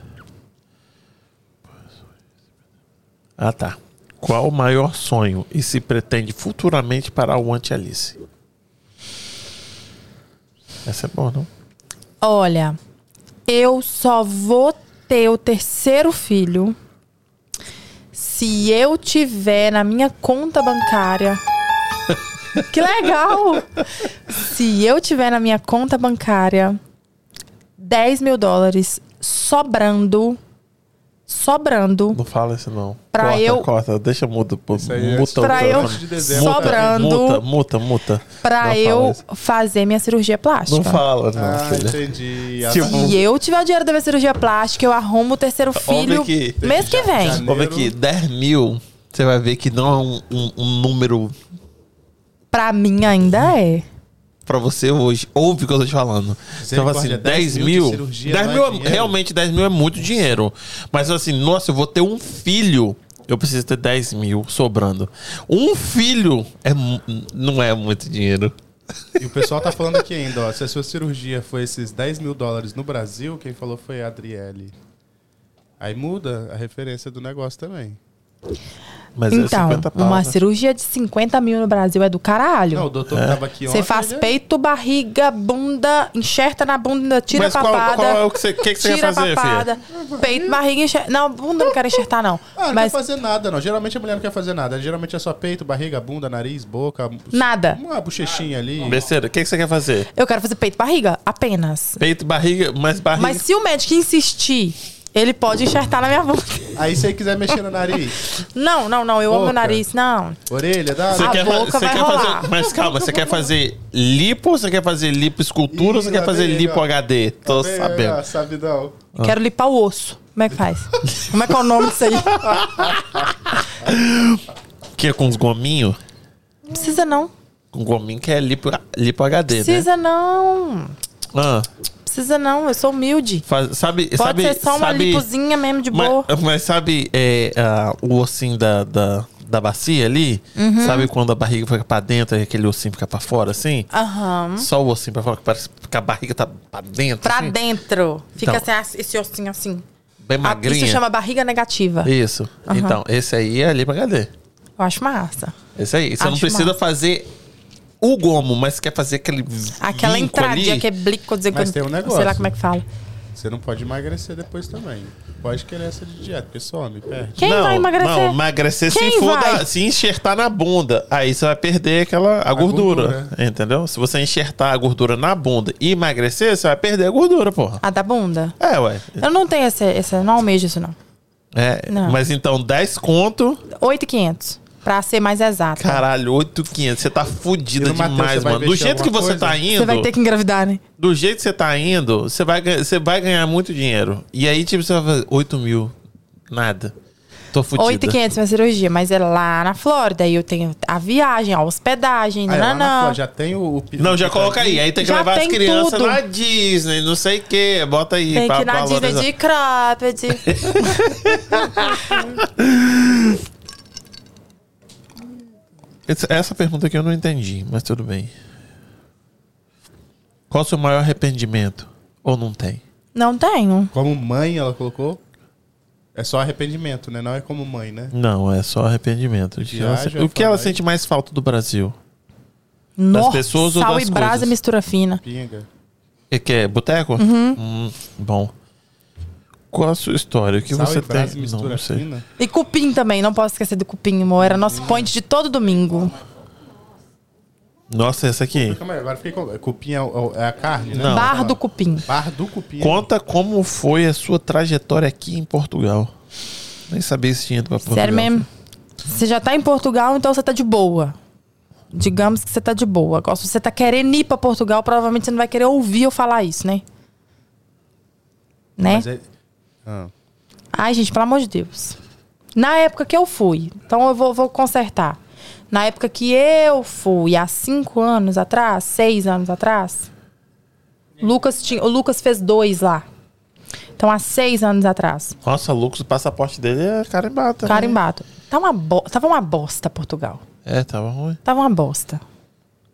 Speaker 1: ah, tá. Qual o maior sonho e se pretende futuramente para o Anti-Alice? Essa é boa, não?
Speaker 3: Olha, eu só vou ter o terceiro filho se eu tiver na minha conta bancária. que legal! Se eu tiver na minha conta bancária 10 mil dólares sobrando, sobrando,
Speaker 1: Não fala isso, não.
Speaker 3: Pra
Speaker 1: corta,
Speaker 3: eu-
Speaker 1: corta, deixa mudo. pô.
Speaker 2: Isso aí é-
Speaker 1: Muta o
Speaker 3: Pra eu-
Speaker 1: telefone.
Speaker 2: de
Speaker 1: Muta,
Speaker 2: dezembro.
Speaker 3: Sobrando.
Speaker 1: Muta, muta, muta. Não
Speaker 3: pra
Speaker 1: fala
Speaker 3: eu
Speaker 1: isso.
Speaker 3: fazer minha cirurgia plástica.
Speaker 1: Não fala, não,
Speaker 2: Ah,
Speaker 1: filha.
Speaker 2: entendi. Ah,
Speaker 1: Tipo,
Speaker 3: Se eu tiver o dinheiro da minha cirurgia plástica, eu arrumo o terceiro filho
Speaker 1: que-
Speaker 3: mês que vem.
Speaker 2: já-
Speaker 1: Vamos ver aqui, 10 mil, você vai ver que não é um, um- um número
Speaker 3: Pra mim ainda é.
Speaker 1: pra você hoje. Ouve o que eu tô te falando. Então, assim,
Speaker 2: Misericórdia,
Speaker 1: 10
Speaker 2: 10 mil
Speaker 1: mil.
Speaker 2: de cirurgia
Speaker 1: 10
Speaker 2: não
Speaker 1: mil
Speaker 2: é
Speaker 1: é-
Speaker 2: dinheiro.
Speaker 1: realmente, 10 mil é muito dinheiro. Mas assim, nossa, eu vou ter um filho. Eu preciso ter 10 mil sobrando. Um filho é, mu- não é muito dinheiro.
Speaker 2: E o pessoal tá falando aqui ainda, ó. Se a sua cirurgia foi esses 10 mil dólares no Brasil, quem falou foi a Adriele. Aí muda a referência do negócio também.
Speaker 1: Mas é
Speaker 3: Então,
Speaker 1: 50 pau,
Speaker 3: uma
Speaker 1: né?
Speaker 3: cirurgia de 50 mil no Brasil é do
Speaker 2: Não, o
Speaker 3: caralho.
Speaker 2: doutor
Speaker 1: É.
Speaker 2: que tava aqui ontem.
Speaker 3: Você faz
Speaker 2: ele- é
Speaker 3: peito, barriga, bunda, enxerta na bunda, tira
Speaker 1: Mas
Speaker 3: a
Speaker 1: qual,
Speaker 3: papada.
Speaker 1: qual é o que você, que que você quer
Speaker 3: tira a
Speaker 1: fazer, filho?
Speaker 3: papada. Peito, barriga, enxerta. Não, bunda eu não quero enxertar, não.
Speaker 2: Ah, não
Speaker 3: Mas
Speaker 2: quer fazer nada, não. Geralmente a mulher não quer fazer nada. Geralmente é só peito, barriga, bunda, nariz, boca.
Speaker 3: nada.
Speaker 2: Uma bochechinha ali.
Speaker 1: Besteira, o que que você quer fazer?
Speaker 3: Eu quero fazer peito, barriga, apenas.
Speaker 1: Peito, barriga, mas barriga.
Speaker 3: Mas se o médico insistir, ele pode enxertar na minha bunda.
Speaker 2: Aí se você quiser mexer no nariz,
Speaker 3: Não, não, não, eu amo meu
Speaker 2: Boca.
Speaker 3: nariz, não.
Speaker 2: orelha, dá.
Speaker 1: Você
Speaker 3: A
Speaker 1: quer, fa-
Speaker 3: boca
Speaker 1: você
Speaker 3: vai
Speaker 1: quer
Speaker 3: rolar.
Speaker 1: fazer. Mas calma, você quer fazer lipo, você quer fazer lipo escultura ou você
Speaker 2: Ih,
Speaker 1: quer
Speaker 2: lá
Speaker 1: fazer
Speaker 2: vem,
Speaker 1: lipo
Speaker 2: ó.
Speaker 1: HD? Tô
Speaker 2: Vem, ó,
Speaker 1: sabendo.
Speaker 2: sabidão.
Speaker 3: Quero limpar o osso. Como é que faz? Como é que é o nome disso aí? Não
Speaker 1: Que é com os gominhos?
Speaker 3: precisa, não.
Speaker 1: Com gominho que é lipo, lipo HD, né?
Speaker 3: Precisa, não.
Speaker 1: Ah,
Speaker 3: Precisa, não. Eu sou humilde.
Speaker 1: faz- sabe,
Speaker 3: Pode
Speaker 1: sabe,
Speaker 3: ser só uma
Speaker 1: sabe,
Speaker 3: lipozinha mesmo de
Speaker 1: mas,
Speaker 3: boa.
Speaker 1: mas sabe é, ah, o ossinho da, da, da bacia ali?
Speaker 3: Uhum.
Speaker 1: Sabe quando a barriga fica pra dentro e aquele ossinho fica pra fora assim?
Speaker 3: Aham.
Speaker 1: Só o ossinho pra fora, que parece que a barriga tá pra dentro.
Speaker 3: Pra
Speaker 1: assim,
Speaker 3: dentro. Fica
Speaker 1: Então.
Speaker 3: assim, esse ossinho assim.
Speaker 1: Bem
Speaker 3: Ah, Isso
Speaker 1: magrinha.
Speaker 3: chama barriga negativa.
Speaker 1: Isso. Então, esse aí é lipo HD.
Speaker 3: Eu acho massa.
Speaker 1: Isso aí. Você não
Speaker 3: Acho
Speaker 1: precisa
Speaker 3: massa.
Speaker 1: fazer o gomo, mas quer fazer aquele.
Speaker 3: Aquela
Speaker 1: vinco
Speaker 3: entradinha
Speaker 1: ali.
Speaker 3: que é blico, dizer
Speaker 2: Mas
Speaker 3: que-
Speaker 2: tem um negócio.
Speaker 3: Sei lá como é que fala.
Speaker 2: Você não pode emagrecer depois também. Pode querer essa de dieta, porque some, perde.
Speaker 3: Quem
Speaker 1: não,
Speaker 3: vai emagrecer?
Speaker 1: Não, emagrecer
Speaker 3: Quem
Speaker 1: se for
Speaker 3: vai?
Speaker 1: da- se enxertar na bunda. Aí você vai perder aquela a gordura, é. Entendeu? Se você enxertar a gordura na bunda e emagrecer, você vai perder a gordura, porra.
Speaker 3: A da bunda.
Speaker 1: É, ué.
Speaker 3: Eu não tenho esse, esse não almejo isso, não.
Speaker 1: É,
Speaker 3: Não.
Speaker 1: Mas então, 10 conto.
Speaker 3: 8,500. Pra ser mais exato.
Speaker 1: Caralho, 8,500. Você tá fudida
Speaker 2: E no Mateus,
Speaker 1: demais,
Speaker 2: você vai
Speaker 1: mano. Do
Speaker 2: investir
Speaker 1: jeito que
Speaker 2: alguma
Speaker 1: você tá
Speaker 2: coisa?
Speaker 1: indo.
Speaker 3: Você vai ter que engravidar, né?
Speaker 1: Do jeito que você tá indo, você vai, ganha- você vai ganhar muito dinheiro. E aí, tipo, você vai fazer 8 mil. Nada. Tô fudida.
Speaker 3: 8,500 minha cirurgia, mas é lá na Flórida. Aí eu tenho a viagem, a hospedagem,
Speaker 2: Ah, é lá na
Speaker 3: nananã.
Speaker 2: Flórida, já tem o... tá o pi-
Speaker 1: Não, já coloca aí. Aí tem que
Speaker 3: Já
Speaker 1: levar
Speaker 3: tem
Speaker 1: as crianças
Speaker 3: tudo.
Speaker 1: na Disney, não sei o quê. Bota aí.
Speaker 3: Tem
Speaker 1: pra-
Speaker 3: que ir
Speaker 1: pra
Speaker 3: na Disney
Speaker 1: valorizar.
Speaker 3: de cropped.
Speaker 1: Essa- Essa pergunta aqui eu não entendi, mas tudo bem. Qual o seu maior arrependimento? Ou não tem?
Speaker 3: Não tenho.
Speaker 2: Como mãe, ela colocou. É só arrependimento, né? Não é como mãe, né?
Speaker 1: Não, é só arrependimento. O que, ela,
Speaker 2: Viagem,
Speaker 1: se- o que ela
Speaker 2: falar.
Speaker 1: sente mais falta do Brasil?
Speaker 3: Nossa,
Speaker 1: pessoas ou
Speaker 3: sal
Speaker 1: das
Speaker 3: e brasa
Speaker 1: coisas?
Speaker 3: mistura fina.
Speaker 2: Pinga.
Speaker 1: E que é boteco?
Speaker 3: Uhum.
Speaker 1: Hum, bom. Qual a sua história? O que
Speaker 2: Sal
Speaker 1: você
Speaker 2: e brasa,
Speaker 1: tem? Não,
Speaker 2: mistura
Speaker 1: não sei.
Speaker 2: fina.
Speaker 3: E cupim também, não posso esquecer do cupim, amor. Era nosso point de todo domingo.
Speaker 1: Nossa, essa aqui.
Speaker 2: Calma aí, agora fiquei com... Cupim é, o- é a carne, né?
Speaker 1: Não. tá
Speaker 3: Bar do cupim.
Speaker 2: Bar do cupim.
Speaker 1: Conta como foi a sua trajetória aqui em Portugal. Nem sabia se tinha ido pra Portugal.
Speaker 3: Sério mesmo? Você já tá em Portugal, então você tá de boa. Digamos que você tá de boa. Agora, se você tá querendo ir pra Portugal, provavelmente você não vai querer ouvir eu falar isso, né? Né?
Speaker 2: Mas é- Ah.
Speaker 3: Ai, gente, pelo amor de Deus. Na época que eu fui, então eu vou, vou consertar. Na época que eu fui, há cinco anos atrás, seis anos atrás, Lucas tinha, o Lucas fez dois lá. Então, há seis anos atrás.
Speaker 1: Nossa, Lucas, o passaporte dele é carimbado. né?
Speaker 3: Carimbado. Tá uma bo- Tava uma bosta Portugal.
Speaker 1: É, tava ruim.
Speaker 3: Tava uma bosta.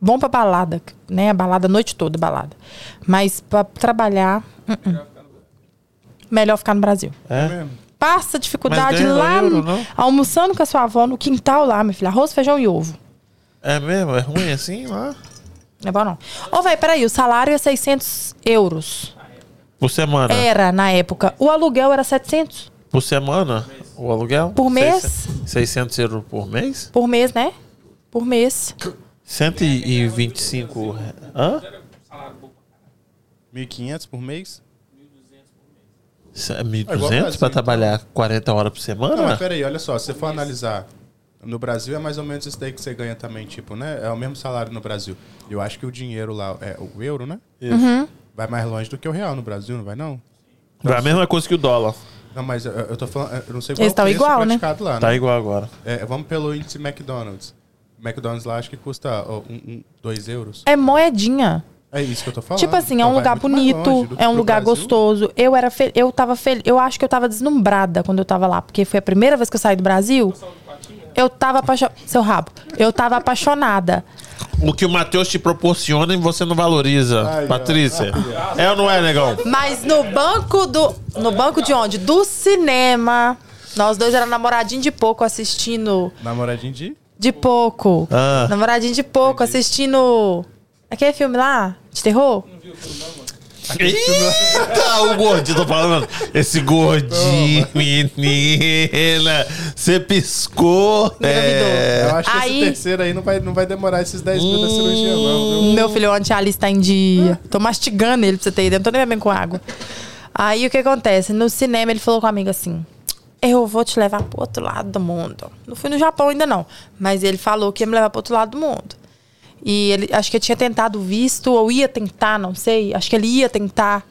Speaker 3: Bom pra balada, né? A balada a noite toda, balada. Mas pra trabalhar, uh-uh. melhor ficar no Brasil.
Speaker 1: É.
Speaker 3: Passa dificuldade
Speaker 1: Mas ganha
Speaker 3: lá,
Speaker 1: euro, não?
Speaker 3: almoçando com a sua avó no quintal lá, minha filha. Arroz, feijão e ovo.
Speaker 1: É mesmo? É ruim assim lá?
Speaker 3: Não é bom, não. Ô, velho, peraí, o salário é 600 euros.
Speaker 1: Por semana?
Speaker 2: É.
Speaker 3: Era, na época. O aluguel era 700
Speaker 1: Por semana? O aluguel?
Speaker 3: Por mês?
Speaker 1: 600, 600 euros por mês?
Speaker 3: por mês, né? Por mês.
Speaker 1: 125. re- Hã?
Speaker 2: 1.500 por mês?
Speaker 1: Isso é
Speaker 2: igual ao
Speaker 1: 1.200
Speaker 2: Brasil,
Speaker 1: pra
Speaker 2: então.
Speaker 1: trabalhar 40 horas por
Speaker 2: Não,
Speaker 1: semana?
Speaker 2: mas peraí, olha só, se você for analisar, no Brasil é mais ou menos isso daí que você ganha também, tipo, né? É o mesmo salário no Brasil. Eu acho que o dinheiro lá, é o euro, né?
Speaker 3: Uhum.
Speaker 2: Vai mais longe do que o real no Brasil, não vai não?
Speaker 1: É a mesma coisa que o dólar.
Speaker 2: Não, mas eu, eu tô falando, eu não sei é
Speaker 3: Eles estão igual, né?
Speaker 2: praticado lá, né?
Speaker 1: Tá igual agora.
Speaker 2: É, vamos pelo índice McDonald's. McDonald's lá acho que custa 2 um, um, dois euros.
Speaker 3: É moedinha.
Speaker 2: É isso que eu tô falando.
Speaker 3: Tipo assim, é
Speaker 2: Então
Speaker 3: um
Speaker 2: vai
Speaker 3: lugar
Speaker 2: muito mais
Speaker 3: bonito,
Speaker 2: longe do que
Speaker 3: é um
Speaker 2: pro
Speaker 3: lugar
Speaker 2: Brasil.
Speaker 3: gostoso. Eu era fel- eu tava feliz, eu acho que eu tava deslumbrada quando eu tava lá, porque foi a primeira vez que eu saí do Brasil. Eu tava apaixonada, seu rabo. Eu tava apaixonada.
Speaker 1: O que o Matheus te proporciona e você não valoriza.
Speaker 2: Ai,
Speaker 1: Patrícia. É ou não é, negão?
Speaker 3: Mas no banco do no banco de onde? Do cinema. Nós dois era namoradinho de pouco assistindo
Speaker 2: Namoradinho de...
Speaker 3: de pouco.
Speaker 1: Ah.
Speaker 3: Namoradinho de pouco assistindo Aquele filme lá de terror?
Speaker 1: Eita, o gordinho, tô falando. Esse gordinho, menina. Você piscou. É.
Speaker 2: Eu acho que
Speaker 3: Aí-
Speaker 2: esse terceiro aí não vai, não vai demorar esses 10 mil da cirurgia não, viu?
Speaker 3: Meu filho, ontem a Alice tá em dia. Tô mastigando ele pra você ter ideia. Não tô nem bebendo com água. Aí o que acontece? No cinema ele falou com a amiga assim: Eu vou te levar pro outro lado do mundo. Não fui no Japão ainda não, mas ele falou que ia me levar pro outro lado do mundo. E ele, acho que eu tinha tentado o visto, ou ia tentar, não sei. Acho que ele ia tentar.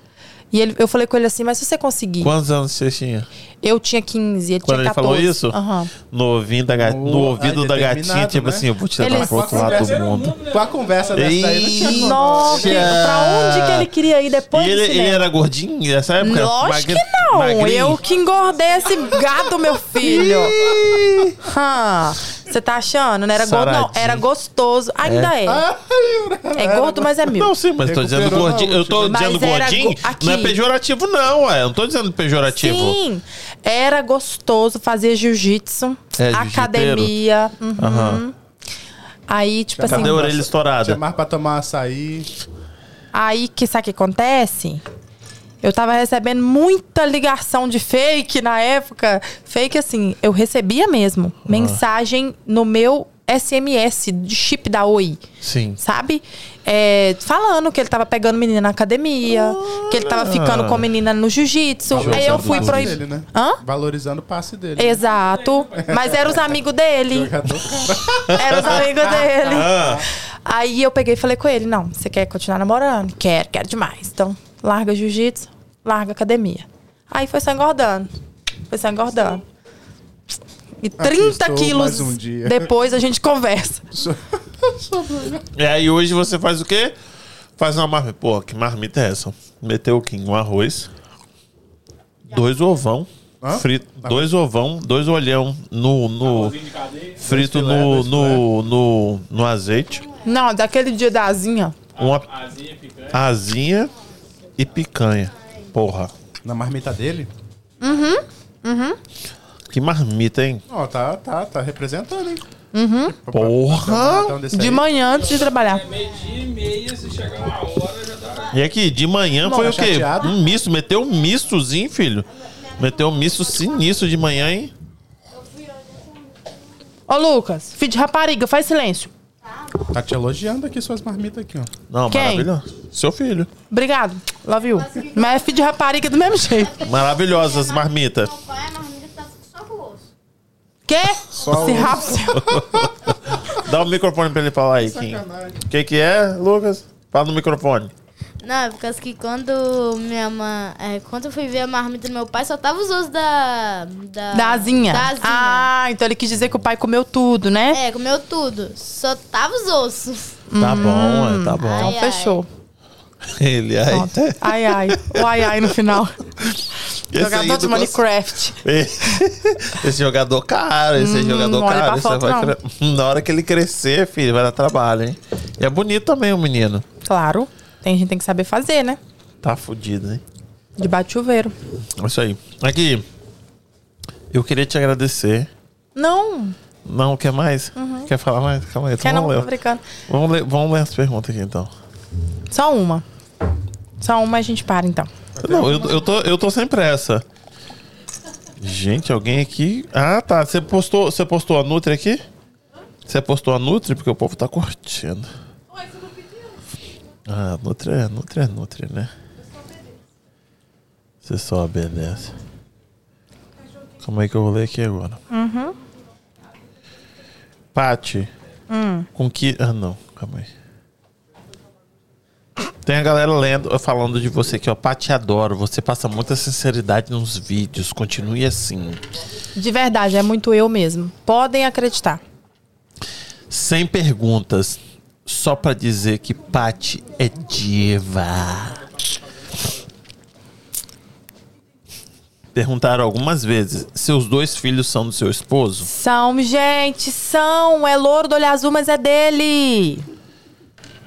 Speaker 3: E ele, eu falei com ele assim: Mas se você conseguir,
Speaker 1: Quantos anos você tinha?
Speaker 3: eu tinha 15, ele
Speaker 1: Quando
Speaker 3: tinha
Speaker 1: ele
Speaker 3: 14.
Speaker 1: falou isso?
Speaker 3: Aham.
Speaker 1: No ouvido da, ga- no
Speaker 2: Oh,
Speaker 1: ouvido
Speaker 2: ah,
Speaker 1: da gatinha,
Speaker 2: determinado,
Speaker 1: tipo
Speaker 2: né?
Speaker 1: assim, eu vou te levar
Speaker 3: Eles-
Speaker 1: pro outro lado do
Speaker 2: Terceiro
Speaker 1: mundo.
Speaker 2: né? Com a conversa dessa aí, né, não tinha como.
Speaker 3: Nossa, pra onde que ele queria ir
Speaker 1: E
Speaker 3: depois do
Speaker 1: ele, ele
Speaker 3: cinema?
Speaker 1: era gordinho nessa época?
Speaker 3: Lógico
Speaker 1: Magre-
Speaker 3: que não.
Speaker 1: magrinho?
Speaker 3: Eu que engordei esse gato, meu filho. Hã, Você tá achando? Não era gordo, não.
Speaker 1: Saradinho.
Speaker 3: Era gostoso. Ainda é. É gordo, mas é
Speaker 1: Não,
Speaker 3: mil.
Speaker 1: sim, mas eu tô dizendo
Speaker 2: Recuperou na
Speaker 1: gordinho. Eu tô
Speaker 2: última.
Speaker 1: dizendo
Speaker 3: Mas era
Speaker 1: gordinho,
Speaker 3: go- aqui.
Speaker 1: não é pejorativo, não, ué. Eu não tô dizendo pejorativo.
Speaker 3: Sim. Era gostoso fazer jiu-jitsu,
Speaker 1: É, jiu-jiteiro.
Speaker 3: academia. uhum.
Speaker 1: Aham.
Speaker 3: Aí, tipo assim.
Speaker 1: Cadê a orelha estourada?
Speaker 2: Tinha mais pra tomar açaí.
Speaker 3: Aí, que sabe o que acontece? Eu tava recebendo muita ligação de fake na época. Fake, assim, eu recebia mesmo. Mensagem no meu SMS de chip da Oi,
Speaker 1: Sim.
Speaker 3: sabe? É, falando que ele tava pegando menina na academia, que ele tava ficando com menina no jiu-jitsu. Aí eu fui
Speaker 2: Passe
Speaker 3: proibir.
Speaker 2: dele, né?
Speaker 3: Hã?
Speaker 2: Valorizando o passe dele. né?
Speaker 3: Exato. Mas eram os amigos dele.
Speaker 2: Jogador.
Speaker 3: Eram os amigos dele. Aí eu peguei e falei com ele: não, você quer continuar namorando? Quero, quero demais. Então, larga jiu-jitsu, larga academia. Aí foi só engordando. Foi só engordando. E 30
Speaker 2: estou mais
Speaker 3: quilos
Speaker 2: um dia.
Speaker 3: depois a gente conversa.
Speaker 1: E aí hoje você faz o quê? Faz uma marmita. Pô, que marmita é essa? Meteu o quê? Um arroz. Dois ovão.
Speaker 2: Hã? Tá
Speaker 1: Frito. Dois ovão, dois olhão no, no
Speaker 4: Fim de cadeia.
Speaker 1: frito
Speaker 2: filé,
Speaker 1: no,
Speaker 2: dois
Speaker 1: no, no, no azeite.
Speaker 3: Não, daquele dia da Azinha.
Speaker 1: Uma
Speaker 4: Asinha picante.
Speaker 1: asinha e picanha. Porra.
Speaker 2: Na marmita dele?
Speaker 1: Que marmita, hein?
Speaker 2: Ó, tá, tá, tá representando, hein?
Speaker 1: Porra!
Speaker 2: Então, desse
Speaker 3: De
Speaker 2: aí.
Speaker 3: manhã antes de trabalhar.
Speaker 4: Meio dia e meia, se chegar uma hora, já dá.
Speaker 1: E aqui, de manhã foi o quê?
Speaker 2: chateado.
Speaker 1: Um misto. Meteu um mistozinho, filho. Meteu um misto sinistro de manhã, hein?
Speaker 3: Ô, Lucas, filho de rapariga, faz silêncio.
Speaker 2: Tá te elogiando aqui suas marmitas aqui, ó.
Speaker 1: Não,
Speaker 3: Quem?
Speaker 1: maravilhoso. Seu filho.
Speaker 3: Obrigado. Love you. Mas é filho de rapariga do mesmo jeito.
Speaker 1: Maravilhosas marmitas.
Speaker 8: Não, qual é a marmita que tá só com osso?
Speaker 3: Quê?
Speaker 2: Só um.
Speaker 3: Esse
Speaker 2: o-
Speaker 3: rabo seu.
Speaker 1: Dá o microfone pra ele falar aí, Kim. O que, que é, Lucas? Fala no microfone.
Speaker 8: Não, é por causa que quando minha mãe. é, quando eu fui ver a marmita do meu pai, só tava os ossos da. Da,
Speaker 3: Da asinha.
Speaker 8: Da asinha.
Speaker 3: Ah, então ele quis dizer que o pai comeu tudo, né?
Speaker 8: É, comeu tudo. Só tava os ossos.
Speaker 1: Tá
Speaker 3: Hum.
Speaker 1: bom, é, tá
Speaker 8: Ai,
Speaker 1: bom.
Speaker 8: ai.
Speaker 3: Fechou. é.
Speaker 1: Ele aí.
Speaker 3: Pronto. Ai, ai. O ai, ai no final.
Speaker 1: Esse
Speaker 3: Jogador
Speaker 1: aí
Speaker 3: de
Speaker 1: do
Speaker 3: Minecraft.
Speaker 1: Esse jogador caro, esse
Speaker 3: não
Speaker 1: jogador
Speaker 3: Hum, olha
Speaker 1: caro.
Speaker 3: pra
Speaker 1: esse
Speaker 3: foto,
Speaker 1: vai
Speaker 3: não.
Speaker 1: cre- Na hora que ele crescer, filho, vai dar trabalho, hein? E é bonito também o menino.
Speaker 3: Claro. Tem gente que tem que saber fazer, né?
Speaker 1: Tá fudido, hein?
Speaker 3: De bate chuveiro.
Speaker 1: É isso aí. Aqui, eu queria te agradecer.
Speaker 3: Não.
Speaker 1: Não, quer mais? Quer falar mais? Calma aí.
Speaker 3: Uhum. Quer
Speaker 1: então
Speaker 3: não, tô
Speaker 1: vamos, ler.
Speaker 3: brincando.
Speaker 1: Vamos, ler, vamos ler as perguntas aqui, então.
Speaker 3: Só uma. Só uma a gente para, então.
Speaker 1: Não, eu, eu, tô, eu tô sem pressa. Gente, alguém aqui. Ah, tá. Você postou, você postou a Nutri aqui? Você postou a Nutri? Porque o povo tá curtindo. Ah, Nutri é Nutri, é Nutri né? Você só obedece. Como é que eu vou ler aqui agora? Uhum. Pati. Com que. Ah, não. Calma aí. Tem a galera lendo, falando de você aqui, ó. Pati, adoro. Você passa muita sinceridade nos vídeos. Continue assim.
Speaker 3: De verdade, é muito eu mesmo. Podem acreditar.
Speaker 1: Sem perguntas. Só pra dizer que Pati é diva. Perguntaram algumas vezes: seus dois filhos são do seu esposo?
Speaker 3: São, gente, são. É louro do olho azul, mas é dele.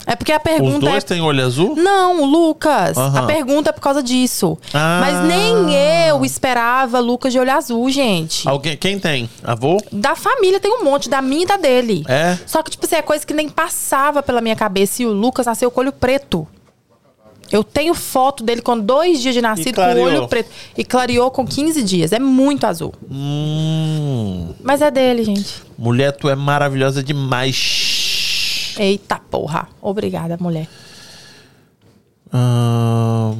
Speaker 3: É porque a pergunta
Speaker 1: Os dois
Speaker 3: é
Speaker 1: têm olho azul?
Speaker 3: Não, o Lucas. A
Speaker 1: Aham.
Speaker 3: pergunta é por causa disso.
Speaker 1: Ah.
Speaker 3: Mas nem eu esperava Lucas de olho azul, gente.
Speaker 1: Alguém, quem tem? Avô?
Speaker 3: Da família tem um monte, da minha e da dele.
Speaker 1: É?
Speaker 3: Só que, tipo assim, é coisa que nem passava pela minha cabeça. E o Lucas nasceu com olho preto. Eu tenho foto dele com dois dias de nascido, com o
Speaker 1: clareou.
Speaker 3: olho preto. E clareou com 15 dias. É muito azul.
Speaker 1: Hum,
Speaker 3: Mas é dele, gente.
Speaker 1: mulher, tu é maravilhosa demais.
Speaker 3: Eita porra. Obrigada, mulher.
Speaker 1: Ahn.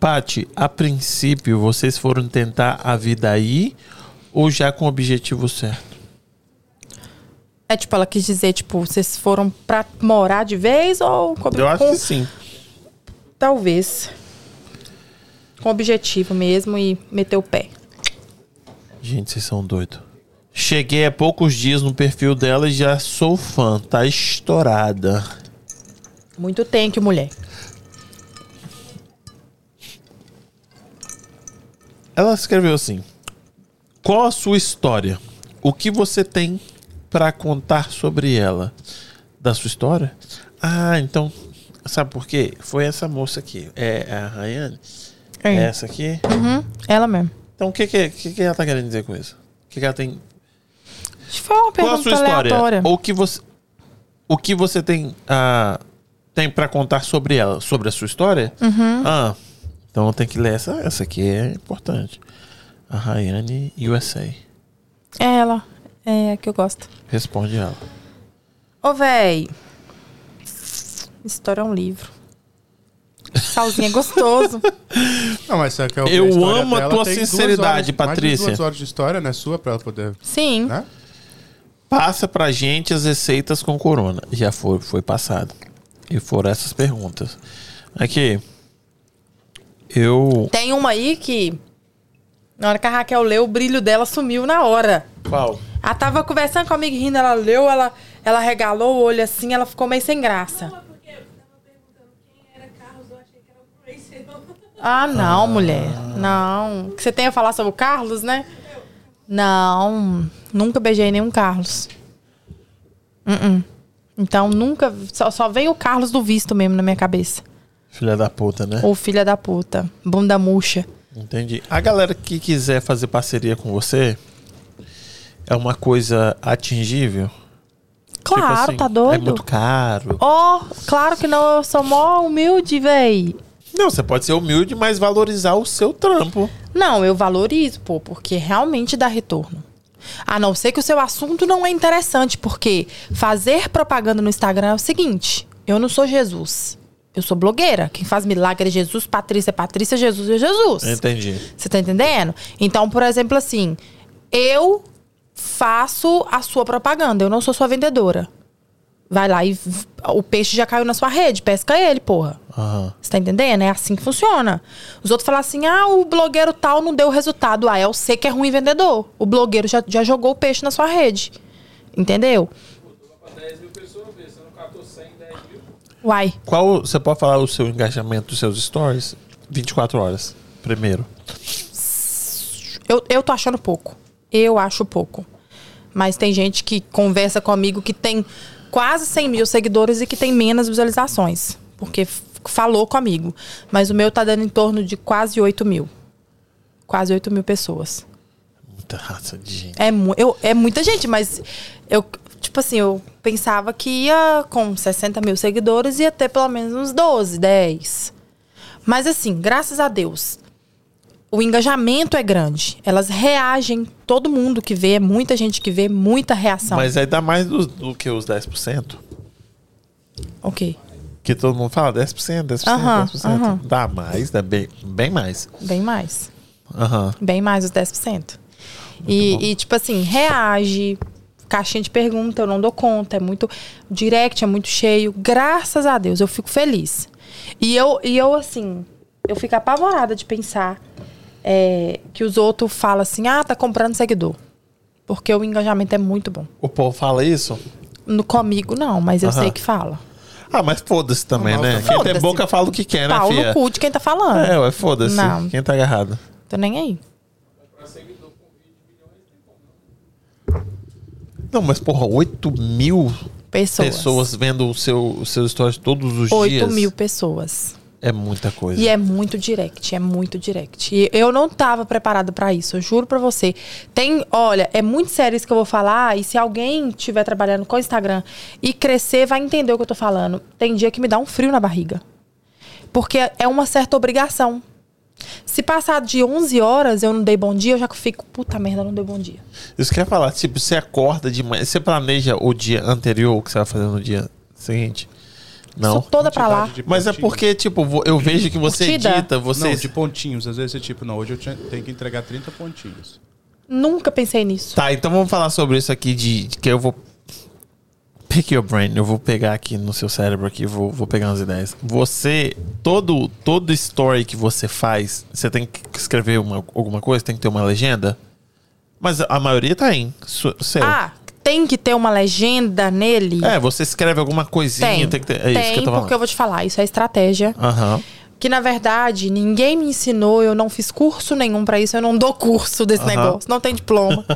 Speaker 1: Pati, a princípio vocês foram tentar a vida aí ou já com o objetivo certo?
Speaker 3: É tipo, ela quis dizer, tipo, vocês foram pra morar de vez ou... com-
Speaker 1: Eu acho
Speaker 3: com-
Speaker 1: que sim.
Speaker 3: Talvez. Com objetivo mesmo e meter o pé.
Speaker 1: Gente, vocês são doidos. Cheguei há poucos dias no perfil dela e já sou fã. Tá estourada.
Speaker 3: Muito thank you, mulher.
Speaker 1: Ela escreveu assim: Qual a sua história? O que você tem pra contar sobre ela? Da sua história? Ah, então, sabe por quê? Foi essa moça aqui, é a Rayane. É
Speaker 3: É.
Speaker 1: essa aqui.
Speaker 3: Ela mesmo.
Speaker 1: Então, o que, que, que, que ela tá querendo dizer com isso? O que, que ela tem.
Speaker 3: Acho que Foi uma
Speaker 1: Qual a
Speaker 3: pergunta
Speaker 1: sua história?
Speaker 3: aleatória.
Speaker 1: Ou que você. O que você tem, ah, tem para contar sobre ela? Sobre a sua história?
Speaker 3: Uhum.
Speaker 1: Ah, então eu tenho que ler essa. Essa aqui é importante. A Rayane USA.
Speaker 3: É ela. É, que eu gosto.
Speaker 1: Responde ela.
Speaker 3: Ô, véi. História é um livro. Salzinho é gostoso.
Speaker 2: Não, mas só que é
Speaker 1: Eu amo a tua sinceridade,
Speaker 2: Mais de
Speaker 1: Patrícia.
Speaker 2: duas horas de história, né? Sua, pra ela poder.
Speaker 3: Sim.
Speaker 2: Né?
Speaker 1: Passa pra gente as receitas com corona. Já foi, foi passado. E foram essas perguntas. Aqui. Eu.
Speaker 3: Tem uma aí que. Na hora que a Raquel leu, o brilho dela sumiu na hora.
Speaker 1: Qual?
Speaker 3: Ela tava conversando comigo rindo, ela leu, ela, ela regalou o olho assim, ela ficou meio sem graça. Ah, não, mulher. Não. O que você tem a falar sobre o Carlos, né? Não. Nunca beijei nenhum Carlos. Uh-uh. Então, nunca. Só, só vem o Carlos do visto mesmo na minha cabeça.
Speaker 1: Filha da puta, né?
Speaker 3: Ou filha da puta. Bunda murcha.
Speaker 1: Entendi. A galera que quiser fazer parceria com você é uma coisa atingível? Tipo
Speaker 3: Claro,
Speaker 1: assim,
Speaker 3: tá doido?
Speaker 1: É muito caro.
Speaker 3: Ó, claro que não, eu sou mó humilde, véi.
Speaker 1: Não, você pode ser humilde, mas valorizar o seu trampo.
Speaker 3: Não, eu valorizo, pô, porque realmente dá retorno. A não ser que o seu assunto não é interessante, porque fazer propaganda no Instagram é o seguinte: eu não sou Jesus. Eu sou blogueira. Quem faz milagre é Jesus, Patrícia é Patrícia, Jesus é Jesus.
Speaker 1: Entendi.
Speaker 3: Você tá entendendo? Então, por exemplo, assim, eu faço a sua propaganda, eu não sou sua vendedora. Vai lá e v- o peixe já caiu na sua rede, pesca ele, porra.
Speaker 1: Aham.
Speaker 3: Você tá entendendo? É assim que funciona. Os outros falam assim: ah, o blogueiro tal não deu resultado. Ah, é o C que é ruim vendedor. O blogueiro já, já jogou o peixe na sua rede. Entendeu?
Speaker 9: Pra 10 mil pessoas ver, você não catou 100, 10 mil.
Speaker 3: Uai.
Speaker 1: Qual você pode falar o seu engajamento dos seus stories? 24 horas, primeiro.
Speaker 3: Eu, eu tô achando pouco. Eu acho pouco. Mas tem gente que conversa comigo que tem quase 100 mil seguidores e que tem menos visualizações. Porque f- falou comigo. Mas o meu tá dando em torno de quase 8 mil. Quase 8 mil pessoas.
Speaker 1: Muita raça de gente.
Speaker 3: É, mu- eu, é muita gente, mas eu, tipo assim, eu pensava que ia com 60 mil seguidores ia ter pelo menos uns 12, 10. Mas assim, graças a Deus, o engajamento é grande. Elas reagem, todo mundo que vê, é muita gente que vê, muita reação.
Speaker 1: Mas aí dá mais do, do que os 10%.
Speaker 3: Ok,
Speaker 1: Que todo mundo fala 10%, 10%,
Speaker 3: Aham,
Speaker 1: 10%.
Speaker 3: aham.
Speaker 1: Dá mais, dá bem, bem mais.
Speaker 3: bem mais.
Speaker 1: Aham.
Speaker 3: Bem mais os 10%. E, e, tipo assim, reage, caixinha de pergunta, eu não dou conta, é muito. Direct é muito cheio. Graças a Deus, eu fico feliz. E eu, e eu assim, eu fico apavorada de pensar é, que os outros falam assim, ah, tá comprando seguidor. Porque o engajamento é muito bom.
Speaker 1: O povo fala isso?
Speaker 3: No, comigo, não, mas eu
Speaker 1: Aham.
Speaker 3: sei que fala.
Speaker 1: Ah, mas foda-se também, né? Quem tem
Speaker 3: Foda-se.
Speaker 1: boca fala o que quer, né,
Speaker 3: Pau no
Speaker 1: filha?
Speaker 3: cu de quem tá falando.
Speaker 1: É, ué, foda-se.
Speaker 3: Não.
Speaker 1: Quem tá agarrado?
Speaker 3: Tô nem aí.
Speaker 1: Não, mas porra, 8 mil
Speaker 3: Pessoas.
Speaker 1: pessoas vendo o seu, os seus stories todos os
Speaker 3: 8
Speaker 1: dias.
Speaker 3: mil pessoas.
Speaker 1: É muita coisa.
Speaker 3: E é muito direct, é muito direct. E eu não tava preparada pra isso, eu juro pra você. Tem, olha, é muito sério isso que eu vou falar, e se alguém estiver trabalhando com o Instagram e crescer, vai entender o que eu tô falando. Tem dia que me dá um frio na barriga. Porque é uma certa obrigação. Se passar de 11 horas eu não dei bom dia, eu já fico, puta merda, eu não dei bom dia.
Speaker 1: Isso que eu ia falar, tipo, você acorda de manhã, você planeja o dia anterior, o que você vai fazer no dia seguinte? Não.
Speaker 3: Sou toda pra lá.
Speaker 2: Quantidade de
Speaker 1: Mas é
Speaker 2: pontinhos.
Speaker 1: porque, tipo, vo- eu vejo que você
Speaker 3: Curtida?
Speaker 1: edita, você...
Speaker 2: Não, tipo, de pontinhos. Às vezes é tipo, não, hoje eu tinha- tenho que entregar 30 pontinhos.
Speaker 3: Nunca pensei nisso.
Speaker 1: Tá, então vamos falar sobre isso aqui de, de que eu vou... Pick your brain, eu vou pegar aqui no seu cérebro aqui, vou, vou pegar umas ideias. Você, todo, todo story que você faz, você tem que escrever uma, alguma coisa, tem que ter uma legenda? Mas a maioria tá em su- seu.
Speaker 3: Ah, tem que ter uma legenda nele?
Speaker 1: É, você escreve alguma coisinha, tem,
Speaker 3: tem.
Speaker 1: que ter... É isso
Speaker 3: tem,
Speaker 1: que eu tô falando.
Speaker 3: porque eu vou te falar, isso é estratégia.
Speaker 1: Aham.
Speaker 3: que na verdade ninguém me ensinou, eu não fiz curso nenhum pra isso, eu não dou curso desse
Speaker 1: Aham.
Speaker 3: negócio, não tem diploma.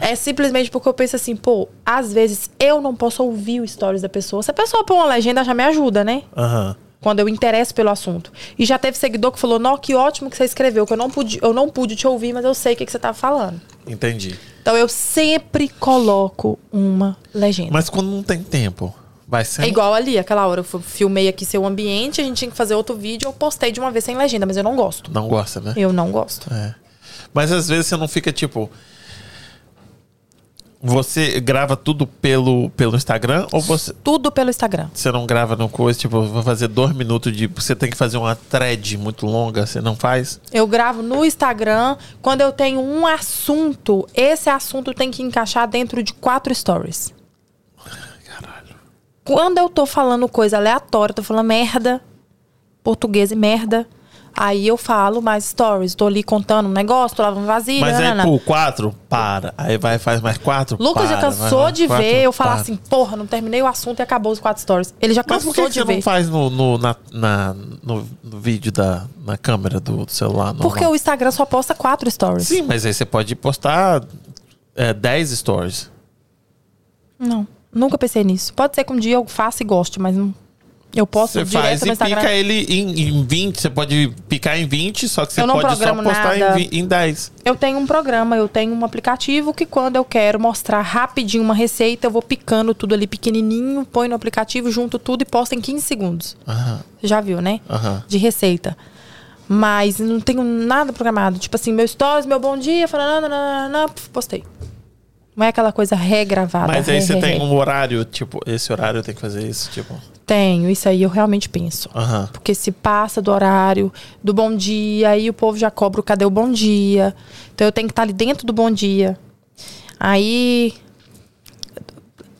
Speaker 3: é simplesmente porque eu penso assim, pô, às vezes eu não posso ouvir o stories da pessoa. Se a pessoa põe uma legenda, já me ajuda, né?
Speaker 1: Aham.
Speaker 3: Quando eu interesso pelo assunto. E já teve seguidor que falou: Nó, que ótimo que você escreveu, que eu não pude, eu não pude te ouvir, mas eu sei o que, que você tava falando.
Speaker 1: Entendi.
Speaker 3: Então eu sempre coloco uma legenda.
Speaker 1: Mas quando não tem tempo, vai ser.
Speaker 3: É igual ali, aquela hora eu fu- filmei aqui seu ambiente, a gente tinha que fazer outro vídeo, eu postei de uma vez sem legenda, mas eu não gosto.
Speaker 1: Não gosta, né?
Speaker 3: Eu não gosto.
Speaker 1: É. Mas às vezes você não fica tipo. Você grava tudo pelo, pelo Instagram ou você,
Speaker 3: Tudo pelo Instagram.
Speaker 1: você não grava no coisa? Tipo, vou fazer dois minutos de. Você tem que fazer uma thread muito longa, você não faz?
Speaker 3: Eu gravo no Instagram. Quando eu tenho um assunto, esse assunto tem que encaixar dentro de quatro stories.
Speaker 1: Caralho.
Speaker 3: Quando eu tô falando coisa aleatória, tô falando merda, português e merda, aí eu falo mais stories. Tô ali contando um negócio, tô lavando vasilha.
Speaker 1: Mas aí,
Speaker 3: nanana.
Speaker 1: pô, quatro, para. Aí vai, faz mais quatro.
Speaker 3: Lucas já
Speaker 1: para. Vai,
Speaker 3: cansou
Speaker 1: mais
Speaker 3: de
Speaker 1: quatro,
Speaker 3: ver eu falar
Speaker 1: para.
Speaker 3: assim, porra, não terminei o assunto e acabou os quatro stories. Ele já
Speaker 1: Mas
Speaker 3: cansou
Speaker 1: por que, que
Speaker 3: de
Speaker 1: você
Speaker 3: ver.
Speaker 1: não faz no, no, na, na- no, no vídeo da na câmera do, do celular? normal?
Speaker 3: Porque o Instagram só posta quatro stories.
Speaker 1: Sim, mas aí você pode postar é, 10 stories.
Speaker 3: Não, nunca pensei nisso. Pode ser que um dia eu faça e goste, mas não. Eu posso
Speaker 1: Você
Speaker 3: direto
Speaker 1: faz
Speaker 3: no
Speaker 1: e
Speaker 3: Instagram.
Speaker 1: pica ele em, em 20. Você pode picar em 20, só que você
Speaker 3: Eu não
Speaker 1: pode só
Speaker 3: programo
Speaker 1: postar em,
Speaker 3: nada.
Speaker 1: vi- em 10.
Speaker 3: Eu tenho um programa, eu tenho um aplicativo que quando eu quero mostrar rapidinho uma receita, eu vou picando tudo ali pequenininho, põe no aplicativo, junto tudo e posto em 15 segundos.
Speaker 1: Aham,
Speaker 3: Você já viu, né?
Speaker 1: Ah. aham.
Speaker 3: De receita. Mas não tenho nada programado. Tipo assim, meu stories, meu bom dia, falando, nananana, puf, postei. Não é aquela coisa regravada.
Speaker 1: Mas
Speaker 3: re,
Speaker 1: aí você
Speaker 3: re,
Speaker 1: tem
Speaker 3: re.
Speaker 1: um horário, tipo, esse horário eu tenho que fazer isso, tipo.
Speaker 3: Tenho, isso aí eu realmente penso.
Speaker 1: Aham.
Speaker 3: Porque se passa do horário, do bom dia, aí o povo já cobra o cadê o bom dia. Então eu tenho que estar ali dentro do bom dia. Aí.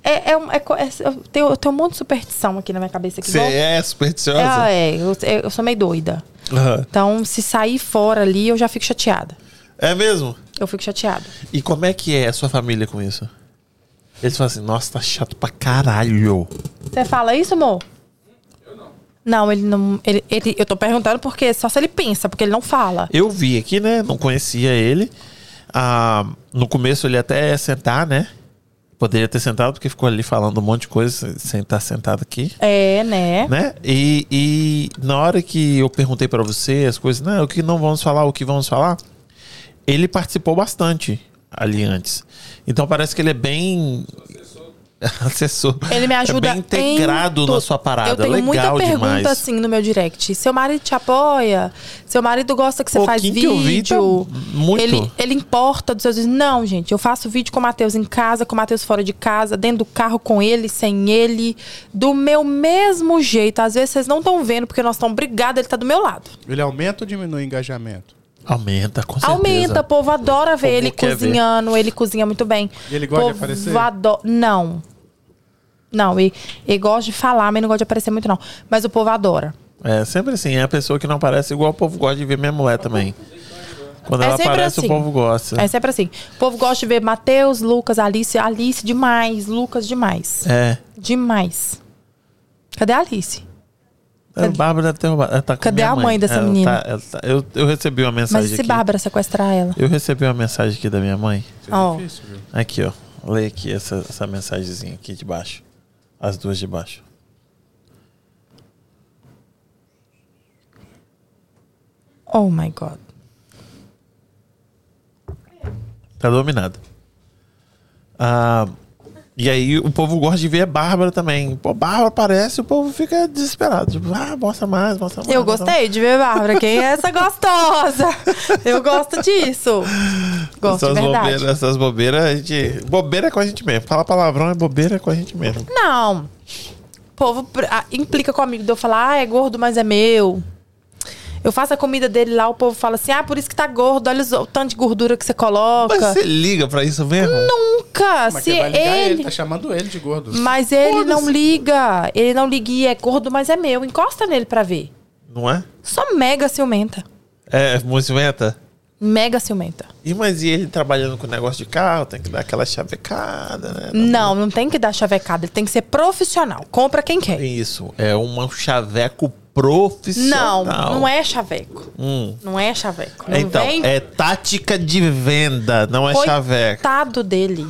Speaker 3: É, é um- é co- é- eu, tenho, eu tenho um monte de superstição aqui na minha cabeça. Que
Speaker 1: Você
Speaker 3: igual-
Speaker 1: é supersticiosa?
Speaker 3: Ah, é, eu, eu sou meio doida.
Speaker 1: Aham.
Speaker 3: Então, se sair fora ali, eu já fico chateada.
Speaker 1: É mesmo?
Speaker 3: Eu fico chateada.
Speaker 1: E como é que é a sua família com isso? Eles falam assim, nossa, tá chato pra caralho.
Speaker 3: Você fala isso, amor? Não, ele não. Ele, ele- eu tô perguntando porque só se ele pensa, porque ele não fala.
Speaker 1: Eu vi aqui, né? Não conhecia ele. Ah, no começo ele até ia sentar, né? Poderia ter sentado, porque ficou ali falando um monte de coisa sem estar sentado aqui.
Speaker 3: É, né?
Speaker 1: Né? E, e na hora que eu perguntei pra você as coisas, não, o que não vamos falar, o que vamos falar, ele participou bastante ali antes. Então parece que ele é bem. Assessor.
Speaker 3: Ele me ajuda
Speaker 1: é bem integrado
Speaker 3: em tu-
Speaker 1: na sua parada.
Speaker 3: Eu tenho
Speaker 1: Legal
Speaker 3: muita pergunta
Speaker 1: demais.
Speaker 3: assim no meu direct. Seu marido te apoia? Seu marido gosta que você faz
Speaker 1: Pouquinho
Speaker 3: vídeo?
Speaker 1: que eu vi, tá muito.
Speaker 3: Ele, ele importa dos seus vídeos? Não, gente. Eu faço vídeo com o Matheus em casa, com o Matheus fora de casa, dentro do carro com ele, sem ele, do meu mesmo jeito. Às vezes vocês não estão vendo porque nós estamos brigados, ele tá do meu lado.
Speaker 2: Ele aumenta ou diminui o engajamento?
Speaker 1: Aumenta, com certeza.
Speaker 3: Aumenta, o povo adora ver
Speaker 1: povo
Speaker 3: ele
Speaker 1: quer ver.
Speaker 3: cozinhando, ele cozinha muito bem.
Speaker 2: E ele gosta de
Speaker 3: Povo
Speaker 2: aparecer?
Speaker 3: ado- Não. Não, ele, ele gosta de falar, mas não gosta de aparecer muito, não. Mas o povo adora.
Speaker 1: É sempre assim, é a pessoa que não aparece igual o povo gosta de ver minha mulher também. Quando
Speaker 3: É
Speaker 1: ela
Speaker 3: sempre
Speaker 1: aparece,
Speaker 3: assim.
Speaker 1: o povo gosta.
Speaker 3: É sempre assim. O povo gosta de ver Matheus, Lucas, Alice. Alice demais, Lucas demais.
Speaker 1: É.
Speaker 3: Demais. Cadê a Alice?
Speaker 1: A Bárbara deve ter roubado. Ela tá com
Speaker 3: Cadê
Speaker 1: minha
Speaker 3: a mãe dessa
Speaker 1: Ela
Speaker 3: menina?
Speaker 1: tá- ela tá- eu, eu recebi uma mensagem
Speaker 3: Mas e se
Speaker 1: aqui.
Speaker 3: Bárbara sequestrar ela?
Speaker 1: Eu recebi uma mensagem aqui da minha mãe.
Speaker 3: Ó,
Speaker 2: é Difícil, viu?
Speaker 1: Aqui, ó. Leia aqui essa, essa mensagenzinha aqui de baixo. As duas de baixo.
Speaker 3: oh. my God.
Speaker 1: Tá dominado. Ah, e aí o povo gosta de ver a Bárbara também. Pô, Bárbara aparece, o povo fica desesperado. Tipo, ah, mostra mais, mostra mais.
Speaker 3: Eu
Speaker 1: mostra mais.
Speaker 3: gostei de ver Bárbara. Quem é essa gostosa? Eu gosto disso. Gosto de
Speaker 1: essas
Speaker 3: verdade.
Speaker 1: bobeiras, essas bobeiras, a gente. Bobeira é com a gente mesmo. Fala palavrão é bobeira com a gente mesmo.
Speaker 3: Não. O povo pr- ah, implica com o amigo de eu falar, ah, é gordo, mas é meu. Eu faço a comida dele lá, o povo fala assim, ah, por isso que tá gordo, olha os- o tanto de gordura que você coloca.
Speaker 1: Mas você liga pra isso mesmo?
Speaker 3: Nunca,
Speaker 2: Mas
Speaker 3: se
Speaker 2: quem vai
Speaker 3: ele...
Speaker 2: ligar é ele, tá chamando ele de gordo.
Speaker 3: Mas ele não liga, ele não liga e é gordo, mas é meu. Encosta nele pra ver.
Speaker 1: Não é?
Speaker 3: Só mega ciumenta.
Speaker 1: É, movimenta.
Speaker 3: Mega ciumenta.
Speaker 1: E mas e ele trabalhando com negócio de carro, tem que dar aquela chavecada, né?
Speaker 3: Não, não tem que dar chavecada, ele tem que ser profissional. Compra quem quer.
Speaker 1: Isso, é um chaveco profissional.
Speaker 3: Não, não é chaveco.
Speaker 1: Hum.
Speaker 3: Não é chaveco. Não
Speaker 1: Então,
Speaker 3: vem
Speaker 1: é tática de venda, não é chaveco.
Speaker 3: Coitado dele.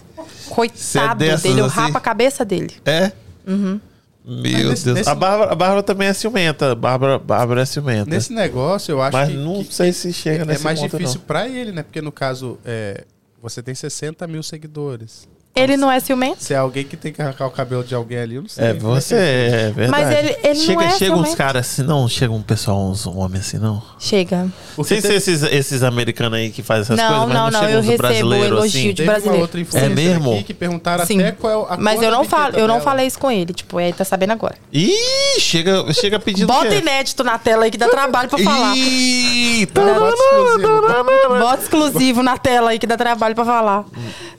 Speaker 1: Cê é
Speaker 3: Coitado
Speaker 1: dessas,
Speaker 3: dele. Eu
Speaker 1: assim?
Speaker 3: rapo a cabeça dele.
Speaker 1: É?
Speaker 3: Uhum.
Speaker 1: Meu
Speaker 2: nesse-
Speaker 1: Deus.
Speaker 2: nesse-
Speaker 1: A, Bárbara, a Bárbara também é ciumenta. Bárbara, Bárbara é ciumenta.
Speaker 2: Nesse negócio, eu acho
Speaker 1: Mas
Speaker 2: que,
Speaker 1: não
Speaker 2: que
Speaker 1: sei se chega
Speaker 2: é
Speaker 1: nesse
Speaker 2: mais
Speaker 1: ponto,
Speaker 2: difícil
Speaker 1: não.
Speaker 2: pra ele, né? Porque no caso, é, você tem 60 mil seguidores.
Speaker 3: Ele não é ciumento?
Speaker 2: Se é alguém que tem que arrancar o cabelo de alguém ali, eu não sei.
Speaker 1: É, você é verdade.
Speaker 3: Mas ele- ele não
Speaker 1: chega,
Speaker 3: é
Speaker 1: chega uns
Speaker 3: ciumento.
Speaker 1: caras assim, não? Chega um pessoal, uns homens assim, não?
Speaker 3: Chega.
Speaker 1: Sem
Speaker 2: Porque
Speaker 1: ser esses, esses americanos aí que fazem essas
Speaker 3: Não,
Speaker 1: coisas, mas não,
Speaker 3: não, não,
Speaker 1: chega
Speaker 3: eu
Speaker 1: uns
Speaker 3: recebo
Speaker 1: brasileiros
Speaker 3: elogio
Speaker 1: assim.
Speaker 3: de-
Speaker 2: Teve uma
Speaker 3: brasileiro.
Speaker 2: outra influencer
Speaker 1: É mesmo?
Speaker 2: aqui que perguntaram
Speaker 3: Sim.
Speaker 2: até qual é a cor
Speaker 3: Mas eu
Speaker 2: da
Speaker 3: não
Speaker 2: biqueta
Speaker 3: falo, eu não
Speaker 2: dela.
Speaker 3: falei isso com ele, tipo, ele tá sabendo agora.
Speaker 1: Ih, chega, chega pedindo.
Speaker 3: Bota
Speaker 1: que...
Speaker 3: inédito na tela aí que dá trabalho pra falar.
Speaker 1: Eita!
Speaker 2: Ah, Bota exclusivo.
Speaker 3: Bota exclusivo na tela aí que dá trabalho pra falar.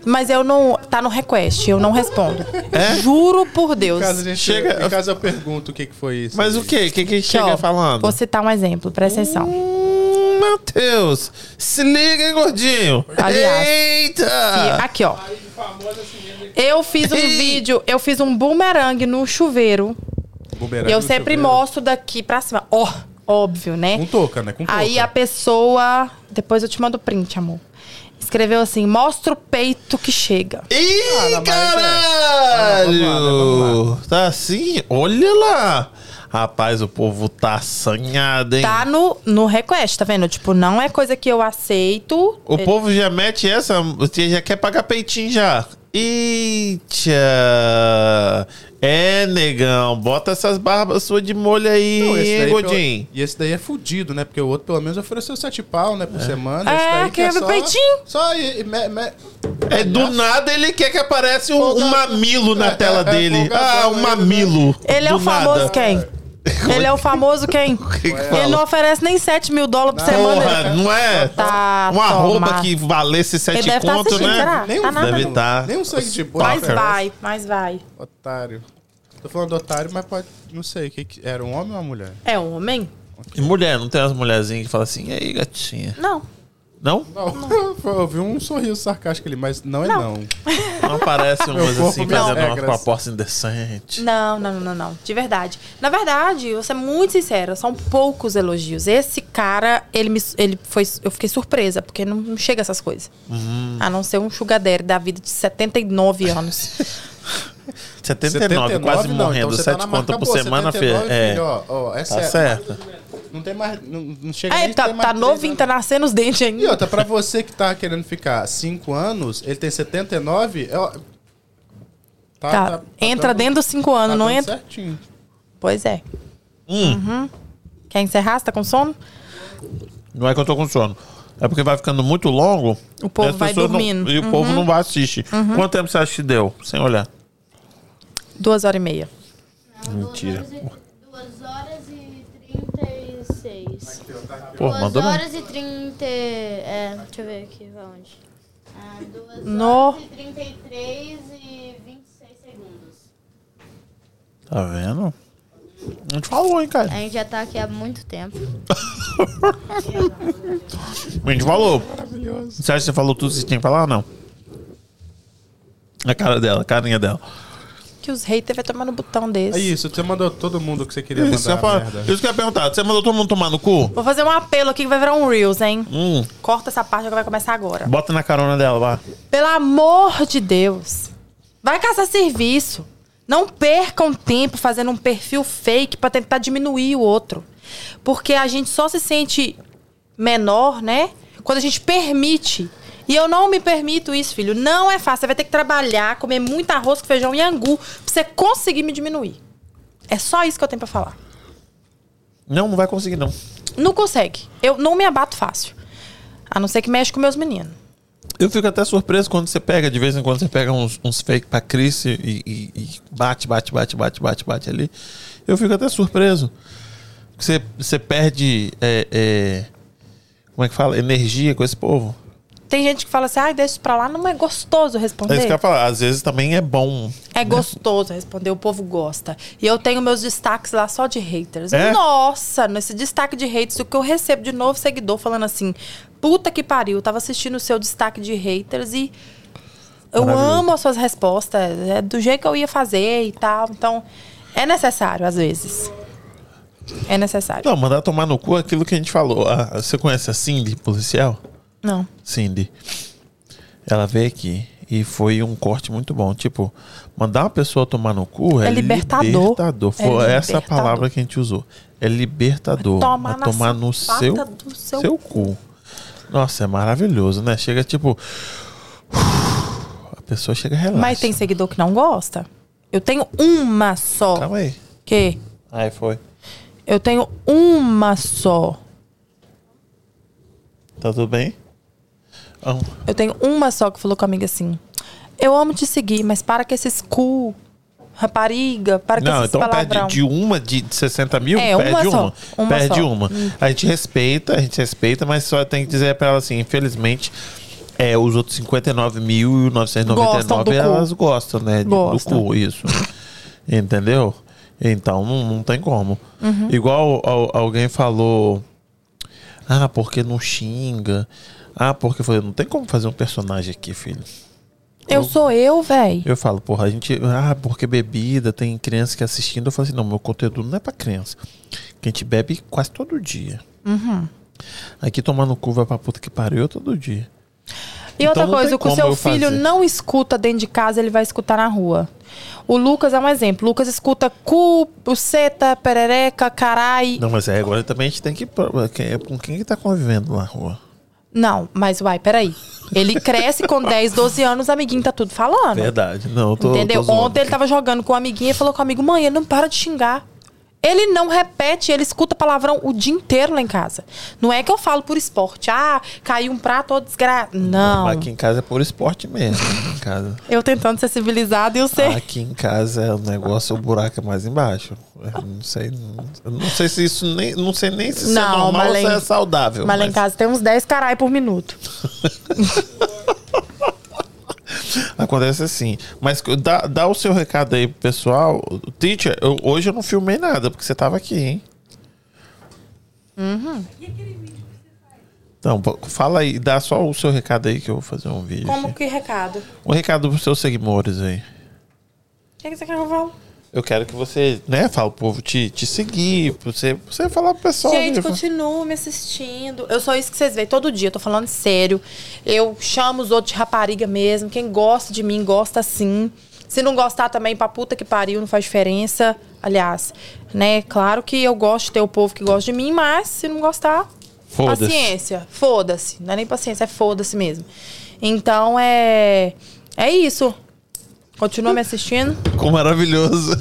Speaker 3: Mas eu não. Tá no request, eu não respondo.
Speaker 1: É?
Speaker 3: Juro por Deus.
Speaker 2: Em caso, a gente,
Speaker 1: Chega-
Speaker 2: em caso eu pergunto o que, que foi isso.
Speaker 1: Mas o quê? O que que
Speaker 3: Aqui,
Speaker 1: chega
Speaker 3: ó,
Speaker 1: falando?
Speaker 3: Vou citar um exemplo, presta atenção.
Speaker 1: Hum, Matheus, se liga, hein, gordinho.
Speaker 3: Aliás,
Speaker 1: Eita!
Speaker 3: Aqui, ó. Eu fiz um
Speaker 1: Ah. Ih.
Speaker 3: vídeo, eu fiz um bumerangue no chuveiro.
Speaker 2: Bumerangue
Speaker 3: E
Speaker 1: um
Speaker 3: eu
Speaker 2: no
Speaker 3: sempre
Speaker 2: chuveiro.
Speaker 3: mostro daqui pra cima. Ó, óbvio, né?
Speaker 2: Com touca, né? Com touca.
Speaker 3: Aí a pessoa. Depois eu te mando o print, amor. Escreveu assim: mostra o peito que chega.
Speaker 1: Ih,
Speaker 3: é,
Speaker 2: mas
Speaker 1: caralho!
Speaker 2: é. Ah, não, vamos
Speaker 1: Tá assim? Olha lá! Rapaz, o povo tá assanhado, hein?
Speaker 3: Tá no, no request, tá vendo? Tipo, não é coisa que eu aceito.
Speaker 1: O povo já mete essa, você já quer pagar peitinho já. Eita! É, negão, bota essas barbas suas de molho aí,
Speaker 2: Não, esse
Speaker 1: hein,
Speaker 2: daí
Speaker 1: Godinho?
Speaker 2: pelo- E esse daí é fudido, né? Porque o outro pelo menos ofereceu sete pau, né? Por semana.
Speaker 3: É,
Speaker 2: esse daí
Speaker 3: que é
Speaker 2: só,
Speaker 3: peitinho.
Speaker 2: Só e, e me- me-
Speaker 1: É do nada ele quer que apareça um,
Speaker 2: Folga-
Speaker 1: um mamilo na
Speaker 2: É,
Speaker 1: tela
Speaker 2: é,
Speaker 1: dele.
Speaker 2: folgadão
Speaker 1: Ah, um
Speaker 2: ele,
Speaker 1: mamilo.
Speaker 3: Ele é
Speaker 1: Do
Speaker 3: o famoso
Speaker 1: nada.
Speaker 3: quem? Ele é o famoso quem?
Speaker 1: que que
Speaker 3: Ele
Speaker 1: fala?
Speaker 3: não oferece nem 7 mil dólares por semana.
Speaker 1: Porra, não é?
Speaker 3: Tá,
Speaker 1: um arroba
Speaker 3: toma.
Speaker 1: que valesse
Speaker 3: Ele
Speaker 1: sete
Speaker 3: deve estar
Speaker 1: conto,
Speaker 3: assistindo,
Speaker 1: né?
Speaker 3: será?
Speaker 2: nem
Speaker 3: tá
Speaker 2: um-
Speaker 3: nada.
Speaker 1: Deve
Speaker 3: não.
Speaker 1: tá.
Speaker 2: nem um sangue de boi.
Speaker 3: Mas
Speaker 1: Fucker.
Speaker 3: vai, mas vai.
Speaker 2: Otário. Tô falando do otário, mas pode. Não sei. o Que que- era um homem ou uma mulher?
Speaker 3: É homem?
Speaker 1: E mulher, não tem umas mulherzinhas que falam assim, e aí, gatinha?
Speaker 3: Não.
Speaker 1: Não?
Speaker 2: Não. Eu vi um sorriso sarcástico ali, mas não é não.
Speaker 3: Não.
Speaker 1: Não aparece umas
Speaker 2: corpo,
Speaker 1: assim,
Speaker 2: minhas
Speaker 1: fazendo uma
Speaker 2: regras.
Speaker 1: proposta indecente.
Speaker 3: Não, não, não, não, não. De verdade. Na verdade, eu vou ser muito sincera, são poucos elogios. Esse cara, ele me. Ele foi, eu fiquei surpresa, porque não, não chega essas coisas.
Speaker 2: Uhum.
Speaker 3: A não ser um sugar daddy da vida de 79 anos.
Speaker 1: 79, quase
Speaker 2: não,
Speaker 1: morrendo.
Speaker 2: então você
Speaker 1: sete
Speaker 2: tá na marca
Speaker 1: conto por
Speaker 2: boa,
Speaker 1: semana, filho.
Speaker 2: 79,
Speaker 1: É,
Speaker 2: filho, ó, ó, é
Speaker 1: tá
Speaker 2: sério.
Speaker 1: certo.
Speaker 2: Não tem mais. Não, não chega
Speaker 3: Ah,
Speaker 2: nem
Speaker 3: ele tá,
Speaker 2: tem mais
Speaker 3: tá
Speaker 2: três
Speaker 3: novinho,
Speaker 2: anos.
Speaker 3: tá nascendo os dentes
Speaker 2: E
Speaker 3: ainda.
Speaker 2: outra, pra você que tá querendo ficar 5 anos, ele tem 79, é, ó, tá,
Speaker 3: Tá, entra
Speaker 2: dando-
Speaker 3: dentro dos 5 anos,
Speaker 2: tá Um.
Speaker 3: não
Speaker 2: dando
Speaker 3: entra?
Speaker 2: certinho.
Speaker 3: Pois é. Uhum. Quer encerrar? Você tá com sono?
Speaker 1: Não é que eu tô com sono. É porque vai ficando muito longo.
Speaker 3: O povo
Speaker 1: e as
Speaker 3: vai
Speaker 1: pessoas não-
Speaker 3: dormindo. Uhum.
Speaker 1: e o povo não vai assistir. Quanto tempo você acha que deu? Sem olhar.
Speaker 3: Duas horas e meia.
Speaker 1: Mentira.
Speaker 8: 2 horas e 36.
Speaker 1: Pô,
Speaker 8: 2
Speaker 1: mandou bem.
Speaker 8: horas e 30. É, deixa eu ver aqui, vai onde? Ah, 2
Speaker 3: No.
Speaker 8: horas e 33 e 26 segundos.
Speaker 1: Tá vendo? A gente falou, hein, cara.
Speaker 8: A gente já tá aqui há muito tempo.
Speaker 1: A gente falou. Você acha que você falou tudo que você tinha que falar ou não? A cara dela, a carinha dela.
Speaker 3: Que os haters vai tomar no botão
Speaker 2: É
Speaker 3: desse.
Speaker 2: isso, você mandou todo mundo que você queria
Speaker 1: Isso que, eu ia
Speaker 2: mandar
Speaker 1: falar-
Speaker 2: merda.
Speaker 1: isso que eu ia perguntar. Você mandou todo mundo tomar no cu?
Speaker 3: Vou fazer um apelo aqui que vai virar um Reels, hein?
Speaker 1: Hum,
Speaker 3: Corta essa parte que vai começar agora.
Speaker 1: bota na carona dela lá.
Speaker 3: Pelo amor de Deus. Vai caçar serviço. Não percam tempo fazendo um perfil fake pra tentar diminuir o outro. Porque a gente só se sente menor, né? Quando a gente permite. E eu não me permito isso, filho. Não é fácil. Você vai ter que trabalhar, comer muito arroz com feijão e angu pra você conseguir me diminuir. É só isso que eu tenho pra falar.
Speaker 1: Não, não vai conseguir, não.
Speaker 3: Não consegue. Eu não me abato fácil. A não ser que mexe com meus meninos.
Speaker 1: Eu fico até surpreso quando você pega, de vez em quando você pega uns, uns fake pra Cris e, e- e bate, bate, bate, bate, bate, bate ali. Eu fico até surpreso. Você, você perde. é, é, como é que fala? Energia com esse povo.
Speaker 3: Tem gente que fala assim, ai, deixa isso pra lá, não é gostoso responder.
Speaker 1: É isso que eu ia falar. Às vezes também é bom.
Speaker 3: É gostoso responder, o povo gosta. E eu tenho meus destaques lá só de haters.
Speaker 1: É?
Speaker 3: Nossa, nesse destaque de haters, o que eu recebo de novo seguidor falando assim: puta que pariu, eu tava assistindo o seu destaque de haters e eu amo as suas respostas, é do jeito que eu ia fazer e tal. Então, é necessário, às vezes. É necessário.
Speaker 1: Não, mandar tomar no cu é aquilo que a gente falou. Ah, você conhece a Cindy, policial?
Speaker 3: Não.
Speaker 1: Cindy. Ela veio aqui e foi um corte muito bom. Tipo, mandar uma pessoa tomar no cu é,
Speaker 3: É libertador.
Speaker 1: libertador. Foi
Speaker 3: É
Speaker 1: essa a
Speaker 3: libertador.
Speaker 1: palavra que a gente usou. É libertador.
Speaker 3: Tomar
Speaker 1: Tomar,
Speaker 3: na
Speaker 1: tomar no
Speaker 3: sapata
Speaker 1: seu,
Speaker 3: do seu
Speaker 1: seu cu. Nossa, é maravilhoso, né? Chega tipo. A pessoa chega relaxa.
Speaker 3: Mas tem seguidor que não gosta. Eu tenho uma só.
Speaker 1: Calma aí.
Speaker 3: Que?
Speaker 1: Aí foi.
Speaker 3: Eu tenho uma só.
Speaker 1: Tá tudo bem? Ah,
Speaker 3: Eu tenho uma só que falou com a amiga assim: Eu amo te seguir, mas para com esses cu, rapariga, para com
Speaker 1: Não,
Speaker 3: esses
Speaker 1: então
Speaker 3: palavrão.
Speaker 1: perde de uma de 60 mil,
Speaker 3: É,
Speaker 1: perde
Speaker 3: uma
Speaker 1: uma.
Speaker 3: só. Uma
Speaker 1: perde
Speaker 3: só.
Speaker 1: uma. A gente respeita, a gente respeita, mas só tem que dizer pra ela assim, infelizmente, é, os outros 59.999
Speaker 3: Gostam do cu.
Speaker 1: elas gostam, né? de-
Speaker 3: Gostam.
Speaker 1: Do cu, isso. Entendeu? Então não, não tem como.
Speaker 3: Uhum.
Speaker 1: Igual al- alguém falou. Ah, porque não xinga. Ah, porque eu falei, não tem como fazer um personagem aqui, filho.
Speaker 3: Eu sou eu, véi.
Speaker 1: Eu falo, porra, a gente. Ah, porque bebida, tem criança que assistindo. Eu falo assim, não, meu conteúdo não é pra criança. Que a gente bebe quase todo dia.
Speaker 3: Uhum.
Speaker 1: Aqui tomando cu vai pra puta que pariu todo dia.
Speaker 3: E
Speaker 1: Então
Speaker 3: outra
Speaker 1: não tem
Speaker 3: coisa, o que o
Speaker 1: como
Speaker 3: seu
Speaker 1: eu
Speaker 3: filho
Speaker 1: fazer.
Speaker 3: não escuta dentro de casa, ele vai escutar na rua. O Lucas é um exemplo. O Lucas escuta cu, buceta, perereca, carai. Não.
Speaker 1: Não, mas é, agora também a gente tem que. pro- que- é Com quem que tá convivendo na rua?
Speaker 3: mas uai, peraí. Ele cresce com 10, 12 anos, o amiguinho tá tudo falando.
Speaker 1: Verdade. Não, eu tô.
Speaker 3: Entendeu?
Speaker 1: tô zoando.
Speaker 3: Ontem ele tava jogando com o amiguinho e falou com o amigo, mãe, ele não para de xingar. Ele não repete, ele escuta palavrão o dia inteiro lá em casa. Não é que eu falo por esporte. Ah, caiu um prato, ó, desgraça. Não.
Speaker 1: Mas aqui em casa é por esporte mesmo. Aqui em casa.
Speaker 3: Eu tentando ser civilizado e eu sei.
Speaker 1: Aqui em casa é o negócio, o buraco é mais embaixo. Eu não sei. eu Não sei se isso nem. Não sei nem se isso
Speaker 3: Não,
Speaker 1: é normal
Speaker 3: mas lá
Speaker 1: ou se
Speaker 3: em-
Speaker 1: é saudável.
Speaker 3: Mas lá em casa tem uns 10 carai por minuto.
Speaker 1: Acontece assim. Mas dá, dá o seu recado aí pro pessoal. Teacher, eu- hoje eu não filmei nada, porque você tava aqui, hein?
Speaker 3: Uhum.
Speaker 1: Então, po- fala aí, dá só o seu recado aí que eu vou fazer um vídeo.
Speaker 3: Como
Speaker 1: Aqui.
Speaker 3: que recado?
Speaker 1: Um recado pros seus seguidores aí.
Speaker 3: O é que, que você quer que eu fale?
Speaker 1: Eu quero que você, né, fala o povo te, te seguir, pra você, pra você falar pro pessoal.
Speaker 3: Gente,
Speaker 1: né,
Speaker 3: continua me assistindo. Eu sou isso que vocês veem todo dia, eu tô falando sério. Eu chamo os outros de rapariga mesmo. Quem gosta de mim, gosta sim. Se não gostar também, pra puta que pariu, não faz diferença. Aliás, né? Claro que eu gosto de ter o povo que gosta de mim, mas se não gostar,
Speaker 1: Foda-se.
Speaker 3: paciência. Foda-se. Não é nem paciência, é foda-se mesmo. Então é. É isso. Continua me assistindo.
Speaker 1: Ficou maravilhoso.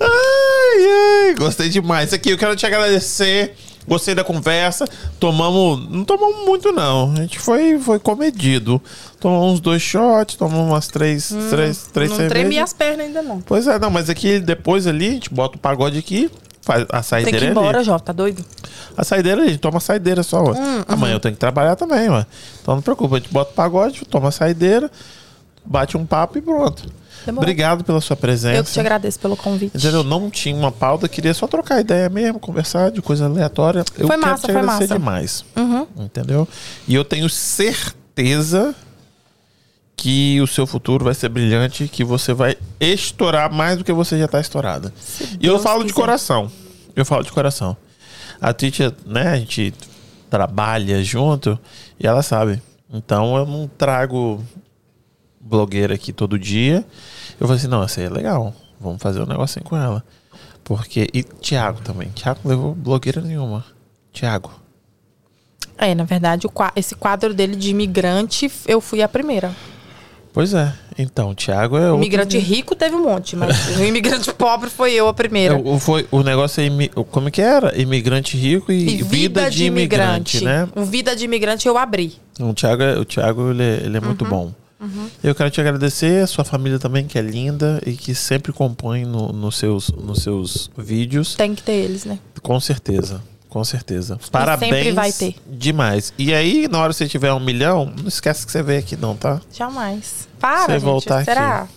Speaker 1: ai, ai, gostei demais. Aqui, eu quero te agradecer. Gostei da conversa. Tomamos. Não tomamos muito, não. A gente foi, foi comedido. Tomamos uns dois shots, tomamos umas três, três, três
Speaker 3: Hum, não tremi
Speaker 1: cervejas.
Speaker 3: as pernas ainda, não.
Speaker 1: Pois é, não, mas aqui depois ali, a gente bota o pagode aqui, faz a
Speaker 3: Tem
Speaker 1: saideira
Speaker 3: que ir
Speaker 1: ali.
Speaker 3: embora, Jovem, tá doido?
Speaker 1: A saideira, a gente toma a saideira só. ué.
Speaker 3: Hum,
Speaker 1: Amanhã eu tenho que trabalhar também, ué. Então não preocupa, a gente bota o pagode, toma a saideira, bate um papo e pronto.
Speaker 3: Demorou.
Speaker 1: Obrigado pela sua presença.
Speaker 3: Eu que te agradeço pelo convite.
Speaker 1: Entendeu? Não tinha uma pauta, queria só trocar ideia mesmo, conversar de coisa aleatória. Eu
Speaker 3: Foi
Speaker 1: quero
Speaker 3: massa,
Speaker 1: te
Speaker 3: foi
Speaker 1: agradecer
Speaker 3: massa. Uhum.
Speaker 1: demais. Entendeu? E eu tenho certeza que o seu futuro vai ser brilhante, que você vai estourar mais do que você já está estourada. E eu
Speaker 3: Deus
Speaker 1: falo de
Speaker 3: quiser.
Speaker 1: coração. Eu falo de coração. A Titia, né, a gente trabalha junto e ela sabe. Então eu não trago blogueira aqui todo dia. Eu falei assim, não, essa aí é legal. Vamos fazer um negocinho com ela. Porque. E Thiago também. Thiago não levou blogueira nenhuma. Thiago.
Speaker 3: É, na verdade, o qua- esse quadro dele de imigrante, eu fui a primeira.
Speaker 1: Pois é. Então, Thiago é
Speaker 3: O
Speaker 1: o.
Speaker 3: imigrante rico teve um monte, mas o imigrante pobre foi eu a primeira.
Speaker 1: É, o, foi, o negócio é. imi- Como que era? Imigrante rico e,
Speaker 3: E
Speaker 1: vida, de, imigrante, né?
Speaker 3: O Vida de imigrante eu abri.
Speaker 1: O Thiago, é- o Thiago ele, é- ele é
Speaker 3: Uhum.
Speaker 1: muito bom. Eu quero te agradecer, a sua família também, que é linda e que sempre compõe no- nos seus, nos seus vídeos.
Speaker 3: Tem que ter eles, né?
Speaker 1: Com certeza, com certeza. Parabéns.
Speaker 3: sempre vai ter.
Speaker 1: Demais. E aí, na hora que você tiver um milhão, não esquece que você veio aqui, não, tá?
Speaker 3: Jamais. Para,
Speaker 1: Você
Speaker 3: gente.
Speaker 1: voltar
Speaker 3: será?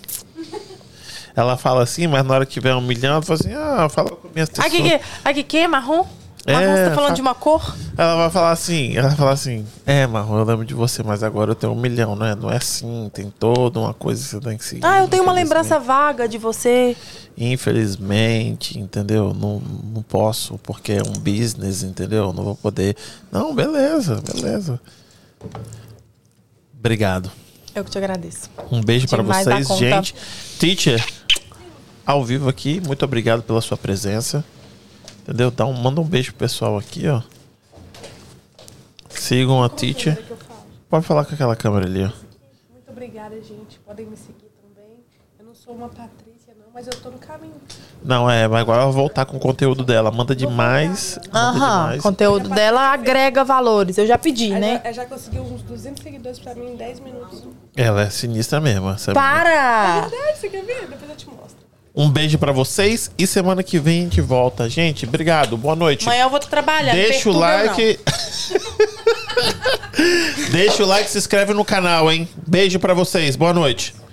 Speaker 1: Ela fala assim, mas na hora que tiver um milhão, ela fala assim: ah, fala com minhas pessoas.
Speaker 3: Aqui, aqui, aqui, que é marrom?
Speaker 1: É,
Speaker 3: Marrom, você tá falando
Speaker 1: fa-
Speaker 3: de uma cor?
Speaker 1: Ela vai falar assim, ela vai falar assim, é, Marrom, eu lembro de você, mas agora eu tenho um milhão, né? Não é assim, tem toda uma coisa que você tem que seguir.
Speaker 3: Ah, eu tenho uma
Speaker 1: infelizmente."
Speaker 3: lembrança vaga de você.
Speaker 1: Infelizmente, entendeu? Não, não posso, porque é um business, entendeu? Não vou poder. Não, beleza, beleza. Obrigado.
Speaker 3: Eu que te agradeço.
Speaker 1: Um beijo para
Speaker 3: Demais da
Speaker 1: vocês,
Speaker 3: conta.
Speaker 1: gente. Teacher, ao vivo aqui, muito obrigado pela sua presença. Entendeu? Dá um, manda um beijo pro pessoal aqui, ó. Sigam a teacher. Pode falar com aquela câmera ali, ó.
Speaker 10: obrigada, gente. Podem me seguir também. Eu não sou uma Patrícia, não, mas eu tô no caminho.
Speaker 1: Não, é, mas agora eu vou voltar com o conteúdo dela. Manda demais.
Speaker 3: Aham,
Speaker 1: demais.
Speaker 3: conteúdo dela agrega valores. Eu já pedi,
Speaker 10: Ela
Speaker 3: né?
Speaker 10: ela já conseguiu uns 200 seguidores pra mim em 10 minutos.
Speaker 1: Ela é sinistra mesmo. essa menina.
Speaker 3: Para!
Speaker 10: Verdade, você quer ver? Depois eu te mostro.
Speaker 1: Um beijo pra vocês e semana que vem a gente volta. Gente, obrigado. Boa noite.
Speaker 3: Amanhã eu vou trabalhar. não
Speaker 1: Deixa o
Speaker 3: perturba eu, não.
Speaker 1: like. Deixa o like, se inscreve no canal, hein? Beijo pra vocês. Boa noite.